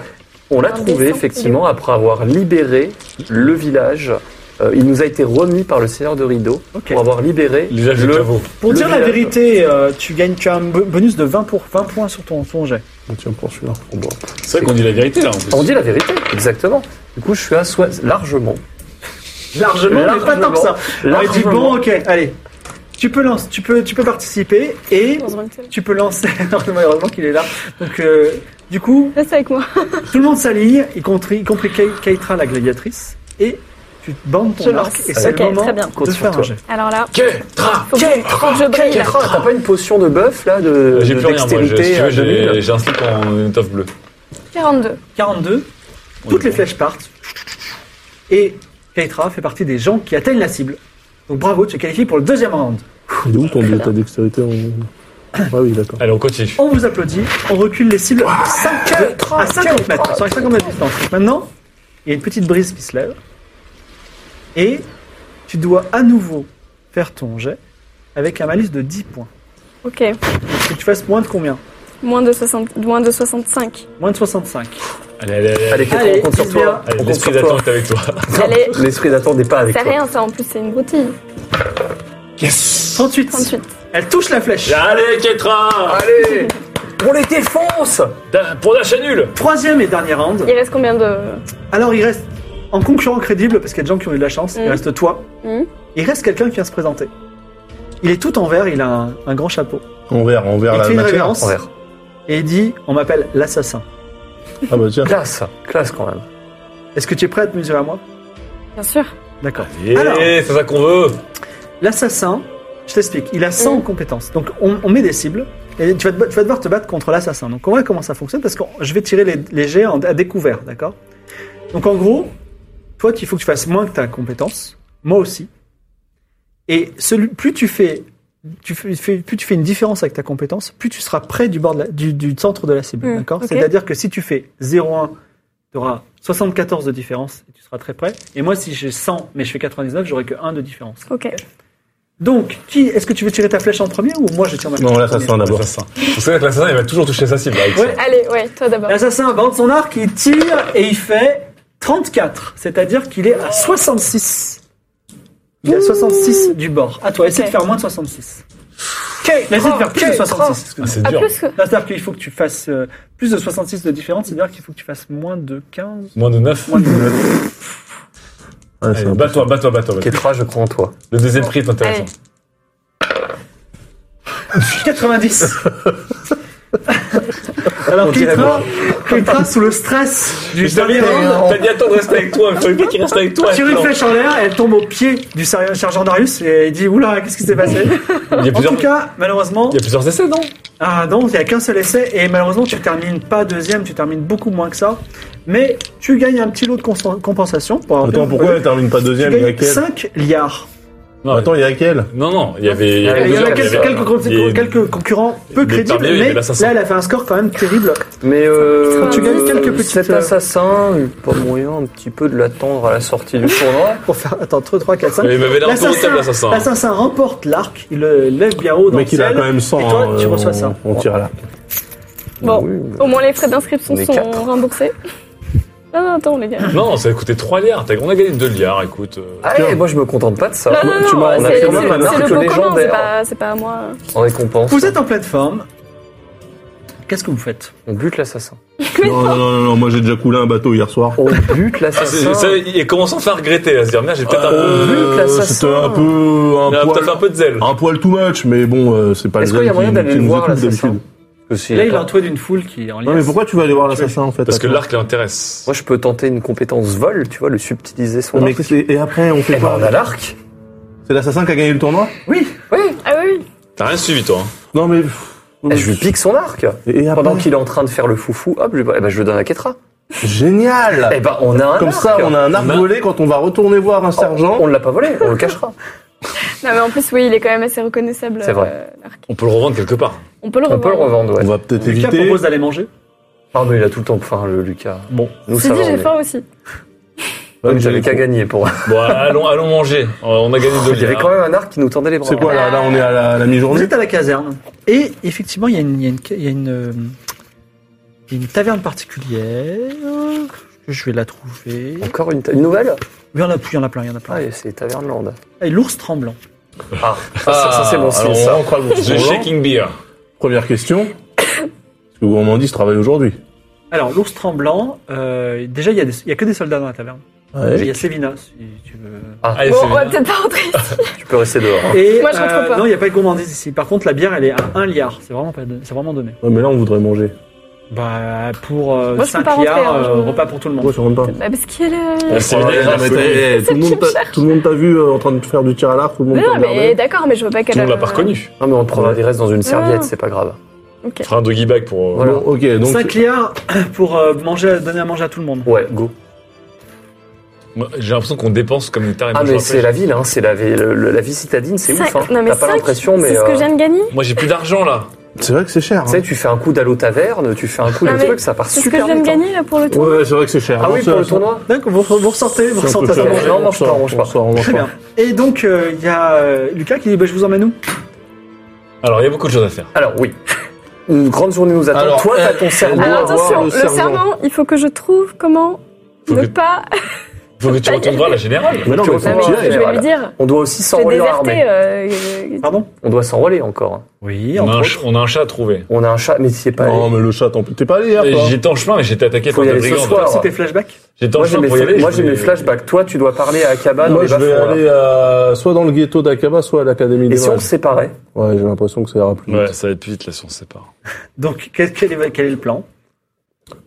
Speaker 4: on l'a trouvé effectivement après avoir libéré le village. Euh, il nous a été remis par le seigneur de Rideau
Speaker 1: Ok.
Speaker 4: pour avoir libéré
Speaker 2: Les âges de
Speaker 4: le-
Speaker 2: caveau.
Speaker 1: Pour
Speaker 4: Le
Speaker 1: dire la
Speaker 4: village.
Speaker 1: vérité, euh, tu gagnes, tu as un bo- bonus de 20 pour 20 points sur ton, ton jet.
Speaker 5: Ah, Tiens, prends celui-là. pour moi.
Speaker 2: C'est vrai qu'on dit la vérité là en plus.
Speaker 4: On dit la vérité, exactement. Du coup, je suis à soi largement.
Speaker 1: Largement, mais pas
Speaker 4: Largement.
Speaker 1: tant que ça. Alors, il dit
Speaker 4: Largement.
Speaker 1: bon, ok, allez. Tu peux lancer, tu peux, tu peux participer et
Speaker 3: Dans une seule-
Speaker 1: tu peux lancer. Non, malheureusement qu'il est là. Donc, euh, du coup,
Speaker 3: Reste avec moi.
Speaker 1: tout le monde s'aligne, y compris, y compris Kei- Keitra la gladiatrice, et tu te bandes ton
Speaker 3: Je lance.
Speaker 1: arc et c'est
Speaker 3: Ok,
Speaker 1: le moment
Speaker 3: très bien.
Speaker 1: de
Speaker 4: Compte sur
Speaker 1: faire un
Speaker 4: toi.
Speaker 1: jet.
Speaker 3: Alors là,
Speaker 2: tra
Speaker 3: faut que, faut que je brille là.
Speaker 4: Kétra, t'as pas une potion de bœuf là de,
Speaker 2: J'ai
Speaker 4: de
Speaker 2: plus rien moi. Je- si
Speaker 4: dextérité
Speaker 2: tu
Speaker 4: à
Speaker 2: veux,
Speaker 4: 2000?
Speaker 2: j'ai- j'ai un slip en une toffe bleue.
Speaker 3: 42.
Speaker 1: 42,
Speaker 2: On
Speaker 1: toutes
Speaker 2: est
Speaker 1: les
Speaker 2: bon.
Speaker 1: flèches partent. Et Keitra fait partie des gens qui atteignent la cible. Donc bravo, tu es qualifié pour le deuxième round.
Speaker 5: Il est où ton ta dextérité en... Ah oui, d'accord.
Speaker 2: Allez, on continue.
Speaker 1: On vous applaudit, on recule les cibles 5, à 50 mètres, sur les 50 mètres de distance. Donc Maintenant, il y a une petite brise qui se lève. Et tu dois à nouveau faire ton jet avec un malice de 10 points.
Speaker 3: Ok.
Speaker 1: Que tu fasses moins de combien
Speaker 3: Moins de, 60, moins de 65.
Speaker 1: Moins de 65.
Speaker 2: Allez, allez, allez.
Speaker 4: Allez,
Speaker 2: Allez,
Speaker 4: Kétra,
Speaker 1: Allez,
Speaker 4: on compte sur toi.
Speaker 2: Allez,
Speaker 4: On compte
Speaker 2: l'esprit
Speaker 4: sur toi.
Speaker 2: d'attente est avec toi.
Speaker 3: Allez.
Speaker 4: L'esprit d'attente n'est pas avec
Speaker 3: C'est
Speaker 4: toi.
Speaker 3: rien ça, en plus c'est une broutille.
Speaker 2: Yes
Speaker 1: 38.
Speaker 3: 38.
Speaker 1: Elle touche la flèche.
Speaker 2: Allez, Ketra
Speaker 4: Allez On les défonce
Speaker 2: Da- Pour l'achat nul
Speaker 1: Troisième et dernier round.
Speaker 3: Il reste combien de.
Speaker 1: Alors il reste, en concurrent crédible, parce qu'il y a des gens qui ont eu de la chance, il
Speaker 3: Mhm.
Speaker 1: reste toi.
Speaker 3: Mhm.
Speaker 1: Il reste quelqu'un qui vient se présenter. Il est tout en vert, il a un, un grand chapeau.
Speaker 5: On verra, on verra
Speaker 1: il te
Speaker 5: la
Speaker 1: fait une
Speaker 5: matière.
Speaker 1: révérence
Speaker 4: Envers.
Speaker 1: et il dit On m'appelle l'assassin.
Speaker 5: Ah bah tiens.
Speaker 4: Classe, classe quand même.
Speaker 1: Est-ce que tu es prêt à te mesurer à moi
Speaker 3: Bien sûr.
Speaker 1: D'accord. Alors.
Speaker 2: Yeah, c'est ça qu'on veut
Speaker 1: L'assassin, je t'explique, il a 100
Speaker 3: Mhm.
Speaker 1: compétences. Donc on, on met des cibles et tu vas, te ba- tu vas devoir te battre contre l'assassin. Donc on voit comment ça fonctionne parce que je vais tirer les, les jets en- à découvert, d'accord Donc en gros, toi, il faut que tu fasses moins que ta compétence, moi aussi. Et celui, plus tu fais, tu fais- fais- plus tu fais une différence avec ta compétence, plus tu seras près du bord de la- du, du centre de la cible,
Speaker 3: Mm,
Speaker 1: d'accord
Speaker 3: ok.
Speaker 1: C'est-à-dire que si tu fais 0,1, tu auras 74 de différence et tu seras très près. Et moi, si j'ai 100 mais je fais 99, j'aurai que 1 de différence.
Speaker 3: Ok.
Speaker 1: Donc, qui est-ce que tu veux tirer ta flèche en premier ou moi je tire ma flèche
Speaker 5: Non,
Speaker 1: en
Speaker 5: l'assassin
Speaker 1: premier
Speaker 5: d'abord.
Speaker 2: L'assassin. Vous savez que l'assassin, il va toujours toucher sa cible. Avec
Speaker 1: Ouais.
Speaker 2: ça.
Speaker 3: Allez, ouais, toi d'abord.
Speaker 1: L'assassin bande son arc, il tire et il fait 34, c'est-à-dire qu'il est à 66. Il est à 66 du bord. À toi, essaie
Speaker 3: Ok.
Speaker 1: de faire moins de 66. Essaie de faire plus de 66.
Speaker 2: Ah,
Speaker 1: excuse-moi.
Speaker 2: c'est
Speaker 3: Ah,
Speaker 2: dur.
Speaker 3: plus que.
Speaker 1: C'est-à-dire qu'il faut que tu fasses euh, plus de 66 de différence, c'est-à-dire qu'il faut que tu fasses moins de 15.
Speaker 2: Moins de 9.
Speaker 1: Moins de
Speaker 5: Ah, c'est
Speaker 2: Allez,
Speaker 5: un peu-
Speaker 2: Bats-toi, bats-toi, bats-toi. bats-toi.
Speaker 4: Kétra, je crois en toi.
Speaker 2: Le deuxième prix est intéressant.
Speaker 3: Allez.
Speaker 1: 90. Alors,
Speaker 4: On dirait
Speaker 1: Keitra,
Speaker 4: moi.
Speaker 1: Keitra, sous le stress du
Speaker 2: Mais t'as
Speaker 1: dernier
Speaker 2: bien-
Speaker 1: round,
Speaker 2: hein. T'as dit attends de rester avec toi, il fallait pas qu'il reste avec toi.
Speaker 1: tire une
Speaker 2: Attends.
Speaker 1: flèche en l'air, elle tombe au pied du ser- sergent Darius et il dit Oula, qu'est-ce qui s'est passé
Speaker 2: Il y a
Speaker 1: En
Speaker 2: plusieurs,
Speaker 1: tout cas, malheureusement,
Speaker 2: il y a plusieurs essais, non
Speaker 1: ah non, il n'y a qu'un seul essai et malheureusement, tu termines pas deuxième, tu termines beaucoup moins que ça. Mais tu gagnes un petit lot de cons- compensation pour avoir-
Speaker 5: Attends, pourquoi
Speaker 1: Euh,
Speaker 5: elle termine pas
Speaker 1: tu
Speaker 5: deuxième Il y a
Speaker 1: gagnes
Speaker 5: quelle
Speaker 1: 5 liards.
Speaker 2: Non,
Speaker 5: Attends, il y a quelle
Speaker 2: non, non, il y avait.
Speaker 4: Ah,
Speaker 1: Il y en a
Speaker 4: Plusieurs,
Speaker 1: quelques,
Speaker 4: il y avait-
Speaker 1: quelques, con-
Speaker 2: il y avait-
Speaker 1: quelques concurrents peu
Speaker 2: Mais
Speaker 1: crédibles,
Speaker 2: parmi eux, il y
Speaker 1: mais
Speaker 2: avait l'assassin.
Speaker 1: là, elle a fait un score quand même terrible.
Speaker 4: Mais euh,
Speaker 3: Tu gagnes
Speaker 1: quelques petites,
Speaker 4: cet
Speaker 1: euh,
Speaker 4: assassin, il y a pas moyen un petit peu de l'attendre à la sortie du tournoi.
Speaker 1: Pour faire, attends, 3, 4, 5.
Speaker 2: Il m'avait l'air
Speaker 1: L'assassin
Speaker 2: introuvable, l'assassin.
Speaker 1: l'assassin remporte l'arc, il le lève bien haut dans
Speaker 5: Mec,
Speaker 1: le
Speaker 5: il a
Speaker 1: ciel.
Speaker 5: quand même 100.
Speaker 1: Et toi, tu
Speaker 5: hein,
Speaker 1: reçois
Speaker 5: on-
Speaker 1: ça.
Speaker 5: On tire là.
Speaker 3: Bon,
Speaker 4: Oui,
Speaker 3: au moins les frais d'inscription
Speaker 4: On est
Speaker 3: sont
Speaker 4: quatre.
Speaker 3: remboursés. Non, non, attends, les gars.
Speaker 2: Non, ça a coûté 3 liards. t'as- On a gagné 2 liards, écoute. euh.
Speaker 7: Ah,
Speaker 4: Allez, Ah, eh, moi je me contente pas de ça.
Speaker 3: Non, non,
Speaker 4: Ah, bah, Tu
Speaker 3: non,
Speaker 4: m'as-
Speaker 3: c'est
Speaker 4: on a
Speaker 3: c'est-
Speaker 4: quand même un
Speaker 3: c'est le
Speaker 4: arc
Speaker 3: beau commun, c'est
Speaker 4: légendaire
Speaker 3: pas, c'est pas à moi.
Speaker 4: en récompense.
Speaker 1: Vous êtes en pleine forme. Qu'est-ce que vous faites
Speaker 4: On bute l'assassin.
Speaker 5: Non, non, non, non, non, moi j'ai déjà coulé un bateau hier soir.
Speaker 4: On bute
Speaker 2: C'est-
Speaker 4: l'assassin.
Speaker 2: ça, il commence enfin à regretter, à se dire, merde, j'ai peut-être un peu...
Speaker 4: vu que l'assassin-
Speaker 5: Euh, C'était un peu un
Speaker 2: il a peut-être
Speaker 5: poil,
Speaker 2: fait Ah, oh, un Ah, peu de zèle.
Speaker 5: un poil too much, mais bon, euh, c'est pas
Speaker 4: Est-ce
Speaker 5: le
Speaker 4: qu'il y a
Speaker 5: zèle
Speaker 4: moyen
Speaker 5: qui-
Speaker 4: d'aller
Speaker 5: qui
Speaker 4: le
Speaker 5: nous
Speaker 4: voir,
Speaker 5: étouffe
Speaker 4: l'assassin
Speaker 5: d'habitude.
Speaker 4: Parce que si-
Speaker 1: Là, il est entouré d'une foule qui est en
Speaker 5: Non, mais
Speaker 1: liesse.
Speaker 5: pourquoi tu vas aller voir l'assassin en fait
Speaker 2: Parce que
Speaker 5: attends
Speaker 2: l'arc l'intéresse.
Speaker 4: Moi, je peux tenter une compétence vol, tu vois, le subtiliser son
Speaker 5: Non, mais
Speaker 4: arc.
Speaker 5: qu'est-ce- et après on
Speaker 4: Eh
Speaker 5: fait
Speaker 4: ben,
Speaker 5: quoi
Speaker 4: on a l'arc.
Speaker 5: C'est l'assassin qui a gagné le tournoi
Speaker 1: Oui
Speaker 3: Ah oui, oui.
Speaker 2: T'as rien suivi, toi. hein.
Speaker 5: Non mais
Speaker 4: Eh, je lui pique son arc.
Speaker 5: et après
Speaker 4: Pendant qu'il est en train de faire le foufou, hop, je, lui- eh ben, je le donne à Ketra.
Speaker 5: génial.
Speaker 4: Eh ben, on a un
Speaker 5: Comme
Speaker 4: arc.
Speaker 5: ça, on a un arc
Speaker 2: On a-
Speaker 5: volé quand on va retourner voir un sergent.
Speaker 4: On ne l'a pas volé, on le cachera.
Speaker 3: Non, mais en plus, oui, il est quand même assez reconnaissable.
Speaker 4: C'est vrai.
Speaker 3: euh, l'arc.
Speaker 2: On peut le revendre quelque part.
Speaker 3: on peut le
Speaker 4: On
Speaker 3: revoir.
Speaker 4: peut le revendre, ouais.
Speaker 5: On va peut-être
Speaker 1: Lucas
Speaker 5: éviter.
Speaker 1: propose d'aller manger.
Speaker 4: Pardon, il a tout le temps. Enfin, le Lucas.
Speaker 2: Bon.
Speaker 4: Nous,
Speaker 3: C'est
Speaker 4: ça va.
Speaker 3: dit, j'ai
Speaker 4: on
Speaker 3: faim aussi.
Speaker 5: Bah,
Speaker 4: est- Vous avez qu'à gagner pour.
Speaker 2: Bon, allons, allons manger. Euh, On a gagné deux
Speaker 4: Il y avait
Speaker 2: liards.
Speaker 4: quand même un arc qui nous tendait les bras.
Speaker 5: C'est quoi là, là on est à la, à la
Speaker 1: Vous
Speaker 5: mi-journée
Speaker 1: êtes à la caserne. Et effectivement, il y a une, il y a une, il y a une, euh, il y a une taverne particulière. Je vais la trouver.
Speaker 4: Encore une, ta- une nouvelle
Speaker 1: Il y en a, il y en a plein, il y en a plein.
Speaker 4: Ah, et c'est Tavernland.
Speaker 1: Et l'ours tremblant.
Speaker 4: Ah, ça, ça, ça, c'est bon signe,
Speaker 2: alors,
Speaker 4: ça.
Speaker 2: on rentre à The Shaking Beer.
Speaker 5: Première question. Est-ce que vous m'en dit, je travaille aujourd'hui
Speaker 1: Alors, l'ours tremblant, euh, déjà, il y, a des- il y a que des soldats dans la taverne.
Speaker 5: Ouais.
Speaker 1: Il y a Sévina, si tu veux.
Speaker 4: Ah,
Speaker 2: Allez,
Speaker 3: Bon,
Speaker 2: c'est
Speaker 3: on va
Speaker 2: bien.
Speaker 3: peut-être pas rentrer.
Speaker 4: tu peux rester dehors.
Speaker 3: Ah.
Speaker 4: hein.
Speaker 1: Et, euh,
Speaker 3: Moi, je rentre pas.
Speaker 1: Non, il n'y a pas de gourmandise ici. Par contre, la bière, elle est à 1 liard. C'est vraiment, pas don- c'est vraiment donné.
Speaker 5: Ouais, mais là on voudrait manger.
Speaker 1: Bah, pour euh,
Speaker 3: Moi, je peux
Speaker 1: 5
Speaker 3: pas rentrer,
Speaker 1: liards,
Speaker 3: hein, je-
Speaker 1: euh, repas pour tout le monde.
Speaker 5: Pourquoi tu rentres pas
Speaker 3: Bah, parce qu'il est.
Speaker 2: Ouais, c'est bien,
Speaker 5: Ouais, mais
Speaker 2: c'est
Speaker 5: t'as-
Speaker 2: bien.
Speaker 5: eh, tout, le monde t'a- tout le monde t'a vu euh, en train de faire du tir à l'arc, tout le monde
Speaker 3: Mais
Speaker 5: t'a
Speaker 3: non, mais
Speaker 5: regardé.
Speaker 3: d'accord, mais je veux pas qu'elle.
Speaker 2: Tout le monde l'a pas
Speaker 3: euh,
Speaker 2: reconnu.
Speaker 4: Non, mais on prendra des restes dans une serviette,
Speaker 3: Ah.
Speaker 4: c'est pas grave.
Speaker 2: On fera un doggy bag pour... euh,
Speaker 4: Voilà.
Speaker 5: Bon, ok, donc
Speaker 1: 5 liards pour euh, manger, donner à manger à tout le monde.
Speaker 4: Ouais, go.
Speaker 2: Moi, J'ai l'impression qu'on dépense comme une tarée.
Speaker 4: Ah,
Speaker 2: Moi, je
Speaker 4: mais
Speaker 2: rappelle,
Speaker 4: c'est la ville, hein, c'est la, vi- le- le- la vie citadine, c'est ouf.
Speaker 3: Cinq-
Speaker 4: Hein.
Speaker 3: Non, mais
Speaker 4: T'as pas
Speaker 3: cinq,
Speaker 4: l'impression, mais.
Speaker 3: C'est ce que
Speaker 4: euh,
Speaker 3: je viens de gagner.
Speaker 2: Moi, j'ai plus d'argent, là.
Speaker 5: c'est vrai que c'est cher.
Speaker 4: Tu
Speaker 5: hein.
Speaker 4: sais, tu fais un coup d'allo taverne, tu fais un coup
Speaker 3: Non,
Speaker 4: de
Speaker 3: Ah, mais
Speaker 4: truc, ça part
Speaker 3: C'est ce que
Speaker 4: super
Speaker 3: je viens de
Speaker 4: vite, hein.
Speaker 3: gagner là pour le tour.
Speaker 5: Ouais, c'est vrai que c'est cher.
Speaker 4: Ah
Speaker 5: Non,
Speaker 4: oui,
Speaker 5: ça-
Speaker 4: pour le
Speaker 5: ça-
Speaker 4: tournoi
Speaker 1: Donc, vous, vous ressortez, vous
Speaker 5: c'est un
Speaker 1: ressortez
Speaker 5: peu
Speaker 1: à
Speaker 5: cher.
Speaker 1: manger.
Speaker 4: Non, on mange pas, on mange
Speaker 5: sort,
Speaker 4: pas.
Speaker 5: sort, on mange
Speaker 1: Très
Speaker 5: pas.
Speaker 1: bien. Et donc, euh, il y a euh, Lucas qui dit bah, Je vous emmène où
Speaker 2: Alors, il y a beaucoup de choses à faire.
Speaker 4: Alors, oui. Une grande journée nous attend.
Speaker 5: Alors,
Speaker 4: Toi,
Speaker 5: euh,
Speaker 4: t'as ton cerveau.
Speaker 5: doit
Speaker 3: Alors
Speaker 5: avoir
Speaker 3: attention,
Speaker 5: le
Speaker 3: le
Speaker 5: serment.
Speaker 3: serment, il faut que je trouve comment
Speaker 2: Faut
Speaker 3: ne
Speaker 2: que-
Speaker 3: pas.
Speaker 2: Faut que tu retournes voir la générale.
Speaker 5: Mais non,
Speaker 4: Tu
Speaker 5: mais
Speaker 4: ressens
Speaker 5: faut
Speaker 3: Non, mais
Speaker 4: qu'il
Speaker 5: qu'il
Speaker 4: y a,
Speaker 3: je
Speaker 5: aille.
Speaker 3: vais
Speaker 4: voilà.
Speaker 3: lui dire.
Speaker 4: On doit aussi
Speaker 3: J'ai
Speaker 4: s'enrôler dans
Speaker 3: déserté.
Speaker 4: l'armée.
Speaker 3: euh, euh,
Speaker 1: Pardon
Speaker 4: On doit s'enrôler encore. hein.
Speaker 1: Oui,
Speaker 2: On
Speaker 1: entre
Speaker 2: a, un
Speaker 1: autres.
Speaker 2: ch- on a un chat à trouver.
Speaker 4: On a un chat, mais c'est pas.
Speaker 5: Non, mais le chat, t'en peux- t'es pas allé hier,
Speaker 2: Et
Speaker 5: toi
Speaker 2: J'étais en chemin, mais j'étais attaqué
Speaker 4: Ah, Faut
Speaker 2: par
Speaker 4: y
Speaker 2: des
Speaker 4: aller ce
Speaker 2: brigands.
Speaker 4: soir.
Speaker 1: C'est tes flashbacks
Speaker 2: J'étais en
Speaker 4: Moi, j'ai
Speaker 2: chemin
Speaker 4: mes,
Speaker 2: pour y aller.
Speaker 4: moi,
Speaker 2: je
Speaker 4: j'ai mes
Speaker 2: voulais-
Speaker 4: flashbacks. Toi, tu dois parler à Akaba. dans
Speaker 5: Moi,
Speaker 4: les
Speaker 5: je vais
Speaker 4: bas-fonds, là.
Speaker 5: aller à- soit dans le ghetto d'Akaba, soit à l'Académie
Speaker 4: Et
Speaker 5: des
Speaker 4: si on
Speaker 5: Mages.
Speaker 4: se séparait
Speaker 5: Ouais, j'ai l'impression que ça ira plus
Speaker 2: Ouais,
Speaker 5: vite.
Speaker 2: ça va être plus vite, là, si on se sépare.
Speaker 1: Donc, quel, quel est, quel est le plan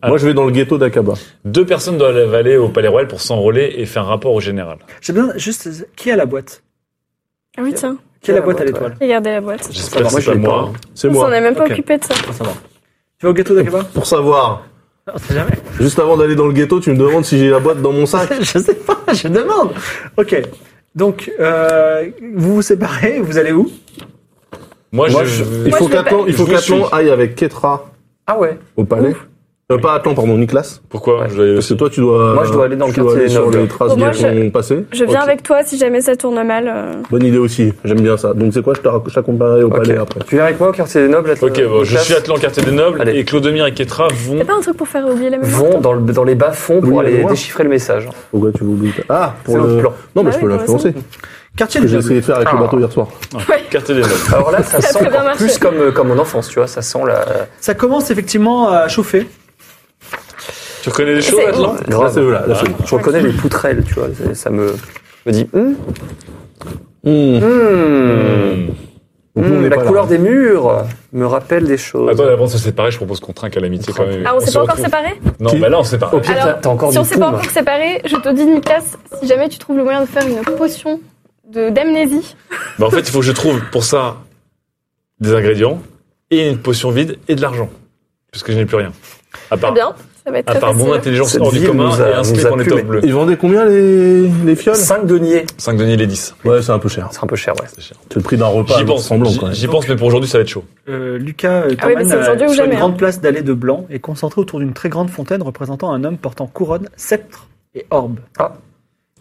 Speaker 5: Moi, je vais dans le ghetto d'Akaba.
Speaker 2: Deux personnes doivent aller au Palais Royal pour s'enrôler et faire un rapport au général.
Speaker 4: Ah,
Speaker 1: J'ai besoin juste. Qui a la boîte
Speaker 3: Ah oui, tiens,
Speaker 1: Qui a la boîte à
Speaker 4: ouais.
Speaker 1: l'étoile
Speaker 3: regardez la boîte.
Speaker 2: J'espère
Speaker 4: va,
Speaker 2: que
Speaker 4: moi,
Speaker 2: c'est
Speaker 4: je
Speaker 2: pas
Speaker 4: l'ai
Speaker 2: moi.
Speaker 4: pas,
Speaker 2: hein.
Speaker 5: C'est
Speaker 3: On
Speaker 5: moi.
Speaker 3: s'en est même pas
Speaker 1: Ok.
Speaker 3: occupé de ça.
Speaker 1: Faut savoir. Tu vas au ghetto d'Akaba
Speaker 5: Pour savoir,
Speaker 1: On sait jamais.
Speaker 5: juste avant d'aller dans le ghetto, tu me demandes si j'ai la boîte dans mon sac.
Speaker 1: je sais pas, je demande. Ok. Donc, euh, vous vous séparez, vous allez où
Speaker 2: Moi,
Speaker 5: Moi,
Speaker 2: je...
Speaker 5: je- il faut
Speaker 3: je vais
Speaker 5: qu'Atlan, il
Speaker 2: je
Speaker 5: faut
Speaker 2: le suis.
Speaker 5: qu'Atlan aille avec Ketra
Speaker 4: Ah ouais.
Speaker 5: au palais. Euh, pas Atlan, pardon, Nicolas.
Speaker 2: Pourquoi Je dois aller
Speaker 5: Parce que
Speaker 2: aussi.
Speaker 5: toi, tu dois.
Speaker 4: Moi, je dois aller dans le
Speaker 5: tu dois
Speaker 4: quartier
Speaker 5: aller sur
Speaker 4: noble.
Speaker 5: les traces
Speaker 3: Bon, moi,
Speaker 5: de ton passé.
Speaker 3: Je viens
Speaker 5: Ok.
Speaker 3: avec toi si jamais ça tourne mal. euh.
Speaker 5: Bonne idée aussi. J'aime bien ça. Donc, c'est quoi Je te- je t'accompagnerai au
Speaker 4: Ok.
Speaker 5: palais après.
Speaker 4: Tu viens avec moi au quartier des nobles. Atlan-
Speaker 2: Ok, bon, je
Speaker 4: Atlas,
Speaker 2: suis Atlan, quartier des Nobles,
Speaker 4: Allez.
Speaker 2: et Clodomir et Ketra
Speaker 3: T'as
Speaker 2: vont...
Speaker 3: pas un truc pour faire oublier la mémoire
Speaker 4: Vont dans, le- dans les bas-fonds
Speaker 5: Oui,
Speaker 4: pour aller
Speaker 5: moi.
Speaker 4: déchiffrer le message.
Speaker 5: Pourquoi tu m'oublies Ah, pour
Speaker 4: C'est
Speaker 5: le.
Speaker 4: notre plan.
Speaker 5: Non, mais
Speaker 3: Bah
Speaker 7: Ah
Speaker 5: je peux
Speaker 3: oui, pour
Speaker 5: l'influencer.
Speaker 1: Quartier
Speaker 5: Que
Speaker 1: du
Speaker 5: j'ai
Speaker 1: Diable.
Speaker 5: essayé de faire avec le
Speaker 4: Ah.
Speaker 5: bateau hier soir.
Speaker 2: Quartier des Nobles.
Speaker 4: Alors là, ça
Speaker 3: Ça a
Speaker 4: sent
Speaker 3: très bien
Speaker 4: encore
Speaker 3: marché.
Speaker 4: plus comme, euh, comme mon enfance, tu vois. Ça sent la.
Speaker 1: Ça commence effectivement à chauffer.
Speaker 2: Tu reconnais des choses,
Speaker 3: C'est-
Speaker 2: Atlan
Speaker 5: Là, c'est eux, là. là, c'est eux.
Speaker 4: Je reconnais les poutrelles, tu vois. c'est- Ça me, me dit. hmm,
Speaker 5: Mmh.
Speaker 4: hmm,
Speaker 2: Hmm.
Speaker 5: Donc, nous, on
Speaker 4: hmm,
Speaker 5: n'est
Speaker 4: la
Speaker 5: pas là. hein. Ah, bah,
Speaker 4: couleur des murs me rappelle des choses.
Speaker 2: Attends, avant de se séparer, je propose qu'on trinque à l'amitié quand même.
Speaker 3: Ah, on s'est
Speaker 2: se
Speaker 3: pas encore
Speaker 2: retrouve.
Speaker 3: séparés
Speaker 2: Non,
Speaker 5: Qui-
Speaker 2: bah là, on se sépare.
Speaker 4: Au pire,
Speaker 3: Alors,
Speaker 4: t'as- t'as encore
Speaker 3: Si on
Speaker 4: du
Speaker 3: s'est pas
Speaker 4: poum.
Speaker 3: encore séparés, je te dis, Nicolas, si jamais tu trouves le moyen de faire une potion de- d'amnésie,
Speaker 2: Bah, en fait, il faut que je trouve pour ça des ingrédients et une potion vide et de l'argent. Parce que je n'ai plus rien. À
Speaker 3: très
Speaker 2: part,
Speaker 3: eh bien. Ça va être
Speaker 2: à
Speaker 3: très
Speaker 2: part mon
Speaker 3: facile.
Speaker 2: intelligence
Speaker 4: Cette
Speaker 2: hors du
Speaker 4: ville
Speaker 2: commun
Speaker 4: nous a-
Speaker 2: et un
Speaker 4: nous
Speaker 2: slip
Speaker 4: a
Speaker 2: en
Speaker 4: pumé.
Speaker 2: étoffe bleue.
Speaker 5: Ils vendaient combien les, les fioles
Speaker 4: 5 deniers.
Speaker 2: 5 deniers les 10.
Speaker 5: Ouais, c'est un peu cher.
Speaker 4: C'est un peu cher, ouais.
Speaker 5: C'est le prix d'un repas.
Speaker 2: J'y pense.
Speaker 5: Semblant,
Speaker 2: j'y-
Speaker 5: quand même.
Speaker 2: J'y pense, mais pour aujourd'hui, ça va être chaud.
Speaker 1: Euh, Lucas euh,
Speaker 3: Ah oui, mais
Speaker 1: t'emmène
Speaker 3: c'est aujourd'hui
Speaker 1: euh,
Speaker 3: ou
Speaker 1: sur
Speaker 3: jamais,
Speaker 1: une
Speaker 3: hein.
Speaker 1: grande place d'allée de blanc et concentrée autour d'une très grande fontaine représentant un homme portant couronne, sceptre et orbe.
Speaker 4: Ah.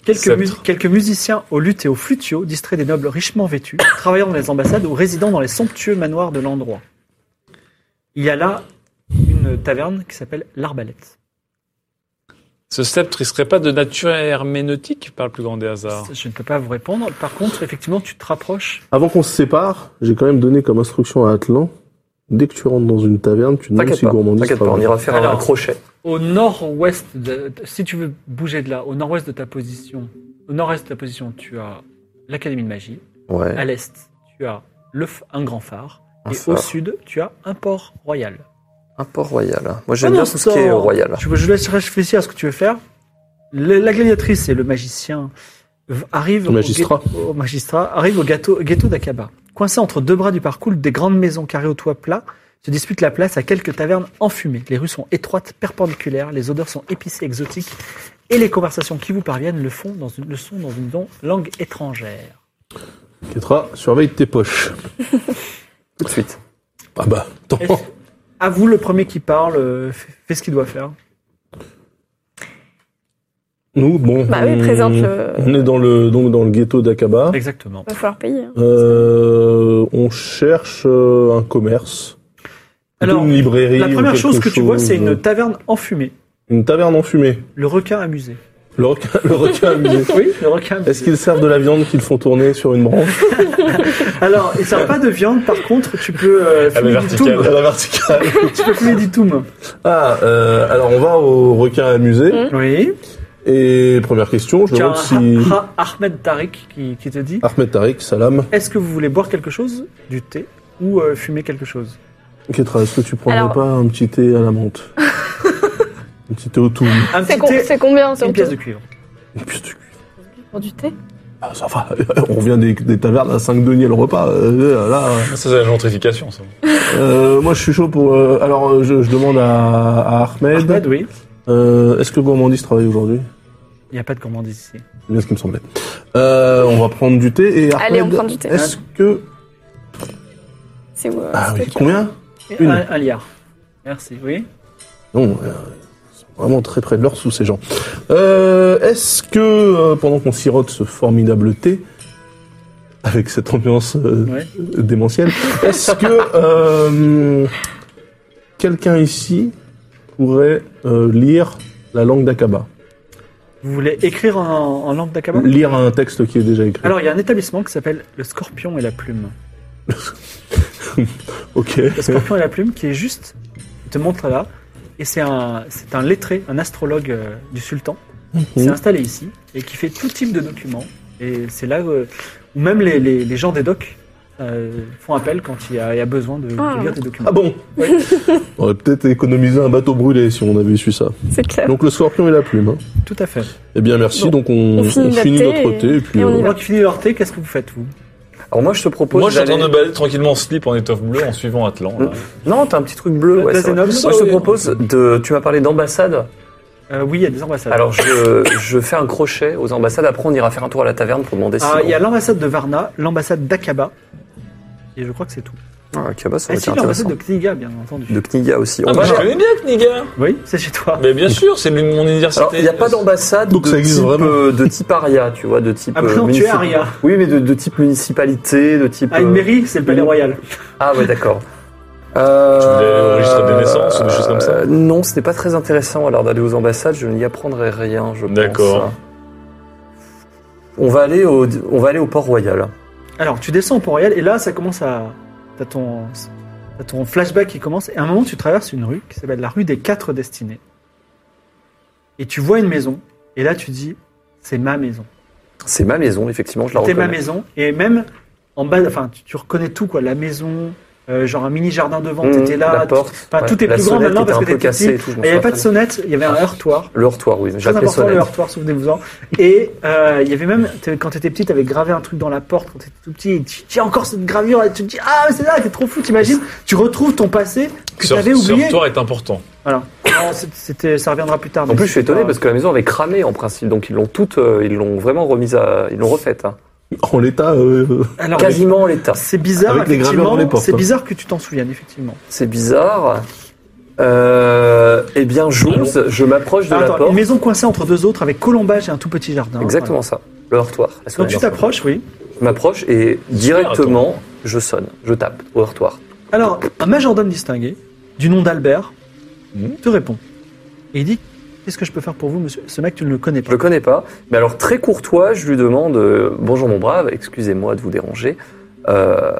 Speaker 1: Quelques,
Speaker 2: Sceptre.
Speaker 1: mus- quelques musiciens aux luttes et aux flutiaux distraient des nobles richement vêtus, travaillant dans les ambassades ou résidant dans les somptueux manoirs de l'endroit. Il y a là une taverne qui s'appelle l'Arbalète.
Speaker 2: Ce sceptre, il serait pas de nature herméneutique par le plus grand des hasards
Speaker 1: Je ne peux pas vous répondre. Par contre, effectivement, tu te rapproches.
Speaker 5: Avant qu'on se sépare, j'ai quand même donné comme instruction à Atlan Dès que tu rentres dans une taverne, tu demandes
Speaker 7: T'inquiète
Speaker 5: si
Speaker 7: pas,
Speaker 5: gourmandise.
Speaker 7: t'inquiète pas,
Speaker 5: sera
Speaker 7: on ira faire un
Speaker 1: Alors.
Speaker 7: crochet.
Speaker 1: Au nord-ouest, de- si tu veux bouger de là, au nord-ouest de ta position, au nord-est de ta position, tu as l'académie de magie.
Speaker 7: Ouais.
Speaker 1: À l'est, tu as le f- un grand phare.
Speaker 7: Un
Speaker 1: et
Speaker 7: phare.
Speaker 1: au sud, tu as un port royal.
Speaker 7: Un port royal. Moi j'aime
Speaker 1: Ah
Speaker 7: bien
Speaker 1: non,
Speaker 7: tout ce qui est
Speaker 1: ça-
Speaker 7: royal.
Speaker 1: Je, je laisse réfléchir à ce que tu veux faire. Le- la gladiatrice et le magicien v- arrivent
Speaker 5: Le magistrat.
Speaker 1: Au, guet- au magistrat arrivent au gâteau- au ghetto d'Akaba. Coincés entre deux bras du parcours, des grandes maisons carrées au toit plat se disputent la place à quelques tavernes enfumées. Les rues sont étroites, perpendiculaires, les odeurs sont épicées, exotiques, et les conversations qui vous parviennent le font dans une, le sont dans une don- langue étrangère.
Speaker 5: Ketra, surveille tes poches.
Speaker 7: Tout de suite.
Speaker 5: Ah bah, attends.
Speaker 1: Est-ce- À vous, le premier qui parle, euh, fait, fait ce qu'il doit faire.
Speaker 5: Nous, bon.
Speaker 3: Bah oui,
Speaker 5: on-
Speaker 3: présente
Speaker 7: euh,
Speaker 3: le-
Speaker 5: On est dans le, donc dans le ghetto d'Akaba.
Speaker 1: Exactement.
Speaker 3: Va falloir payer. hein.
Speaker 5: Euh, on cherche euh, un commerce. Plutôt
Speaker 1: Alors,
Speaker 5: une librairie.
Speaker 1: La
Speaker 5: ou
Speaker 1: première
Speaker 5: quelque
Speaker 1: chose que tu vois, c'est
Speaker 5: euh,
Speaker 1: une taverne enfumée.
Speaker 5: une taverne en fumée.
Speaker 1: Le requin amusé.
Speaker 5: Le requin, le requin amusé.
Speaker 1: Oui, le requin amusé.
Speaker 5: Est-ce qu'ils servent de la viande qu'ils font tourner sur une branche
Speaker 1: Alors, il sert pas de viande, par contre, tu peux euh,
Speaker 2: Ah,
Speaker 1: fumer
Speaker 2: mais
Speaker 1: du
Speaker 2: verticale.
Speaker 1: toum.
Speaker 5: la verticale
Speaker 1: Tu peux fumer du toum.
Speaker 5: Ah, euh, alors on va au requin amusé.
Speaker 1: Hum. Oui.
Speaker 5: Et première question, je me
Speaker 1: Tu as
Speaker 5: demande
Speaker 1: un
Speaker 5: si...
Speaker 1: Ha- Ha- Ahmed Tariq qui, qui te dit
Speaker 5: Ahmed Tariq, salam.
Speaker 1: Est-ce que vous voulez boire quelque chose Du thé ou euh, fumer quelque chose
Speaker 5: Ketra, est-ce que tu prendrais
Speaker 3: Alors-
Speaker 5: pas un petit thé à la menthe Un petit thé au thym
Speaker 1: Un
Speaker 3: C'est
Speaker 1: petit
Speaker 3: con-
Speaker 1: thé,
Speaker 3: c'est combien
Speaker 1: une
Speaker 3: surtout
Speaker 1: pièce de cuivre.
Speaker 5: Et puis, tu-
Speaker 3: Pour du thé
Speaker 5: Ah, ça va, on revient des, des tavernes à 5 deniers le repas. euh, là,
Speaker 2: Ça, c'est la gentrification, ça.
Speaker 5: euh, moi, je suis chaud pour... euh, alors, euh, je, je demande à, à Ahmed,
Speaker 1: Ahmed, oui.
Speaker 5: euh, est-ce que Gourmandise travaille aujourd'hui
Speaker 1: Il n'y a pas de gourmandise ici.
Speaker 5: C'est bien ce qui me semblait. Euh, on va prendre du thé et Ahmed,
Speaker 3: Allez, on prend du thé.
Speaker 5: est-ce que...
Speaker 3: C'est où euh, c'est
Speaker 5: Ah oui,
Speaker 3: toi qui-
Speaker 5: combien
Speaker 1: Et
Speaker 5: Une.
Speaker 1: Un, un liard. Merci, oui.
Speaker 5: Non, euh, ils sont vraiment très près de leur sous ces gens. Euh, Est-ce que euh, pendant qu'on sirote ce formidable thé, avec cette ambiance euh,
Speaker 1: Ouais.
Speaker 5: démentielle, est-ce que euh, quelqu'un ici pourrait euh, lire la langue d'Akaba
Speaker 1: Vous voulez écrire en, en langue d'Akaba
Speaker 5: Lire un texte qui est déjà écrit.
Speaker 1: Alors, il y a un établissement qui s'appelle le Scorpion et la Plume.
Speaker 5: ok.
Speaker 1: Le scorpion et la plume qui est juste, il te montre là, et c'est un, c'est un lettré, un astrologue euh, du sultan,
Speaker 7: Mhm.
Speaker 1: qui s'est installé ici et qui fait tout type de documents. Et c'est là euh, où même les, les, les gens des docs euh, font appel quand il y a, il y a besoin de, de
Speaker 3: Ah.
Speaker 1: lire des documents.
Speaker 5: Ah bon On aurait peut-être économisé un bateau brûlé si on avait su ça.
Speaker 3: C'est clair.
Speaker 5: Donc le scorpion et la plume. hein.
Speaker 1: Tout à fait.
Speaker 5: Eh bien merci,
Speaker 3: Bon,
Speaker 5: donc on,
Speaker 3: on finit notre thé
Speaker 5: notre
Speaker 3: et-
Speaker 5: thé et puis...
Speaker 3: et on y
Speaker 5: euh,
Speaker 3: va.
Speaker 1: Pendant qu'ils finissent leur thé, qu'est-ce que vous faites, vous
Speaker 7: Alors moi je te propose.
Speaker 2: Moi, je suis en train de
Speaker 7: d'aller-
Speaker 2: me balader tranquillement en slip, en étoffe bleue, en suivant Atlan. là.
Speaker 7: Non, t'as un petit truc bleu.
Speaker 1: Le
Speaker 7: ouais, c'est vrai.
Speaker 1: Tazenov,
Speaker 7: Moi je te
Speaker 2: oui.
Speaker 7: propose de. Tu m'as parlé d'ambassade.
Speaker 1: Euh, Oui, il y a des ambassades.
Speaker 7: Alors je, je fais un crochet aux ambassades. Après on ira faire un tour à la taverne pour demander si.
Speaker 1: Ah, il y a l'ambassade de Varna, l'ambassade d'Akaba, et je crois que c'est tout.
Speaker 7: Ah, Kaba, ça
Speaker 1: Et
Speaker 7: aurait
Speaker 1: si,
Speaker 7: été
Speaker 1: l'ambassade
Speaker 7: intéressant.
Speaker 1: de Kniga, bien entendu.
Speaker 7: De Euh, Kniga aussi.
Speaker 2: Ah,
Speaker 7: On
Speaker 2: bah, je
Speaker 7: va-
Speaker 2: connais bien Kniga
Speaker 1: Oui, c'est chez toi.
Speaker 2: Mais bien sûr, c'est l'une de mon université.
Speaker 7: Alors, il n'y a pas d'ambassade
Speaker 5: Donc, ça
Speaker 7: de,
Speaker 5: existe
Speaker 7: type,
Speaker 5: vraiment.
Speaker 7: euh, de type aria, tu vois, de type.
Speaker 1: Ah, bah non, tu es
Speaker 7: municipal-
Speaker 1: aria.
Speaker 7: Oui, mais de, de type municipalité, de type.
Speaker 1: À Ah, une
Speaker 7: euh,
Speaker 1: mairie, c'est le palais
Speaker 7: oui.
Speaker 1: royal.
Speaker 7: Ah ouais, d'accord. Euh,
Speaker 2: Tu voulais enregistrer des naissances ou des choses comme ça
Speaker 7: euh, Non, ce n'est pas très intéressant alors d'aller aux ambassades, je n'y apprendrai rien, je pense.
Speaker 2: D'accord.
Speaker 7: On va aller au, on va aller au Port Royal.
Speaker 1: Alors, tu descends au Port-Royal et là, ça commence à. T'as ton... t'as ton flashback qui commence. Et à un moment, tu traverses une rue qui s'appelle la rue des Quatre Destinées. Et tu vois une maison. Et là, tu dis, c'est ma maison.
Speaker 7: C'est ma maison, effectivement, je la
Speaker 1: C'était
Speaker 7: reconnais.
Speaker 1: ma maison. Et même en bas, enfin, tu, tu reconnais tout, quoi. La maison, euh, genre un mini jardin devant,
Speaker 7: Mmh,
Speaker 1: t'étais là.
Speaker 7: la
Speaker 1: tu-
Speaker 7: porte.
Speaker 1: enfin,
Speaker 7: ouais,
Speaker 1: tout est
Speaker 7: la
Speaker 1: plus grand
Speaker 7: sonnette
Speaker 1: maintenant
Speaker 7: était
Speaker 1: parce
Speaker 7: un
Speaker 1: que
Speaker 7: peu
Speaker 1: t'étais
Speaker 7: cassée
Speaker 1: petit.
Speaker 7: et tout, je
Speaker 1: Et Il
Speaker 7: m'en
Speaker 1: n'y avait
Speaker 7: souviens
Speaker 1: pas de sonnette, il y avait un heurtoir.
Speaker 7: Le heurtoir, oui, j'ai
Speaker 1: Très
Speaker 7: appelé
Speaker 1: important le
Speaker 7: sonnette.
Speaker 1: heurtoir, souvenez-vous-en. Et euh, il y avait même, t'es- quand t'étais petit, t'avais gravé un truc dans la porte quand t'étais tout petit. et Tu tiens encore cette gravure et tu te dis Ah, mais c'est là, t'es trop fou, t'imagines Tu retrouves ton passé que
Speaker 2: Ce
Speaker 1: t'avais oublié.
Speaker 2: repertoire est important.
Speaker 1: Voilà. Non, c'est- c'était, ça reviendra plus tard.
Speaker 7: En plus, je suis étonné parce que la maison avait cramé en principe, donc ils l'ont toute, euh, ils l'ont vraiment remise à, ils l'ont refaite.
Speaker 1: Ah
Speaker 7: hein.
Speaker 5: En l'état... euh,
Speaker 1: Alors,
Speaker 7: Quasiment en l'état.
Speaker 1: C'est bizarre,
Speaker 5: Avec les gravures
Speaker 1: effectivement,
Speaker 5: dans les portes,
Speaker 1: C'est
Speaker 5: hein.
Speaker 1: bizarre que tu t'en souviennes, effectivement.
Speaker 7: C'est bizarre. Euh, eh bien, j'ose, je m'approche de
Speaker 1: Ah,
Speaker 7: la
Speaker 1: attends,
Speaker 7: porte.
Speaker 1: une maison coincée entre deux autres avec colombage et un tout petit jardin.
Speaker 7: Exactement ça. Le heurtoir. la
Speaker 1: Voilà. Donc
Speaker 7: sonnette.
Speaker 1: tu t'approches, oui.
Speaker 7: Je m'approche et directement, je sonne, je tape au heurtoir.
Speaker 1: Alors, un majordome distingué, du nom d'Albert,
Speaker 4: Mmh.
Speaker 1: te répond. Et il dit Qu'est-ce que je peux faire pour vous, monsieur Ce mec, tu ne le connais
Speaker 7: Je
Speaker 1: pas.
Speaker 7: le connais pas, mais alors très courtois, je lui demande euh, Bonjour mon brave, excusez-moi de vous déranger.
Speaker 4: Euh,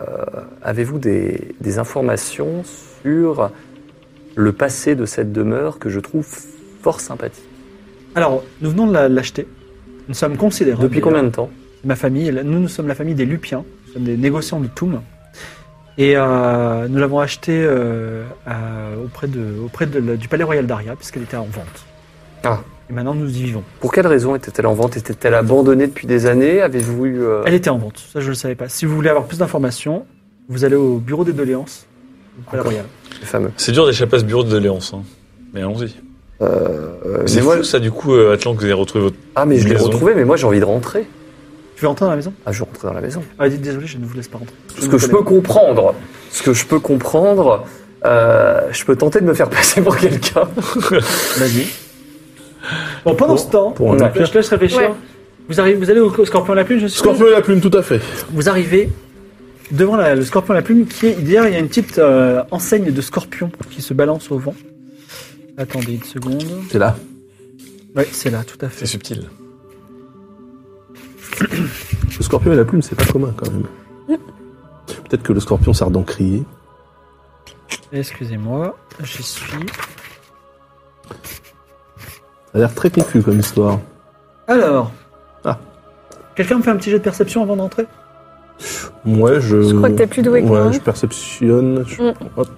Speaker 4: Avez-vous des, des informations sur le passé de cette demeure que je trouve fort sympathique
Speaker 1: Alors, nous venons de la- l'acheter. Nous sommes considérés.
Speaker 4: Depuis combien de temps
Speaker 1: Ma famille, nous, nous sommes la famille des Lupiens. Nous sommes des négociants de Toum. Et euh, nous l'avons achetée euh, à- auprès, de, auprès de la- du Palais Royal d'Aria, puisqu'elle était en vente.
Speaker 4: Ah.
Speaker 1: Et maintenant, nous y vivons.
Speaker 4: Pour quelle raison était-elle en vente Était-elle abandonnée depuis des années Avez-vous eu... euh,
Speaker 1: Elle était en vente, ça je ne le savais pas. Si vous voulez avoir plus d'informations, vous allez au bureau des doléances du Palais
Speaker 4: Encore.
Speaker 1: Royal.
Speaker 4: le fameux
Speaker 2: C'est dur d'échapper à ce bureau de doléances. Hein. Mais allons-y.
Speaker 4: Euh,
Speaker 2: C'est
Speaker 4: mais
Speaker 2: fou,
Speaker 4: moi-
Speaker 2: ça, du coup, euh, Atlan, que vous avez retrouvé votre.
Speaker 4: Ah, mais je l'ai
Speaker 2: Maison.
Speaker 4: retrouvé, mais moi j'ai envie de rentrer.
Speaker 1: Tu veux entrer dans la maison
Speaker 4: Ah, je rentre dans la maison.
Speaker 1: Ah, dites- désolé, je ne vous laisse pas rentrer.
Speaker 4: Ce que je peux comprendre, ce que je peux comprendre, euh, je peux tenter de me faire passer pour quelqu'un.
Speaker 1: Vas-y. Bon, pendant ce temps,
Speaker 5: pour un
Speaker 1: je
Speaker 5: vampire.
Speaker 1: te laisse réfléchir.
Speaker 3: Ouais.
Speaker 1: Vous, arrivez, vous allez au Scorpion à la Plume, je suis
Speaker 5: Scorpion et la plume, tout à fait.
Speaker 1: Vous arrivez devant la- le Scorpion à la Plume, qui est derrière, il y a une petite euh, enseigne de scorpion qui se balance au vent. Attendez une seconde.
Speaker 5: C'est là.
Speaker 1: Ouais, c'est là, tout à fait.
Speaker 2: C'est subtil.
Speaker 5: Le scorpion et la plume, c'est pas commun quand même. Peut-être que le scorpion sert d'en crier.
Speaker 1: Excusez-moi, j'y suis.
Speaker 5: Ça a l'air très confus comme histoire.
Speaker 1: Alors.
Speaker 5: Ah.
Speaker 1: Quelqu'un me fait un petit jet de perception avant d'entrer
Speaker 5: Moi, je.
Speaker 3: Je crois que t'es plus doué que
Speaker 5: euh, Ouais,
Speaker 3: moi. hein.
Speaker 5: je perceptionne. je-
Speaker 3: Mm.
Speaker 5: Hop.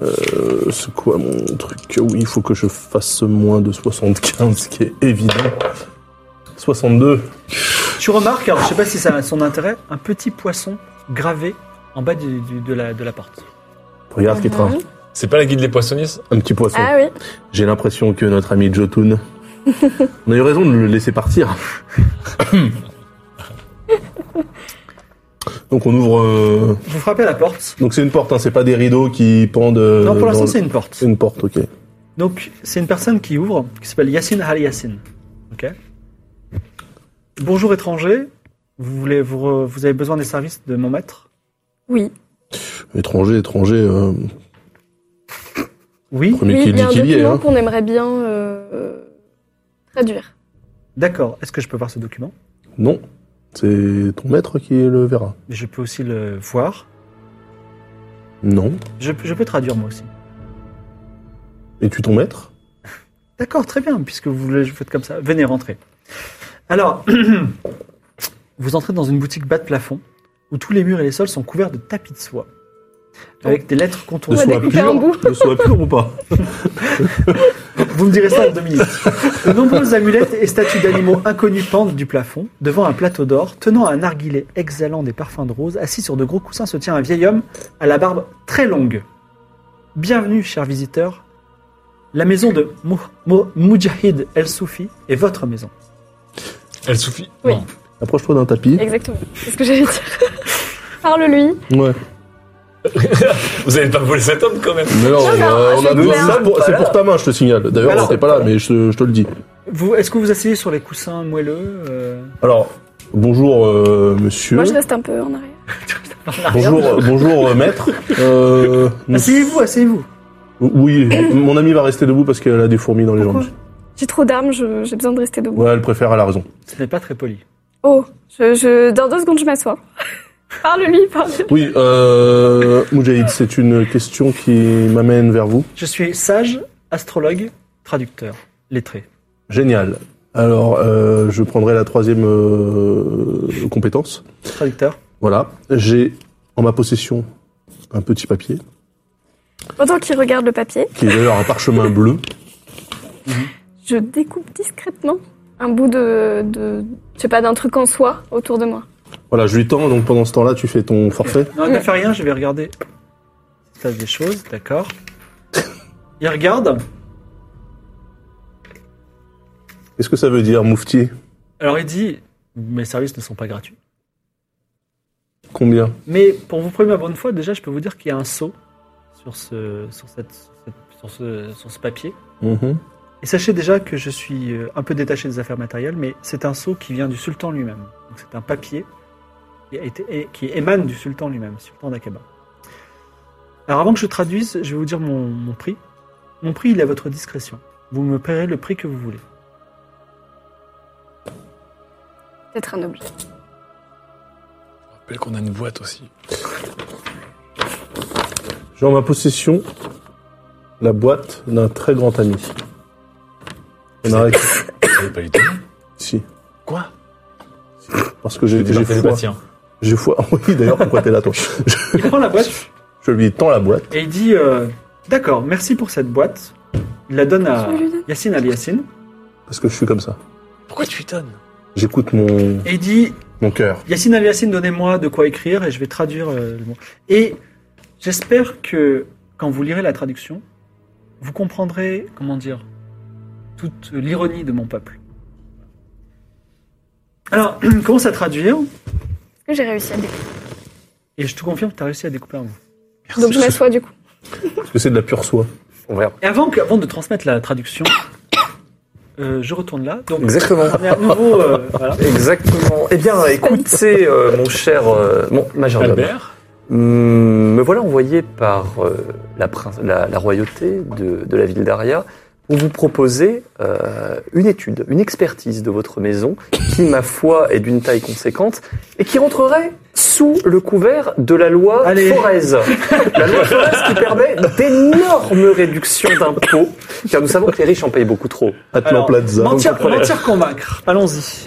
Speaker 5: Euh, c'est quoi mon truc Oui, il faut que je fasse moins de 75, ce qui est évident. 62.
Speaker 1: Tu remarques, alors je sais pas si ça a son intérêt, un petit poisson gravé en bas du- du- de, la, de la porte.
Speaker 5: Regarde, Kitra,
Speaker 3: Mhm.
Speaker 2: C'est pas la guide des poissonniers ça
Speaker 5: un petit poisson.
Speaker 3: Ah oui.
Speaker 5: J'ai l'impression que notre ami Jotun. On a eu raison de le laisser partir. Donc on ouvre. euh,
Speaker 1: Vous frappez à la porte.
Speaker 5: Donc c'est une porte, hein, c'est pas des rideaux qui pendent. euh,
Speaker 1: non, pour l'instant,
Speaker 5: dans-
Speaker 1: c'est une porte.
Speaker 5: c'est une porte, ok.
Speaker 1: Donc, c'est une personne qui ouvre, qui s'appelle Yassine Al Yassine. Ok. Bonjour étranger. Vous voulez, vous, re- vous avez besoin des services de mon maître
Speaker 3: Oui.
Speaker 5: Étranger, étranger. euh,
Speaker 1: Oui.
Speaker 5: premier
Speaker 3: oui,
Speaker 5: qui
Speaker 3: il y
Speaker 5: dit
Speaker 3: a un
Speaker 5: qu'il y est.
Speaker 3: document
Speaker 5: hein.
Speaker 3: qu'on aimerait bien euh, euh, traduire.
Speaker 1: D'accord. Est-ce que je peux voir ce document
Speaker 5: Non, c'est ton maître qui le verra.
Speaker 1: Mais Je peux aussi le voir.
Speaker 5: Non.
Speaker 1: Je, je peux traduire moi aussi.
Speaker 5: Et tu ton maître
Speaker 1: D'accord, très bien, puisque vous voulez, vous faites comme ça. Venez rentrer. Alors, vous entrez dans une boutique bas de plafond où tous les murs et les sols sont couverts de tapis de soie avec des lettres
Speaker 5: De
Speaker 1: contournées.
Speaker 3: Ouais,
Speaker 5: soi
Speaker 3: découper un bout.
Speaker 5: pur De soi pur ou pas
Speaker 1: Vous me direz ça en deux minutes. De nombreuses amulettes et statues d'animaux inconnus pendent du plafond, devant un plateau d'or, tenant un narguilé exhalant des parfums de rose, assis sur de gros coussins se tient un vieil homme à la barbe très longue. Bienvenue, chers visiteurs. La maison de Mou- Mou- Mujahid El Soufi est votre maison.
Speaker 2: Elle suffit
Speaker 3: Oui.
Speaker 2: Non.
Speaker 5: Approche-toi d'un tapis.
Speaker 3: Exactement. C'est ce que j'allais dire. Parle-lui.
Speaker 5: Ouais.
Speaker 2: Vous avez pas volé cet homme quand même
Speaker 5: Mais non,
Speaker 3: Non,
Speaker 5: on a-
Speaker 3: non,
Speaker 5: on a
Speaker 3: c'est
Speaker 5: deux-
Speaker 3: clair.
Speaker 5: c'est pour- C'est pour ta main, je te signale. D'ailleurs,
Speaker 1: Alors-
Speaker 5: on n'était pas là, mais je, te- je te le dis.
Speaker 1: Vous, est-ce que vous asseyez sur les coussins moelleux euh,
Speaker 5: Alors, bonjour euh, monsieur.
Speaker 3: Moi, je reste un peu en arrière.
Speaker 5: Bonjour, euh, bonjour euh, maître. Euh, nous-
Speaker 1: Asseyez-vous, asseyez-vous.
Speaker 5: Oui, mon amie va rester debout parce qu'elle a des fourmis dans les
Speaker 1: Pourquoi
Speaker 5: jambes.
Speaker 3: J'ai trop d'armes, je- j'ai besoin de rester debout.
Speaker 5: Ouais, elle préfère, elle a raison.
Speaker 1: Ce n'est pas très poli.
Speaker 3: Oh, je, je, dans deux secondes, je m'assois. parle-lui, parle-lui.
Speaker 5: Oui, euh, Moujahid, c'est une question qui m'amène vers vous.
Speaker 1: Je suis sage, astrologue, traducteur, lettré.
Speaker 5: Génial. Alors, euh, je prendrai la troisième euh, compétence.
Speaker 1: Traducteur.
Speaker 5: Voilà. J'ai en ma possession un petit papier,
Speaker 3: Pendant qu'il regarde le papier,
Speaker 5: qui est d'ailleurs un parchemin bleu.
Speaker 3: je découpe discrètement un bout de, de je sais pas, d'un truc en soie autour de moi.
Speaker 5: Voilà, je lui tends, donc pendant ce temps-là, tu fais ton forfait.
Speaker 1: Non, ne fais rien, je vais regarder. Il se passe des choses, d'accord. Il regarde.
Speaker 5: Qu'est-ce que ça veut dire, mouftier
Speaker 1: Alors il dit Mes services ne sont pas gratuits.
Speaker 5: Combien
Speaker 1: Mais pour vous prouver ma bonne foi, déjà, je peux vous dire qu'il y a un sceau sur ce, sur cette, sur cette- sur ce, sur ce papier.
Speaker 5: Mhm.
Speaker 1: Et sachez déjà que je suis euh, un peu détaché des affaires matérielles, mais c'est un sceau qui vient du sultan lui-même. Donc c'est un papier qui, a été- et- qui émane du sultan lui-même, sultan d'Aqaba. Alors avant que je traduise, je vais vous dire mon, mon prix. Mon prix, il est à votre discrétion. Vous me paierez le prix que vous voulez.
Speaker 3: Peut-être un objet.
Speaker 2: rappelle qu'on a une boîte aussi.
Speaker 5: J'ai en ma possession la boîte d'un très grand ami. On a récupéré.
Speaker 2: Vous savez pas du tout.
Speaker 5: Si.
Speaker 2: Quoi
Speaker 5: Parce que j'ai
Speaker 2: Déjà
Speaker 5: j'ai
Speaker 2: fait le
Speaker 5: foi.
Speaker 2: patien.
Speaker 5: J'ai foi. Oui, d'ailleurs, pourquoi t'es là, toi
Speaker 1: Il prend la boîte
Speaker 5: Je lui tends la boîte.
Speaker 1: et il dit euh, D'accord, merci pour cette boîte. Il la donne à Yacine Ali Yacine.
Speaker 5: Parce que je suis comme ça.
Speaker 2: Pourquoi tu lui donnes
Speaker 5: J'écoute mon,
Speaker 1: Et il dit
Speaker 5: mon cœur.
Speaker 1: Yacine Ali Yacine, donnez-moi de quoi écrire et je vais traduire euh, le mot. Et j'espère que quand vous lirez la traduction, vous comprendrez, comment dire, toute l'ironie de mon peuple. Alors, commence à traduire
Speaker 3: Est-ce que j'ai réussi à découvrir
Speaker 1: et je te confirme que tu as réussi à découper un mot.
Speaker 3: Donc je m'assois du coup.
Speaker 5: Parce que c'est de la pure soie.
Speaker 4: On verra.
Speaker 1: Et avant, que- avant de transmettre la traduction, euh, je retourne là. Donc,
Speaker 4: Exactement.
Speaker 1: on est à nouveau. euh, voilà.
Speaker 4: Exactement. Eh bien, écoutez, euh, mon cher, euh, mon
Speaker 5: Ah, bah,
Speaker 4: major Domo.
Speaker 2: Albert
Speaker 4: Hum, me voilà envoyé par euh, la, prince- la- la royauté de, de la ville d'Aria pour vous proposer euh, une étude, une expertise de votre maison qui, ma foi, est d'une taille conséquente et qui rentrerait sous le couvert de la loi
Speaker 1: Allez.
Speaker 4: Forez. La loi Forez qui permet d'énormes réductions d'impôts, car nous savons que les riches en payent beaucoup trop.
Speaker 5: Atlan
Speaker 1: Alors,
Speaker 5: Plaza.
Speaker 1: Mentir, mentir, convaincre. Allons-y.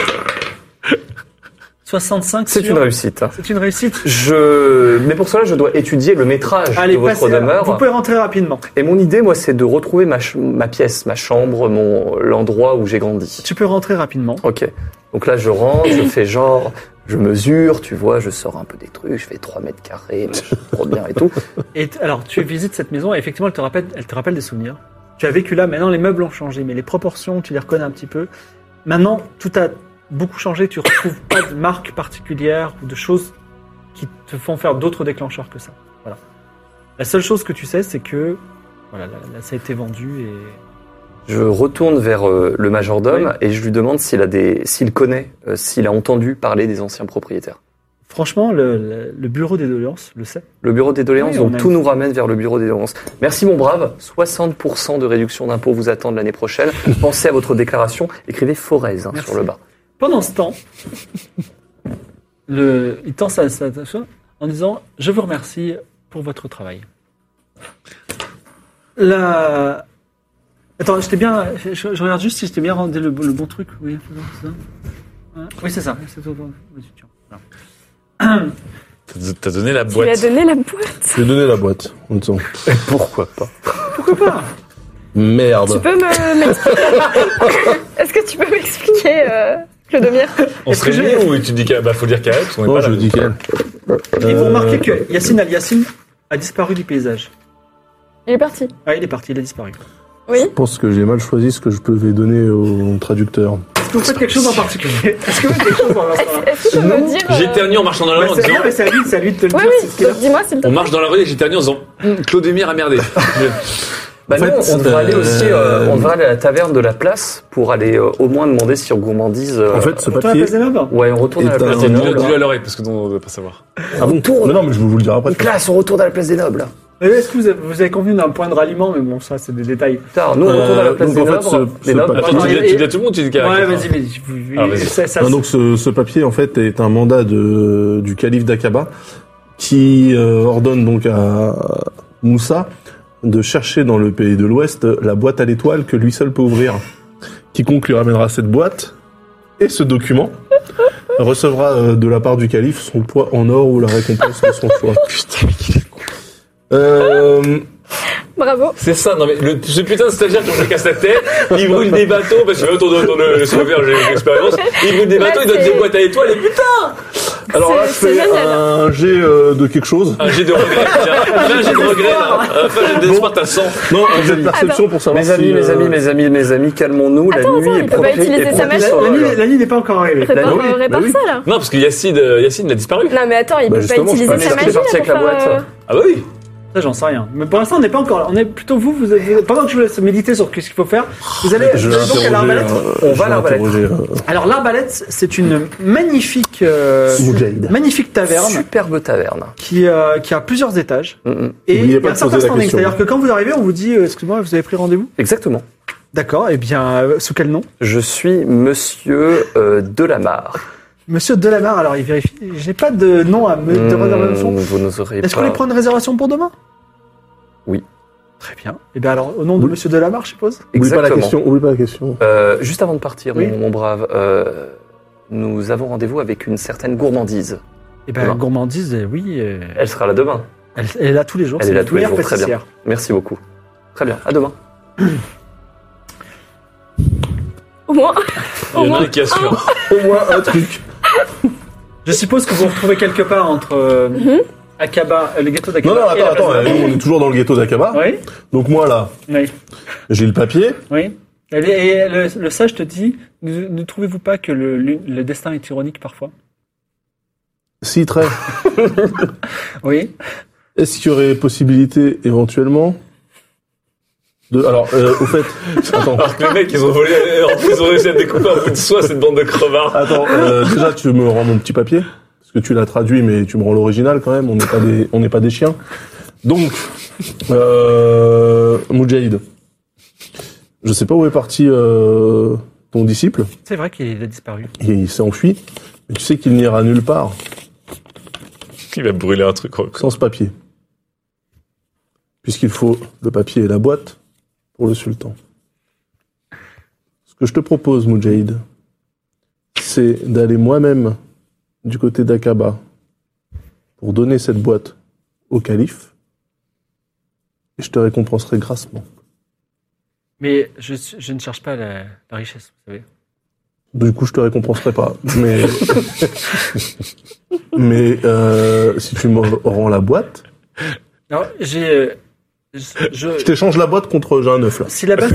Speaker 1: 65.
Speaker 4: C'est
Speaker 1: sur-
Speaker 4: une réussite. hein.
Speaker 1: C'est une réussite.
Speaker 4: Je... Mais pour cela, je dois étudier le métrage
Speaker 1: Allez,
Speaker 4: de votre
Speaker 1: passez à-
Speaker 4: demeure.
Speaker 1: Vous pouvez rentrer rapidement.
Speaker 4: Et mon idée, moi, c'est de retrouver ma, ch- ma pièce, ma chambre, mon l'endroit où j'ai grandi.
Speaker 1: Tu peux rentrer rapidement.
Speaker 4: Ok. Donc là, je rentre, je fais genre, je mesure, tu vois, je sors un peu des trucs, je fais 3 mètres carrés, machin, trop bien et tout.
Speaker 1: Et t- alors, tu visites cette maison et effectivement, elle te rappelle, elle te rappelle des souvenirs. Tu as vécu là. Maintenant, les meubles ont changé, mais les proportions, tu les reconnais un petit peu. Maintenant, tout a beaucoup changé. Tu retrouves pas de marques particulières ou de choses qui te font faire d'autres déclencheurs que ça. Voilà. La seule chose que tu sais, c'est que voilà, là, là, ça a été vendu et
Speaker 4: Je retourne vers euh, le majordome et je lui demande s'il a des, s'il connaît, euh, s'il a entendu parler des anciens propriétaires.
Speaker 1: franchement, le, le- le bureau des doléances le sait.
Speaker 4: Le bureau des doléances,
Speaker 1: Oui, on
Speaker 4: donc
Speaker 1: a-
Speaker 4: tout nous ramène vers le bureau des doléances. Merci mon brave, 60% de réduction d'impôts vous attendent l'année prochaine. Pensez à votre déclaration, écrivez Forez hein,
Speaker 1: Merci.
Speaker 4: sur le bas.
Speaker 1: Pendant ce temps, le, il tend sa, sa- sa- sa- en disant Je vous remercie pour votre travail. La... Attends, j'étais bien. Je, je- je regarde juste si j'étais bien rendu le, le bon truc. Oui, c'est ça. Ouais. Oui, c'est ça. C'est tout. Vas-y, tiens. Voilà.
Speaker 2: T'as t'as donné la
Speaker 3: Tu lui as
Speaker 2: boîte.
Speaker 3: donné la boîte.
Speaker 5: Je lui ai donné la boîte. En disant,
Speaker 4: Pourquoi pas
Speaker 1: Pourquoi pas
Speaker 3: Tu
Speaker 5: merde.
Speaker 3: peux me m'expliquer Est-ce que tu peux m'expliquer euh, Clodomir
Speaker 2: On se
Speaker 1: Est-ce que j'ai-
Speaker 2: réunit ou tu dis qu'il bah, faut dire qu'à Alex, on est
Speaker 5: Non,
Speaker 2: pas
Speaker 5: Oh, je
Speaker 2: là.
Speaker 5: lui dis qu'elle.
Speaker 1: Et vous
Speaker 5: Euh,
Speaker 1: remarquez que Yacine Al-Yacine a disparu du paysage.
Speaker 3: Il est parti.
Speaker 1: Ah, il est parti, il a disparu.
Speaker 3: Oui.
Speaker 5: Je pense que j'ai mal choisi ce que je pouvais donner au traducteur.
Speaker 1: Est-ce que vous faites quelque chose en particulier Est-ce que vous faites quelque chose en particulier
Speaker 3: Est-ce que tu peux me dire euh,
Speaker 2: J'éternue en marchant dans la rue en
Speaker 1: c'est,
Speaker 2: disant.
Speaker 1: non, mais c'est à lui, c'est à lui de te le
Speaker 3: Oui,
Speaker 1: dire.
Speaker 3: oui.
Speaker 1: c'est ce qu'il a-
Speaker 3: donc Dis-moi s'il te
Speaker 2: On
Speaker 3: plaît.
Speaker 2: marche dans la rue et j'éternue en disant
Speaker 1: Mm.
Speaker 2: Hum, Claude Emir a merdé.
Speaker 5: Ah,
Speaker 4: Bah
Speaker 5: En
Speaker 4: non,
Speaker 5: fait,
Speaker 4: on devrait
Speaker 5: euh,
Speaker 4: aller aussi, euh, on devrait aller à la taverne de la place pour aller euh, au moins demander sur gourmandise. euh,
Speaker 5: En fait, ce
Speaker 1: Toi, la
Speaker 5: papier.
Speaker 1: place des meubles
Speaker 4: ouais, on retourne à la
Speaker 5: Et
Speaker 4: place
Speaker 5: t'as
Speaker 4: des
Speaker 5: un-
Speaker 4: nobles.
Speaker 2: Dis-le à l'oreille parce que non, on ne veut pas savoir.
Speaker 5: Ah bon Mais Non, mais je vais vous le dire après.
Speaker 4: Une classe, on retourne à la place des nobles.
Speaker 1: Euh, Est-ce que vous avez, vous avez convenu d'un point de ralliement Mais bon, ça, c'est des détails.
Speaker 4: Putain, nous on
Speaker 5: Euh,
Speaker 4: retourne à la place
Speaker 5: donc,
Speaker 4: des
Speaker 5: en fait,
Speaker 4: nobles.
Speaker 5: ce-
Speaker 4: les
Speaker 5: ce
Speaker 4: nobles.
Speaker 2: Attends,
Speaker 1: non,
Speaker 2: tu dis,
Speaker 1: et-
Speaker 2: tu dis à tout le monde, tu dis qu'à
Speaker 1: ouais,
Speaker 2: Alex,
Speaker 1: vas-y,
Speaker 2: hein.
Speaker 1: mais je-
Speaker 2: Ah, vas-y.
Speaker 1: ça- ça-
Speaker 5: Non, donc ce, ce papier en fait est un mandat de, du calife d'Aqaba qui euh, ordonne donc à Moussa de chercher dans le pays de l'Ouest la boîte à l'étoile que lui seul peut ouvrir. Quiconque lui ramènera cette boîte et ce document recevra euh, de la part du calife son poids en or ou la récompense de son choix. Putain, euh,
Speaker 3: Bravo.
Speaker 2: C'est ça, non mais le, ce putain de stagiaire qui me casse la tête, il brûle des bateaux, parce que autour de autour de- sur le verre, j'ai j'ai l'expérience, il brûle des
Speaker 3: Là,
Speaker 2: bateaux, il donne
Speaker 3: c'est-
Speaker 2: des boîtes à étoiles, et putain,
Speaker 5: alors là, je
Speaker 3: C'est- c'est
Speaker 5: fais
Speaker 3: génial.
Speaker 5: un jet euh, de quelque chose.
Speaker 2: un jet de regret, tiens, un jet de regret, là, enfin, j'ai d'espoir, t'as 100.
Speaker 5: Non, un jet de perception pour savoir
Speaker 4: Ah bah, Mes
Speaker 5: si,
Speaker 4: amis, mes
Speaker 5: euh,
Speaker 4: amis, mes amis, mes amis, calmons-nous. La
Speaker 3: Attends,
Speaker 4: nuit
Speaker 3: attends,
Speaker 4: est
Speaker 3: il peut pas
Speaker 4: propice-
Speaker 3: utiliser
Speaker 4: est
Speaker 3: sa
Speaker 4: propice
Speaker 3: machine.
Speaker 4: au
Speaker 1: La nuit,
Speaker 4: vol.
Speaker 1: la nuit n'est pas encore arrivée.
Speaker 3: Prépare,
Speaker 5: oui,
Speaker 3: euh,
Speaker 5: bah
Speaker 3: répare
Speaker 5: oui.
Speaker 3: ça là.
Speaker 2: Non, parce que Yacine, euh, Yacine, il a disparu.
Speaker 3: Non mais attends, il
Speaker 5: Bah,
Speaker 3: peut pas
Speaker 5: justement, je
Speaker 3: utiliser
Speaker 5: parlais
Speaker 3: sa
Speaker 4: de ce qui
Speaker 3: magie
Speaker 4: est parti
Speaker 3: là, pour
Speaker 4: avec la
Speaker 3: faire,
Speaker 4: boîte.
Speaker 3: euh,
Speaker 2: Ah bah oui,
Speaker 1: Ça, j'en sais rien. Mais pour l'instant, on n'est pas encore. On est plutôt vous. vous avez- pendant que je vous laisse méditer sur ce qu'il faut faire, vous allez
Speaker 5: Je vais
Speaker 1: donc à
Speaker 5: interroger,
Speaker 1: l'arbalète.
Speaker 5: euh,
Speaker 4: On
Speaker 5: je
Speaker 4: va
Speaker 5: vais
Speaker 4: à l'arbalète.
Speaker 5: interroger, euh,
Speaker 1: Alors l'arbalète, c'est une magnifique, euh,
Speaker 5: Moujahid.
Speaker 1: magnifique taverne
Speaker 4: Superbe taverne.
Speaker 1: qui, euh, qui a plusieurs étages.
Speaker 4: Mm, mm.
Speaker 1: Et
Speaker 5: N'oubliez
Speaker 1: il y
Speaker 5: pas
Speaker 1: a un
Speaker 5: de
Speaker 1: certain
Speaker 5: poser la
Speaker 1: standing.
Speaker 5: question.
Speaker 1: C'est-à-dire que quand vous arrivez, on vous dit euh, Excusez-moi, vous avez pris rendez-vous Eh
Speaker 4: Exactement.
Speaker 1: D'accord. Et bien, euh, sous quel nom
Speaker 4: Je suis Monsieur euh, Delamarre.
Speaker 1: Monsieur Delamar, alors il vérifie. J'ai pas de nom à me
Speaker 5: Mm.
Speaker 1: de réservation.
Speaker 4: Mmh, vous n'oserez pas.
Speaker 1: Est-ce qu'on les prend une réservation pour demain
Speaker 4: Oui.
Speaker 1: Très bien. Et bien alors, au nom de
Speaker 5: Oui.
Speaker 1: Monsieur Delamar, je suppose
Speaker 5: Oublie pas la
Speaker 4: euh, Exactement.
Speaker 5: question. Oublie pas la question.
Speaker 4: Euh, juste avant de partir,
Speaker 1: Oui.
Speaker 4: mon, mon brave, euh, nous avons rendez-vous avec une certaine gourmandise.
Speaker 1: Et bien,
Speaker 4: Non.
Speaker 1: Eh ben, gourmandise, euh, oui. euh,
Speaker 4: Elle sera là demain.
Speaker 1: Elle, elle est là tous les jours.
Speaker 4: Elle
Speaker 1: c'est
Speaker 4: est là
Speaker 1: la
Speaker 4: tous les
Speaker 1: meilleure
Speaker 4: jours, très bien.
Speaker 1: pâtissière.
Speaker 4: Merci beaucoup. Très bien, à demain.
Speaker 3: Au moins,
Speaker 2: Il y en a un qui assure.
Speaker 5: Au moins un truc.
Speaker 1: Je suppose que vous vous retrouvez quelque part entre euh, Akaba, euh, le gâteau
Speaker 5: Non,
Speaker 1: d'Akaba.
Speaker 5: non,
Speaker 1: et
Speaker 5: attends,
Speaker 1: la
Speaker 5: attends.
Speaker 1: base de-
Speaker 5: euh, nous, on est toujours dans le ghetto d'Akaba.
Speaker 1: Oui,
Speaker 5: Donc moi, là,
Speaker 1: oui,
Speaker 5: j'ai le papier.
Speaker 1: oui. Et, et le, le sage te dit, ne, ne trouvez-vous pas que le, le- le destin est ironique parfois
Speaker 5: Si, très.
Speaker 1: Oui.
Speaker 5: Est-ce qu'il y aurait possibilité, éventuellement, de... Alors, euh, au fait... Attends,
Speaker 2: Alors que les mecs, ils ont volé. euh, En plus, ils ont réussi à découper un bout de soie cette bande de crevards.
Speaker 5: attends euh, déjà, tu me rends mon petit papier Parce que tu l'as traduit, mais tu me rends l'original, quand même. On n'est pas des, on n'est pas des chiens. Donc, euh, Moudjahid, je sais pas où est parti euh, ton disciple.
Speaker 1: C'est vrai qu'il a disparu.
Speaker 5: Et il s'est enfui. Mais tu sais qu'il n'ira nulle part
Speaker 2: Il va brûler un truc.
Speaker 5: sans ce papier. Puisqu'il faut le papier et la boîte pour le sultan. Ce que je te propose, Moudjahid, c'est d'aller moi-même du côté d'Aqaba pour donner cette boîte au calife. Et je te récompenserai grassement.
Speaker 1: Mais je, je ne cherche pas la, la richesse, vous savez.
Speaker 5: Du coup, je te récompenserai pas. Mais, mais euh, si tu me rends la boîte,
Speaker 1: Alors, j'ai... euh, Je, je-
Speaker 5: je t'échange la boîte contre j'ai un œuf là.
Speaker 1: si la base...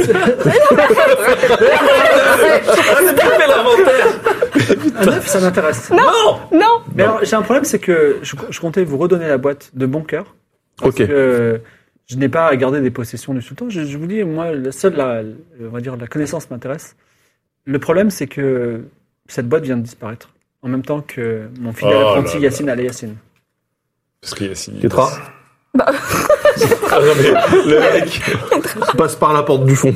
Speaker 1: Un œuf, ça m'intéresse.
Speaker 3: non
Speaker 1: Mais alors, j'ai un problème, c'est que je, je comptais vous redonner la boîte de bon cœur.
Speaker 5: Ok.
Speaker 1: que je n'ai pas à garder des possessions du sultan. Je, je vous dis, moi, la seule, la, on va dire, la connaissance m'intéresse. Le problème, c'est que cette boîte vient de disparaître. En même temps que mon fidèle
Speaker 2: Oh
Speaker 1: apprenti
Speaker 2: là là.
Speaker 1: Yacine Al Yacine.
Speaker 2: Parce qu'il y a si.
Speaker 5: Kétra,
Speaker 2: Ah non, mais le mec.
Speaker 5: passe par la porte du fond.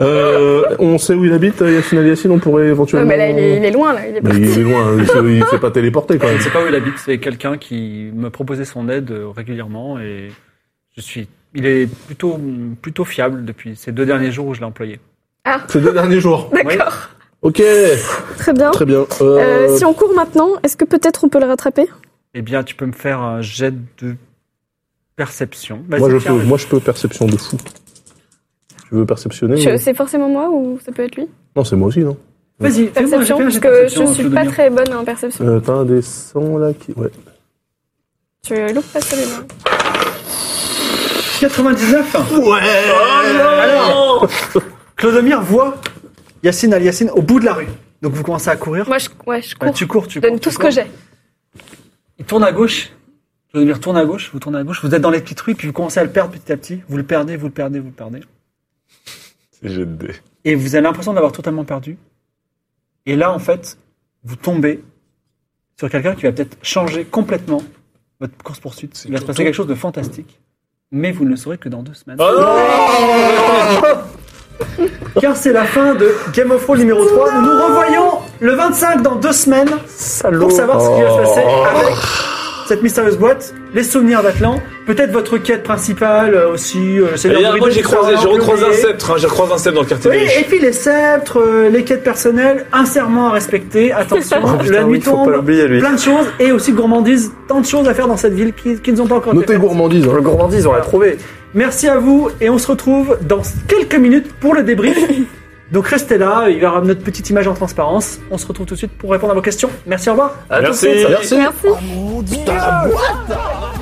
Speaker 5: Euh, on sait où il habite, euh, Yacine Ali Yacine, on pourrait
Speaker 3: Non,
Speaker 5: éventuellement...
Speaker 3: mais là, il est, il est loin, là. Il est
Speaker 5: Mais
Speaker 3: parti.
Speaker 5: il est loin, il s'est- il s'est pas téléporté quand
Speaker 1: Je ne
Speaker 5: même.
Speaker 1: sais pas où il habite, c'est quelqu'un qui me proposait son aide euh, régulièrement et je suis. Il est plutôt, plutôt fiable depuis ces deux derniers jours où je l'ai employé.
Speaker 5: Ces deux derniers jours.
Speaker 3: D'accord,
Speaker 5: Ok,
Speaker 3: très bien.
Speaker 5: très bien. Euh,
Speaker 3: Euh, si on court maintenant, est-ce que peut-être on peut le rattraper
Speaker 1: Eh bien, tu peux me faire un jet de perception.
Speaker 5: moi, je
Speaker 1: Vas-y, Pierre,
Speaker 5: peux, moi je peux perception de fou. Tu veux perceptionner
Speaker 3: Je-
Speaker 5: ou-
Speaker 3: C'est forcément moi ou ça peut être lui
Speaker 5: Non, c'est moi aussi, non
Speaker 1: Vas-y, fais-moi-
Speaker 3: Perception,
Speaker 1: fais-moi
Speaker 3: parce
Speaker 1: cette
Speaker 3: que je
Speaker 1: perception,
Speaker 3: suis pas
Speaker 1: Sodomir.
Speaker 3: très bonne en perception.
Speaker 5: euh, T'as un des 100 là qui... Ouais.
Speaker 3: Tu loupes pas celui-là.
Speaker 1: 99 Ouais Oh, Alors, Clodomir voit Yacine al Yacine au bout de la rue. Donc vous commencez à courir.
Speaker 3: Moi, je, ouais, je
Speaker 1: Euh,
Speaker 3: cours.
Speaker 1: tu cours, tu
Speaker 3: je
Speaker 1: cours.
Speaker 3: donne tout
Speaker 1: tu
Speaker 3: ce que
Speaker 1: cours.
Speaker 3: j'ai.
Speaker 1: Il tourne à gauche. Clodomir tourne à gauche, vous tournez à gauche, vous êtes dans les petites rues, puis vous commencez à le perdre petit à petit. Vous le perdez, vous le perdez, vous le perdez.
Speaker 2: C'est jet de dés.
Speaker 1: Et vous avez l'impression d'avoir totalement perdu. Et là, en fait, vous tombez sur quelqu'un qui va peut-être changer complètement votre course-poursuite. Il va se passer quelque chose de fantastique. Mais vous ne le saurez que dans deux semaines.
Speaker 2: Ah.
Speaker 1: Car c'est la fin de Game of Thrones numéro 3. Nous nous revoyons le 25 dans deux semaines pour savoir ce qui va se passer
Speaker 2: Oh.
Speaker 1: avec cette mystérieuse boîte, les souvenirs d'Atlan, peut-être votre quête principale euh, aussi. euh, c'est
Speaker 2: Et
Speaker 1: l'Android
Speaker 2: moi, j'ai
Speaker 1: qui sera
Speaker 2: croisé, j'ai recroisé un
Speaker 1: oublié.
Speaker 2: sceptre. hein, J'ai recroisé un sceptre dans le quartier
Speaker 1: Oui,
Speaker 2: des riches.
Speaker 1: et puis les sceptres, euh, les quêtes personnelles, un serment à respecter, attention,
Speaker 2: Oh,
Speaker 1: la nuit
Speaker 4: faut pas
Speaker 1: tombe,
Speaker 4: l'oublier, lui.
Speaker 1: plein de choses, et aussi gourmandise, tant de choses à faire dans cette ville qui, qui ne sont pas encore
Speaker 5: Notez
Speaker 1: faites.
Speaker 5: gourmandise. hein.
Speaker 4: Le gourmandise, on l'a trouvé.
Speaker 1: Merci à vous, et on se retrouve dans quelques minutes pour le débrief. Donc restez là, il y aura notre petite image en transparence. On se
Speaker 2: É
Speaker 1: retrouve tout de suite pour répondre à vos questions. Merci, au revoir.
Speaker 4: À tout de
Speaker 2: Merci.
Speaker 4: suite.
Speaker 5: Merci.
Speaker 3: Merci.
Speaker 5: Putain, la boîte